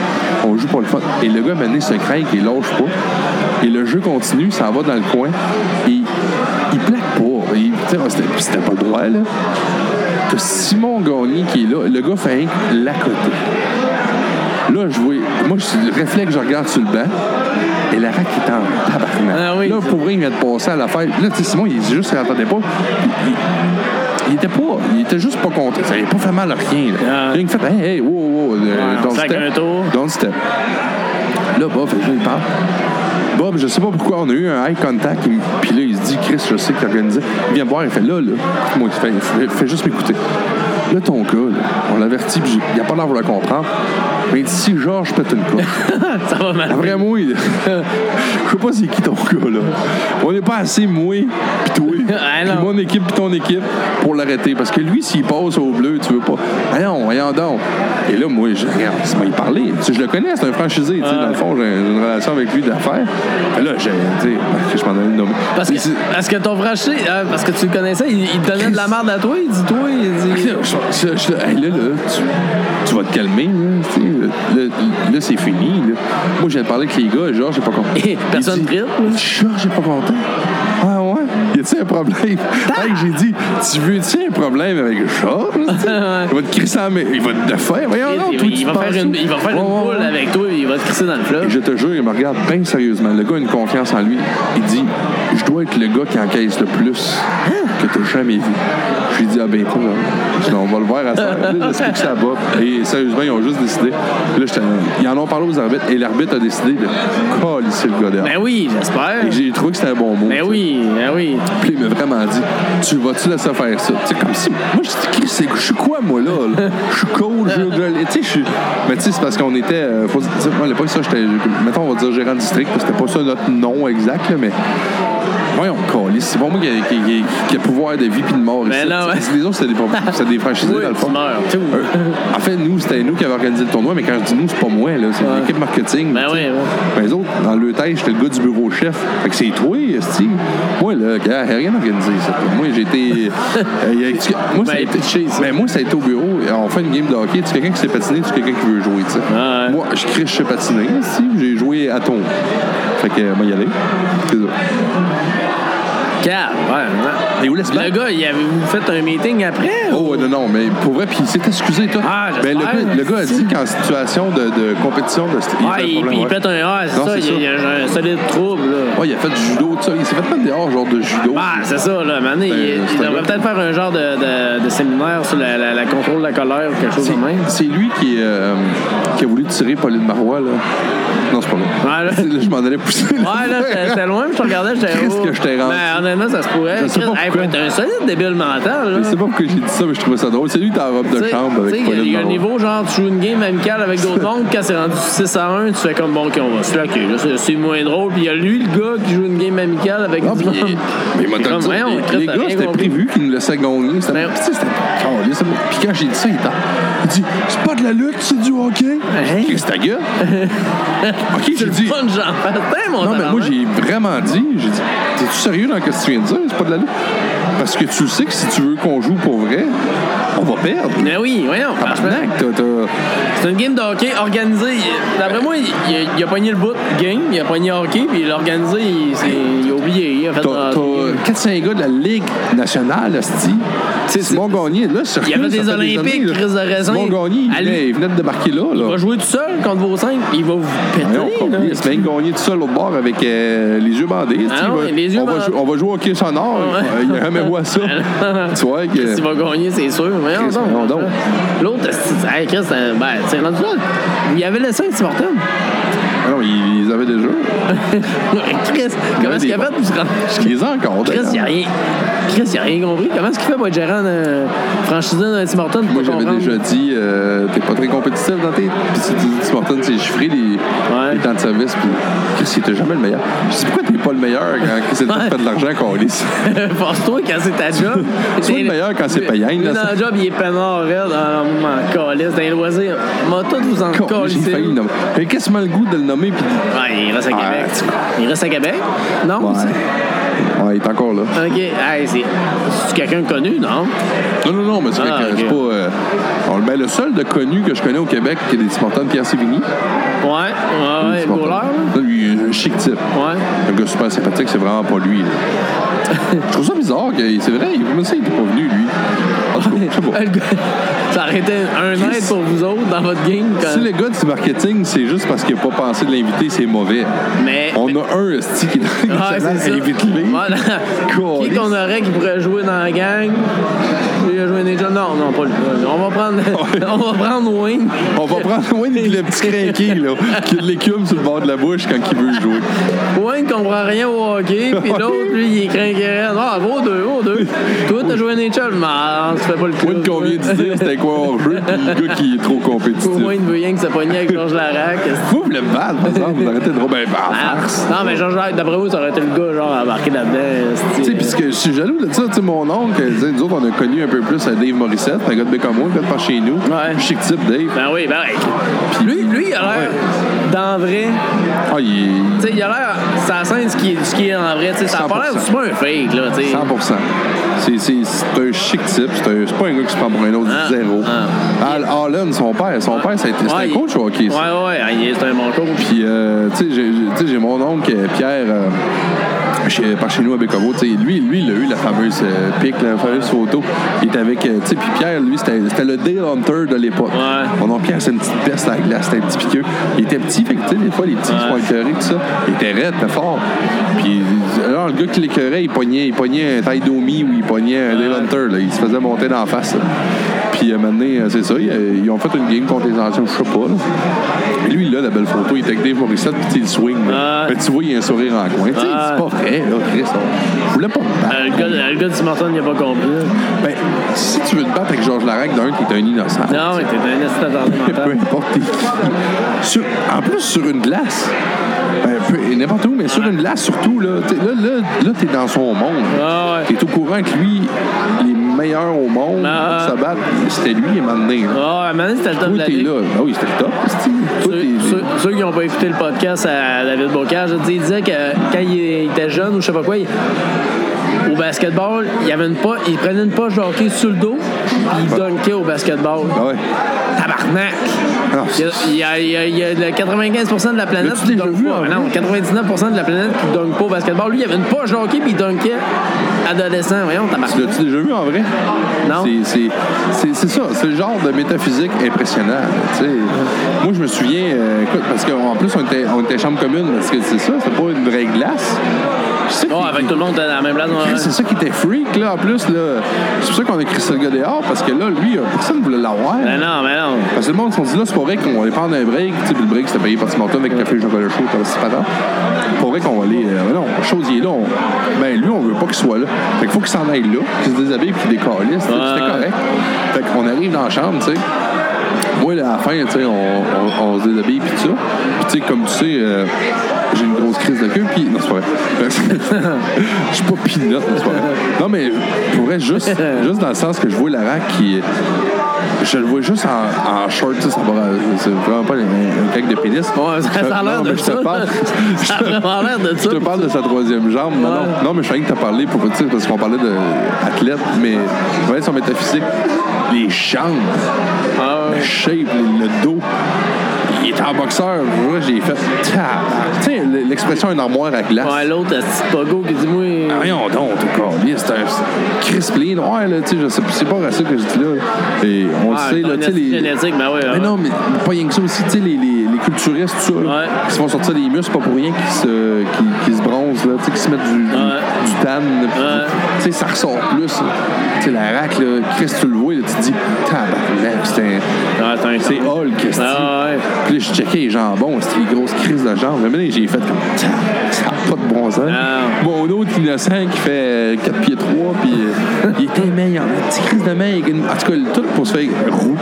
A: on joue pour le fun. Et le gars mené se craint qu'il lâche pas. Et le jeu continue, ça va dans le coin. Et il plaque pas. Il- tu sais, C'était c'était pas le droit, là. T'as Simon Gagné qui est là. Le gars fait la côté. Là, je vois. Moi, je le réflexe, je regarde sur le banc. Et la raque est en tabarnak.
B: Ah oui,
A: là,
B: ça-
A: pour rien, il vient de passer à la fête. Là, tu sais, Simon, il juste qu'il n'entendait pas. Il, il- il était pas. Il était juste pas content. Ça n'avait pas fait mal à rien. Là.
B: Ah.
A: Il a fait Hey, hey, wow, wow, euh,
B: Ouais,
A: don't
B: sac
A: step.
B: un tour.
A: Don't step. Là, Bob, là, il parle. Bob, je sais pas pourquoi on a eu un eye contact. il- Puis là, il se dit, Chris, je sais que t'as organisé. Il vient me voir, il fait là, là. Moi, il fait, il fait- il fait juste m'écouter. Là, ton gars, là, on l'avertit, puis j'ai- il a pas l'air de le comprendre. Mais il dit, si Georges pète une couche.
B: Ça va mal.
A: Après moi, il- je sais pas c'est qui ton gars, là. On n'est pas assez moi, pis toi,
B: Ah,
A: pis
B: non.
A: mon équipe, pis ton équipe, pour l'arrêter. Parce que lui, s'il passe au bleu, tu veux pas. Ah non, voyons donc. Et là, moi, je regarde, c'est moi, il parlait. Tu sais, je le connais, c'est un franchisé. tu sais,
B: Ah.
A: Dans le fond, j'ai une relation avec lui d'affaires. Mais là, j'ai, tu sais, que je m'en avais nommé.
B: Parce
A: Mais c'est-
B: que, parce que ton franchi, euh, parce que tu le connaissais, il, il te donnait de la merde à toi, il dit toi, il dit.
A: Je- je- je- hey, là, là, tu, tu vas te calmer. Là, tu sais, euh, là, là, là, c'est fini. là. Moi, j'ai parlé avec les gars. Georges, j'ai pas compris.
B: Eh, Personne
A: Il dit,
B: trip, là.
A: Georges, j'ai pas compris. Ah ouais? Y a-t-il un problème? Hey, j'ai dit, tu veux-tu un problème avec Georges? tu sais? il va te crisser en- Il va te le faire. Voyons, non,
B: il,
A: toi, tu
B: il va
A: penses
B: faire
A: ça?
B: une, il va faire
A: Ouais,
B: une
A: ouais,
B: boule
A: ouais.
B: avec toi, il va te crisser dans le flop.
A: Et je te jure, il me regarde bien sérieusement. Le gars a une confiance en lui. Il dit Je dois être le gars qui encaisse le plus que t'as jamais vu. Je lui dis Ah ben pas, là. Je dis, on va le voir à ça. Là, J'explique ça à Bob. Et sérieusement, ils ont juste décidé. Là, j'étais- ils en ont parlé aux arbitres et l'arbitre a décidé de calisser le gars dehors.
B: Ben oui, j'espère.
A: Et j'ai trouvé que c'était un bon mot.
B: Ben oui, ben oui.
A: Puis il m'a vraiment dit Tu vas-tu laisser faire ça Tu sais, comme si. Moi, je dis, Chris, c'est- je suis quoi, moi, là, là? Je suis coach, je je- Tu sais, je suis. Mais tu sais, c'est parce qu'on était. euh, faut, tu sais, moi, à l'époque, ça, j'étais. Mettons, on va dire gérant de district, parce que c'était pas ça notre nom exact, là, mais. Voyons, colis. C'est pas moi qui ai qui, qui- qui a pouvoir de vie puis de mort
B: Ben
A: ici.
B: non, ouais.
A: Tu sais, Les autres, c'était des, c'était des franchisés,
B: Oui,
A: dans le
B: tu
A: fond.
B: meurs. Tout.
A: Euh, en fait, nous, c'était nous qui avions organisé le tournoi, mais quand je dis nous, c'est pas moi, là. C'est
B: Ouais.
A: l'équipe marketing.
B: Ben oui, ouais.
A: Ben, les autres, dans le tête, j'étais le gars du bureau chef. Fait que c'est toi, esti. Moi, là, gars, j'ai rien organisé, ça. Moi, j'étais. moi, ça a
B: Ben,
A: été-
B: pitché, ça.
A: ben, moi, ça a été au bureau. On fait une game de hockey. Tu quelqu'un qui sait patiner, tu quelqu'un qui veut jouer, tu sais.
B: ouais.
A: Moi, je crie, je sais patiner, esti. J'ai joué à ton. Fait que, euh, moi, y aller. C'est ça.
B: Cap, ouais, ouais.
A: Et où laisse
B: Le gars, il avait vous fait un meeting après?
A: Oh non, non, mais pour vrai, puis il s'est excusé et tout.
B: Ah,
A: ben, le,
B: j'espère.
A: gars, le gars a dit qu'en situation de, de compétition, de, il
B: Ah,
A: avait un
B: il,
A: problème,
B: il
A: ouais.
B: pète un ah, c'est
A: Non,
B: ça,
A: c'est
B: il,
A: ça.
B: il a un solide trouble, là.
A: Ouais, il a fait du judo, tout ça. Il s'est fait mettre dehors, genre de judo.
B: Ah, c'est ça, là, mané, il,
A: Euh, c'est
B: il
A: un
B: devrait
A: gars.
B: peut-être faire un genre de, de- de séminaire sur la, la- la contrôle de la colère, quelque chose de même.
A: C'est lui qui, euh, qui a voulu tirer Pauline Marois, là. Non, c'est pas vrai.
B: Ouais, là.
A: C'est- là, je m'en allais pousser.
B: Ouais, là, c'était- c'était loin, mais je te regardais, j'étais.
A: Qu'est-ce
B: oh.
A: que je t'ai rendu?
B: Ben, honnêtement, ça se pourrait.
A: Je sais pas
B: Chris, hey,
A: pourquoi.
B: faut être un solide débile mental. là.
A: Je sais pas pourquoi j'ai dit ça, mais je trouvais ça drôle. C'est lui qui est en robe de
B: T'sais,
A: chambre avec
B: t'sais, Il y a- il y a un
A: Pauline Marois.
B: niveau, genre, tu joues une game amicale avec d'autres mondes, quand c'est rendu 6 à 1, tu fais comme bon, ok, on va se laquer, là, c'est- c'est moins drôle. Puis il y a lui, le gars, qui joue une game amicale avec
A: Ah,
B: du
A: puis,
B: monde.
A: mais moi,
B: T'es
A: t'as
B: comme,
A: dit,
B: voyons,
A: les-
B: Chris,
A: les
B: t'as
A: gars,
B: rien
A: c'était
B: compris.
A: prévu qu'ils nous laissaient gagner. C'était-
B: Ben-
A: tu sais, c'était- Oh, là, c'est- Puis quand j'ai dit ça, il était. Il dit, c'est pas de la lutte, c'est du hockey.
B: Hein?
A: Chris, ta gueule. Ok, j'ai dit.
B: Bonne genre, Martin, mon
A: Non, mais moi,
B: tabarnak.
A: j'ai vraiment dit, j'ai dit, t'es-tu sérieux dans ce que tu viens de dire? C'est pas de la lutte. Parce que tu sais que si tu veux qu'on joue pour vrai, on va perdre.
B: Mais oui, voyons, parfait.
A: Tabarnak, t'as- t'as- ben.
B: C'est une game de hockey organisée. Il- D'après moi, il, il a, il a pogné le bout de game, il a pogné hockey, puis l'organisé, il, s'est- il a oublié. Il a fait
A: T'as
B: dans-
A: t'as 4-5 gars de la Ligue nationale, hostie.
B: c'est-
A: Simon Gagné, là, sur
B: Il y avait des Olympiques, Chris de raisin.
A: Simon Gagné, il
B: À lui-
A: venait, il venait de débarquer là.
B: Il
A: là.
B: va jouer tout seul contre vos cinq, il va vous péter.
A: Voyons, on
B: là.
A: comprend. Il se met gagner tout seul au bord avec euh, les yeux bandés. tu sais,
B: Ah
A: il va-
B: ouais, les yeux
A: on, va
B: bandés.
A: jouer, on va jouer au hockey sonore.
B: Ouais.
A: Il y a jamais voix ça. tu vois que.
B: S'il va gagner, c'est sûr. Voyons
A: Chris,
B: donc.
A: voyons donc.
B: L'autre, c'est- hey, Chris, euh, ben, c'est rendu là. Il avait laissé un petit mortel.
A: Ah Non, ils, ils avaient déjà.
B: Chris, comment est-ce qu'il a fait pour se rendre
A: Je les ai encore.
B: Chris,
A: d'ailleurs.
B: il a rien. Chris, il a rien compris. Comment est-ce qu'il fait pour être gérant d'un franchisé d'un Tim Hortons pour
A: Moi, j'avais
B: comprendre?
A: déjà dit, euh, t'es pas très compétitif dans tes. Puis si tu dis que Tim Hortons, c'est chiffré, les, les temps de service. Puis Chris, il était jamais le meilleur. Je dis, pourquoi t'es pas le meilleur quand c'est le temps de faire de l'argent qu'on lisse?
B: Force-toi quand c'est ta job.
A: Sois le meilleur quand c'est payant,
B: Lui,
A: là,
B: Dans
A: ça.
B: le job, il est peinard, raide. Ah, non, m'en calisse. Dans les loisirs, m'a tout vous en
A: J'ai
B: calissé.
A: failli le nommer. J'avais quasiment le goût de le nommer. Puis...
B: Ouais, il reste à
A: Ah,
B: Québec. Il reste à Québec? Non?
A: Ouais. ouais, il est encore là.
B: Ok. Hey, c'est c'est-tu quelqu'un de connu, non?
A: Non, non, non, mais c'est
B: Ah,
A: quelqu'un-
B: ok.
A: c'est pas. euh, on- ben, le seul de connu que je connais au Québec, qui est des Tim Hortons, Pierre Sévigny.
B: Ouais, ouais, ouais,
A: Tim Hortons.
B: pour l'heure, là.
A: Non, lui, il est un chic type.
B: Ouais.
A: Un gars super sympathique, c'est vraiment pas lui. là. je trouve ça bizarre, que c'est vrai, comment ça il était pas venu, lui? En tout cas, je sais pas.
B: Ah, le gars, Ça aurait été un aide pour vous autres dans votre game. quand-
A: Si le gars du marketing, c'est juste parce qu'il n'a pas pensé de l'inviter, c'est mauvais.
B: Mais.
A: On a un esti qui est dans
B: Ah,
A: le
B: c'est ça.
A: invite-le.
B: Voilà. Qui
A: Caliste.
B: qu'on aurait qui pourrait jouer dans la gang? Il a joué Ninja. Non, non, pas lui. On va prendre, on va prendre Wayne.
A: On va prendre Wayne avec le petit crinqué, là, qui a de l'écume sur le bord de la bouche quand il veut jouer.
B: Wayne comprend rien au hockey, puis l'autre, lui, il est craqué. Ah, vaut deux, vaut deux. Toi, t'as joué Ninja. Mais tu fais pas le coup.
A: Wayne qu'on vient de dire, c'était quoi hors jeu, puis le gars qui est trop compétitif.
B: Wayne veut rien que ça pognait avec Georges Larac.
A: Vous le battre, par exemple, vous arrêtez de ben, ben,
B: Ah,
A: farce.
B: non, mais Georges Larac, d'après vous, ça aurait été le gars, genre, embarqué là-dedans. euh.
A: Tu sais,
B: c'est-tu.
A: puis ce que je suis jaloux de ça. Tu sais, mon oncle, tu sais, nous autres, on a connu un peu plus euh, Dave Morissette, un gars de Bécamo, un gars de par chez nous.
B: Ouais.
A: Chic type, Dave.
B: Ben oui, ben oui. Lui, lui, il a l'air d'en vrai.
A: Ah, il est
B: Tu sais, il a l'air, ça scène ce qui, est- ce qui est en vrai. Tu sais, ça a pas l'air
A: 100%.
B: c'est pas un fake, là, tu sais.
A: 100%. C'est- C'est c'est un chic type. C'est un- c'est pas un gars qui se prend pour un autre.
B: Ah,
A: Zéro.
B: ah.
A: Al Allen, son père, son père, c'était
B: Ouais,
A: un
B: il-
A: coach au hockey.
B: Ouais,
A: ça.
B: ouais, ah, il est un bon coach.
A: Puis, euh, tu sais, j'ai- j'ai- tu sais, j'ai mon oncle euh, Pierre. euh, chez- par chez nous à Bécomo, tu sais, lui, lui, il a eu la fameuse euh, pique, la fameuse photo. Il était avec, euh, tu sais, puis Pierre, lui, c'était c'était le Dale Hunter de l'époque.
B: Ouais.
A: Mon oncle Pierre, c'est une petite peste à la glace, c'était un petit piqueux. Il était petit, fait que, tu sais, des fois, les petits qui se font écœurer, tout ça. Il était raide, était fort. Puis, alors, le gars qui l'écœurait, il pognait, il pognait un taille d'omi ou il pognait un Dale Hunter, là. Il se faisait monter d'en face, là. Puis, euh, maintenant, euh, c'est ça, ils, euh, ils ont fait une game contre les anciens, je sais pas, là. Et lui, là, la belle photo, il était avec Dave Morissette, puis tu sais, il swing. là.
B: Ouais.
A: Mais tu vois, il y a un sourire en coin. Tu sais,
B: Ouais.
A: c'est pas vrai, là, Chris. On voulait pas me
B: Euh,
A: battre.
B: le, gars, le gars de Simonton, il a pas compris. là.
A: Ben, si tu veux te battre avec Georges Larac, d'un, t'es un innocent.
B: Non, mais t'es un assistant
A: Peu
B: mental.
A: importe t'es qui. Sur- en plus, sur une glace. Ben, peu- n'importe où, mais sur une glace, surtout, là, t'es, là, là, là, t'es dans son monde.
B: Ah ouais.
A: T'es au courant que lui, les meilleurs au monde,
B: Ah.
A: ça bat, c'était lui, il m'a donné. là.
B: Ah, à un moment donné, c'était le top de
A: Toi,
B: la
A: t'es
B: ligue.
A: là. Ah oui, c'était le top. c'est-tu. Toi,
B: Ceux,
A: t'es-
B: ceux- ceux qui n'ont pas écouté le podcast à David Bocage, je dis, il disait que quand il était jeune ou je sais pas quoi, il- au basketball, il, avait une po- il prenait une poche de hockey sur le dos puis il dunkait au basketball.
A: Ah ouais.
B: Tabarnak!
A: Ah,
B: Il y a- Il y a, il y a- il y a le 95% de la planète
A: L'as-tu
B: qui
A: déjà
B: dunk
A: vu, hein? en
B: pas.
A: vrai?
B: Non, 99% de la planète qui dunk pas au basketball. Lui, il avait une poche de hockey puis il dunkait adolescent. Voyons, tabarnak.
A: L'as-tu déjà vu en vrai?
B: Non.
A: C'est- c'est- C'est c'est ça, c'est le genre de métaphysique impressionnant. là, tu sais. Moi, je me souviens, euh, écoute, parce qu'en plus, on était, on était chambre commune, parce que c'est ça, c'est pas une vraie glace. Je sais
B: Non,
A: que-
B: avec tout le monde dans la même place.
A: Chris, C'est ça qui était freak, là, en plus. là. C'est pour ça qu'on a écrit ça le gars dehors, parce que là, lui, euh, personne ne voulait l'avoir.
B: Mais Ben non, mais non.
A: Parce que le monde, ils se sont dit, là, c'est pas vrai qu'on va aller prendre un break. Tu sais, puis le break, c'était payé par Tim avec café, chocolat chaud, comme c'est pas grave. C'est pas vrai qu'on va aller. euh, mais non, chose, il est là. on- ben, lui, on veut pas qu'il soit là. Fait qu'il faut qu'il s'en aille là, qu'il se déshabille, puis qu'il décalisse. tu sais,
B: Ouais.
A: puis C'était correct. Fait qu'on arrive dans la chambre, tu sais. Moi, là, à la fin, tu sais, on, on, on se déshabille, puis tout ça. Puis, tu sais, comme tu sais, euh, j'ai une grosse crise de queue, puis. Non, c'est pas vrai. Je suis pas pinote, c'est pas vrai. Non, mais pour vrai, juste, juste dans le sens que je vois Lara qui. Je le vois juste en, en short, tu sais, c'est pas- c'est vraiment pas un crack de pénis.
B: Ouais, ça, ça a l'air
A: Non,
B: de
A: mais je te
B: ça.
A: parle.
B: Ça a vraiment l'air de
A: Je
B: ça.
A: te parle de sa troisième jambe. Non, non, non mais je savais que t'as parlé pour, tu sais, parce qu'on parlait d'athlète, mais voyez son métaphysique. Les jambes,
B: Ah
A: le shape, le, le dos. Il était en boxeur. Moi, j'ai fait. tabarnak. Tu sais, l'expression une armoire à glace.
B: Ouais, l'autre, c'est Pogo qui dit
A: Ah,
B: moi.
A: Voyons donc, tout cas, lui, c'est un crispline. Ouais, là, tu sais, je sais pas- c'est pas à ça que je dis là. Et on
B: Ah,
A: le sait,
B: ton
A: là, tu sais,
B: estime
A: les.
B: génétique, ben ouais. ouais.
A: Mais non, mais pas rien que ça aussi, tu sais, les, les, les culturistes, tout ça, là,
B: Ouais.
A: qui se font sortir les muscles, pas pour rien, qui se, qui, qui se bronzent, là, tu sais, qui se mettent du, du-
B: Ouais.
A: du tan, là, puis,
B: Ouais.
A: tu sais, ça ressort plus. là. Tu sais, la rack, là, Chris, tu le vois, là, tu te dis, tabarnak, c'est un.
B: Ah, t'as un-
A: C'est Hulk, qu'est-ce
B: Ah, ouais.
A: Puis là, je checkais les jambons, c'était les grosses crises de jambes. Le moment, j'ai fait comme, Tabarnak, ça n'a pas de bon sens.
B: Non.
A: Mon autre innocent qui fait euh, 4 pieds 3, puis euh, il était meilleur. Une petite crise de main, avec une- en tout cas, le tout pour se faire roux.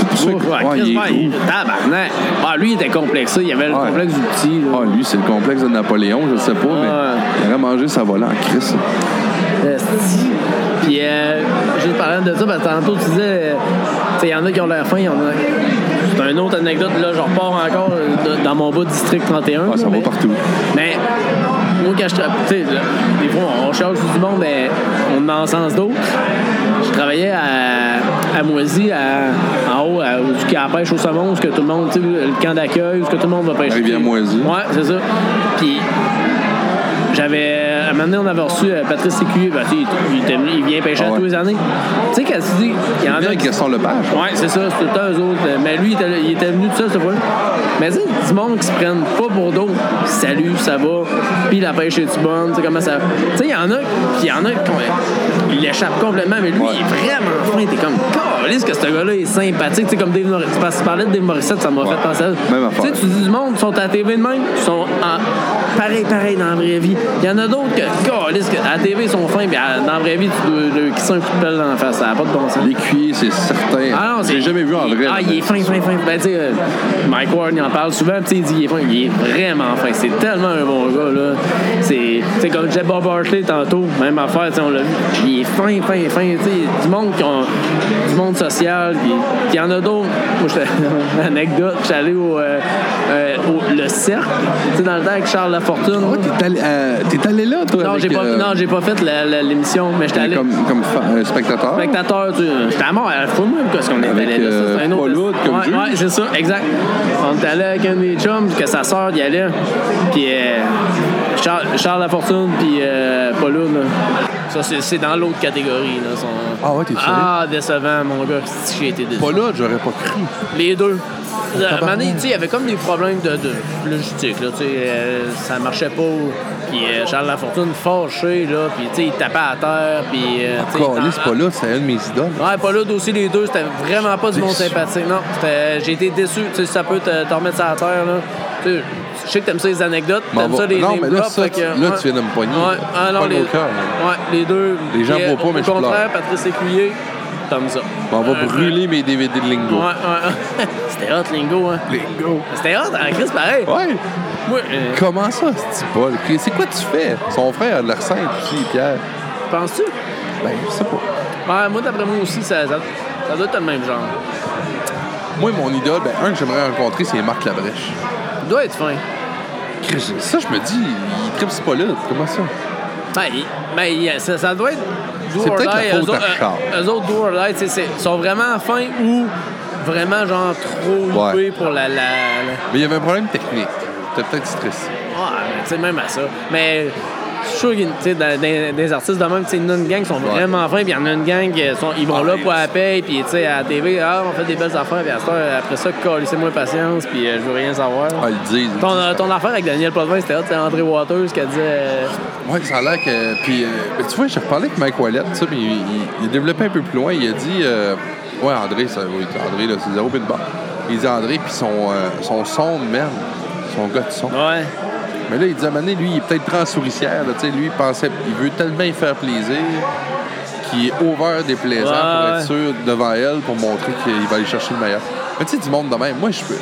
A: Tout pour se faire
B: Ouais,
A: ouais, il est
B: Chris, ouais,
A: roux.
B: il- tabarnak. Ah, lui, il était complexé. Il avait le
A: Ouais.
B: complexe du petit. là.
A: Ah, lui, c'est le complexe de Napoléon, je sais pas,
B: Ouais.
A: mais il aurait mangé sa volée en crise. Ah,
B: Esti. Puis, euh, juste parlant de ça, parce que tantôt, tu disais, euh, tu sais, il y en a qui ont l'air faim, il y en a. C'est une autre anecdote, là, je repars encore euh, de- dans mon bas de district 31.
A: Ah, ça
B: là,
A: va
B: mais-
A: partout.
B: Mais, moi, quand je travaille, tu sais, là, des fois, on charge du monde, mais on en sens d'autres. Je travaillais à, à Moisy, à- en haut, à, du camp à pêche au saumon, où ce que tout le monde, tu sais, le camp d'accueil, où ce que tout le monde va pêcher.
A: Rivière-Moisy.
B: Ouais, c'est ça. Puis, j'avais. À un moment donné, on avait reçu euh, Patrice Écuyer. Ben, tu sais, il, il était- il vient pêcher
A: Ah
B: à
A: ouais.
B: tous les années. Tu sais, quand tu dis qu'il y en
A: Il
B: a.
A: vient avec
B: qui-
A: Gaston Lepage.
B: Ouais, c'est ça, c'est tout le temps eux autres. Mais lui, il était, là- il était venu tout seul cette fois Mais tu sais, du monde qui se prennent pas pour d'autres. Salut, ça va. Puis la pêche est-tu bonne? Tu sais, comment ça. Tu sais, il y en a. Puis il y en a qui il l'échappe complètement. Mais lui,
A: Ouais.
B: il est vraiment fin. T'es comme, calisse que ce gars-là est sympathique. Tu sais, comme Dave Morissette. Parce que tu parlais de Dave Morissette, ça m'a
A: Ouais.
B: fait penser à ça.
A: Même affaire.
B: Tu sais, tu dis du monde, ils sont à la TV de même, ils sont en- pareil, pareil dans la vraie vie. Il y en a d'autres que, calisse, que à la TV, ils sont fins, puis à- dans la vraie vie, tu dois leur kisser un coup de pelle dans la face. Ça n'a pas de bon sens.
A: L'écuyer, c'est certain.
B: Ah non,
A: Je l'ai
B: c'est-
A: jamais vu en vrai.
B: Ah, il est fin, fin, fin. Ben, tu sais, euh, Mike Ward, il en parle souvent, tu sais, il dit il est fin. Il est vraiment fin. C'est tellement un bon gars, là. C'est c'est comme Jeb Bob Hartley tantôt, même affaire, tu sais, on l'a vu. Il est fin, fin, fin. Tu sais, du monde qui ont, du monde social, puis puis il y en a d'autres. Moi, j'étais, anecdote, j'étais allé au, euh, euh, au- le cercle, tu sais, dans le temps avec Charles Lafortune.
A: Ouais, t'es allé, euh, t'es allé là, toi?
B: non,
A: avec,
B: j'ai pas,
A: euh,
B: non, j'ai pas fait la- la- l'émission, mais j'étais allé.
A: Comme, comme fa- euh, spectateur.
B: spectateur, tu j'étais à mort, faut même qu'est-ce qu'on est
A: Avec,
B: allé là, ça, c'est un
A: euh,
B: autre.
A: Paul Hood comme
B: ouais,
A: juge.
B: ouais, c'est ça, exact. On était allé avec un des chums, que sa sœur y allait, puis euh, Charles, Charles Lafortune, puis euh, Paul Hood, là. Ça, c'est, c'est dans l'autre catégorie, là. son-
C: Ah ouais, t'es-tu
B: Ah, décevant, mon gars, si j'ai été déçu.
C: Pas là, j'aurais pas cru.
B: Les deux. À un moment donné, tu sais, il y avait comme des problèmes de, de logistique. Là, tu sais, euh, ça marchait pas. Puis euh, Charles Lafortune, fâché, là, puis tu sais, il tapait à terre. Puis, euh, tu sais, il
C: Calé, c'est
B: t'en-
C: pas là, c'est un de mes idoles.
B: Ouais, pas là aussi les deux, c'était vraiment pas du monde
C: Déçu.
B: sympathique. Non, c'était- j'ai été déçu. Tu sais, ça peut te, te remettre ça à terre, là. Tu sais, je sais que t'aimes ça les anecdotes,
C: M'en
B: t'aimes
C: va-
B: ça les
C: non,
B: les
C: mais là,
B: props,
C: ça,
B: fait que,
C: tu- là, tu viens de me pogner,
B: Ouais,
C: là.
B: ah,
C: Tu
B: non,
C: pognes
B: les,
C: au cœur, là.
B: ouais, les deux.
C: Les gens
B: Puis,
C: voient pas,
B: au-
C: mais
B: Au
C: je pleure.
B: contraire, Patrice Écuyer, t'aimes ça.
C: On va
B: Euh,
C: brûler mes DVD de
B: Ouais,
C: Lingo.
B: ouais. C'était hot, Lingo, hein.
C: Lingo. Oh.
B: C'était hot, en Chris, pareil.
C: Ouais.
B: Moi, euh,
C: Comment ça, ce petit bol? C'est quoi tu fais? Son frère a de la recette aussi, Pierre.
B: penses-tu?
C: Ben, je sais pas.
B: Ouais, moi, d'après moi aussi, ça, ça, ça doit être le même genre.
C: Moi, mon idole, ben, un que j'aimerais rencontrer, c'est Marc Labrèche.
B: Il doit être fin.
C: Chris, Ça, je me dis, il tripe c'est pas là. Comment ça?
B: Ben, il- ben, il- ça, ça doit être do
C: C'est
B: or
C: peut-être la
B: die.
C: faute
B: Eux autres-
C: à Charles.
B: euh, eux autres, do or die, tu sais, c'est- sont vraiment fins ou vraiment, genre, trop
C: Ouais.
B: loupés pour la... la, la-
C: Mais il y avait un problème technique. T'as peut-être stressé.
B: Ah, ben, tu sais, même à ça. Mais Je suis sûr qu'il y a des artistes de même, tu sais, il y en a une gang qui sont vraiment fins, puis il y en a une gang qui sont, ils
C: Ah,
B: vont là pour la paye, puis tu sais, à la TV, ah, on fait des belles affaires, puis à cette heure, après ça, collez-moi patience, puis euh, je veux rien savoir.
A: Ah, ils le disent. ils le
B: Ton,
A: disent.
B: euh, ton affaire avec Daniel Potvin, c'était hot, c'est André Waters qui a dit. euh,
A: Ouais, ça a l'air que. Puis, euh, mais tu vois, j'ai reparlé avec Mike Wallet, ça, puis il, il, il développait un peu plus loin. Il a dit euh, Ouais, André, ça, oui, André, là, c'est zéro pis de barre. Il dit André, puis son, euh, son son, man, son gars de son.
B: Ouais.
A: Mais là, il dit à un moment donné, lui, il est peut-être transsouricière, là, tu sais, lui, il pensait, il veut tellement y faire plaisir qu'il est over des plaisants
B: Ouais,
A: pour
B: ouais.
A: être sûr devant elle pour montrer qu'il va aller chercher le meilleur. Mais tu sais, du monde de même, moi, je peux.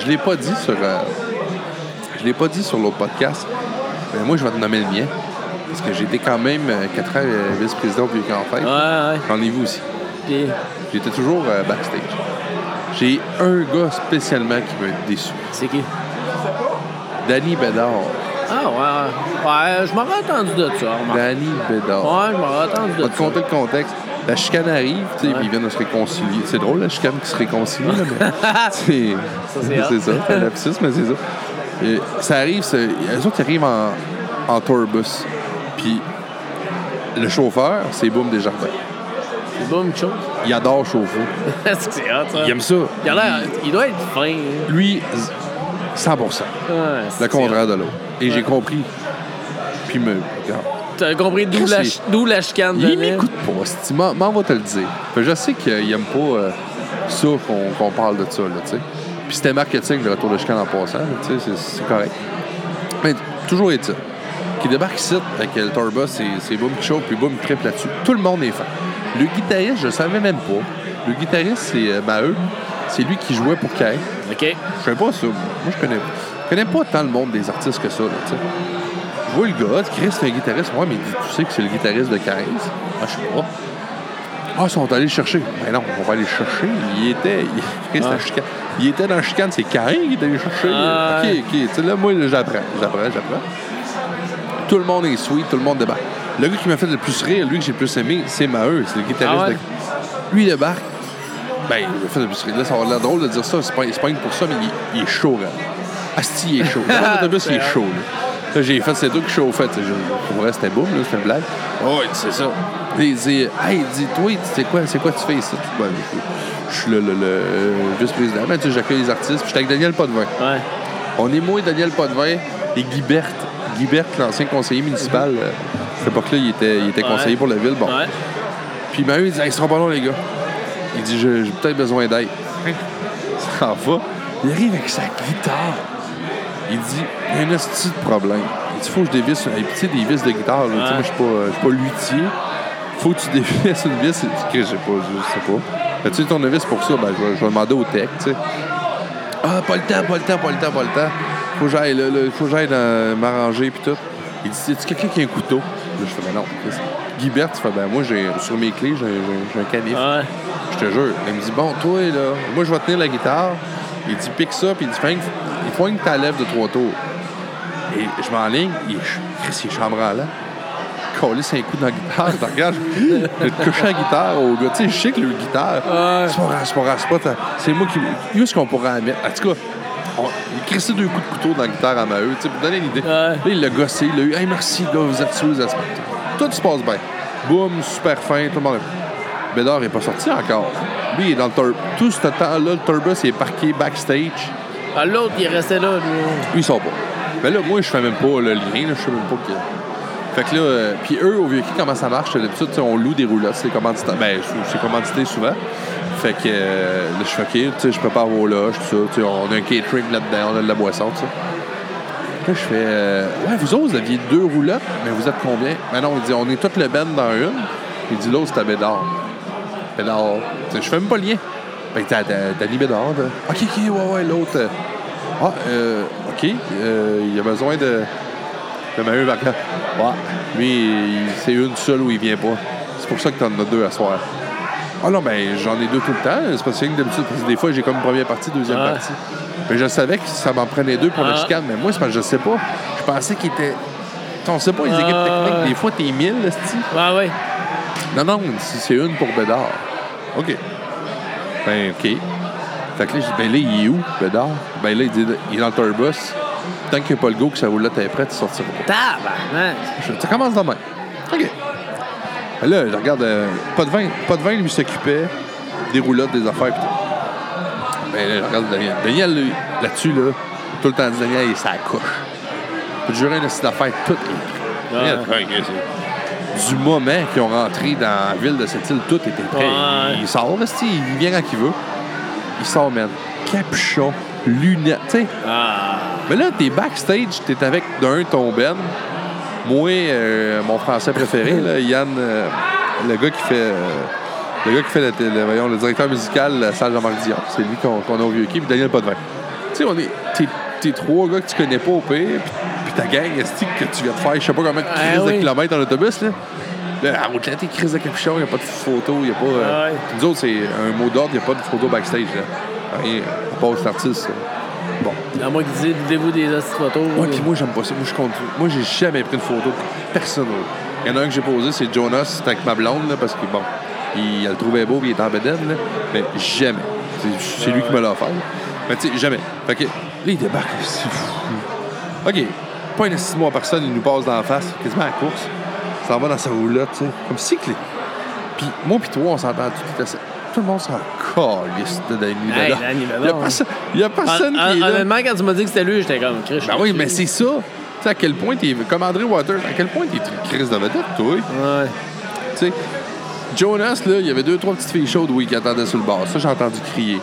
A: Je l'ai pas dit sur. euh, je l'ai pas dit sur l'autre podcast, mais moi, je vais te nommer le mien. Parce que j'ai été quand même 4 ans euh, vice-président du Canfin.
B: Ouais, ouais.
A: J'en ai vu aussi.
B: Puis,
A: J'étais toujours euh, backstage. J'ai un gars spécialement qui m'a déçu.
B: c'est qui?
A: Danny Bédard.
B: Ah, ouais. Ouais, je m'aurais attendu de ça, remarque.
A: Danny Bédard.
B: Ah. Ouais, je m'aurais attendu de
A: On va
B: ça.
A: te compter le contexte. La chicane arrive, tu sais,
B: Ouais.
A: puis ils viennent de se réconcilier. C'est drôle, la chicane qui se réconcilie, là, mais c'est
B: c'est hot.
A: c'est ça. C'est un lapsus, mais c'est ça. Et ça arrive, c'est- eux autres, ils arrivent en, en tourbus. Puis le chauffeur, c'est Boom Desjardins.
B: Boom, chaud.
A: Il adore chauffer.
B: Est-ce que c'est hot, ça?
A: Il aime ça.
B: Il a l'air- il doit être fin. hein.
A: Lui, z- 100
B: Ouais,
A: le
B: c'est-
A: contraire de l'autre. Et j'ai compris. Puis me. regarde.
B: T'as compris d'où la,
A: Qu'est-ce que-
B: d'où la chicane
A: Il
B: venait?
A: m'écoute pas, c'ti, m'en m'en va te le dire. Fait que je sais qu'il aime pas euh, ça qu'on qu'on parle de ça, là, tu sais. Puis c'était marketing, le retour de chicane en passant, là, tu sais, c'est- c'est correct. Mais toujours est-il qu'il débarque ici avec le Torba, c'est c'est Boom qui chauffe, puis Boom qui triple là-dessus. Tout le monde est fan. Le guitariste, je le savais même pas. Le guitariste, c'est euh, Maheu. C'est lui qui jouait pour Kay.
B: OK.
A: Je sais pas ça. Moi, je connais, je connais pas tant le monde des artistes que ça. Là, tu sais. je vois le gars, Chris, c'est un guitariste. Ouais, mais tu sais que c'est le guitariste de 15. Ah, je sais pas. Ah, ils sont allés le chercher. Ben non, on va aller le chercher. Il était. Il, Chris,
B: Ah.
A: la chicane. Il était dans la chicane, c'est Cain qui est allé le chercher.
B: Ah.
A: Ok, ok. Tu sais, là, moi, là, j'apprends. J'apprends, j'apprends. Tout le monde est sweet, tout le monde débarque. Le gars qui m'a fait le plus rire, lui que j'ai le plus aimé, c'est Maheu, c'est le guitariste
B: Ah ouais?
A: de. Lui, il débarque. Ben, il a fait le plus rire. Là, ça va l'air drôle de dire ça, c'est pas, c'est pas une pour ça, mais il, il est chaud, là. Asti, il est chaud. Dans l'autobus, il est chaud, là. Là, j'ai fait, c'est toi qui chauffais, tu sais. je- Pour vrai, c'était beau, là, c'était une blague. Ouais, c'est ça. Là, Il dit, hey, il dit, toi, c'est quoi, c'est quoi tu fais ici? Ben, je- je suis le, le- le, euh, vice-président, mais tu sais, j'accueille les artistes, puis j'étais avec Daniel Potvin.
B: Ouais.
A: On est moi, Daniel Potvin et Guibert. Guibert, l'ancien conseiller municipal. euh, À cette époque-là, il était, il était
B: Ouais.
A: conseiller pour la ville. Bon.
B: Ouais.
A: Puis Maheu, il dit, hey, ce sera pas long, les gars. Il dit, j'ai j'ai peut-être besoin d'aide. Ça en va. Il arrive avec sa guitare. Il dit, il y a un esti de problème. Il dit, faut que je dévisse. Et puis, tu sais, des vis de guitare, là, tu sais, moi, je suis pas, euh, je suis pas luthier. Faut que tu dévisses une vis. Je sais pas, je sais pas. As-tu ton vis pour ça? Ben, je vais, je vais demander au tech, tu sais. Ah, pas le temps, pas le temps, pas le temps, pas le temps. Faut que j'aille, là, là, faut que j'aille dans- m'arranger, puis tout. Il dit, y tu quelqu'un qui a un couteau? Là, je fais, ben non. Chris. Guibert, tu fais, ben moi, j'ai, sur mes clés, j'ai, j'ai- j'ai un canif.
B: Ouais.
A: Je te jure. Il me dit, bon, toi, là, moi, je vais tenir la guitare. Il dit, pique ça, puis il dit, Fang, il poigne ta lèvre de trois tours. Et je m'enligne, il Chris, il est chambrant là. Coller un coup dans la guitare, je te regarde, je vais te coucher la guitare au gars. Tu sais, je sais que le guitare,
B: Ouais.
A: c'est pas grave, c'est pas grave, c'est pas tant- C'est moi qui. Où est-ce qu'on pourrait la mettre? En tout cas, on, il crissait deux coups de couteau dans la guitare à Maheu, tu sais, pour donner une idée.
B: Ouais.
A: Là, il l'a gossé, il l'a eu. Hey, merci, là, vous êtes sous, vous êtes Tout se passe bien. Boum, super fin, tout le monde. est- Bédard n'est pas sorti encore. Lui, il est dans le turb. Tout ce temps-là, le turbus il est parqué backstage.
B: Ah, l'autre, il est resté là. lui.
A: Lui, il sort pas. Mais là, moi, je fais même pas le lien, là, je sais même pas que. Fait que là, euh, puis eux, au vieux comment ça marche? D'habitude, tu sais, on loue des roulottes, c'est commandité. Ben, c'est- c'est commandité souvent. Fait que euh, là, je fais OK, tu sais, je prépare vos loges, tout ça. Tu sais, on a un catering là-dedans, on a de la boisson, tout ça. Là, je fais euh, Ouais, vous autres, vous aviez deux roulottes, mais vous êtes combien? Ben non, il dit On est toute le ben dans une. Il dit L'autre, c'est à Bédard. Bédard. Tu sais, je fais même pas le lien. Fait que t'as t'as- Danny Bédard. là. OK, OK, ouais, ouais, l'autre. euh, Ah, euh, OK, euh, il a besoin de. Le Maheu Varga. Ouais. Lui, il- c'est une seule où il vient pas. C'est pour ça que t'en as deux à soir. Ah non, ben j'en ai deux tout le temps. C'est parce que d'habitude, parce que des fois, j'ai comme première partie, deuxième
B: Ah.
A: partie. Mais je savais que ça m'en prenait deux pour
B: Ah.
A: la chicane. Mais moi, c'est parce que je sais pas. Je pensais qu'il était. On sait pas, les équipes
B: Ah.
A: techniques, des fois, t'es mille, là, c'ti.
B: Ouais, ouais.
A: Non, non, si c'est une pour Bédard. OK. Ben, OK. Fait que là, je dis, ben là, il est où, Bédard? Ben là, il dit, il est dans le tourbus. tant qu'il n'y a pas le go que ça roule là, t'es prêt, tu sortiras pas.
B: Tabarnak!
A: Je- Ça commence demain. OK. Ben Là, je regarde, euh, pas de vin. Pas de vin, lui, s'occupait des roulottes, des affaires. Pis tout. Ben là, je regarde Daniel. Daniel, lui, là-dessus, là, tout le temps, dit, Daniel, il s'accouche. Je peux te jurer, là, c'est d'affaires toutes les Daniel, ouais, c'est- Du moment qu'ils ont rentré dans la ville de cette île, tout était prêt.
B: Ouais.
A: Il, il sort, là, c'est- il vient quand il veut. Il sort, man. Capuchon, lunettes, tu sais.
B: Ah!
A: Mais là, t'es backstage, t'es avec d'un ton Ben. Moi, euh, mon français préféré, là, Yann, euh, le gars qui fait. euh, le gars qui fait le, le- voyons, le directeur musical de la salle Jean-Marc Dion. C'est lui qu'on qu'on a au vieux qui, puis Daniel Potvin. Tu sais, on est. T'es, t'es trois gars que tu connais pas au pire, puis, puis ta gang, est que tu viens de faire, je sais pas combien de
B: Ah,
A: crises de
B: oui.
A: kilomètres en autobus, là. Là, à route là, t'es crise de capuchon, y a pas de photo, y a pas. euh,
B: Ah, ouais.
A: Nous autres, c'est un mot d'ordre, y a pas de photo backstage, là. Rien, à part cet artiste. là. Bon.
B: À moi qui disais, videz-vous des hosties de photos. Ah,
A: Ouais, puis moi, j'aime pas ça. Moi, je compte. Moi, j'ai jamais pris de photo. Personne. là. Il y en a un que j'ai posé, c'est Jonas, c'était avec ma blonde, là, parce que, bon, il, elle le trouvait beau, puis il était en bedaine, là. Mais jamais. C'est- C'est lui qui me l'a offert. Mais tu sais, jamais. Fait que, là, il débarque. c'est fou. OK. Pas un estime à personne, il nous passe dans la face, quasiment à la course. Il s'en va dans sa roulotte, tu sais. Comme cyclé. Puis moi, puis toi, on s'entend tout à fait. Tout le monde s'en calisse de Danny
B: Hey,
A: Belloc.
B: Danny
A: Il y a
B: Belloc.
A: personne, il y a personne
B: Hon-
A: qui est là.
B: hon- ah, Honnêtement, quand tu m'as dit que c'était lui, j'étais comme Chris. je
A: Ben
B: suis
A: oui,
B: dessus.
A: mais c'est ça. Tu sais, à quel point t'es. Comme André Waters, à quel point t'es une crise de vedette, toi.
B: Ouais.
A: Tu sais, Jonas, là, il y avait deux, trois petites filles chaudes, oui, qui attendaient sur le bar. Ça, j'ai entendu crier.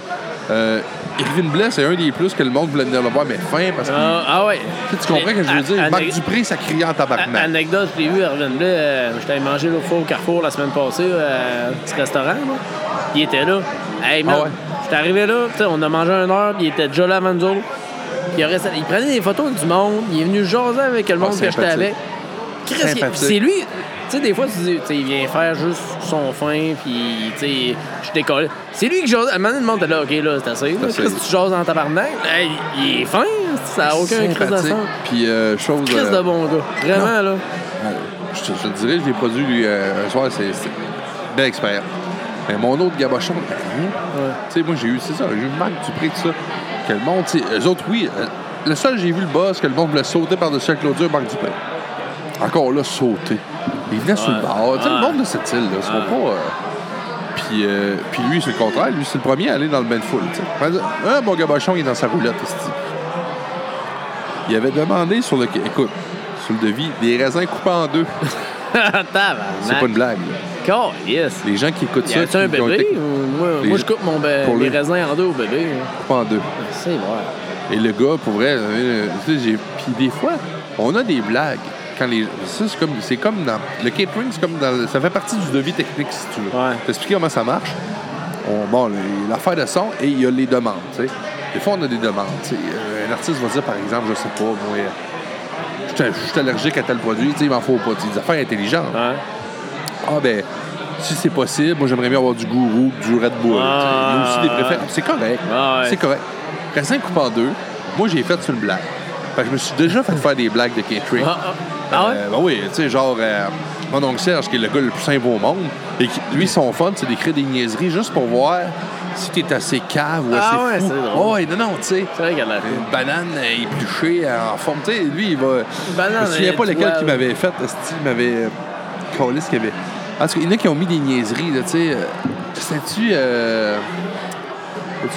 A: Euh, Irvin Blais, c'est un des plus que le monde voulait venir le voir, mais fin, parce que.
B: Ah, ah ouais.
A: Tu sais, tu comprends ce que je veux
B: Mais,
A: dire?
B: a-
A: Marc
B: ane-
A: Dupré, ça criait en
B: a-
A: tabarnak.
B: Anecdote, je l'ai vu, Erwin Blais. euh, J'étais allé manger l'autre fois au Carrefour la semaine passée, euh, à un petit restaurant. là. Il était là. Hey, man,
A: Ah ouais?
B: j'étais arrivé là, tu sais, on a mangé une heure, puis il était déjà là avant nous autres. Puis Il, restait- il prenait des photos du monde, il est venu jaser avec le monde que j'étais
A: Ah, sympathique.
B: avec. Chris,
A: Sympathique.
B: puis c'est lui. Tu sais, des fois, tu dis, tu sais, il vient faire juste son fin, puis, tu sais, je décolle. C'est lui qui jase. À un moment donné, le monde était là, OK, là, c'est assez. là.
A: assez.
B: Chris, tu jases en tabarnak. Hey, il est fin, ça n'a aucun crise de
A: Sympathique.
B: sens.
A: Puis, euh, chose.
B: Chris
A: euh,
B: de bon gars. Vraiment, là.
A: Je te, je te dirais, je l'ai produit lui, euh, un soir, c'est c'est une belle expérience. Mais mon autre gabochon, ben, rien. Tu sais, moi, j'ai eu, c'est ça, j'ai eu Marc Dupré, tout ça. Que le monde, tu sais, eux autres, oui. euh, le seul, j'ai vu le boss, que le monde voulait sauter par-dessus la clôture, Marc Dupré. Encore là, sauter. Il venait sur le
B: Ouais.
A: bord. Tu sais, le
B: Ouais.
A: monde de cette île, là, ils sont pas. euh, puis, euh, puis lui, c'est le contraire. Lui, c'est le premier à aller dans le bain de foule. tu sais. Fait dire, Ah, mon gabochon, il est dans sa roulotte. esti. Il avait demandé sur le. Écoute, sur le devis, des raisins coupés en deux. C'est pas une
B: Tabarnak.
A: blague. là.
B: Car, yes.
A: Les gens qui écoutent
B: Y
A: ça,
B: a-tu
A: qui,
B: un
A: qui ont été
B: bébé? ou- Moi,
A: Les-
B: moi, je coupe mon be-
A: pour
B: mes
A: lui.
B: raisins en deux au bébé.
A: coupés en deux.
B: hein. C'est vrai.
A: Et le gars, pour vrai, euh, tu sais, j'ai- puis des fois, on a des blagues. Quand les, ça, c'est comme, c'est comme dans le catering, c'est comme dans, le- ça fait partie du devis technique si tu veux.
B: Ouais.
A: T'expliquer comment ça marche. On, bon, le- l'affaire de son et il y a les demandes. tu sais. Des fois, on a des demandes. tu sais. Euh, un artiste va dire, par exemple, je sais pas, moi, euh, je suis- je suis allergique à tel produit, tu sais, il m'en faut pas. Tu sais, Des affaires intelligentes.
B: Ouais.
A: Ah ben, si c'est possible, moi j'aimerais bien avoir du gourou, du Red Bull. tu
B: Ah.
A: sais. Il y a aussi des préférences. C'est correct.
B: Ah ouais.
A: C'est correct. Raisin coupé en deux, moi j'ai fait sur une blague. Fait que je me suis déjà fait faire des blagues de catering.
B: Ah, ah. Ah ouais?
A: Euh, ben oui, tu sais, genre, euh, mon oncle Serge, qui est le gars le plus simple au monde, et qui, lui, son fun, c'est d'écrire des niaiseries juste pour voir si t'es assez cave ou assez
B: Ah ouais,
A: fou.
B: c'est drôle.
A: Ah ouais, non, non, tu sais.
B: C'est vrai qu'elle a fait.
A: Une banane euh, épluchée euh, en forme. Tu sais, lui, il va.
B: banane,
A: je me souviens
B: euh,
A: pas lequel
B: toile.
A: qu'il m'avait fait. esti, Il m'avait. Collé ce qu'il y avait. En tout cas, il y en a qui ont mis des niaiseries, là, tu sais. euh, C'était-tu. Euh...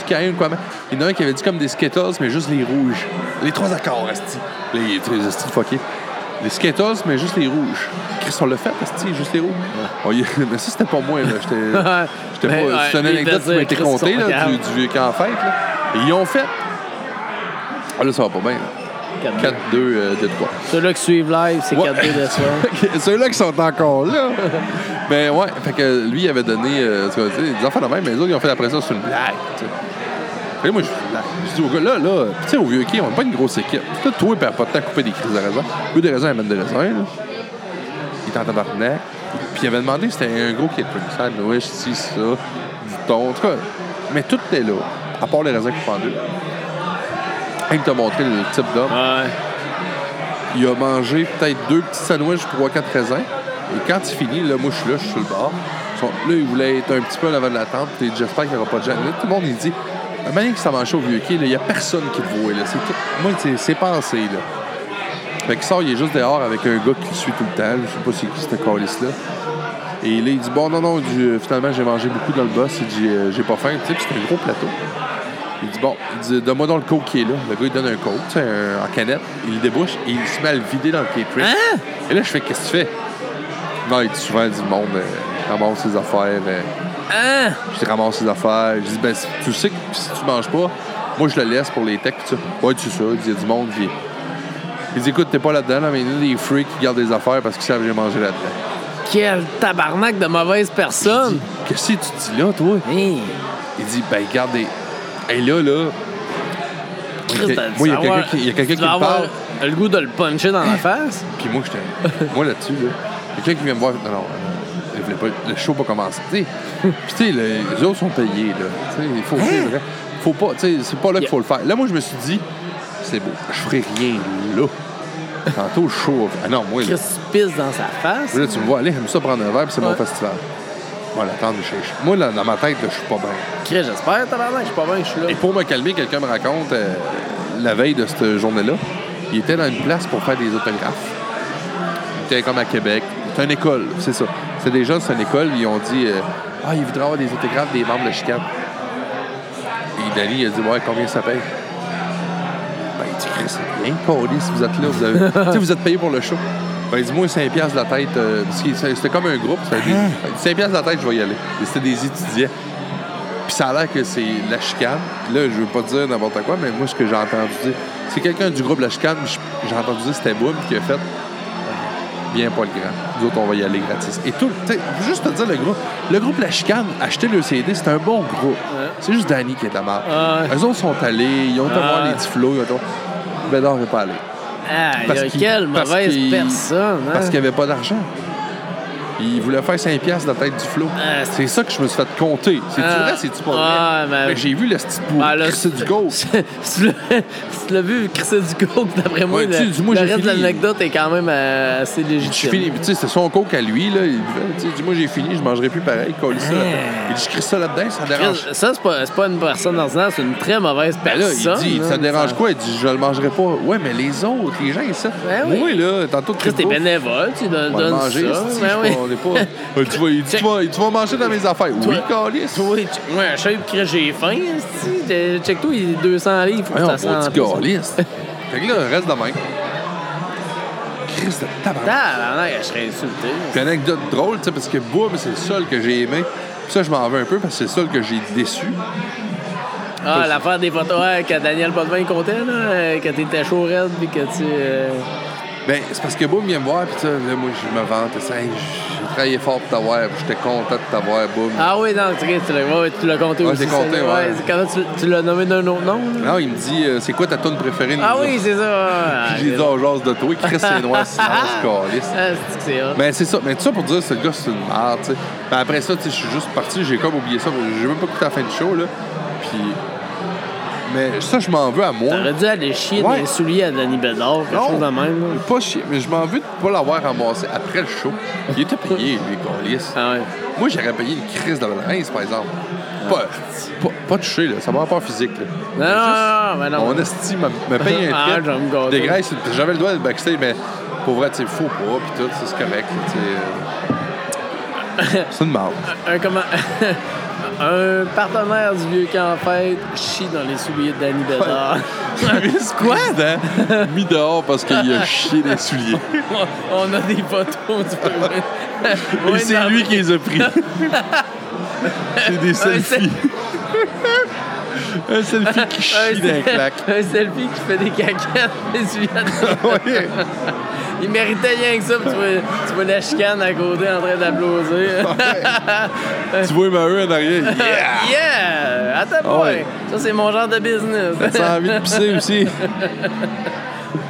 A: Tu ou quoi? mais Il y en a un qui avait dit comme des Skittles, mais juste les rouges. Les trois accords, Esti. Là, il est très Esti fucké. Les Skittles, mais juste les rouges. Chris, on l'a fait, Esti, juste les rouges. Oh, il- mais ça, c'était pas moi, là. J'étais. J'étais
B: Ben,
A: pas.
B: ouais,
A: C'est une
B: les
A: anecdote qui m'a
B: désirs
A: été
B: Christ
A: contée,
B: sont
A: là, du,
B: regardes.
A: du vieux camp en fête, là. Et Ils ont fait. Ah, là, ça va pas bien. là. 4-2 euh, de quoi.
B: Ceux-là qui suivent live, c'est
A: Ouais.
B: 4-2 de soir.
A: Ceux-là qui sont encore là. mais ouais, fait que lui, il avait donné euh, tu vois, tu sais, des enfants de même, mais les autres, ils ont fait la pression sur une blague. tu sais. Fait que moi, je je dis au gars, là, là, tu sais, au vieux qui, on n'a pas une grosse équipe. Là, toi, il perd pas de temps à couper des crises de raisin. Couper des raisins, il amène des raisins, là. Il était en tabarnak. Puis il avait demandé, c'était un gros qui était ça, Noël, si, ça, du thon, en tout cas. Mais tout était là, à part les raisins coupés en deux. Il t'a montré le type d'homme.
B: Ouais.
A: Il a mangé peut-être deux petits sandwichs, trois, quatre raisins. Et quand il finit, là, moi, je suis là, je suis sur le bord. Ils sont- Là, il voulait être un petit peu en avant de la tente. puis J'espère qu'il n'y aura pas de gens. Là, tout le monde, il dit La manière que ça marchait au vieux quai, il n'y a personne qui te voit. Là. C'est tout- Moi, c'est- c'est pensé. Là. Fait qu'il sort, il est juste dehors avec un gars qui le suit tout le temps. Je sais pas c'est qui ce calice-là. Et là, il dit Bon, non, non, il dit, euh, finalement, j'ai mangé beaucoup dans le boss. Il dit euh, J'ai pas faim. Tu sais, puis c'est un gros plateau. Il dit Bon, il dit Donne-moi donc le coke qui est là. Le gars, il donne un coke, tu sais, un- en canette. Il le débouche et il se met à le vider dans le catering.
B: Hein?
A: Et là, je fais Qu'est-ce que tu fais Non, il dit souvent du monde, euh, ramasse ses affaires. euh,
B: Hein?
A: je ramasse ses affaires. Je dis, ben, si tu sais que si tu manges pas, moi, je le laisse pour les techs. pis ça. Ouais, tu sais ça. Il dit, il y a du monde. Viens. Il dit, écoute, t'es pas là-dedans, là, mais il y en a des freaks qui gardent des affaires parce qu'ils savent que j'ai mangé là-dedans.
B: Quel tabarnak de mauvaise personne!
A: Qu'est-ce que tu dis là, toi?
B: Hey,
A: Il dit, ben, garde des. Et là, là.
B: Christ,
A: Ok,
B: t'as dû
A: moi, il y a
B: savoir-
A: quelqu'un qui- il y a quelqu'un
B: tu
A: qui
B: vas
A: me
B: avoir
A: parle.
B: le goût de le puncher dans la face?
A: Puis moi, j'étais. moi, là-dessus, là. Quelqu'un qui vient me voir. Non, non. euh, il voulait pas- le show n'a pas commencé. tu sais. Puis, tu sais, le- les autres sont payés, là. Tu sais, il faut. c'est vrai. Faut pas. Tu sais, c'est pas là qu'il faut le faire. Là, moi, je me suis dit, c'est beau. Je ferai rien là. Tantôt, le show. Ah non, moi, là,
B: Chris pisse dans sa face?
A: là, tu me vois aller, j'aime ça prendre un verre, puis c'est mon
B: Ouais.
A: festival. Voilà, attends, je cherche. Moi, là, dans ma tête, là, je suis pas bien.
B: Chris, j'espère, tabarnak, je suis pas bien, je suis là.
A: Et pour me calmer, quelqu'un me raconte euh, la veille de cette journée-là, il était dans une place pour faire des autographes. Il était comme à Québec. C'est une école, c'est ça. C'est des jeunes, c'est une école. Ils ont dit euh, Ah, il voudrait avoir des autographes des membres de Chicane. Et Danny, il a dit Ouais, combien ça paye Ben, il dit Chris, c'est rien, collé, si vous êtes là. Vous, avez... tu sais, vous êtes payé pour le show. Ben, il dit Moi, 5$ de la tête. euh, parce que c'est- c'était comme un groupe. ça a dit, 5$ de la tête, je vais y aller. Et C'était des étudiants. Puis ça a l'air que c'est la chicane. Là, je veux pas dire n'importe quoi, mais moi, ce que j'ai entendu dire, c'est quelqu'un du groupe La Chicane, je- j'ai entendu dire que c'était Boom qui a fait bien pas le grand. Nous autres, on va y aller gratis. Et tout, tu sais, juste te dire, le groupe, le groupe La Chicane, acheter le CD, c'est un bon groupe. C'est juste Danny qui est de la marque.
B: Ouais.
A: Eux autres sont allés, ils ont été voir
B: Ouais.
A: les petits flots, ils ont été voir- Ben Bédard n'est pas allé.
B: Ah,
A: Parce
B: il y a
A: qu'il-
B: quelle
A: parce
B: mauvaise
A: qu'il-
B: personne, hein?
A: Parce qu'il n'y avait pas d'argent. Il voulait faire 5 piastres dans la tête du flot.
B: Ah, c'est-
A: c'est ça que je me suis fait compter. C'est-tu
B: Ah.
A: vrai, c'est-tu pas vrai?
B: Ah, mais-
A: Mais j'ai vu le petit bout.
B: Ah, là,
A: c'est du gauche.
B: Si tu l'as- si tu l'as vu crisser du coke, d'après moi,
A: Ouais,
B: le,
A: tu sais, du- moi,
B: le
A: j'ai
B: reste de
A: fini.
B: l'anecdote est quand même euh, assez
A: Je suis
B: légitime.
A: fini. Tu sais, c'est son coke à lui. Là. Il buvait. Tu sais, dis-moi, j'ai fini, je mangerai plus pareil. Colle ça. là-dedans.
B: Ah.
A: Il dit, je crie ça là-dedans, ça dérange.
B: Chris, Ça, c'est pas, c'est pas une personne ordinaire, c'est une très mauvaise
A: Ben
B: personne.
A: là, il dit,
B: hein,
A: ça dérange quoi? Il dit, je le mangerai pas. Ouais, mais les autres, les gens, ils savent.
B: Ben oui.
A: Moi, là, tantôt,
B: Chris, t'es
A: bouffe,
B: bénévole, tu don-
A: on va le
B: donnes
A: manger.
B: ça.
A: c'est-tu,
B: Ben
A: je
B: oui.
A: sais pas, on est pas- Euh, tu, vas, il dit, tu, vas, tu vas manger dans mes affaires. Oui, calice.
B: Toi, tu- moi, un chef, Chris, j'ai faim, esti. Euh, Check-toi, il est 200 livres, faut
A: Ouais, on
B: que ça
A: va
B: sente.
A: du gaulliste. fait que là, reste de même. Chris de tabarnak.
B: Tabarnak, Ah, ben, je serais insulté.
A: Puis une anecdote drôle, tu sais, parce que Boom, c'est le seul que j'ai aimé. Puis ça, je m'en veux un peu parce que c'est le seul que j'ai déçu.
B: Ah, l'affaire des photos, ouais, que Daniel Potvin comptait, là, euh, que t'étais chaud raide, puis que tu... euh,
A: Ben, c'est parce que Boom vient me voir, puis ça, là, moi, je me vante. tu sais, Hey, j'ai travaillé fort pour t'avoir, puis j'étais content de t'avoir, Boom.
B: Ah oui, non, tu, tu l'as, ouais, ouais, tu l'as compté
A: Ouais,
B: aussi.
A: je l'ai compté,
B: celle-là.
A: ouais.
B: c'est Quand tu, tu l'as nommé d'un autre nom. là.
A: Non, il me dit, euh, c'est quoi ta tune préférée? de
B: Ah
A: nous
B: oui,
A: autres?
B: c'est ça.
A: J'ai dit, oh, jase de toi, Chris, c'est noir, silence, calice.
B: Ah, c'est que c'est hot.
A: Mais Ben, c'est ça. Mais tout ça pour dire, ce gars, c'est une merde, tu sais. Ben, après ça, tu sais, je suis juste parti, j'ai comme oublié ça. J'ai même pas écouté la fin du show, là. Puis. Mais ça, je m'en veux à moi.
B: T'aurais dû aller chier dans
A: Ouais.
B: les souliers à Danny Bédard, quelque
A: Non.
B: chose de même. là.
A: Pas chier, mais je m'en veux de pas l'avoir ramassé après le show. Il était payé, lui, Gaulis.
B: Ah ouais.
A: Moi, j'aurais payé une crise de Valence, par exemple. Pas, pas, pas touché, là. Ça m'a pas physique, là.
B: Ah, Non, non, non, mais non.
A: On estime, me paye
B: Ah,
A: un
B: je vais me gâter.
A: trip. Des graisses, j'avais le doigt de backstage, mais pour vrai, tu sais, faut pas, puis tout, c'est correct, là, tu sais. euh. C'est une merde.
B: Un, comment... un partenaire du vieux camp en fête chie dans les souliers de Danny Bédard.
A: Quoi? Mis dehors parce qu'il a chié des souliers.
B: On a des photos du premier.
A: Et c'est lui qui les a pris. c'est des selfies. Un selfie qui chie d'un claque.
B: Un selfie qui fait des caquettes, des souliers à Danny
A: Ouais.
B: Il méritait rien que ça, puis tu vois, tu vois la chicane à côté en train d'applaudir.
A: tu vois Maheu en arrière. Oh, Yeah!
B: yeah! Attends,
A: Ah
B: boy!
A: ouais.
B: Ça, c'est mon genre de business.
A: Ça a envie de pisser aussi.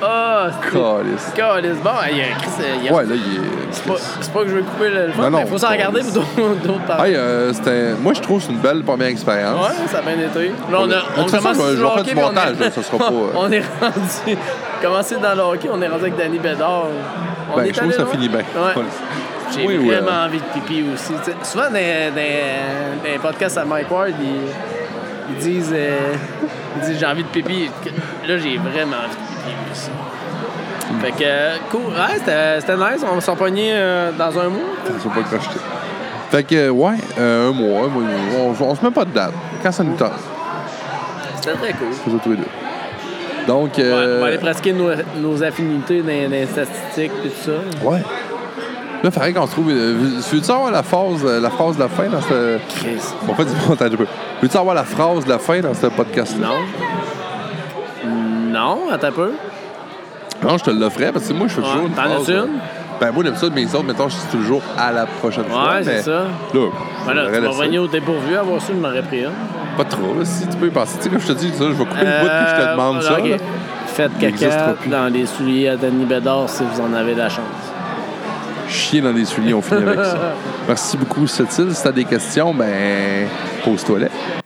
B: Ah,
A: Calisse.
B: c'est calice. Bon, il y a Chris, il y a-
A: Ouais, là, il est.
B: C'est pas, c'est pas que je veux couper le le fun,
A: Non, non,
B: mais faut s'en
A: calice.
B: garder pour d'autres- d'autres parties.
A: Hey, euh, c'était- Moi, je trouve que c'est une belle première expérience.
B: Ouais, ça a bien été. Là, on,
A: De
B: a, on
A: toute façon,
B: commence
A: je vais-
B: sur
A: je
B: le
A: vais faire du
B: hockey, puis on est-
A: montage, là, ça sera pas, euh.
B: On est rendu... Commencé dans le hockey, on est rendu avec Danny Bédard. On
A: Ben,
B: est
A: je trouve
B: allé
A: que ça
B: loin.
A: finit bien.
B: Ouais. J'ai
A: Oui, euh.
B: vraiment
A: ouais.
B: envie de pipi aussi. tu sais. souvent, dans, dans- dans les podcasts à Mike Ward, il, Ils disent, euh, ils disent j'ai envie de pipi. Là, j'ai vraiment envie de pipi. mais ça.
A: Hmm.
B: Fait que, euh, cool. Ouais, c'était c'était nice. On va s'en pogner euh, dans un mois.
A: Ça soit pas crocheté. Fait que, ouais, euh, un mois, un mois, on, on se met pas de date. Quand ça nous tente,
B: C'était très cool.
A: faisons tous les deux. Donc,
B: Ouais, on va
A: euh,
B: aller pratiquer nos, nos affinités dans, dans les statistiques et tout ça.
A: ouais. Là, il faudrait qu'on se trouve. euh, veux- Veux-tu savoir la phrase, euh, la phrase de la fin dans ce.
B: Chris.
A: Bon, en fait, du montage un peu. Veux-tu savoir la phrase de la fin dans ce podcast-là?
B: Non. Non, attends un peu.
A: Non. je te l'offrais parce que moi, je fais
B: Ouais,
A: toujours une
B: t'en
A: phrase.
B: as-tu
A: euh,
B: une?
A: Ben, moi, d'habitude, mes autres, mettons, je suis toujours à la prochaine fois.
B: Ouais, c'est
A: mais
B: ça.
A: Là, j'aimerais
B: Voilà, tu vas
A: laisser.
B: revenir au dépourvu. Avoir su, je m'aurais pris un.
A: Pas trop, là, si tu peux y penser. Tu sais, comme je te dis, ça, je vais couper une boîte puis je te
B: Euh,
A: demande ça.
B: ok.
A: là.
B: Faites
A: n'existera
B: caca
A: plus.
B: dans les souliers à Danny Bédard si vous en avez la chance.
A: chier dans des souliers, on finit avec ça. Merci beaucoup, Cécile. Si t'as des questions, ben, pose-toi-les.